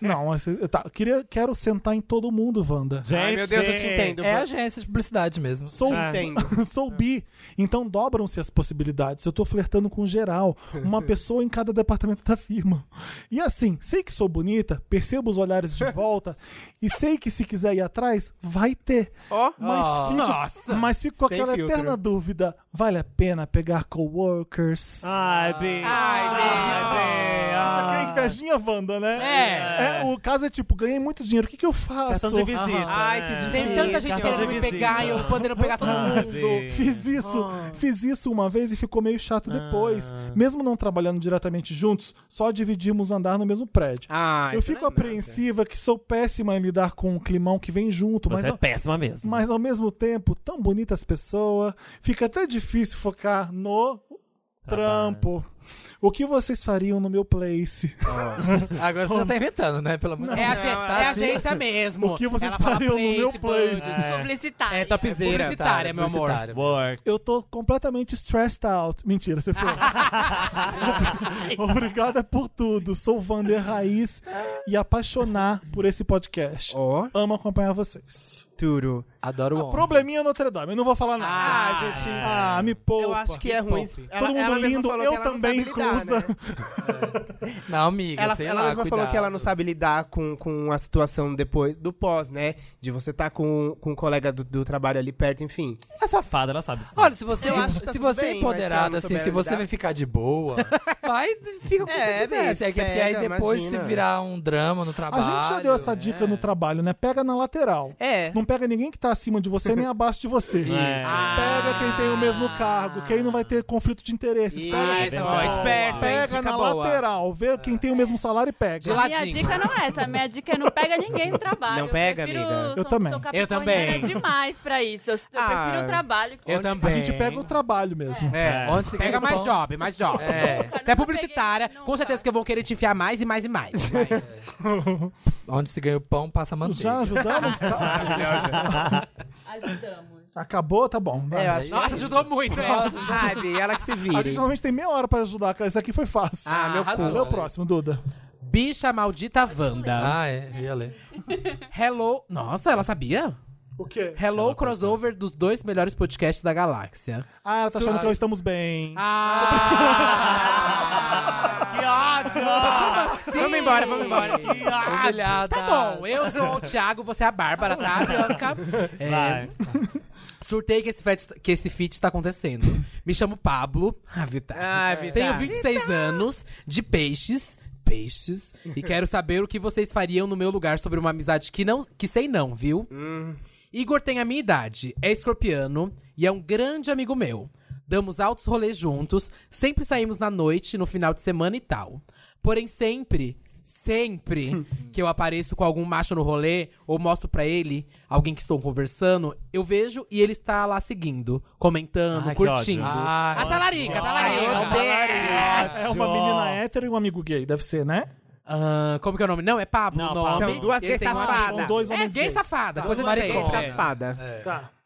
Speaker 1: Não, mas, tá. Queria, quero sentar em todo mundo, Wanda.
Speaker 6: Gente.
Speaker 4: Ai, meu Deus, eu te entendo.
Speaker 3: É agência de publicidade mesmo.
Speaker 1: Sou,
Speaker 4: Eu te entendo.
Speaker 1: sou bi, então dobram-se as possibilidades. Eu tô flertando com geral, uma pessoa em cada departamento da firma. E assim, sei que sou bonita, percebo os olhares de volta e sei que se quiser ir atrás, vai ter.
Speaker 4: Ó. Ah.
Speaker 1: Mas, fico, mas fico com
Speaker 4: Sem
Speaker 1: aquela
Speaker 4: filtro.
Speaker 1: eterna dúvida: vale a pena pegar coworkers?
Speaker 4: Ah.
Speaker 6: Ai, Bi. Ai, Bi.
Speaker 1: Nossa, que
Speaker 6: Ai,
Speaker 1: invejinha, Wanda, né?
Speaker 5: É.
Speaker 1: É, O caso é tipo: ganhei muito dinheiro, o que, que eu faço?
Speaker 6: Cartão de visita.
Speaker 4: Ai,
Speaker 6: né?
Speaker 4: que difícil.
Speaker 5: Tem tanta gente
Speaker 6: Cartão
Speaker 5: querendo
Speaker 6: de
Speaker 5: me pegar e eu
Speaker 6: visita.
Speaker 5: podendo pegar todo
Speaker 6: Ai,
Speaker 5: mundo.
Speaker 6: Bi.
Speaker 1: Fiz isso, fiz isso uma vez e ficou meio chato depois. Mesmo não trabalhando diretamente juntos, só dividimos andar no mesmo prédio.
Speaker 4: Ah,
Speaker 1: eu
Speaker 4: isso
Speaker 1: fico
Speaker 4: não é nada.
Speaker 1: apreensiva que sou péssima em lidar com o climão que vem junto, mas,
Speaker 6: Você é
Speaker 1: ao,
Speaker 6: péssima mesmo.
Speaker 1: mas ao mesmo tempo, tão bonitas pessoas, fica até difícil focar no trampo. O que vocês fariam no meu place?
Speaker 3: Agora você já tá inventando, né? Pelo amor de
Speaker 5: É,
Speaker 3: Deus. tá assim.
Speaker 5: a gente, é a agência mesmo.
Speaker 1: O que vocês
Speaker 5: Ela fala
Speaker 1: fariam no meu
Speaker 5: place,
Speaker 1: place?
Speaker 5: budget.
Speaker 2: Publicitária.
Speaker 5: tá
Speaker 4: É topzera.
Speaker 5: Publicitária, meu amor.
Speaker 3: tá, Publicitária.
Speaker 6: Work.
Speaker 1: Eu tô completamente stressed out. Mentira, você foi. Obrigada por tudo. Sou Vander Raiz e apaixonar por esse podcast.
Speaker 4: Ó.
Speaker 1: Amo acompanhar vocês.
Speaker 4: Turo.
Speaker 3: Adoro o 11.
Speaker 1: Probleminha Notre Dame, eu não vou falar nada.
Speaker 4: Ah, gente.
Speaker 1: Ah, me poupa.
Speaker 4: Eu acho que é
Speaker 1: Me
Speaker 4: ruim.
Speaker 1: poupa.
Speaker 4: Ela-
Speaker 1: Todo
Speaker 4: ela
Speaker 1: mundo
Speaker 4: mesma
Speaker 1: lindo,
Speaker 4: falou que
Speaker 1: eu
Speaker 4: ela não
Speaker 1: também
Speaker 4: sabe lidar,
Speaker 1: inclusa.
Speaker 4: né?
Speaker 3: Não, amiga,
Speaker 4: Ela,
Speaker 3: sei
Speaker 4: ela
Speaker 3: lá,
Speaker 4: mesma falou
Speaker 3: cuidado.
Speaker 4: que ela não sabe lidar com, com a situação depois do pós, né? De você estar com, com um colega do, do trabalho ali perto, enfim.
Speaker 6: É safada, ela sabe. sim.
Speaker 3: Olha, se você,
Speaker 4: Eu acho que tá
Speaker 3: se
Speaker 4: tudo
Speaker 3: você é
Speaker 4: bem, mas se ela
Speaker 3: empoderada,
Speaker 4: não
Speaker 3: assim,
Speaker 4: souber
Speaker 3: se você
Speaker 4: lidar.
Speaker 3: vai ficar de boa, vai, fica com o que
Speaker 4: É,
Speaker 3: você quiser.
Speaker 4: bicho,
Speaker 3: Assim, é que- porque aí
Speaker 4: pega,
Speaker 3: depois
Speaker 4: imagina.
Speaker 3: se virar um drama no
Speaker 1: A
Speaker 3: trabalho.
Speaker 1: gente já deu essa dica no trabalho, né? Pega na lateral.
Speaker 4: É.
Speaker 1: Não pega ninguém que tá acima de você nem abaixo de você. Pega quem tem o mesmo cargo, quem não vai ter conflito de interesses. Pega,
Speaker 4: Ah, Isso,
Speaker 6: é
Speaker 4: ó,
Speaker 6: verdade.
Speaker 4: esperta, hein?
Speaker 1: pega
Speaker 4: Dica
Speaker 1: na
Speaker 4: boa.
Speaker 1: lateral, vê quem tem o mesmo salário e pega.
Speaker 5: De
Speaker 2: A minha
Speaker 5: ladinho.
Speaker 2: dica não é essa. A minha dica é não pega ninguém no trabalho.
Speaker 4: Não pega,
Speaker 2: eu prefiro,
Speaker 4: amiga? Eu
Speaker 2: Sou,
Speaker 1: também.
Speaker 2: Sou
Speaker 5: Eu também.
Speaker 2: capricorniana demais pra isso. Eu, eu
Speaker 4: Ah,
Speaker 2: prefiro o trabalho.
Speaker 5: Eu
Speaker 1: A
Speaker 5: também.
Speaker 1: gente pega o trabalho mesmo.
Speaker 5: É.
Speaker 3: Onde se
Speaker 5: Pega
Speaker 3: ganha
Speaker 5: mais
Speaker 3: pão?
Speaker 5: job, mais job.
Speaker 3: É.
Speaker 5: Você é publicitária, com certeza que vão querer te enfiar mais e mais e mais.
Speaker 3: Onde se ganha o pão, passa a manteiga.
Speaker 1: Já ajudamos? Tá.
Speaker 2: Ajudamos.
Speaker 1: Acabou? Tá bom. vai.
Speaker 4: É, eu acho que...
Speaker 5: Nossa, ajudou muito, é.
Speaker 4: Sabe, ela que se vira.
Speaker 1: A gente normalmente tem meia hora pra ajudar, cara. Isso aqui foi fácil.
Speaker 5: Ah, meu
Speaker 1: Tá, lê o próximo, Duda.
Speaker 5: Bicha maldita Wanda.
Speaker 3: Ah, é, eu ia ler.
Speaker 5: Hello. Nossa, ela sabia?
Speaker 1: O quê?
Speaker 5: Hello crossover dos dois melhores podcasts da galáxia.
Speaker 1: Ah, ela tá achando que nós estamos bem.
Speaker 4: Ah,
Speaker 5: Ah! assim?
Speaker 4: Vamos embora, vamos embora.
Speaker 5: Humilhada. Tá bom, eu sou o Thiago, você é a Bárbara, tá, Bianca? É,
Speaker 6: Vai.
Speaker 5: Surtei que esse, feat, que esse feat tá acontecendo. Me chamo Pablo. Ah, Vittar.
Speaker 7: Ah, Vittar.
Speaker 5: Tenho 26 anos, de peixes. Peixes. E quero saber o que vocês fariam no meu lugar sobre uma amizade que não. que sei não, viu? Igor tem a minha idade, é escorpiano e é um grande amigo meu. Damos altos rolês juntos, sempre saímos na noite, no final de semana e tal. Porém, sempre, sempre que eu apareço com algum macho no rolê ou mostro pra ele alguém que estou conversando, eu vejo e ele está lá seguindo, comentando,
Speaker 6: Ai, que
Speaker 5: curtindo.
Speaker 6: ódio.
Speaker 5: Ah, a talarica, a talarica.
Speaker 1: É uma menina hétero e um amigo gay, deve ser, né?
Speaker 5: Ah, como que é o nome? Não, é Pablo
Speaker 6: Não,
Speaker 5: o nome.
Speaker 4: São duas
Speaker 5: Ele
Speaker 4: gays
Speaker 5: tem um-
Speaker 4: safadas.
Speaker 1: São dois
Speaker 5: É,
Speaker 1: homens
Speaker 5: gay
Speaker 1: gays.
Speaker 5: safada, coisa de
Speaker 4: Maricona
Speaker 5: sempre.
Speaker 1: É.
Speaker 4: safada.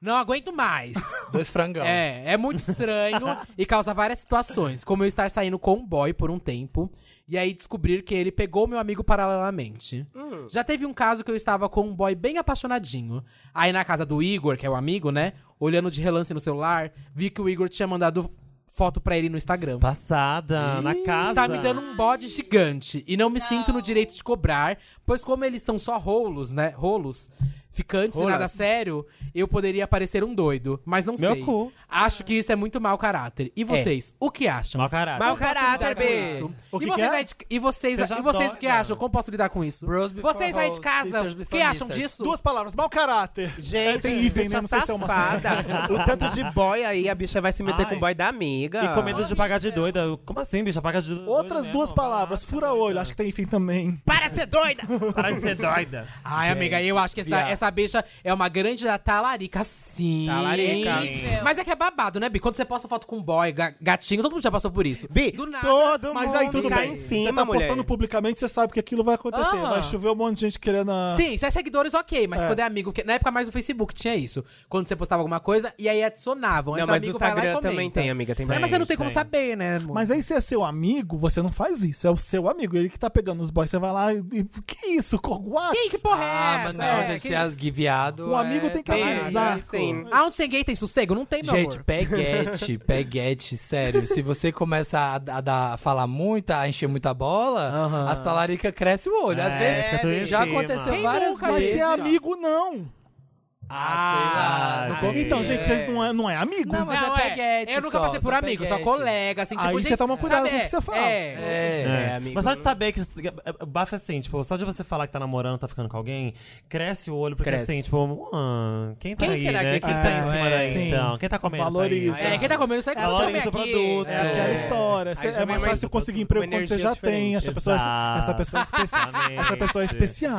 Speaker 5: Não aguento mais.
Speaker 3: Dois frangão.
Speaker 5: É, é muito estranho e causa várias situações, como eu estar saindo com um boy por um tempo e aí descobrir que ele pegou meu amigo paralelamente. Já teve um caso que eu estava com um boy bem apaixonadinho. Aí na casa do Igor, que é o amigo, né? Olhando de relance no celular, vi que o Igor tinha mandado foto pra ele no Instagram.
Speaker 6: Passada, na casa.
Speaker 5: Está me dando um bode gigante e não me sinto no direito de cobrar, pois como eles são só rolos, né? Rolos. Ficantes e
Speaker 6: Rolas.
Speaker 5: nada sério, eu poderia parecer um doido, mas não
Speaker 6: Meu
Speaker 5: sei.
Speaker 6: cu.
Speaker 5: Acho que isso é muito mau caráter. E vocês, o que acham?
Speaker 6: Mau caralho.
Speaker 4: Mau caráter,
Speaker 5: lidar com
Speaker 4: B.
Speaker 5: isso?
Speaker 1: O que
Speaker 5: e
Speaker 1: que
Speaker 5: vocês,
Speaker 1: é?
Speaker 5: aí de- e vocês,
Speaker 6: Você já
Speaker 5: e vocês
Speaker 6: dói,
Speaker 5: que
Speaker 6: cara.
Speaker 5: acham? Como posso lidar com isso?
Speaker 3: Bros before
Speaker 5: vocês aí de
Speaker 3: hoes,
Speaker 5: casa,
Speaker 3: sisters
Speaker 5: o que
Speaker 3: before
Speaker 5: acham
Speaker 3: misters.
Speaker 5: disso?
Speaker 1: Duas palavras, mau caráter. É,
Speaker 4: Gente,
Speaker 1: tem hífen, né?
Speaker 4: bicha
Speaker 1: Não sei se é uma
Speaker 4: safada. O tanto de boy aí, a bicha vai se meter
Speaker 6: Ai.
Speaker 4: com o boy da amiga.
Speaker 6: E com medo de pagar de doida. Como assim, bicha? Paga de
Speaker 4: né,
Speaker 6: doida.
Speaker 1: Outras
Speaker 6: mesmo,
Speaker 4: Ah,
Speaker 1: duas
Speaker 6: vai
Speaker 1: palavras,
Speaker 6: lá,
Speaker 1: fura
Speaker 6: tá
Speaker 1: olho,
Speaker 6: doida.
Speaker 1: acho que tem hífen também.
Speaker 4: Para de ser doida!
Speaker 6: Para de ser doida.
Speaker 5: Ai, amiga, eu acho que essa,
Speaker 3: viado.
Speaker 5: essa bicha é uma grande da talarica, sim.
Speaker 4: Talarica.
Speaker 2: Horrível.
Speaker 5: Mas é que é babado, né, Bi? Quando você posta foto com boy, ga- gatinho, todo mundo já passou por isso.
Speaker 4: Bi,
Speaker 5: Do nada.
Speaker 4: todo
Speaker 1: Mas
Speaker 4: mundo
Speaker 1: aí tudo
Speaker 4: cai
Speaker 1: bem.
Speaker 4: em cima,
Speaker 1: você tá
Speaker 4: mulher.
Speaker 1: postando publicamente, você sabe que aquilo vai acontecer.
Speaker 5: Aham.
Speaker 1: Vai chover um monte de gente querendo. a-
Speaker 5: Sim, se é seguidores, ok, mas
Speaker 1: É.
Speaker 5: quando é amigo, porque na época mais no Facebook tinha isso. Quando você postava alguma coisa, e aí adicionavam.
Speaker 4: Não,
Speaker 5: Esse
Speaker 4: mas o
Speaker 5: amigo vai lá
Speaker 4: Instagram
Speaker 5: e comenta.
Speaker 4: também tem, amiga. Tem
Speaker 5: É,
Speaker 4: mais.
Speaker 5: mas você não tem como
Speaker 6: Tem.
Speaker 5: saber, né? amor?
Speaker 1: Mas aí, se é seu amigo, você não faz isso. É o seu amigo, ele que tá pegando os boys. Você vai lá e. e- Que isso? Co- What?
Speaker 5: Quem que porra é
Speaker 3: Ah,
Speaker 5: essa?
Speaker 3: mas não,
Speaker 5: É,
Speaker 3: gente,
Speaker 5: que-
Speaker 3: se as gui- viado.
Speaker 1: O Um
Speaker 6: é
Speaker 1: amigo tem que
Speaker 3: bem-
Speaker 4: É,
Speaker 1: analisar.
Speaker 6: assim, né?
Speaker 4: Sim.
Speaker 5: Aonde tem gay tem sossego? Não tem, meu
Speaker 3: Gente,
Speaker 5: amor.
Speaker 3: peguete, peguete, sério. Se você começa a, a dar- a falar muito, a encher muita bola,
Speaker 5: Aham.
Speaker 3: as talarica cresce o olho. Às
Speaker 6: É, fica tudo em
Speaker 3: vezes já
Speaker 6: cima.
Speaker 3: aconteceu
Speaker 5: Quem
Speaker 3: várias
Speaker 5: nunca?
Speaker 1: Mas
Speaker 3: vezes.
Speaker 1: se é amigo, não.
Speaker 3: Ah,
Speaker 6: sei lá,
Speaker 3: não confia.
Speaker 1: Então, gente, vocês não é, não é amigo?
Speaker 3: Não, mas- é peguete
Speaker 5: eu nunca
Speaker 3: só,
Speaker 5: passei por
Speaker 3: só
Speaker 5: amigo, só
Speaker 3: peguete.
Speaker 5: colega, assim, tipo,
Speaker 1: Aí você
Speaker 5: gente,
Speaker 1: toma cuidado
Speaker 5: sabe,
Speaker 1: com o que você fala.
Speaker 5: É,
Speaker 3: É.
Speaker 6: É,
Speaker 4: É, amigo.
Speaker 6: Mas só de saber que. o Bafo é assim, tipo, só de você falar que tá namorando, tá ficando com alguém, cresce o olho, porque
Speaker 4: Cresce.
Speaker 6: assim, tipo, "Ah, quem tá
Speaker 4: Quem
Speaker 6: aí,
Speaker 4: será
Speaker 6: né?
Speaker 4: que
Speaker 6: quem
Speaker 4: tá?
Speaker 6: tá em cima
Speaker 1: É,
Speaker 6: daí,
Speaker 1: sim.
Speaker 6: então? Quem tá comendo
Speaker 1: Valoriza.
Speaker 6: isso aí?
Speaker 5: é, quem tá comendo isso aí que eu
Speaker 6: Valoriza
Speaker 5: também
Speaker 6: o
Speaker 5: aqui.
Speaker 6: produto.
Speaker 1: É aquela história. Você-
Speaker 4: Aí
Speaker 1: é
Speaker 4: já vai
Speaker 1: mais
Speaker 4: mais
Speaker 1: fácil
Speaker 4: outra-
Speaker 1: conseguir
Speaker 4: uma
Speaker 1: emprego quando você
Speaker 4: energia
Speaker 1: já tem.
Speaker 4: diferente.
Speaker 1: Essa pessoa,
Speaker 6: Exato.
Speaker 1: essa pessoa é especial.
Speaker 6: Exatamente.
Speaker 1: Essa pessoa é especial.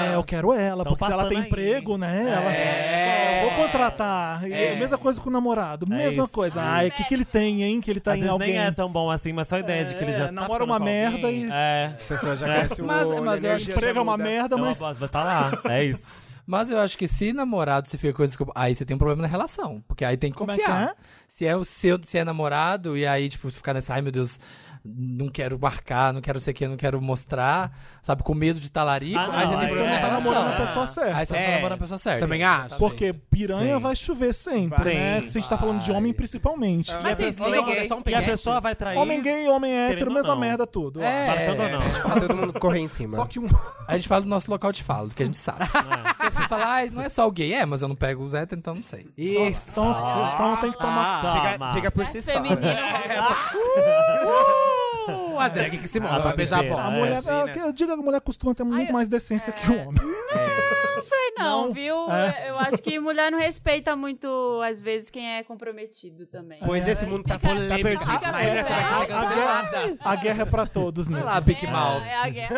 Speaker 1: É, eu quero ela,
Speaker 6: Tão
Speaker 1: porque se ela tem
Speaker 6: passando Então aí.
Speaker 1: emprego, né? Ela,
Speaker 5: É.
Speaker 1: Vou contratar. E
Speaker 6: É.
Speaker 1: Mesma coisa com o namorado.
Speaker 6: É
Speaker 1: mesma
Speaker 6: isso.
Speaker 1: coisa. Ai, o que, que ele tem, hein? Que ele tá
Speaker 6: Às
Speaker 1: em
Speaker 6: vezes
Speaker 1: alguém.
Speaker 6: nem é tão bom assim, mas só a ideia de que ele
Speaker 1: É,
Speaker 6: já tá
Speaker 1: namora
Speaker 6: ficando
Speaker 1: uma
Speaker 6: com
Speaker 1: merda
Speaker 6: alguém.
Speaker 1: e-
Speaker 6: É.
Speaker 7: pessoa já cresce o
Speaker 3: Mas-
Speaker 7: olho,
Speaker 3: mas eu
Speaker 7: a
Speaker 3: acho que
Speaker 7: energia
Speaker 1: Emprego
Speaker 7: já
Speaker 1: é uma
Speaker 7: muda.
Speaker 1: merda,
Speaker 6: É uma
Speaker 1: mas.
Speaker 6: bosta, mas tá lá. É isso.
Speaker 3: Mas eu acho que se namorado, se fica coisa. que- Aí você tem um problema na relação. Porque aí tem que
Speaker 1: Como é
Speaker 3: confiar.
Speaker 1: que é?
Speaker 3: Se é o seu, se é namorado, e aí, tipo, você ficar nessa, ai meu Deus, não quero marcar, não quero ser quem, não quero mostrar, sabe, com medo de talarico,
Speaker 6: Ah, não,
Speaker 3: aí já
Speaker 6: aí
Speaker 3: tem
Speaker 1: Mas você
Speaker 3: problema
Speaker 1: não
Speaker 3: na
Speaker 1: tá
Speaker 6: É.
Speaker 1: namorando a
Speaker 3: relação.
Speaker 1: pessoa
Speaker 3: Aí
Speaker 1: certa.
Speaker 3: você não tá
Speaker 5: É.
Speaker 3: namorando a pessoa certa.
Speaker 5: Também acho.
Speaker 1: Porque piranha
Speaker 6: Sim.
Speaker 1: vai chover sempre,
Speaker 6: Vai. Ah.
Speaker 1: né? Se a gente tá falando de homem, principalmente.
Speaker 5: Mas
Speaker 6: E a
Speaker 5: vocês
Speaker 6: pessoa-
Speaker 5: ligam, é só um
Speaker 6: E a
Speaker 5: peguete?
Speaker 6: pessoa vai trair.
Speaker 1: Homem gay, homem hétero,
Speaker 6: ou
Speaker 1: mesma
Speaker 6: não.
Speaker 1: merda, tudo.
Speaker 3: É.
Speaker 6: Bastando ou não.
Speaker 4: Pra todo mundo correr em cima.
Speaker 1: Só que um.
Speaker 3: A gente fala do nosso local de fala, do que a gente sabe. Porque Você fala, ah, não é só o gay, é, mas eu não pego os héteros, então não sei.
Speaker 5: Isso. É
Speaker 1: Então, então tem que
Speaker 5: Ah,
Speaker 1: tomar.
Speaker 4: Diga,
Speaker 6: Toma.
Speaker 4: diga por si só.
Speaker 2: é Feminino. Ah,
Speaker 5: Uh, a drag que se
Speaker 6: Ah,
Speaker 5: manda pra beijar a
Speaker 6: besteira,
Speaker 5: bola.
Speaker 1: A mulher, é,
Speaker 4: sim, né?
Speaker 1: que eu digo, a mulher costuma ter muito
Speaker 2: eu-
Speaker 1: mais decência que o homem.
Speaker 2: Não sei não,
Speaker 1: Não?
Speaker 2: viu?
Speaker 1: É.
Speaker 2: Eu acho que mulher não respeita muito, às vezes, quem é comprometido também.
Speaker 4: Pois
Speaker 1: É.
Speaker 4: esse mundo tá,
Speaker 2: Fica-
Speaker 4: tá perdido.
Speaker 2: fica
Speaker 5: Mas
Speaker 2: vendo,
Speaker 5: essa vai
Speaker 2: né?
Speaker 5: ser
Speaker 1: A
Speaker 5: cancelada.
Speaker 1: guerra, a guerra é pra todos
Speaker 3: Vai
Speaker 1: mesmo.
Speaker 3: lá, Big
Speaker 2: É,
Speaker 3: Mouth.
Speaker 2: É a guerra.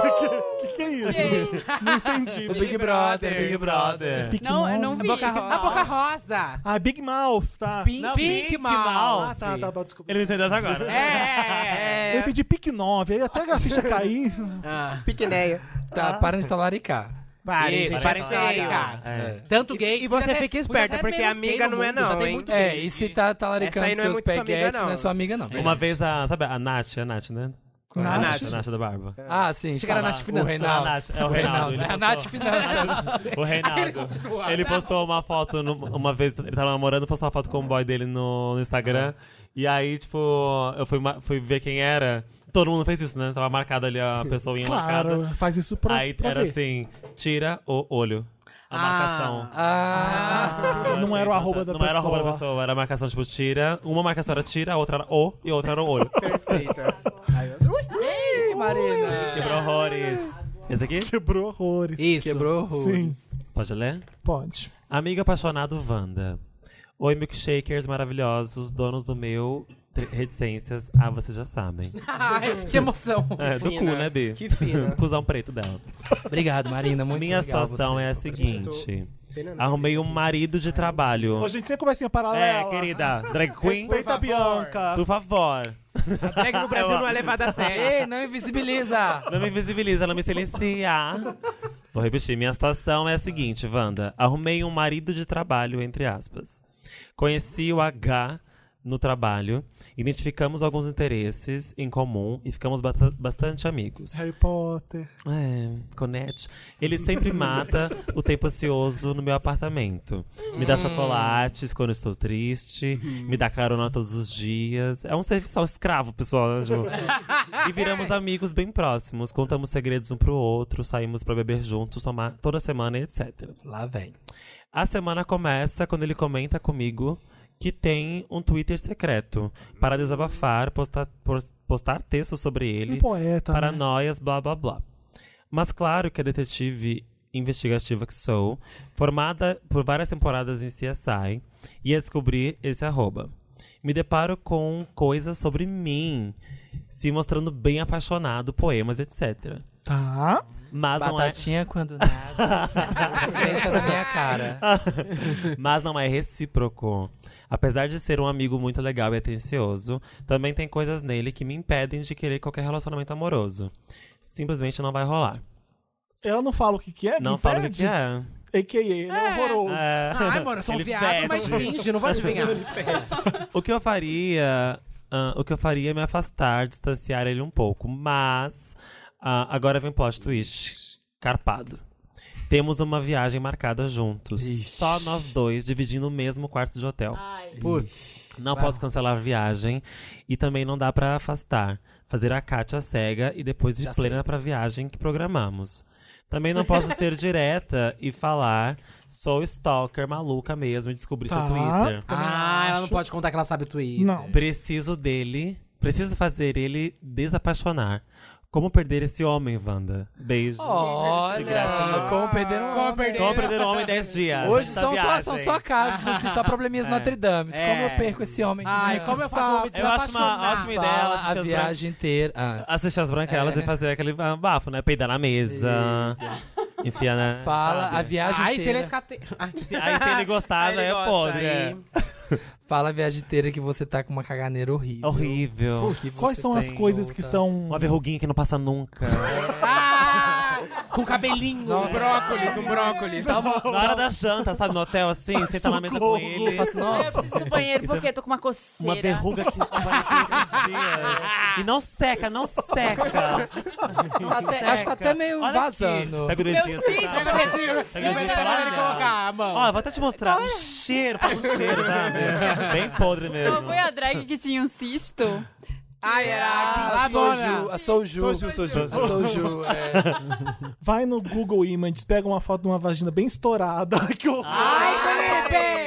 Speaker 1: O que, que é isso?
Speaker 2: Gente,
Speaker 1: É.
Speaker 3: O Big Brother, É. Big Brother.
Speaker 1: Big
Speaker 2: não, é eu não vi.
Speaker 5: A boca rosa.
Speaker 1: Ah, Big Mouth, tá.
Speaker 5: Pink,
Speaker 6: Não,
Speaker 5: pink,
Speaker 6: Pink
Speaker 5: Mouth.
Speaker 1: Ah, tá, tá, bom, desculpa.
Speaker 6: Ele não entendeu até agora. né?
Speaker 5: É, é, é.
Speaker 1: Eu entendi Pique 9, aí até a ficha cair.
Speaker 5: Ah.
Speaker 4: Piquineia.
Speaker 3: Tá, para de talaricar.
Speaker 4: Parem,
Speaker 5: Isso,
Speaker 4: gente,
Speaker 5: parem de
Speaker 4: é feio.
Speaker 5: talaricar.
Speaker 6: É.
Speaker 5: Tanto
Speaker 4: E-
Speaker 5: gay.
Speaker 4: e
Speaker 5: cuida
Speaker 4: você
Speaker 5: até-
Speaker 4: fica
Speaker 5: cuida
Speaker 4: esperta,
Speaker 5: até
Speaker 4: porque
Speaker 5: menos
Speaker 4: amiga
Speaker 5: gay no
Speaker 4: não é
Speaker 5: mundo,
Speaker 4: não,
Speaker 5: Já tem
Speaker 4: hein?
Speaker 5: muito
Speaker 3: É,
Speaker 5: gay.
Speaker 3: e se tá
Speaker 4: Essa aí
Speaker 3: talaricando
Speaker 4: não é
Speaker 3: seus
Speaker 4: muito sua amiga,
Speaker 3: peguetes, não.
Speaker 4: não.
Speaker 3: é sua amiga, não.
Speaker 6: Uma vez a. Sabe a Nath? A Nath, né? Com a
Speaker 3: Nath?
Speaker 6: Nath, a Nath da Barba.
Speaker 3: Ah, sim.
Speaker 5: Chegaram
Speaker 6: Fala,
Speaker 5: a Nath Finanças.
Speaker 6: O Reinaldo.
Speaker 3: A Nath-
Speaker 6: é o Reinaldo. ele
Speaker 3: É a
Speaker 6: postou-
Speaker 3: Nath Finanças.
Speaker 6: O Reinaldo. Ele postou uma foto num- uma vez, ele tava namorando, postou uma foto com o boy dele no, no Instagram. E aí, tipo, eu fui, ma- fui ver quem era. Todo mundo fez isso, né? Tava marcado ali a pessoinha
Speaker 1: Claro,
Speaker 6: marcada.
Speaker 1: faz isso pra,
Speaker 6: aí
Speaker 1: pra
Speaker 6: era
Speaker 1: ver.
Speaker 6: assim: tira o olho. A marcação.
Speaker 3: Ah,
Speaker 6: Eu
Speaker 1: Não
Speaker 6: achei
Speaker 1: era o arroba
Speaker 6: importante.
Speaker 1: da
Speaker 6: Não era o arroba da
Speaker 1: pessoa.
Speaker 6: pessoa, era a marcação, tipo, tira. Uma marcação era tira, a outra era o e a outra era o olho.
Speaker 3: Ih, Marina.
Speaker 6: Quebrou horrores. Esse aqui?
Speaker 1: Quebrou horrores.
Speaker 5: Isso.
Speaker 3: Quebrou o
Speaker 1: Sim,
Speaker 6: Pode ler?
Speaker 1: pode.
Speaker 6: Amigo apaixonado Wanda. Oi, milkshakers maravilhosos, donos do meu. tre- Reticências, ah, vocês já sabem.
Speaker 5: Ai, que emoção.
Speaker 6: É, do cu,
Speaker 4: fina.
Speaker 6: né, Bi?
Speaker 4: Que fina.
Speaker 6: Cusão preto dela.
Speaker 3: Obrigado, Marina. Muito
Speaker 6: Minha
Speaker 3: legal
Speaker 6: situação
Speaker 3: você.
Speaker 6: é a seguinte: arrumei um marido de
Speaker 1: Ô,
Speaker 6: trabalho.
Speaker 1: gente, você conversinha paralela.
Speaker 6: É, querida, drag queen,
Speaker 1: Respeita a Bianca.
Speaker 6: por favor.
Speaker 4: Drag no Brasil não é levada a sério.
Speaker 3: Ei, não invisibiliza.
Speaker 6: Não me invisibiliza, não me silencia. Vou repetir. Minha situação é a seguinte, Wanda. Arrumei um marido de trabalho, entre aspas. Conheci o H no trabalho, identificamos alguns interesses em comum e ficamos bata- bastante amigos.
Speaker 1: Harry Potter.
Speaker 6: É, conete. Ele sempre mata o tempo ocioso no meu apartamento. Me dá chocolates quando estou triste, me dá carona todos os dias. É um serviçal escravo, pessoal. Né, Ju? e viramos amigos bem próximos. Contamos segredos um pro outro, saímos pra beber juntos, tomar toda semana, e etc.
Speaker 3: Lá vem.
Speaker 6: A semana começa quando ele comenta comigo que tem um Twitter secreto para desabafar, postar, pos- postar textos sobre ele
Speaker 1: Um poeta. né?
Speaker 6: paranoias, blá blá blá. Mas claro que a detetive investigativa que sou, formada por várias temporadas em CSI, ia descobrir esse arroba. Me deparo com coisas sobre mim, se mostrando bem apaixonado, poemas, etc.
Speaker 1: Tá.
Speaker 6: Mas não é
Speaker 3: Batatinha quando nasce. senta na minha cara.
Speaker 6: Mas não é recíproco. Apesar de ser um amigo muito legal e atencioso, também tem coisas nele que me impedem de querer qualquer relacionamento amoroso. Simplesmente não vai rolar.
Speaker 1: Ela não fala o que, que é?
Speaker 6: não
Speaker 1: que
Speaker 6: fala o que
Speaker 1: impede?
Speaker 6: que é.
Speaker 1: AKA, ele é horroroso.
Speaker 6: É.
Speaker 5: Ai, mano, eu sou um
Speaker 6: Ele
Speaker 5: viado, mas
Speaker 6: fede.
Speaker 5: finge, não vou adivinhar. Ah,
Speaker 6: O que eu faria. ah, o que eu faria é me afastar, distanciar ele um pouco. Mas. ah, agora vem plot twist. Carpado. Temos uma viagem marcada juntos.
Speaker 3: Ixi.
Speaker 6: Só nós dois dividindo o mesmo quarto de hotel.
Speaker 2: Ai.
Speaker 3: Putz.
Speaker 6: Não
Speaker 3: Uau.
Speaker 6: posso cancelar a viagem e também não dá pra afastar. Fazer a Kátia cega e depois ir
Speaker 3: Já sei.
Speaker 6: plena pra viagem que programamos. Também não posso ser direta e falar sou stalker maluca mesmo e descobrir
Speaker 1: Tá.
Speaker 6: seu Twitter.
Speaker 5: Ah, ela não pode contar que ela sabe o Twitter.
Speaker 1: Não.
Speaker 6: É. Preciso dele, preciso fazer ele desapaixonar. Como perder esse homem, Wanda? Beijo. De graça,
Speaker 3: Olha,
Speaker 6: não.
Speaker 3: como perder um homem.
Speaker 6: Como perder um homem em 10 dias?
Speaker 3: Hoje
Speaker 6: Essa
Speaker 3: são só,
Speaker 6: viagem.
Speaker 3: são só casos, assim, só probleminhas Notre Dame. Como eu perco esse homem? que
Speaker 5: Ai,
Speaker 3: me
Speaker 5: como eu
Speaker 3: ama?
Speaker 5: faço homem
Speaker 6: Eu acho uma ótima ideia ela
Speaker 3: Fala a
Speaker 6: assistir as bran-
Speaker 3: viagem inteira. Ah,
Speaker 6: assistir as branquelas e fazer aquele ah, bafo, né? Peidar na mesa. Enfia na.
Speaker 3: fala
Speaker 6: sabe?
Speaker 3: a
Speaker 4: Ah,
Speaker 3: viagem
Speaker 5: Ai, se ele é
Speaker 3: inteira.
Speaker 5: escate... Ai, se-
Speaker 6: Aí se ele gostar, já é podre. é.
Speaker 3: Fala a viagem inteira que você tá com uma caganeira horrível.
Speaker 6: é. Horrível.
Speaker 3: Que
Speaker 1: Quais
Speaker 3: você tá
Speaker 1: são as
Speaker 3: tem
Speaker 1: coisas
Speaker 3: solta.
Speaker 1: que são.
Speaker 6: Uma verruguinha que não passa nunca.
Speaker 5: Ah, Com cabelinho.
Speaker 4: Brócolis, um brócolis.
Speaker 3: Tá
Speaker 6: Na hora da janta, sabe? No hotel assim, senta na mesa com ele.
Speaker 2: Ai, Eu preciso ir no banheiro porque eu tô com uma coceira.
Speaker 6: Uma verruga que apareceu esses dias. E não seca, não seca.
Speaker 3: Até- acho que tá até meio
Speaker 6: Olha aqui.
Speaker 3: vazando.
Speaker 6: Pega o
Speaker 2: Meu
Speaker 6: dedinho. assim,
Speaker 2: cis,
Speaker 6: tá?
Speaker 2: meu dedinho.
Speaker 6: Pega o dedinho
Speaker 5: Não
Speaker 6: pra
Speaker 5: dá pra ele
Speaker 6: lá.
Speaker 5: colocar a mão.
Speaker 6: Ó, vou até te mostrar. Um cheiro, faz um cheiro, sabe? Bem podre mesmo.
Speaker 2: Não foi a drag que tinha um cisto?
Speaker 4: Ai, era
Speaker 5: Ah,
Speaker 3: A Soju, a Soju.
Speaker 4: Soju, soju.
Speaker 3: A Soju, é.
Speaker 1: Vai no Google Images, pega uma foto de uma vagina bem estourada. Que horror.
Speaker 6: Ah,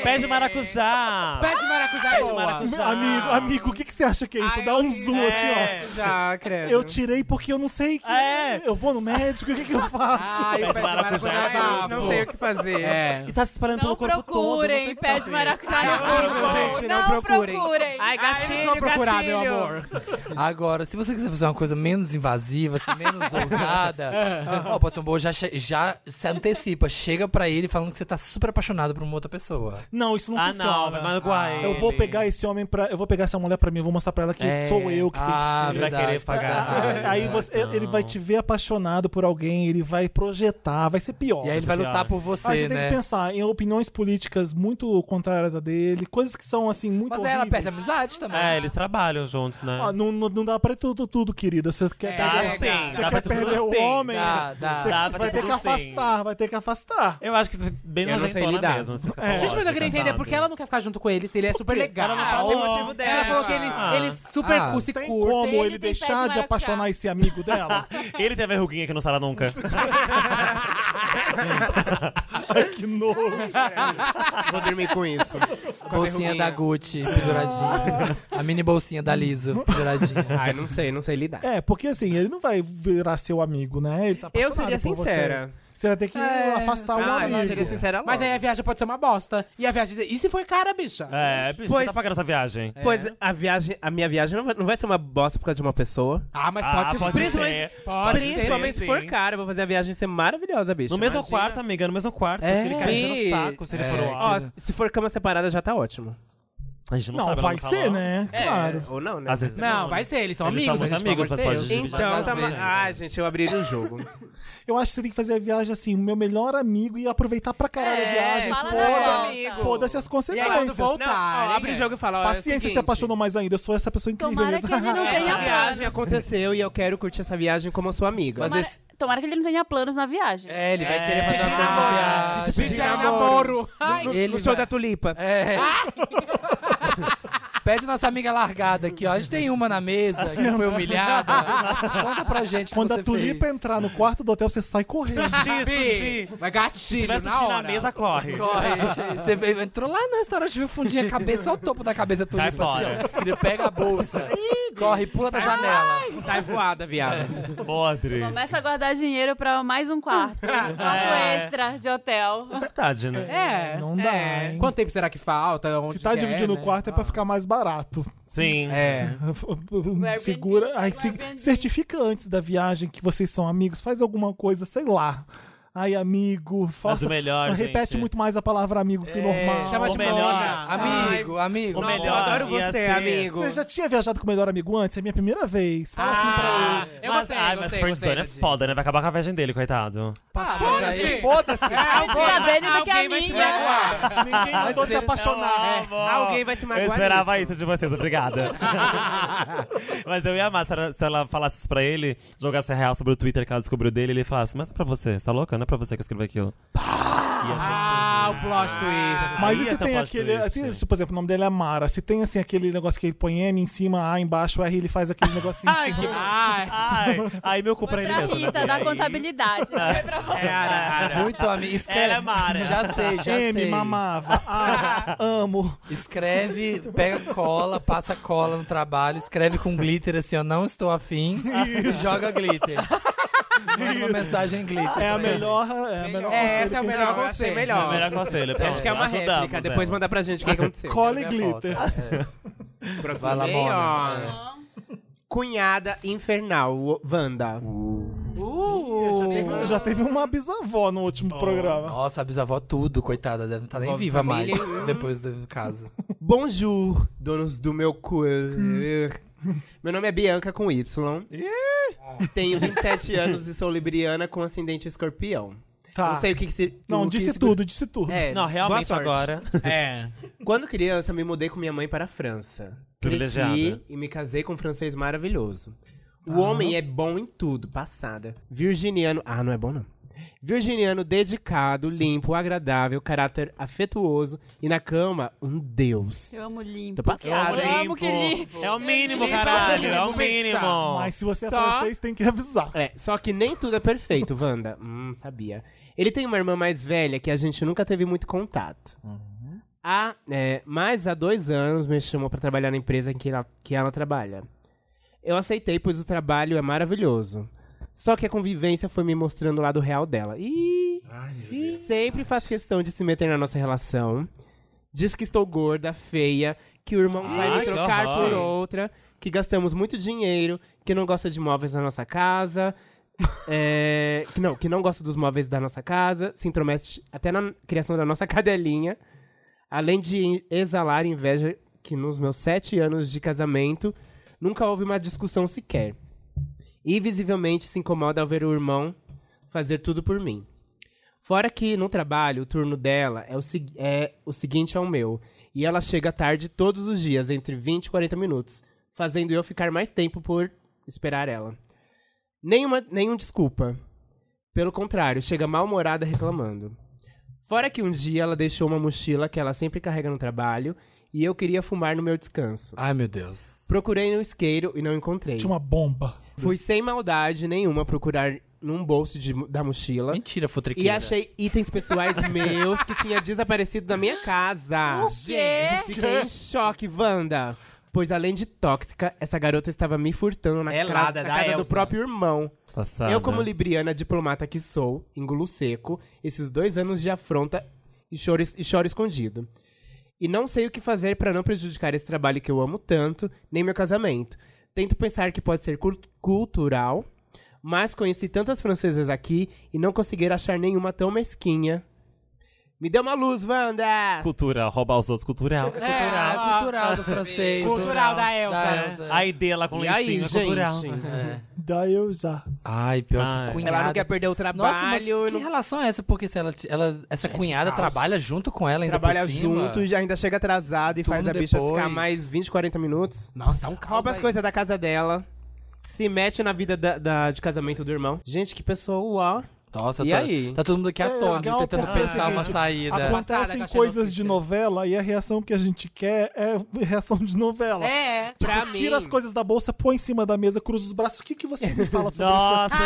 Speaker 6: Pé de maracujá!
Speaker 5: Pé de maracujá é boa.
Speaker 1: Amigo, amigo, o que, que você acha que é isso? Dá um zoom assim,
Speaker 6: É,
Speaker 4: Já, credo.
Speaker 1: ó. Eu tirei porque eu não sei. que-
Speaker 6: É.
Speaker 1: Eu vou no médico, o que, que eu faço?
Speaker 5: Ai, o pé de maracujá é
Speaker 4: Ai, eu não
Speaker 5: bafo.
Speaker 4: sei o que fazer.
Speaker 5: É.
Speaker 6: e tá se espalhando
Speaker 2: Não
Speaker 6: pelo corpo todo.
Speaker 2: procurem, pé de maracujá no
Speaker 4: procurem,
Speaker 2: Google.
Speaker 4: gente,
Speaker 2: Não
Speaker 4: não procurem.
Speaker 2: procurem.
Speaker 4: Ai, gatilho,
Speaker 5: Vou Ah, procurar,
Speaker 4: gatilho.
Speaker 5: meu amor.
Speaker 3: Agora, se você quiser fazer uma coisa menos invasiva, assim, menos ousada, ó, pode ser um bom, já, che- já se antecipa. Chega pra ele falando que você tá super apaixonado por uma outra pessoa.
Speaker 1: Não, isso não
Speaker 6: Ah,
Speaker 1: funciona.
Speaker 6: não, vai magoar
Speaker 1: Eu
Speaker 6: ele.
Speaker 1: vou pegar esse homem pra. Eu vou pegar essa mulher pra mim, eu vou mostrar pra ela que
Speaker 6: É.
Speaker 1: sou eu que
Speaker 3: Ah,
Speaker 1: tem que ser.
Speaker 6: Ele vai
Speaker 3: verdade,
Speaker 6: querer
Speaker 3: faz
Speaker 6: pagar.
Speaker 3: parte.
Speaker 1: Aí você- ele vai te ver apaixonado por alguém, ele vai projetar, vai ser pior.
Speaker 3: E aí ele vai lutar por
Speaker 1: a
Speaker 3: você,
Speaker 1: gente tem que
Speaker 3: né?
Speaker 1: pensar em opiniões políticas muito contrárias a dele, coisas que são assim muito
Speaker 3: Mas aí ela
Speaker 1: horríveis.
Speaker 3: perde a amizade também.
Speaker 6: É, eles trabalham juntos, né?
Speaker 1: Ah, não, não- não dá pra tudo, tudo, querida. Você quer
Speaker 6: Dá
Speaker 1: perder,
Speaker 6: sim,
Speaker 1: você
Speaker 6: dá pra
Speaker 1: quer
Speaker 6: tudo
Speaker 1: perder o
Speaker 6: sim.
Speaker 1: homem?
Speaker 3: Dá, dá.
Speaker 1: você
Speaker 6: Dá pra
Speaker 1: vai ter que
Speaker 6: tudo sim.
Speaker 1: afastar, vai ter que afastar.
Speaker 6: Eu acho que isso é bem
Speaker 4: Eu não sei
Speaker 6: nojentona
Speaker 4: lidar.
Speaker 6: mesmo. Assim,
Speaker 1: É.
Speaker 5: Gente, mas eu queria entender por que ela não quer ficar junto com ele, se ele é super legal.
Speaker 6: Ela não fala o motivo dela.
Speaker 5: Ela falou que ele,
Speaker 6: Ah.
Speaker 5: ele super
Speaker 3: Ah,
Speaker 5: se
Speaker 1: Tem
Speaker 5: curta.
Speaker 1: como ele,
Speaker 2: ele tem pé
Speaker 1: deixar
Speaker 2: de
Speaker 1: de
Speaker 2: maracujá.
Speaker 1: apaixonar esse amigo dela?
Speaker 6: Ele tem a verruguinha que não sara nunca.
Speaker 1: Ai, que nojo.
Speaker 4: Vou dormir com isso.
Speaker 1: tá
Speaker 3: Bolsinha da Gucci, penduradinha. A mini bolsinha da Liso, penduradinha.
Speaker 4: Ai, não sei, não sei lidar.
Speaker 1: É, porque assim, ele não vai virar seu amigo, né? Ele tá
Speaker 4: Eu
Speaker 1: apaixonado
Speaker 4: seria
Speaker 1: por
Speaker 4: sincera.
Speaker 1: Você. Você vai ter que afastar o
Speaker 4: Ah, eu
Speaker 1: amigo.
Speaker 4: seria sincera logo.
Speaker 5: Mas aí a viagem pode ser uma bosta. E a viagem. E se foi cara, bicha?
Speaker 6: É, bicho,
Speaker 4: Pois- É,
Speaker 6: você tá pagando essa viagem.
Speaker 4: Pois a viagem, a minha viagem não vai, não vai ser uma bosta por causa de uma pessoa.
Speaker 5: Ah, mas
Speaker 6: Ah,
Speaker 5: pode,
Speaker 6: pode
Speaker 5: Principalmente-
Speaker 6: ser.
Speaker 5: Pode ser.
Speaker 4: Principalmente se
Speaker 6: sim.
Speaker 4: for cara, eu vou fazer a viagem ser maravilhosa, bicho.
Speaker 6: No mesmo
Speaker 4: Imagina.
Speaker 6: quarto, amiga, no mesmo quarto.
Speaker 5: É.
Speaker 6: Aquele cara enchendo o saco se ele
Speaker 3: É.
Speaker 6: for o
Speaker 4: Ó, se for cama separada já tá ótimo.
Speaker 6: A gente não, tá
Speaker 1: Não,
Speaker 6: sabe, ela
Speaker 1: vai
Speaker 6: não
Speaker 1: ser,
Speaker 6: falou.
Speaker 1: né? Claro.
Speaker 4: É, ou não, né?
Speaker 6: Às vezes
Speaker 5: Não, vai ser, eles são
Speaker 6: Eles são
Speaker 5: amigos.
Speaker 6: muito
Speaker 5: gente, pelo
Speaker 6: amigos,
Speaker 5: amor
Speaker 6: mas
Speaker 5: de
Speaker 6: pode
Speaker 5: Deus.
Speaker 6: dividir.
Speaker 4: Então,
Speaker 3: às
Speaker 4: tá ma-
Speaker 3: vezes.
Speaker 4: Ai, gente, eu abriria o jogo.
Speaker 1: Eu acho que você tem que fazer a viagem assim, o meu melhor amigo e aproveitar pra caralho a viagem.
Speaker 2: fala na
Speaker 1: foda-
Speaker 2: volta.
Speaker 1: Foda-se as
Speaker 5: E aí, quando
Speaker 1: consequências.
Speaker 5: voltar.
Speaker 4: Não, ó,
Speaker 5: hein,
Speaker 4: abre o jogo e fala, ó, é o
Speaker 1: Paciência, se
Speaker 4: seguinte,
Speaker 1: apaixonou mais ainda. Eu sou essa pessoa incrível. né?
Speaker 2: Tomara que ele não
Speaker 5: É,
Speaker 2: tenha
Speaker 4: A
Speaker 2: planos.
Speaker 4: viagem aconteceu e eu quero curtir essa viagem como sua amiga.
Speaker 3: Mas
Speaker 2: Tomara,
Speaker 3: esse-
Speaker 2: tomara que ele não tenha planos na viagem.
Speaker 3: É, ele vai querer fazer uma coisa na
Speaker 1: Ah,
Speaker 3: viagem.
Speaker 5: Gente, é
Speaker 4: namoro.
Speaker 5: namoro. Ai,
Speaker 4: no,
Speaker 3: ele
Speaker 4: no show
Speaker 3: vai-
Speaker 4: da Tulipa.
Speaker 3: É.
Speaker 1: Ah!
Speaker 3: Pede nossa amiga largada aqui, ó. A gente tem uma na mesa que foi humilhada. Conta pra gente o que
Speaker 1: Quando
Speaker 3: você
Speaker 1: a Tulipa
Speaker 3: fez.
Speaker 1: entrar no quarto do hotel, você sai correndo.
Speaker 6: Sushi, sushi.
Speaker 5: Vai
Speaker 6: Se
Speaker 5: gatilho
Speaker 6: tiver
Speaker 5: na
Speaker 6: sushi
Speaker 5: hora.
Speaker 6: na mesa, corre.
Speaker 3: Corre, gente. você veio- entrou lá no restaurante, viu fundinha a cabeça,
Speaker 5: é
Speaker 3: só o topo da cabeça da
Speaker 6: Cai
Speaker 5: tipo
Speaker 3: tulipa. assim,
Speaker 6: fora.
Speaker 3: ó. Ele pega a bolsa, corre, pula da janela.
Speaker 4: Sai Tá voada, viado.
Speaker 6: Podre.
Speaker 2: Começa a guardar dinheiro pra mais um quarto. Um quarto extra de hotel.
Speaker 6: Verdade, né?
Speaker 5: É.
Speaker 1: Não dá, hein?
Speaker 5: Quanto tempo será que falta? Onde
Speaker 1: Se tá
Speaker 5: que é,
Speaker 1: dividindo
Speaker 5: né?
Speaker 1: o quarto é pra ficar mais barato.
Speaker 6: Sim.
Speaker 5: É.
Speaker 2: Airbnb,
Speaker 1: Segura. Aí,
Speaker 2: o
Speaker 1: se-
Speaker 2: Airbnb.
Speaker 1: certifica antes da viagem que vocês são amigos. Faz alguma coisa, sei lá. Ai, amigo. Faça,
Speaker 6: o melhor,
Speaker 1: Repete
Speaker 6: gente.
Speaker 1: muito mais a palavra amigo que o normal.
Speaker 5: Chama de
Speaker 6: Ou melhor,
Speaker 5: melhor.
Speaker 3: Amigo, Ah, amigo.
Speaker 6: o
Speaker 4: Nossa,
Speaker 6: melhor
Speaker 4: eu adoro
Speaker 6: ia
Speaker 4: você,
Speaker 6: ser-
Speaker 4: amigo.
Speaker 1: Você já tinha viajado com o melhor amigo antes? É minha primeira vez. Fala assim pra ele.
Speaker 6: Ah,
Speaker 5: Eu
Speaker 6: mas,
Speaker 5: gostei,
Speaker 6: ai, mas
Speaker 5: gostei,
Speaker 6: friendzone
Speaker 5: gostei,
Speaker 6: é foda, né? Vai acabar com a viagem dele, coitado.
Speaker 3: Ah, mas aí-
Speaker 1: Foda-se!
Speaker 2: Antes da dele do que a
Speaker 5: um
Speaker 2: minha.
Speaker 1: Ninguém mandou se
Speaker 6: né?
Speaker 1: apaixonar.
Speaker 4: É, Alguém vai se magoar
Speaker 6: Eu esperava
Speaker 4: nisso.
Speaker 6: isso de vocês, obrigada. mas eu ia amar se ela, se ela falasse isso pra ele, jogasse a real sobre o Twitter que ela descobriu dele, ele falasse, mas não é pra você, você tá louca? Não é pra você que eu escrevi aquilo.
Speaker 5: Ah, o plot twist. assim.
Speaker 1: Mas
Speaker 6: Aí
Speaker 1: e se
Speaker 6: essa
Speaker 1: tem
Speaker 6: plot
Speaker 1: aquele.
Speaker 6: twist.
Speaker 1: tem isso, por exemplo, o nome dele é Mara. Se tem assim aquele negócio que ele põe M em cima, A embaixo, R, ele faz aquele negocinho. em cima.
Speaker 5: Ai,
Speaker 6: Ai, assim. aí meu cu pra
Speaker 2: Foi
Speaker 6: ele
Speaker 2: pra
Speaker 6: mesmo. né?
Speaker 2: Rita,
Speaker 6: E
Speaker 2: da
Speaker 6: aí-
Speaker 2: contabilidade. Foi pra
Speaker 4: É,
Speaker 2: você.
Speaker 3: Muito amigo. Escreve.
Speaker 6: Ela é Mara.
Speaker 3: Já sei, já
Speaker 1: M,
Speaker 3: sei.
Speaker 1: mamava. A, amo.
Speaker 3: Escreve, pega cola, passa cola no trabalho, escreve com glitter assim, eu não estou afim, e joga glitter. Manda uma mensagem em glitter.
Speaker 1: É a
Speaker 3: pra ele.
Speaker 1: melhor. É a melhor
Speaker 5: É,
Speaker 1: conselho
Speaker 5: esse é o
Speaker 1: que a gente
Speaker 5: melhor
Speaker 1: dá.
Speaker 5: conselho.
Speaker 6: É o melhor conselho, pronto.
Speaker 4: Acho que é uma
Speaker 6: ajudamos
Speaker 4: réplica. Depois
Speaker 6: ela.
Speaker 4: manda pra gente o que aconteceu.
Speaker 1: Cola e
Speaker 3: é Minha volta.
Speaker 1: glitter. é.
Speaker 4: Próximo
Speaker 3: é. Vai lá,
Speaker 4: e-mail,
Speaker 3: Mona.
Speaker 4: ó. Cunhada infernal, o- Wanda.
Speaker 1: Você já teve uma bisavó no último programa.
Speaker 3: Nossa, a bisavó tudo, coitada, deve não estar nem
Speaker 4: Vovó
Speaker 3: viva mais
Speaker 4: família.
Speaker 3: depois do caso.
Speaker 4: Bonjour, donos do meu cu. Meu nome é Bianca com Y. Tenho 27 anos e sou libriana com ascendente escorpião.
Speaker 1: Tá.
Speaker 4: Não sei o que, que se.
Speaker 1: Não,
Speaker 4: o que
Speaker 1: disse
Speaker 4: se-
Speaker 1: tudo, disse tudo.
Speaker 4: É,
Speaker 6: Não, realmente
Speaker 4: boa sorte.
Speaker 6: agora.
Speaker 5: É.
Speaker 4: Quando criança, me mudei com minha mãe para a França.
Speaker 6: Privilegiada.
Speaker 4: Cresci e me casei com um francês maravilhoso. O homem é bom em tudo, passada. Virginiano. Ah, não é bom não. Virginiano dedicado, limpo, agradável, caráter afetuoso e na cama, um deus.
Speaker 2: Eu amo limpo.
Speaker 4: Tô passada.
Speaker 2: Eu amo que limpo.
Speaker 6: É o mínimo,
Speaker 5: Limpa,
Speaker 6: caralho. É o
Speaker 5: limpa, bicha.
Speaker 6: mínimo.
Speaker 1: Mas se você é
Speaker 4: Só-
Speaker 1: francês, tem que avisar.
Speaker 4: É, só que nem tudo é perfeito, Wanda. Hum, sabia. Ele tem uma irmã mais velha que a gente nunca teve muito contato. Há, é, mas há dois anos me chamou pra trabalhar na empresa em que ela, que ela trabalha. Eu aceitei, pois o trabalho é maravilhoso. Só que a convivência foi me mostrando o lado real dela. E sempre faz questão de se meter na nossa relação. Diz que estou gorda, feia, que o irmão vai
Speaker 6: que
Speaker 4: me trocar
Speaker 6: horror.
Speaker 4: por outra, que gastamos muito dinheiro, que não gosta de móveis na nossa casa. é, que não, que não gosta dos móveis da nossa casa, se intromete até na criação da nossa cadelinha. Além de exalar inveja que nos meus sete anos de casamento, nunca houve uma discussão sequer. E visivelmente se incomoda ao ver o irmão fazer tudo por mim. Fora que no trabalho, o turno dela é o, segui- é o seguinte ao meu. E ela chega tarde todos os dias, entre 20 e 40 minutos, fazendo eu ficar mais tempo por esperar ela. Nenhuma, nenhum desculpa. Pelo contrário, chega mal-humorada reclamando. Fora que um dia ela deixou uma mochila que ela sempre carrega no trabalho e eu queria fumar no meu descanso.
Speaker 3: Ai, meu Deus.
Speaker 4: Procurei no isqueiro e não encontrei.
Speaker 1: Tinha uma bomba.
Speaker 4: Fui sem maldade nenhuma procurar num bolso de- da mochila.
Speaker 3: Mentira,
Speaker 4: E
Speaker 3: futriqueira.
Speaker 4: achei itens pessoais meus que tinha desaparecido da minha casa.
Speaker 2: O quê?
Speaker 4: Fiquei em choque, Wanda. Pois além de tóxica, essa garota estava me furtando na,
Speaker 5: Ela,
Speaker 4: casa-
Speaker 5: da-
Speaker 4: na
Speaker 5: da
Speaker 4: casa do
Speaker 5: Elsa.
Speaker 4: próprio irmão.
Speaker 6: Passada.
Speaker 4: Eu, como libriana diplomata que sou, engulo seco, esses dois anos de afronta e choro, e choro escondido. E não sei o que fazer pra não prejudicar esse trabalho que eu amo tanto, nem meu casamento. Tento pensar que pode ser cul- cultural, mas conheci tantas francesas aqui e não conseguir achar nenhuma tão mesquinha. Me dê uma luz, Wanda!
Speaker 6: Cultura, roubar os outros, cultural.
Speaker 3: É,
Speaker 5: Cultural.
Speaker 3: cultural do francês.
Speaker 5: Cultural da Elsa.
Speaker 6: Aí dela com
Speaker 4: E aí,
Speaker 6: lencinho, é cultural.
Speaker 4: gente?
Speaker 1: Daí eu usar.
Speaker 3: Ai, pior
Speaker 6: Ai.
Speaker 3: que cunhada.
Speaker 4: Ela não quer perder o trabalho,
Speaker 3: Nossa, mas que
Speaker 4: não
Speaker 3: relação é essa? Porque se ela, te- ela essa cunhada
Speaker 5: caos.
Speaker 3: trabalha junto com ela ainda
Speaker 4: trabalha
Speaker 3: por cima.
Speaker 4: junto e ainda chega atrasado e faz a
Speaker 3: Turno
Speaker 4: bicha
Speaker 3: depois.
Speaker 4: ficar mais 20, 40 minutos.
Speaker 3: Nossa, tá um caos
Speaker 4: Rouba as
Speaker 3: aí.
Speaker 4: coisas da casa dela. Se mete na vida da, da- de casamento do irmão. Gente, que pessoa, ó.
Speaker 3: Nossa,
Speaker 4: E
Speaker 3: tá,
Speaker 4: aí?
Speaker 3: tá todo mundo aqui
Speaker 1: É
Speaker 3: atônito,
Speaker 1: legal
Speaker 3: tentando
Speaker 1: porque,
Speaker 3: pensar uma
Speaker 1: gente,
Speaker 3: saída.
Speaker 5: Passada,
Speaker 1: Acontecem
Speaker 5: caixa
Speaker 1: coisas
Speaker 5: não
Speaker 1: de
Speaker 5: assiste.
Speaker 1: novela e a reação que a gente quer é reação de novela.
Speaker 4: É,
Speaker 5: Tipo,
Speaker 4: pra mim.
Speaker 1: Tira as coisas da bolsa, põe em cima da mesa, cruza os braços. O que, que você me fala sobre isso?
Speaker 6: Nossa, Ah,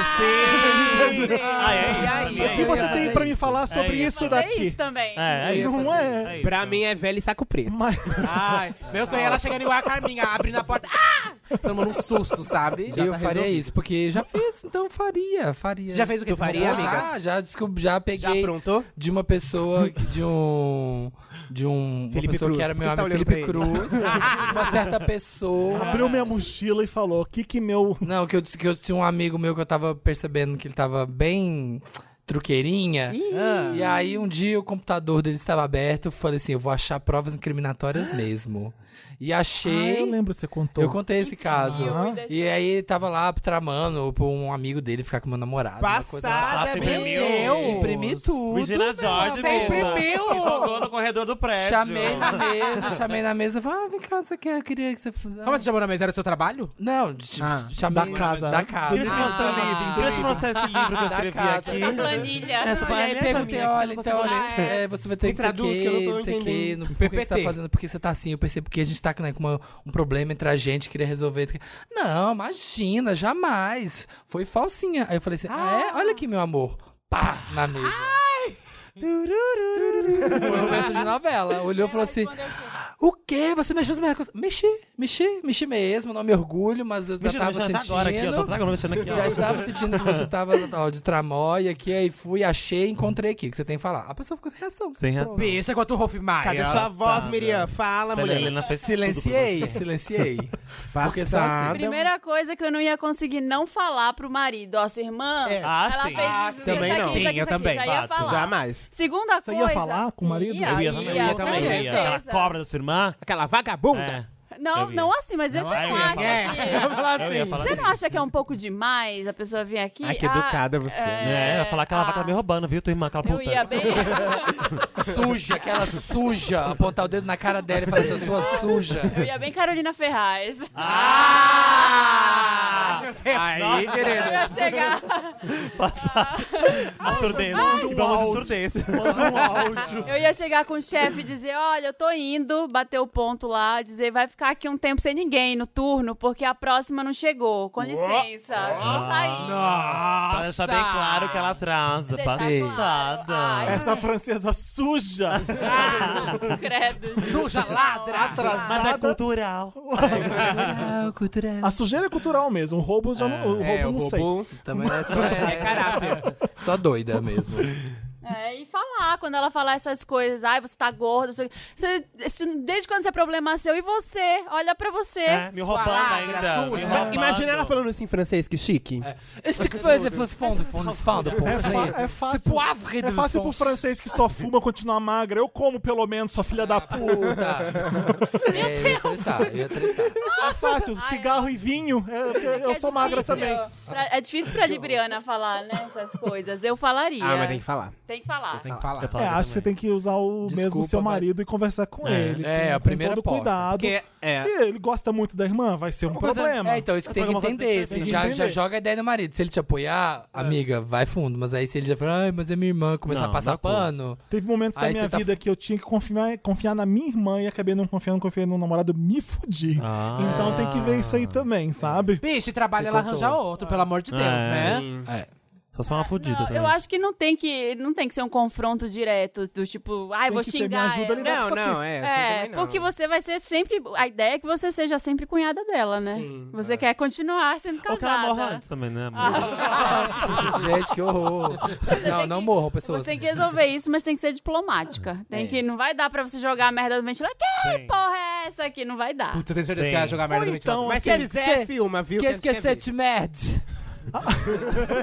Speaker 6: sim! Ah, é isso,
Speaker 4: E aí?
Speaker 6: amiga,
Speaker 1: O que
Speaker 6: é
Speaker 1: você
Speaker 6: isso.
Speaker 1: tem pra me falar sobre
Speaker 6: isso.
Speaker 1: isso
Speaker 2: Fazer
Speaker 1: daqui?
Speaker 2: isso também.
Speaker 6: É, é isso.
Speaker 1: Não é.
Speaker 6: isso.
Speaker 4: Pra mim é velho e saco preto.
Speaker 1: Mas,
Speaker 5: Ai, meu sonho é ela chegando igual a Carminha, abrindo a porta, ah! tomando um susto, sabe?
Speaker 3: eu
Speaker 4: tá
Speaker 3: faria isso, porque já fiz, então faria, faria.
Speaker 5: Você já fez o que
Speaker 4: Tu faria,
Speaker 5: Faria,
Speaker 4: amiga?
Speaker 3: Ah, já descobri, já
Speaker 4: Já
Speaker 3: peguei
Speaker 4: aprontou?
Speaker 3: de uma pessoa, de um. De um, uma
Speaker 4: Felipe
Speaker 3: pessoa
Speaker 4: Cruz.
Speaker 3: que era
Speaker 4: Por
Speaker 3: meu
Speaker 4: que você tá
Speaker 3: amigo
Speaker 4: olhando
Speaker 3: Felipe
Speaker 4: pra
Speaker 3: Cruz. uma certa pessoa.
Speaker 1: abriu minha mochila e falou: o que que meu.
Speaker 3: Não, que eu, disse que eu tinha um amigo meu que eu tava percebendo que ele tava bem truqueirinha. E aí um dia o computador dele estava aberto, eu falei assim, eu vou achar provas incriminatórias mesmo. E
Speaker 1: Ah, eu
Speaker 3: achei...
Speaker 1: lembro, você contou.
Speaker 3: eu contei esse caso.
Speaker 2: Aham. deixa-
Speaker 3: E aí ele tava lá tramando pra um amigo dele ficar com meu namorado. uma coisa lá.
Speaker 4: Passada,
Speaker 6: Nossa,
Speaker 4: meu
Speaker 6: imprimiu.
Speaker 4: Deus.
Speaker 3: Imprimi tudo.
Speaker 6: Regina George,
Speaker 5: Você
Speaker 6: bicha.
Speaker 5: imprimiu.
Speaker 6: E jogou no corredor do prédio.
Speaker 3: Chamei na mesa, chamei na mesa. Falei, ah, vem cá, você quer? Eu queria que você fizesse.
Speaker 5: Como você chamou na mesa? Era o seu trabalho?
Speaker 3: Não, ch-
Speaker 5: Ah,
Speaker 3: chamei
Speaker 1: da casa,
Speaker 3: Da
Speaker 1: né?
Speaker 3: casa.
Speaker 6: Queria te
Speaker 2: Ah,
Speaker 6: mostrar, livro, queria te mostrar esse livro que eu escrevi
Speaker 3: casa.
Speaker 6: aqui.
Speaker 2: Essa planilha.
Speaker 6: Essa
Speaker 3: E aí
Speaker 6: planilha
Speaker 3: perguntei,
Speaker 6: minha,
Speaker 3: olha,
Speaker 6: você
Speaker 3: então, olha,
Speaker 6: gosta?
Speaker 3: é, você vai ter
Speaker 4: Me
Speaker 3: que ser
Speaker 4: traduz,
Speaker 3: que,
Speaker 4: que eu não tô
Speaker 3: não sei o quê,
Speaker 4: entendendo.
Speaker 3: no- por que você tá
Speaker 5: PPT.
Speaker 3: fazendo, porque você tá assim, eu percebo que a gente tá né, com uma- um problema entre a gente, queria resolver. Não, imagina, jamais. Foi falsinha. Aí eu falei assim, ah, é? Olha aqui, meu amor. Pá, na mesa. Foi um momento de novela. Olhou e falou assim, o quê? Você mexeu nas minhas coisas? Mexi, mexi, mexi mesmo, não me orgulho, mas eu já
Speaker 6: Mexendo,
Speaker 3: tava
Speaker 6: mexendo
Speaker 3: sentindo.
Speaker 6: até tá agora aqui, ó.
Speaker 2: tá
Speaker 6: Tô até agora mexendo aqui, ó.
Speaker 3: Já estava sentindo que você estava ó, de tramóia aqui, aí fui, achei, encontrei aqui, o que você tem que falar. A pessoa ficou sem reação.
Speaker 6: Sem reação.
Speaker 5: Bicha quanto o Rolf Maia.
Speaker 4: Cadê sua voz, Miriam? Fala,
Speaker 6: Olha,
Speaker 4: mulher.
Speaker 6: Helena fez tudo
Speaker 3: Silenciei, silenciei. Porque só
Speaker 2: um
Speaker 3: assim.
Speaker 2: Primeira coisa que eu não ia conseguir não falar pro marido, ó, sua irmã,
Speaker 4: É.
Speaker 6: Ah,
Speaker 2: ela
Speaker 6: sim.
Speaker 2: fez
Speaker 6: Ah,
Speaker 2: isso,
Speaker 4: também
Speaker 2: isso
Speaker 4: não.
Speaker 2: aqui, isso aqui,
Speaker 5: Sim, eu
Speaker 2: isso aqui,
Speaker 5: também.
Speaker 2: já ia falar.
Speaker 4: Jamais.
Speaker 2: Segunda
Speaker 1: Você ia
Speaker 2: coisa...
Speaker 1: falar com o marido?
Speaker 2: Ia,
Speaker 6: Eu ia
Speaker 2: ia,
Speaker 6: também, eu ia
Speaker 2: com
Speaker 6: também. Eu ia.
Speaker 2: certeza.
Speaker 6: Aquela cobra da sua irmã.
Speaker 4: Aquela vagabunda.
Speaker 6: É.
Speaker 2: Não,
Speaker 6: Eu ia.
Speaker 2: não assim, mas você
Speaker 6: eu
Speaker 2: não
Speaker 6: ia
Speaker 2: acha
Speaker 6: falar.
Speaker 2: que...
Speaker 6: Eu ia falar assim.
Speaker 2: Você não acha que é um pouco demais a pessoa vir aqui?
Speaker 4: Ai, que
Speaker 2: Ah,
Speaker 4: educada você.
Speaker 6: É, eu ia falar que ela
Speaker 2: ah,
Speaker 6: vai tá me roubando, viu, tua irmã, aquela
Speaker 2: Eu
Speaker 6: puta. Ah!
Speaker 2: ia bem...
Speaker 3: Suja, aquela suja. Apontar o dedo na cara dela e falar assim, eu sou a suja.
Speaker 2: Eu ia bem Carolina Ferraz.
Speaker 6: Ah!
Speaker 4: Aí,
Speaker 2: Eu
Speaker 4: querida.
Speaker 2: ia chegar...
Speaker 6: Passado. A surdez.
Speaker 2: um
Speaker 6: Vamos de surdez.
Speaker 2: Eu ia chegar com o chefe e dizer: olha, eu tô indo, bater o ponto lá, dizer: vai ficar aqui um tempo sem ninguém no turno, porque a próxima não chegou. Com licença,
Speaker 6: Ah,
Speaker 2: estou saindo.
Speaker 3: Ah.
Speaker 5: Nossa!
Speaker 6: Pra deixar bem claro que ela atrasa.
Speaker 2: Deixar
Speaker 6: Passada.
Speaker 2: claro. Ai,
Speaker 1: Essa francesa suja!
Speaker 2: credo.
Speaker 5: Suja, ladra!
Speaker 6: Mas é cultural.
Speaker 3: Ah, cultura.
Speaker 1: A sujeira é cultural mesmo, o roubo eu já não, o roubo
Speaker 4: É,
Speaker 1: eu
Speaker 4: o
Speaker 1: não sei.
Speaker 4: robô.
Speaker 3: Também é só, é,
Speaker 4: É caráter.
Speaker 3: só doida mesmo.
Speaker 2: É, e falar, falar quando ela falar essas coisas. Ai, você tá gordo. Você, você- isso- desde quando você é problema seu? E você? Olha pra você.
Speaker 6: É, me roubando
Speaker 5: Fala,
Speaker 6: ainda.
Speaker 5: graçuda.
Speaker 6: me
Speaker 5: Ima-
Speaker 6: roubando.
Speaker 4: Imagina ela falando assim em francês, que chique.
Speaker 3: Esse tipo que foi fosse fundo, fundo, fundo, pô.
Speaker 1: É, fa- é fácil.
Speaker 3: poivre
Speaker 1: É
Speaker 3: de
Speaker 1: fácil pro
Speaker 3: France.
Speaker 1: francês que só fuma continuar magra. Eu como pelo menos, sua filha
Speaker 2: Ah,
Speaker 1: da puta.
Speaker 3: Puta. É, eu ia tretar, eu ia tretar.
Speaker 1: É fácil, cigarro e vinho. É, eu
Speaker 2: É
Speaker 1: sou magra
Speaker 2: difícil.
Speaker 1: também.
Speaker 2: Pra- é difícil pra Libriana falar, né? Essas coisas. Eu falaria.
Speaker 7: Ah, mas tem que falar.
Speaker 2: Tem que falar.
Speaker 5: Tem que falar.
Speaker 6: Eu
Speaker 1: É,
Speaker 6: falava
Speaker 1: acho que você tem que usar o
Speaker 3: Desculpa,
Speaker 1: mesmo seu
Speaker 3: mas-
Speaker 1: marido e conversar com
Speaker 6: É.
Speaker 1: ele.
Speaker 3: É,
Speaker 1: com-
Speaker 3: a primeira
Speaker 1: com todo
Speaker 3: porta.
Speaker 1: cuidado.
Speaker 7: Porque, é,
Speaker 1: E ele gosta muito da irmã, vai ser um
Speaker 6: coisa-
Speaker 1: problema.
Speaker 3: É, então, isso que tem que
Speaker 6: Alguma coisa
Speaker 3: entender.
Speaker 6: um tem
Speaker 3: Assim,
Speaker 6: que
Speaker 3: já,
Speaker 6: entender. É.
Speaker 3: já joga a ideia do marido. Se ele te apoiar, amiga, vai fundo. Mas aí se ele já falar, ai, mas é minha irmã, começar
Speaker 6: Não,
Speaker 3: a passar
Speaker 6: não é cool.
Speaker 3: pano.
Speaker 1: Teve um momento da
Speaker 3: Aí
Speaker 1: minha
Speaker 3: você tá
Speaker 1: vida que eu tinha que confiar, confiar na minha irmã e acabei não confiando, confiei no namorado, me fudi.
Speaker 6: Ah.
Speaker 1: Então tem que ver isso aí também, sabe?
Speaker 5: Bicho, e trabalha
Speaker 3: Se
Speaker 5: ela
Speaker 3: contou.
Speaker 5: arranjar outro, pelo amor de Deus,
Speaker 4: Ah,
Speaker 6: É.
Speaker 5: né?
Speaker 3: É.
Speaker 6: Só sou uma fudida
Speaker 2: Não,
Speaker 6: também.
Speaker 2: eu acho que não tem que não tem que ser um confronto direto do tipo, ai,
Speaker 1: Tem
Speaker 2: vou
Speaker 1: que ser, me
Speaker 2: xingar.
Speaker 1: ajuda a
Speaker 2: ela.
Speaker 1: lidar com
Speaker 7: Não,
Speaker 1: isso aqui.
Speaker 7: não, é. assim
Speaker 2: É,
Speaker 7: também não.
Speaker 2: porque você vai ser sempre. A ideia é que você seja sempre cunhada dela, né? você
Speaker 1: é.
Speaker 2: quer continuar sendo
Speaker 6: Ou que ela morra
Speaker 2: casada. Ah.
Speaker 6: antes também, né, amor?
Speaker 3: Gente, que horror.
Speaker 2: Você
Speaker 3: Não,
Speaker 2: tem
Speaker 3: não
Speaker 2: que-
Speaker 3: morram, pessoas.
Speaker 2: Você tem que resolver isso, mas tem que ser diplomática. Tem que. Não vai dar pra você jogar a merda do ventilador. Que
Speaker 6: Sim.
Speaker 2: porra é essa aqui? Não vai dar.
Speaker 5: Putz, eu tenho certeza
Speaker 6: Sim.
Speaker 5: que ela vai jogar merda
Speaker 1: Ou
Speaker 5: no ventilador.
Speaker 1: então,
Speaker 7: Mas se
Speaker 3: Quer
Speaker 7: quiser,
Speaker 3: dizer-
Speaker 7: filma, viu?
Speaker 3: Quer
Speaker 7: Quero
Speaker 3: esquecer
Speaker 7: escrever.
Speaker 3: de merda?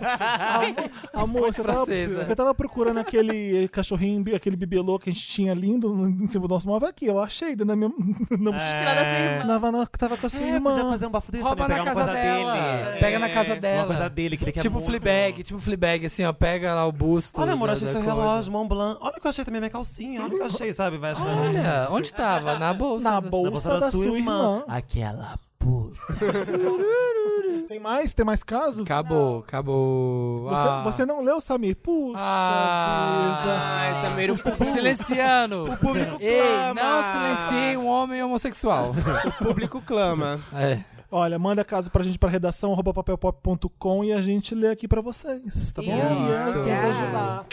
Speaker 1: amor, você tava,
Speaker 3: francesa.
Speaker 1: você tava procurando aquele cachorrinho, bi- aquele bibelô que a gente tinha lindo em cima do nosso móvel aqui. Eu achei, dentro da minha. Não,
Speaker 2: É. Tirar da sua irmã.
Speaker 1: na- na- tava com a sua
Speaker 6: É, podia
Speaker 1: irmã.
Speaker 6: fazer um bafo desse
Speaker 3: Rouba
Speaker 6: também,
Speaker 3: na
Speaker 6: pegar uma
Speaker 3: casa
Speaker 6: coisa
Speaker 3: dela.
Speaker 6: dele. É,
Speaker 3: Pega na casa
Speaker 6: Uma coisa
Speaker 3: dela.
Speaker 6: dele que ele quer
Speaker 5: um
Speaker 3: Tipo
Speaker 6: muito.
Speaker 3: Fleabag, tipo Fleabag, assim, ó. Pega lá o busto.
Speaker 6: Olha, amor,
Speaker 3: da-
Speaker 6: achei
Speaker 3: da
Speaker 6: seu
Speaker 3: coisa.
Speaker 6: relógio, Mont Blanc. Olha o que eu achei também, minha calcinha. Olha o que eu achei, sabe? Vai achando.
Speaker 3: Olha, onde tava? Na bolsa.
Speaker 1: Na
Speaker 3: da-
Speaker 1: bolsa, da, sua, irmã.
Speaker 6: Aquela puta.
Speaker 1: Tem mais? Tem mais caso?
Speaker 3: Acabou, acabou.
Speaker 1: Você,
Speaker 3: Ah.
Speaker 1: você não leu, Samir? Puxa
Speaker 3: Ah,
Speaker 7: Ai, Samir, o público,
Speaker 3: Silenciando! O
Speaker 7: público
Speaker 3: Ei,
Speaker 7: clama.
Speaker 3: não silencie um homem homossexual.
Speaker 7: o público clama.
Speaker 3: É.
Speaker 1: vida. Olha, manda caso pra gente pra redação arroba papelpop.com e a gente lê aqui pra vocês, tá bom?
Speaker 3: Isso.
Speaker 1: E tenta ajudar.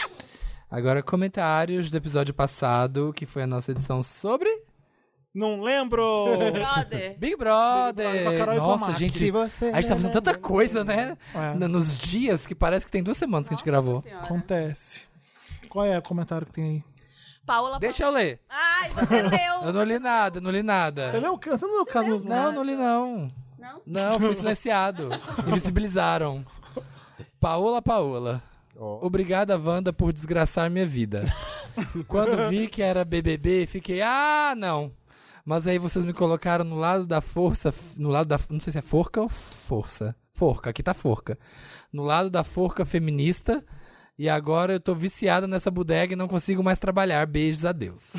Speaker 3: Agora, comentários do episódio passado, que foi a nossa edição sobre
Speaker 1: Não lembro!
Speaker 2: Brother.
Speaker 1: Big
Speaker 3: Big Brother.
Speaker 1: Brother, com a Carol
Speaker 3: nossa,
Speaker 1: Ivamak.
Speaker 3: gente,
Speaker 7: Se você.
Speaker 3: a gente tá fazendo tanta coisa, né?
Speaker 1: É.
Speaker 3: N- Nos dias que parece que tem duas semanas que a gente gravou.
Speaker 2: Senhora.
Speaker 1: Acontece. Qual é o comentário que tem aí?
Speaker 2: Paula.
Speaker 3: Deixa eu ler.
Speaker 2: Ai, você leu.
Speaker 3: Eu não li nada, não li nada.
Speaker 1: Você leu o caso? Você não leu o caso mesmo?
Speaker 3: Não, não li não.
Speaker 2: Não?
Speaker 3: Não, fui silenciado. Invisibilizaram. Paola, Paola. Obrigada, Wanda, por desgraçar minha vida. Quando vi que era BBB, fiquei, ah, não. Mas aí vocês me colocaram no lado da força, no lado da, não sei se é forca ou força. Forca, aqui tá forca. No lado da forca feminista. E agora eu tô viciada nessa bodega e não consigo mais trabalhar. Beijos a Deus.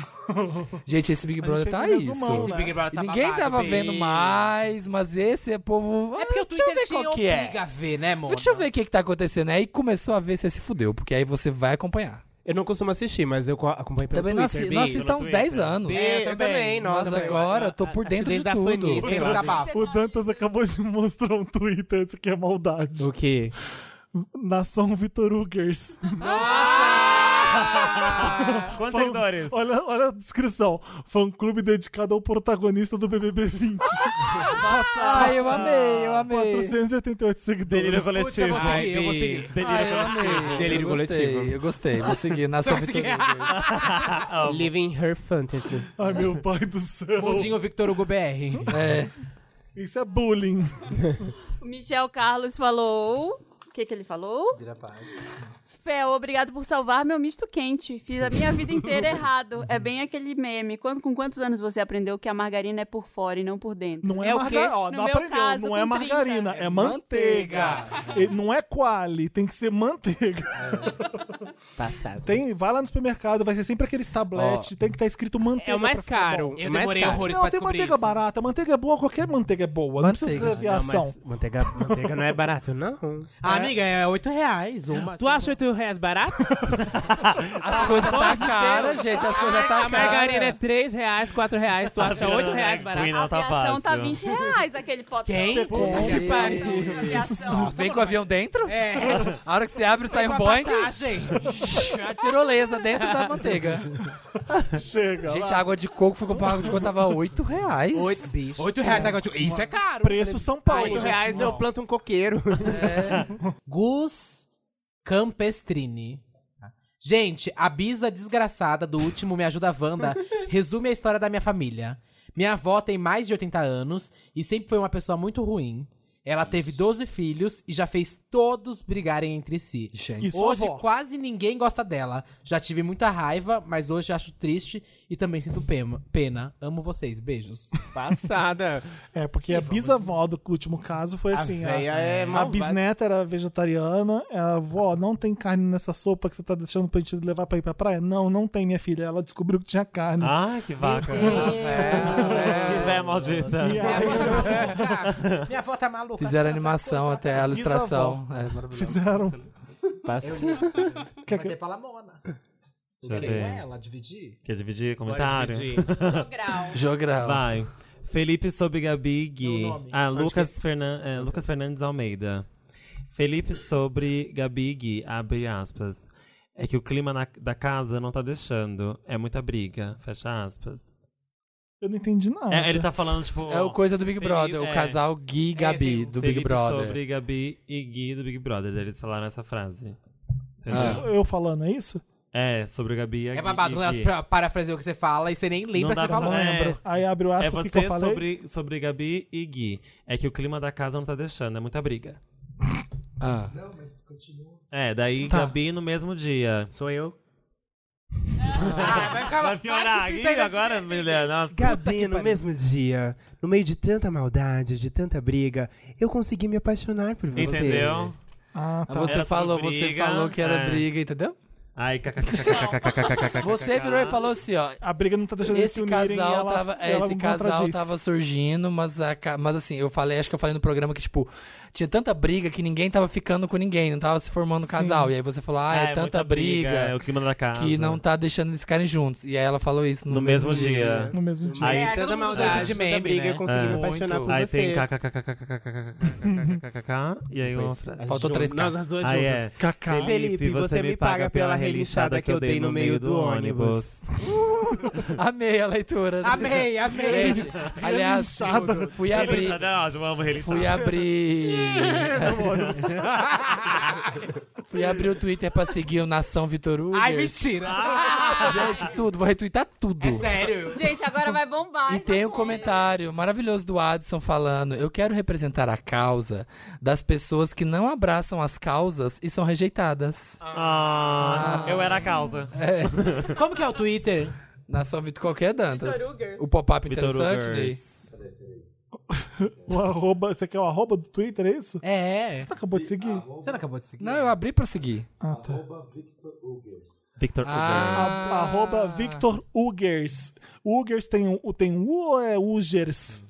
Speaker 3: Gente, esse Big Brother
Speaker 1: fez
Speaker 3: tá
Speaker 1: um
Speaker 3: isso.
Speaker 1: resumão, né?
Speaker 5: Big Brother
Speaker 3: E
Speaker 5: tá
Speaker 3: ninguém
Speaker 5: babado,
Speaker 3: tava
Speaker 5: bem.
Speaker 3: vendo mais, mas esse povo. "Ah,
Speaker 5: É porque o
Speaker 3: Deixa eu
Speaker 5: Twitter
Speaker 3: ver
Speaker 5: te
Speaker 3: qual que é.
Speaker 5: obriga a ver, né, amor?
Speaker 3: Deixa eu ver o que, que tá acontecendo. Aí começou a ver se você se fudeu, porque aí você vai acompanhar.
Speaker 7: Eu não costumo assistir, mas eu co- acompanho pelo
Speaker 3: Também não,
Speaker 7: Twitter.
Speaker 3: assi
Speaker 7: Bi.
Speaker 3: não assisto há uns 10 anos.
Speaker 7: Bi,
Speaker 5: É, eu
Speaker 7: eu
Speaker 5: também,
Speaker 7: também, nossa.
Speaker 3: mas agora eu tô por dentro de
Speaker 7: acidente da
Speaker 3: tudo.
Speaker 7: Fanny.
Speaker 5: Esse babado.
Speaker 1: O Dantas acabou de mostrar um Twitter, isso aqui é maldade.
Speaker 7: O quê?
Speaker 1: Nação Vitor Ugers.
Speaker 5: Ah,
Speaker 6: Quantos seguidores?
Speaker 1: Olha, olha a descrição. Fã clube dedicado ao protagonista do BBB 20.
Speaker 3: Ai, eu amei, eu amei.
Speaker 1: 488
Speaker 6: Delírio
Speaker 1: seguidores.
Speaker 5: Putz, eu
Speaker 6: coletivo.
Speaker 5: vou
Speaker 7: Ai,
Speaker 5: seguir, eu vou
Speaker 7: Bi.
Speaker 5: seguir.
Speaker 3: Ai, eu
Speaker 6: Delírio
Speaker 3: amei.
Speaker 7: Delírio
Speaker 3: eu gostei,
Speaker 7: coletivo.
Speaker 3: Eu gostei, vou seguir na sua
Speaker 5: consegui.
Speaker 7: Living Her Fantasy.
Speaker 1: Ai, meu pai do céu.
Speaker 5: Mundinho Victor Hugo BR.
Speaker 3: É,
Speaker 1: Isso é bullying.
Speaker 2: O Michel Carlos falou. O que, que ele falou?
Speaker 3: vira a página.
Speaker 2: Fel, obrigado por salvar meu misto quente. Fiz a minha vida inteira errado. É bem aquele meme. Quando, com quantos anos você aprendeu que a margarina é por fora e não por dentro?
Speaker 1: Não é,
Speaker 5: É o quê?
Speaker 1: margarina. Ó,
Speaker 2: No
Speaker 1: não
Speaker 2: meu
Speaker 1: aprendeu.
Speaker 2: caso,
Speaker 1: não é
Speaker 2: com
Speaker 1: margarina, é manteiga. E não é quali, tem que ser manteiga. É. Tá
Speaker 7: Passado.
Speaker 1: Tem, vai lá no supermercado, vai ser sempre aqueles tabletes, tem que estar escrito manteiga.
Speaker 7: É o mais
Speaker 1: pra ficar
Speaker 7: caro.
Speaker 1: bom.
Speaker 5: Eu
Speaker 7: o mais
Speaker 5: demorei
Speaker 7: caro.
Speaker 5: horrores
Speaker 1: Não,
Speaker 5: pra
Speaker 1: tem
Speaker 5: descobrir
Speaker 1: manteiga
Speaker 5: isso.
Speaker 1: barata, manteiga é boa, qualquer manteiga é boa.
Speaker 3: Manteiga.
Speaker 1: Não precisa ser
Speaker 7: Não,
Speaker 1: aviação.
Speaker 7: mas manteiga, manteiga não é barato, não.
Speaker 5: Ah, amiga, é 8 reais. Uma, assim.
Speaker 7: Tu acha 8 reais barato?
Speaker 3: As coisas tá cara, gente, as coisas tá
Speaker 7: A margarina é
Speaker 3: cara.
Speaker 7: 3 reais, 4 reais. Tu acha 8 reais barato?
Speaker 6: Não
Speaker 2: a
Speaker 6: tá
Speaker 2: aviação
Speaker 6: fácil.
Speaker 2: tá 20 reais aquele pote.
Speaker 5: Quem?
Speaker 2: Você compra
Speaker 3: Puta que
Speaker 2: aviação,
Speaker 3: pariu.
Speaker 2: aviação.
Speaker 3: Vem com o avião dentro?
Speaker 5: É.
Speaker 3: A hora que você abre, sai um boing.
Speaker 5: passagem.
Speaker 3: A tirolesa dentro da manteiga.
Speaker 1: Chega.
Speaker 3: Gente,
Speaker 1: lá.
Speaker 3: a água de coco, fui comprar água de coco, tava 8 reais.
Speaker 7: 8 bicho.
Speaker 5: 8 reais agora. tipo, Isso é caro.
Speaker 1: Preço São Paulo.
Speaker 7: 8
Speaker 1: gente.
Speaker 7: reais eu planto um coqueiro.
Speaker 5: Gus Campestrini. Gente, a bisa desgraçada do último Me Ajuda Wanda resume a história da minha família. Minha avó tem mais de 80 anos e sempre foi uma pessoa muito ruim. Ela teve 12 filhos e já fez todos brigarem entre si.
Speaker 3: Gente.
Speaker 1: Isso,
Speaker 5: hoje
Speaker 1: avó.
Speaker 5: quase ninguém gosta dela. Já tive muita raiva, mas hoje acho triste e também sinto pema- pena. Amo vocês. Beijos.
Speaker 7: Passada.
Speaker 1: É, porque a bisavó do último caso foi assim:
Speaker 4: véia
Speaker 1: a,
Speaker 4: é
Speaker 1: a
Speaker 4: malvada.
Speaker 1: bisneta era vegetariana, a avó, não tem carne nessa sopa que você tá deixando pra gente levar pra ir pra praia? Não, não tem, minha filha. Ela descobriu que tinha carne.
Speaker 6: Ai, Ah, que vaca. é Que vé maldita.
Speaker 1: E aí,
Speaker 5: Minha avó tá maluca.
Speaker 3: Fizeram animação até a ilustração. É maravilhoso.
Speaker 1: fizeram.
Speaker 7: Passada.
Speaker 1: Quer
Speaker 5: Mandei
Speaker 1: que-
Speaker 5: pra Lamona.
Speaker 6: Deixa eu
Speaker 5: Falei com
Speaker 6: ver.
Speaker 5: ela, dividir.
Speaker 6: Quer dividir comentário?
Speaker 2: Grau.
Speaker 3: Jogral.
Speaker 6: Vai. Felipe sobre
Speaker 5: É
Speaker 6: Gabig.
Speaker 5: o nome.
Speaker 6: Ah, Lucas, Fernan... é, Lucas Fernandes Almeida. Felipe sobre Gabig, abre aspas. É que o clima na- da casa não tá deixando. É muita briga, fecha aspas.
Speaker 1: Eu não entendi nada.
Speaker 6: É, ele tá falando, tipo.
Speaker 3: É o coisa do Big
Speaker 6: Felipe-
Speaker 3: Brother,
Speaker 6: é.
Speaker 3: o casal Gui e Gabi
Speaker 5: tem o
Speaker 3: do
Speaker 6: Felipe
Speaker 3: Big Brother.
Speaker 6: sobre Gabi e Gui do Big Brother. daí Eles falaram essa frase.
Speaker 1: Isso
Speaker 3: Ah.
Speaker 1: sou eu falando, é isso?
Speaker 6: É, sobre Gabi e a
Speaker 5: É
Speaker 6: Gui- e
Speaker 5: babado
Speaker 3: né?
Speaker 5: quando elas
Speaker 6: Gui.
Speaker 5: pra- parafraseiam o que você fala e você nem lembra
Speaker 6: Não
Speaker 5: que
Speaker 6: dá
Speaker 5: você
Speaker 6: pra
Speaker 5: falou.
Speaker 1: Não
Speaker 6: É.
Speaker 1: lembro. Aí abre o
Speaker 6: É
Speaker 1: aspas o que, que eu
Speaker 6: você
Speaker 1: falei.
Speaker 6: sobre, sobre Gabi e Gui. É que o clima da casa não tá deixando, é muita briga.
Speaker 3: Ah.
Speaker 6: É, daí
Speaker 1: Tá.
Speaker 6: Gabi no mesmo dia. Ah,
Speaker 7: Sou eu.
Speaker 5: Ah, Vai ficar mais difícil ainda.
Speaker 6: agora, mulher? Nossa.
Speaker 4: Gabi, no mesmo dia, no meio de tanta maldade, de tanta briga, eu consegui me apaixonar por você.
Speaker 6: Entendeu?
Speaker 1: Ah,
Speaker 3: Ah,
Speaker 1: tá.
Speaker 3: Você
Speaker 6: Era
Speaker 3: falou,
Speaker 6: sobre
Speaker 3: você
Speaker 6: briga,
Speaker 3: falou que era
Speaker 6: é.
Speaker 3: briga, entendeu?
Speaker 6: Ai, kkkkkkkkkkkk.
Speaker 3: Você virou e falou assim, ó.
Speaker 1: A briga não tá deixando eles se
Speaker 3: Esse
Speaker 1: unirem
Speaker 3: casal
Speaker 1: e ela,
Speaker 3: tava, é,
Speaker 1: ela
Speaker 3: esse casal
Speaker 1: contradiz.
Speaker 3: tava surgindo, mas, a ca- mas assim, eu falei, acho que eu falei no programa que, tipo, tinha tanta briga que ninguém tava ficando com ninguém, não tava se formando casal. E aí você falou, ah, é, tanta
Speaker 6: muita
Speaker 3: briga,
Speaker 6: É o clima da casa.
Speaker 3: que não tá deixando eles ficarem juntos. E aí ela falou isso no,
Speaker 6: No mesmo dia.
Speaker 1: no mesmo dia.
Speaker 6: Aí-
Speaker 5: todo
Speaker 4: tanta
Speaker 5: mundo usa
Speaker 4: maldade,
Speaker 5: isso de
Speaker 4: tanta
Speaker 5: meme,
Speaker 4: briga,
Speaker 5: né?
Speaker 4: eu consegui me
Speaker 3: Muito.
Speaker 4: apaixonar por
Speaker 6: Aí
Speaker 4: você.
Speaker 6: tem kkkkkkkkkkkkk. E aí outra.
Speaker 3: Faltou três
Speaker 7: Nós as duas
Speaker 6: Aí
Speaker 7: juntas.
Speaker 6: é.
Speaker 1: Cacá.
Speaker 4: Felipe, você me paga pela relinchada que eu dei no meio do ônibus.
Speaker 3: Amei a leitura.
Speaker 5: Amei, amei.
Speaker 3: Gente, aliás, fui abrir.
Speaker 6: Relinchada é ótimo, amo relinchada.
Speaker 3: Fui abrir. fui abrir o Twitter pra seguir o Nação Vitor Hugo.
Speaker 5: Ai, mentira.
Speaker 3: Gente, tudo, vou retweetar tudo.
Speaker 5: É sério.
Speaker 2: Gente, agora vai bombar. Tá
Speaker 3: E
Speaker 2: essa
Speaker 3: tem um
Speaker 2: porra.
Speaker 3: comentário maravilhoso do Adson falando: Eu quero representar a causa das pessoas que não abraçam as causas e são rejeitadas.
Speaker 6: Ah, eu era a causa.
Speaker 5: Como que é o Twitter?
Speaker 3: Nação Vitor qualquer Dantas.
Speaker 2: Vitor Ugers.
Speaker 3: O pop-up
Speaker 6: Vitor
Speaker 3: interessante,
Speaker 6: Ugers.
Speaker 3: Ney.
Speaker 1: O arroba, você quer o arroba do Twitter, é isso?
Speaker 5: É.
Speaker 1: Você acabou de seguir?
Speaker 5: Você não acabou de seguir?
Speaker 3: Não, eu abri pra seguir.
Speaker 1: Ah, tá.
Speaker 6: Victor Hugo.
Speaker 3: Ah,
Speaker 1: A- Arroba Victor Ugers. Ugers tem um, tem um U ou é Ugers?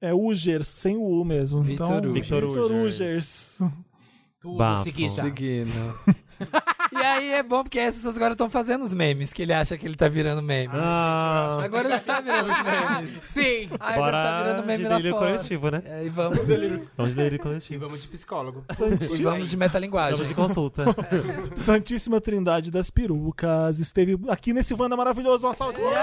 Speaker 1: É Ugers, sem o U mesmo.
Speaker 3: Victor
Speaker 1: então,
Speaker 3: Ugers.
Speaker 1: Victor
Speaker 6: Victor
Speaker 1: Ugers.
Speaker 5: Tudo,
Speaker 6: Bafo.
Speaker 5: segui já.
Speaker 3: Seguindo. e aí é bom porque as pessoas agora estão fazendo os memes, que ele acha que ele tá virando meme.
Speaker 6: Ah,
Speaker 3: Agora ele está virando os memes.
Speaker 5: Sim.
Speaker 3: Ah, ele tá
Speaker 6: bora
Speaker 3: virando
Speaker 6: de
Speaker 3: meme lá
Speaker 6: delírio
Speaker 3: fora.
Speaker 6: coletivo, né?
Speaker 3: É, E aí vamos,
Speaker 6: Vamos de delírio coletivo.
Speaker 4: Vamos de psicólogo.
Speaker 3: e vamos de
Speaker 6: Vamos de
Speaker 3: metalinguagem.
Speaker 6: consulta.
Speaker 1: Santíssima Trindade das Perucas esteve aqui nesse Wanda maravilhoso. Uma salva de palmas.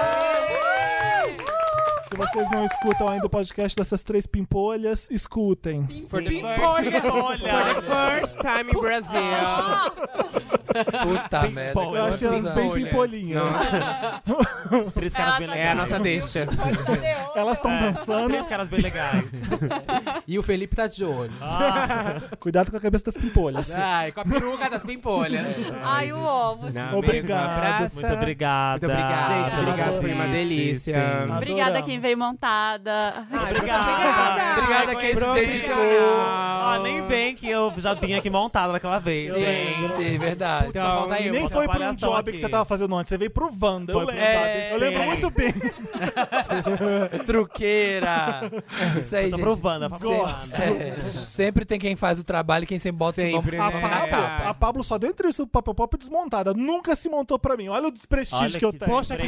Speaker 1: Se vocês não escutam ainda o podcast dessas três pimpolhas, escutem.
Speaker 4: For the first,
Speaker 5: Olha.
Speaker 4: for the first time in Brazil.
Speaker 3: Puta merda.
Speaker 1: Eu achei elas bem
Speaker 3: quantos anos.
Speaker 1: pimpolinhas.
Speaker 6: Três caras bem
Speaker 7: É a
Speaker 6: legais.
Speaker 7: nossa deixa.
Speaker 2: Pode fazer outra.
Speaker 1: Elas estão dançando.
Speaker 6: Três caras bem legais.
Speaker 5: E o Felipe tá de olho.
Speaker 1: Cuidado com a cabeça das pimpolhas.
Speaker 3: Assim.
Speaker 5: Ai, com a peruca das pimpolhas.
Speaker 2: Ai, o ovo.
Speaker 4: Na
Speaker 1: Obrigado.
Speaker 4: mesma praça.
Speaker 6: Muito obrigada.
Speaker 5: Muito obrigado.
Speaker 4: Gente, obrigado, foi uma
Speaker 6: Adorei.
Speaker 4: delícia.
Speaker 6: Sim.
Speaker 2: Obrigada
Speaker 1: Adoramos.
Speaker 2: quem veio montada.
Speaker 6: Obrigada.
Speaker 3: Obrigada a quem se dedicou.
Speaker 6: Ah, nem vem que eu já vim aqui montado naquela vez.
Speaker 3: Sim, sim, É verdade.
Speaker 5: Só falta eu.
Speaker 1: Nem
Speaker 6: Nossa,
Speaker 1: foi pra um
Speaker 6: palhação
Speaker 1: job que
Speaker 6: aqui.
Speaker 1: você tava fazendo antes, você veio pro Wanda.
Speaker 6: Foi
Speaker 1: eu
Speaker 6: pro
Speaker 1: lembro.
Speaker 6: job,
Speaker 1: eu lembro
Speaker 6: sim.
Speaker 1: muito bem.
Speaker 3: Truqueira. Isso aí,
Speaker 6: Tô
Speaker 3: gente.
Speaker 6: provando, tá provando.
Speaker 3: Sempre, é, sempre tem quem faz o trabalho e quem sempre bota o nome
Speaker 4: Sempre,
Speaker 1: A
Speaker 4: né?
Speaker 1: Pablo, a Pablo só deu entrevista do Papel Pop desmontada. Nunca se montou pra mim. Olha o desprestígio
Speaker 6: Olha
Speaker 1: que eu
Speaker 6: que
Speaker 1: tenho.
Speaker 6: Poxa, que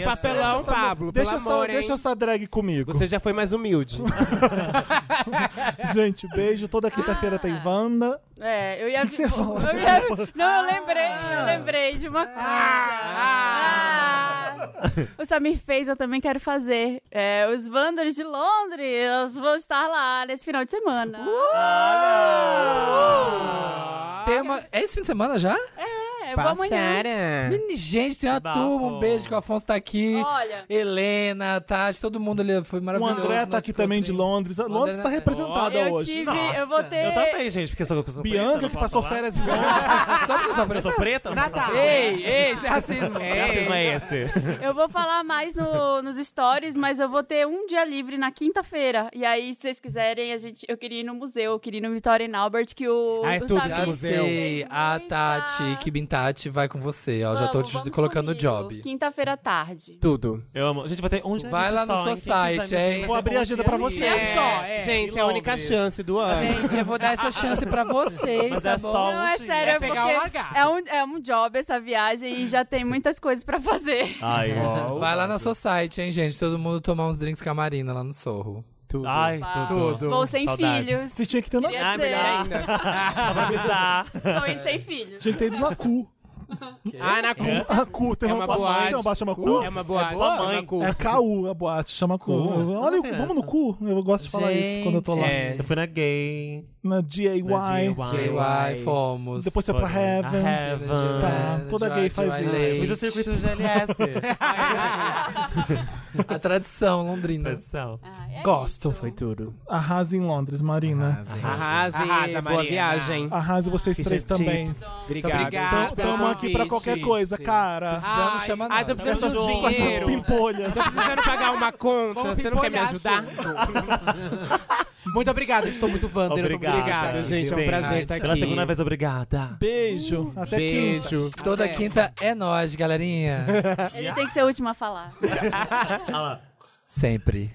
Speaker 1: Deixa
Speaker 6: papelão,
Speaker 1: essa-
Speaker 4: Pablo,
Speaker 1: Deixa,
Speaker 4: pelo
Speaker 1: essa,
Speaker 4: amor, hein?
Speaker 1: deixa essa drag comigo.
Speaker 4: Você já foi mais humilde.
Speaker 1: Gente, beijo. Toda quinta-feira tem
Speaker 2: Ah.
Speaker 1: Wanda.
Speaker 2: É, eu ia.
Speaker 1: que você ia falar?
Speaker 2: eu ia- Não, eu lembrei, eu lembrei de uma coisa. Ah. O Samir fez, eu também quero fazer. É, os Wanderers de Londres, eu vou estar lá nesse final de semana.
Speaker 3: Ah, Tem uma- É esse fim de semana já?
Speaker 2: É, É, eu vou amanhã.
Speaker 1: É.
Speaker 7: Passara.
Speaker 3: Menina, Gente, tem uma
Speaker 6: Bafo.
Speaker 3: turma. Um beijo que o Afonso tá aqui.
Speaker 2: Olha,
Speaker 3: Helena, Tati, todo mundo ali. Foi
Speaker 1: O
Speaker 3: maravilhoso.
Speaker 1: André
Speaker 3: nosso
Speaker 1: tá aqui também de
Speaker 3: encontrinho.
Speaker 1: Londres. A Londres
Speaker 3: André-
Speaker 1: tá representada
Speaker 2: eu
Speaker 1: hoje.
Speaker 2: tive, eu vou ter...
Speaker 6: Eu também, gente, porque eu sou, eu sou preta.
Speaker 1: Bianca,
Speaker 6: não
Speaker 1: que
Speaker 6: posso
Speaker 1: passou
Speaker 6: falar.
Speaker 1: férias em Londres.
Speaker 3: Ah, Sabe o que eu sou
Speaker 6: Eu
Speaker 3: preta?
Speaker 6: sou preta? não posso falar.
Speaker 3: Ei, ei, isso é racismo.
Speaker 6: Que tá racismo é esse?
Speaker 2: Eu vou falar mais no- nos stories, mas eu vou ter um dia livre na quinta-feira. E aí, se vocês quiserem, a gente, eu queria ir no museu, eu queria ir no Victoria and Albert, que o,
Speaker 7: Ah, é
Speaker 2: o
Speaker 7: tudo
Speaker 2: Samir
Speaker 7: esse
Speaker 3: Já
Speaker 7: museu.
Speaker 3: sei.
Speaker 2: fez
Speaker 3: A
Speaker 2: muita-
Speaker 3: Tati, que Bintati vai com você, ó. tá, Já tô
Speaker 2: Vamos,
Speaker 3: te
Speaker 2: vamos
Speaker 3: colocando o
Speaker 2: comigo.
Speaker 3: job.
Speaker 2: Quinta-feira à tarde.
Speaker 4: Tudo.
Speaker 6: Eu amo. Gente, vai ter um dia
Speaker 3: Vai lá
Speaker 6: só,
Speaker 3: no seu
Speaker 6: hein? Quem quiser
Speaker 3: site,
Speaker 6: me ver, um
Speaker 3: hein?
Speaker 1: Vou abrir a agenda pra você.
Speaker 5: É só, é.
Speaker 7: Gente,
Speaker 6: em
Speaker 7: é a única
Speaker 6: Londres.
Speaker 7: chance do ano.
Speaker 3: Gente, eu vou dar essa chance pra vocês,
Speaker 6: Mas
Speaker 3: tá
Speaker 6: é só
Speaker 3: bom?
Speaker 2: Não, é
Speaker 6: Gente,
Speaker 2: sério,
Speaker 5: é
Speaker 2: é
Speaker 5: pegar o
Speaker 2: porque
Speaker 5: lagarto.
Speaker 2: é um, é um job essa viagem e já tem muitas coisas pra fazer.
Speaker 6: Ai,
Speaker 3: Vai lá no seu site, hein, gente. Todo mundo tomar uns drinks com a Marina lá no Sorro.
Speaker 4: Tudo.
Speaker 6: ai, tudo.
Speaker 2: Vou sem
Speaker 6: Saudades.
Speaker 2: filhos.
Speaker 1: Vocês tinham que ter na
Speaker 2: Queria dizer,
Speaker 6: Dá pra avisar.
Speaker 2: tô indo sem filhos.
Speaker 1: Tinha que ter ido na cu.
Speaker 7: Ah, na cu.
Speaker 1: A cu tem
Speaker 7: É
Speaker 1: uma,
Speaker 7: uma boate.
Speaker 1: Tem uma boate chama cu?
Speaker 7: É uma boate.
Speaker 6: boa, mãe.
Speaker 7: Na cu.
Speaker 1: É KU, a boate, chama cu.
Speaker 6: Cu?
Speaker 1: Olha,
Speaker 6: Não
Speaker 1: vamos no cu. Eu gosto de falar isso quando eu tô lá.
Speaker 7: É.
Speaker 6: Eu fui na gay.
Speaker 1: Na DAY.
Speaker 6: Na DAY.
Speaker 3: JY, fomos.
Speaker 1: Depois você é pra
Speaker 6: Foram.
Speaker 1: Heaven.
Speaker 6: A Heaven.
Speaker 1: Tá,
Speaker 7: É,
Speaker 1: toda gay faz
Speaker 3: JY
Speaker 1: isso.
Speaker 3: Leite.
Speaker 6: Fiz o circuito GLS.
Speaker 3: A tradição londrina.
Speaker 6: Tradição.
Speaker 2: Ah, é
Speaker 1: Gosto.
Speaker 2: isso.
Speaker 4: Foi tudo.
Speaker 1: Arrasa em Londres,
Speaker 7: Ah,
Speaker 1: Marina.
Speaker 7: Arrase,
Speaker 5: Arrasa,
Speaker 7: boa
Speaker 5: Marina.
Speaker 7: viagem.
Speaker 1: Arrase vocês
Speaker 6: Fish
Speaker 1: três
Speaker 6: and
Speaker 1: também.
Speaker 6: chips.
Speaker 7: Obrigado.
Speaker 5: Obrigado.
Speaker 7: gente, pelo
Speaker 1: Tamo aqui pra
Speaker 7: convite.
Speaker 1: qualquer coisa, cara.
Speaker 3: Precisamos,
Speaker 5: Ai,
Speaker 3: chama
Speaker 7: ai,
Speaker 3: nós.
Speaker 7: tô precisando
Speaker 1: Essas
Speaker 7: de
Speaker 1: com essas
Speaker 7: dinheiro.
Speaker 1: pimpolhas.
Speaker 7: Tô precisando pagar uma conta. Você não quer me ajudar?
Speaker 5: Muito obrigado, eu sou muito Wander. eu tô muito-
Speaker 6: Obrigado,
Speaker 7: Obrigado, gente. É um
Speaker 6: Sim.
Speaker 7: prazer estar aqui.
Speaker 6: Pela segunda vez, obrigada.
Speaker 1: Beijo. Até quinta.
Speaker 7: Beijo.
Speaker 3: Toda
Speaker 5: Até.
Speaker 3: quinta é nós, galerinha.
Speaker 2: Ele tem que ser o último a falar.
Speaker 3: Sempre.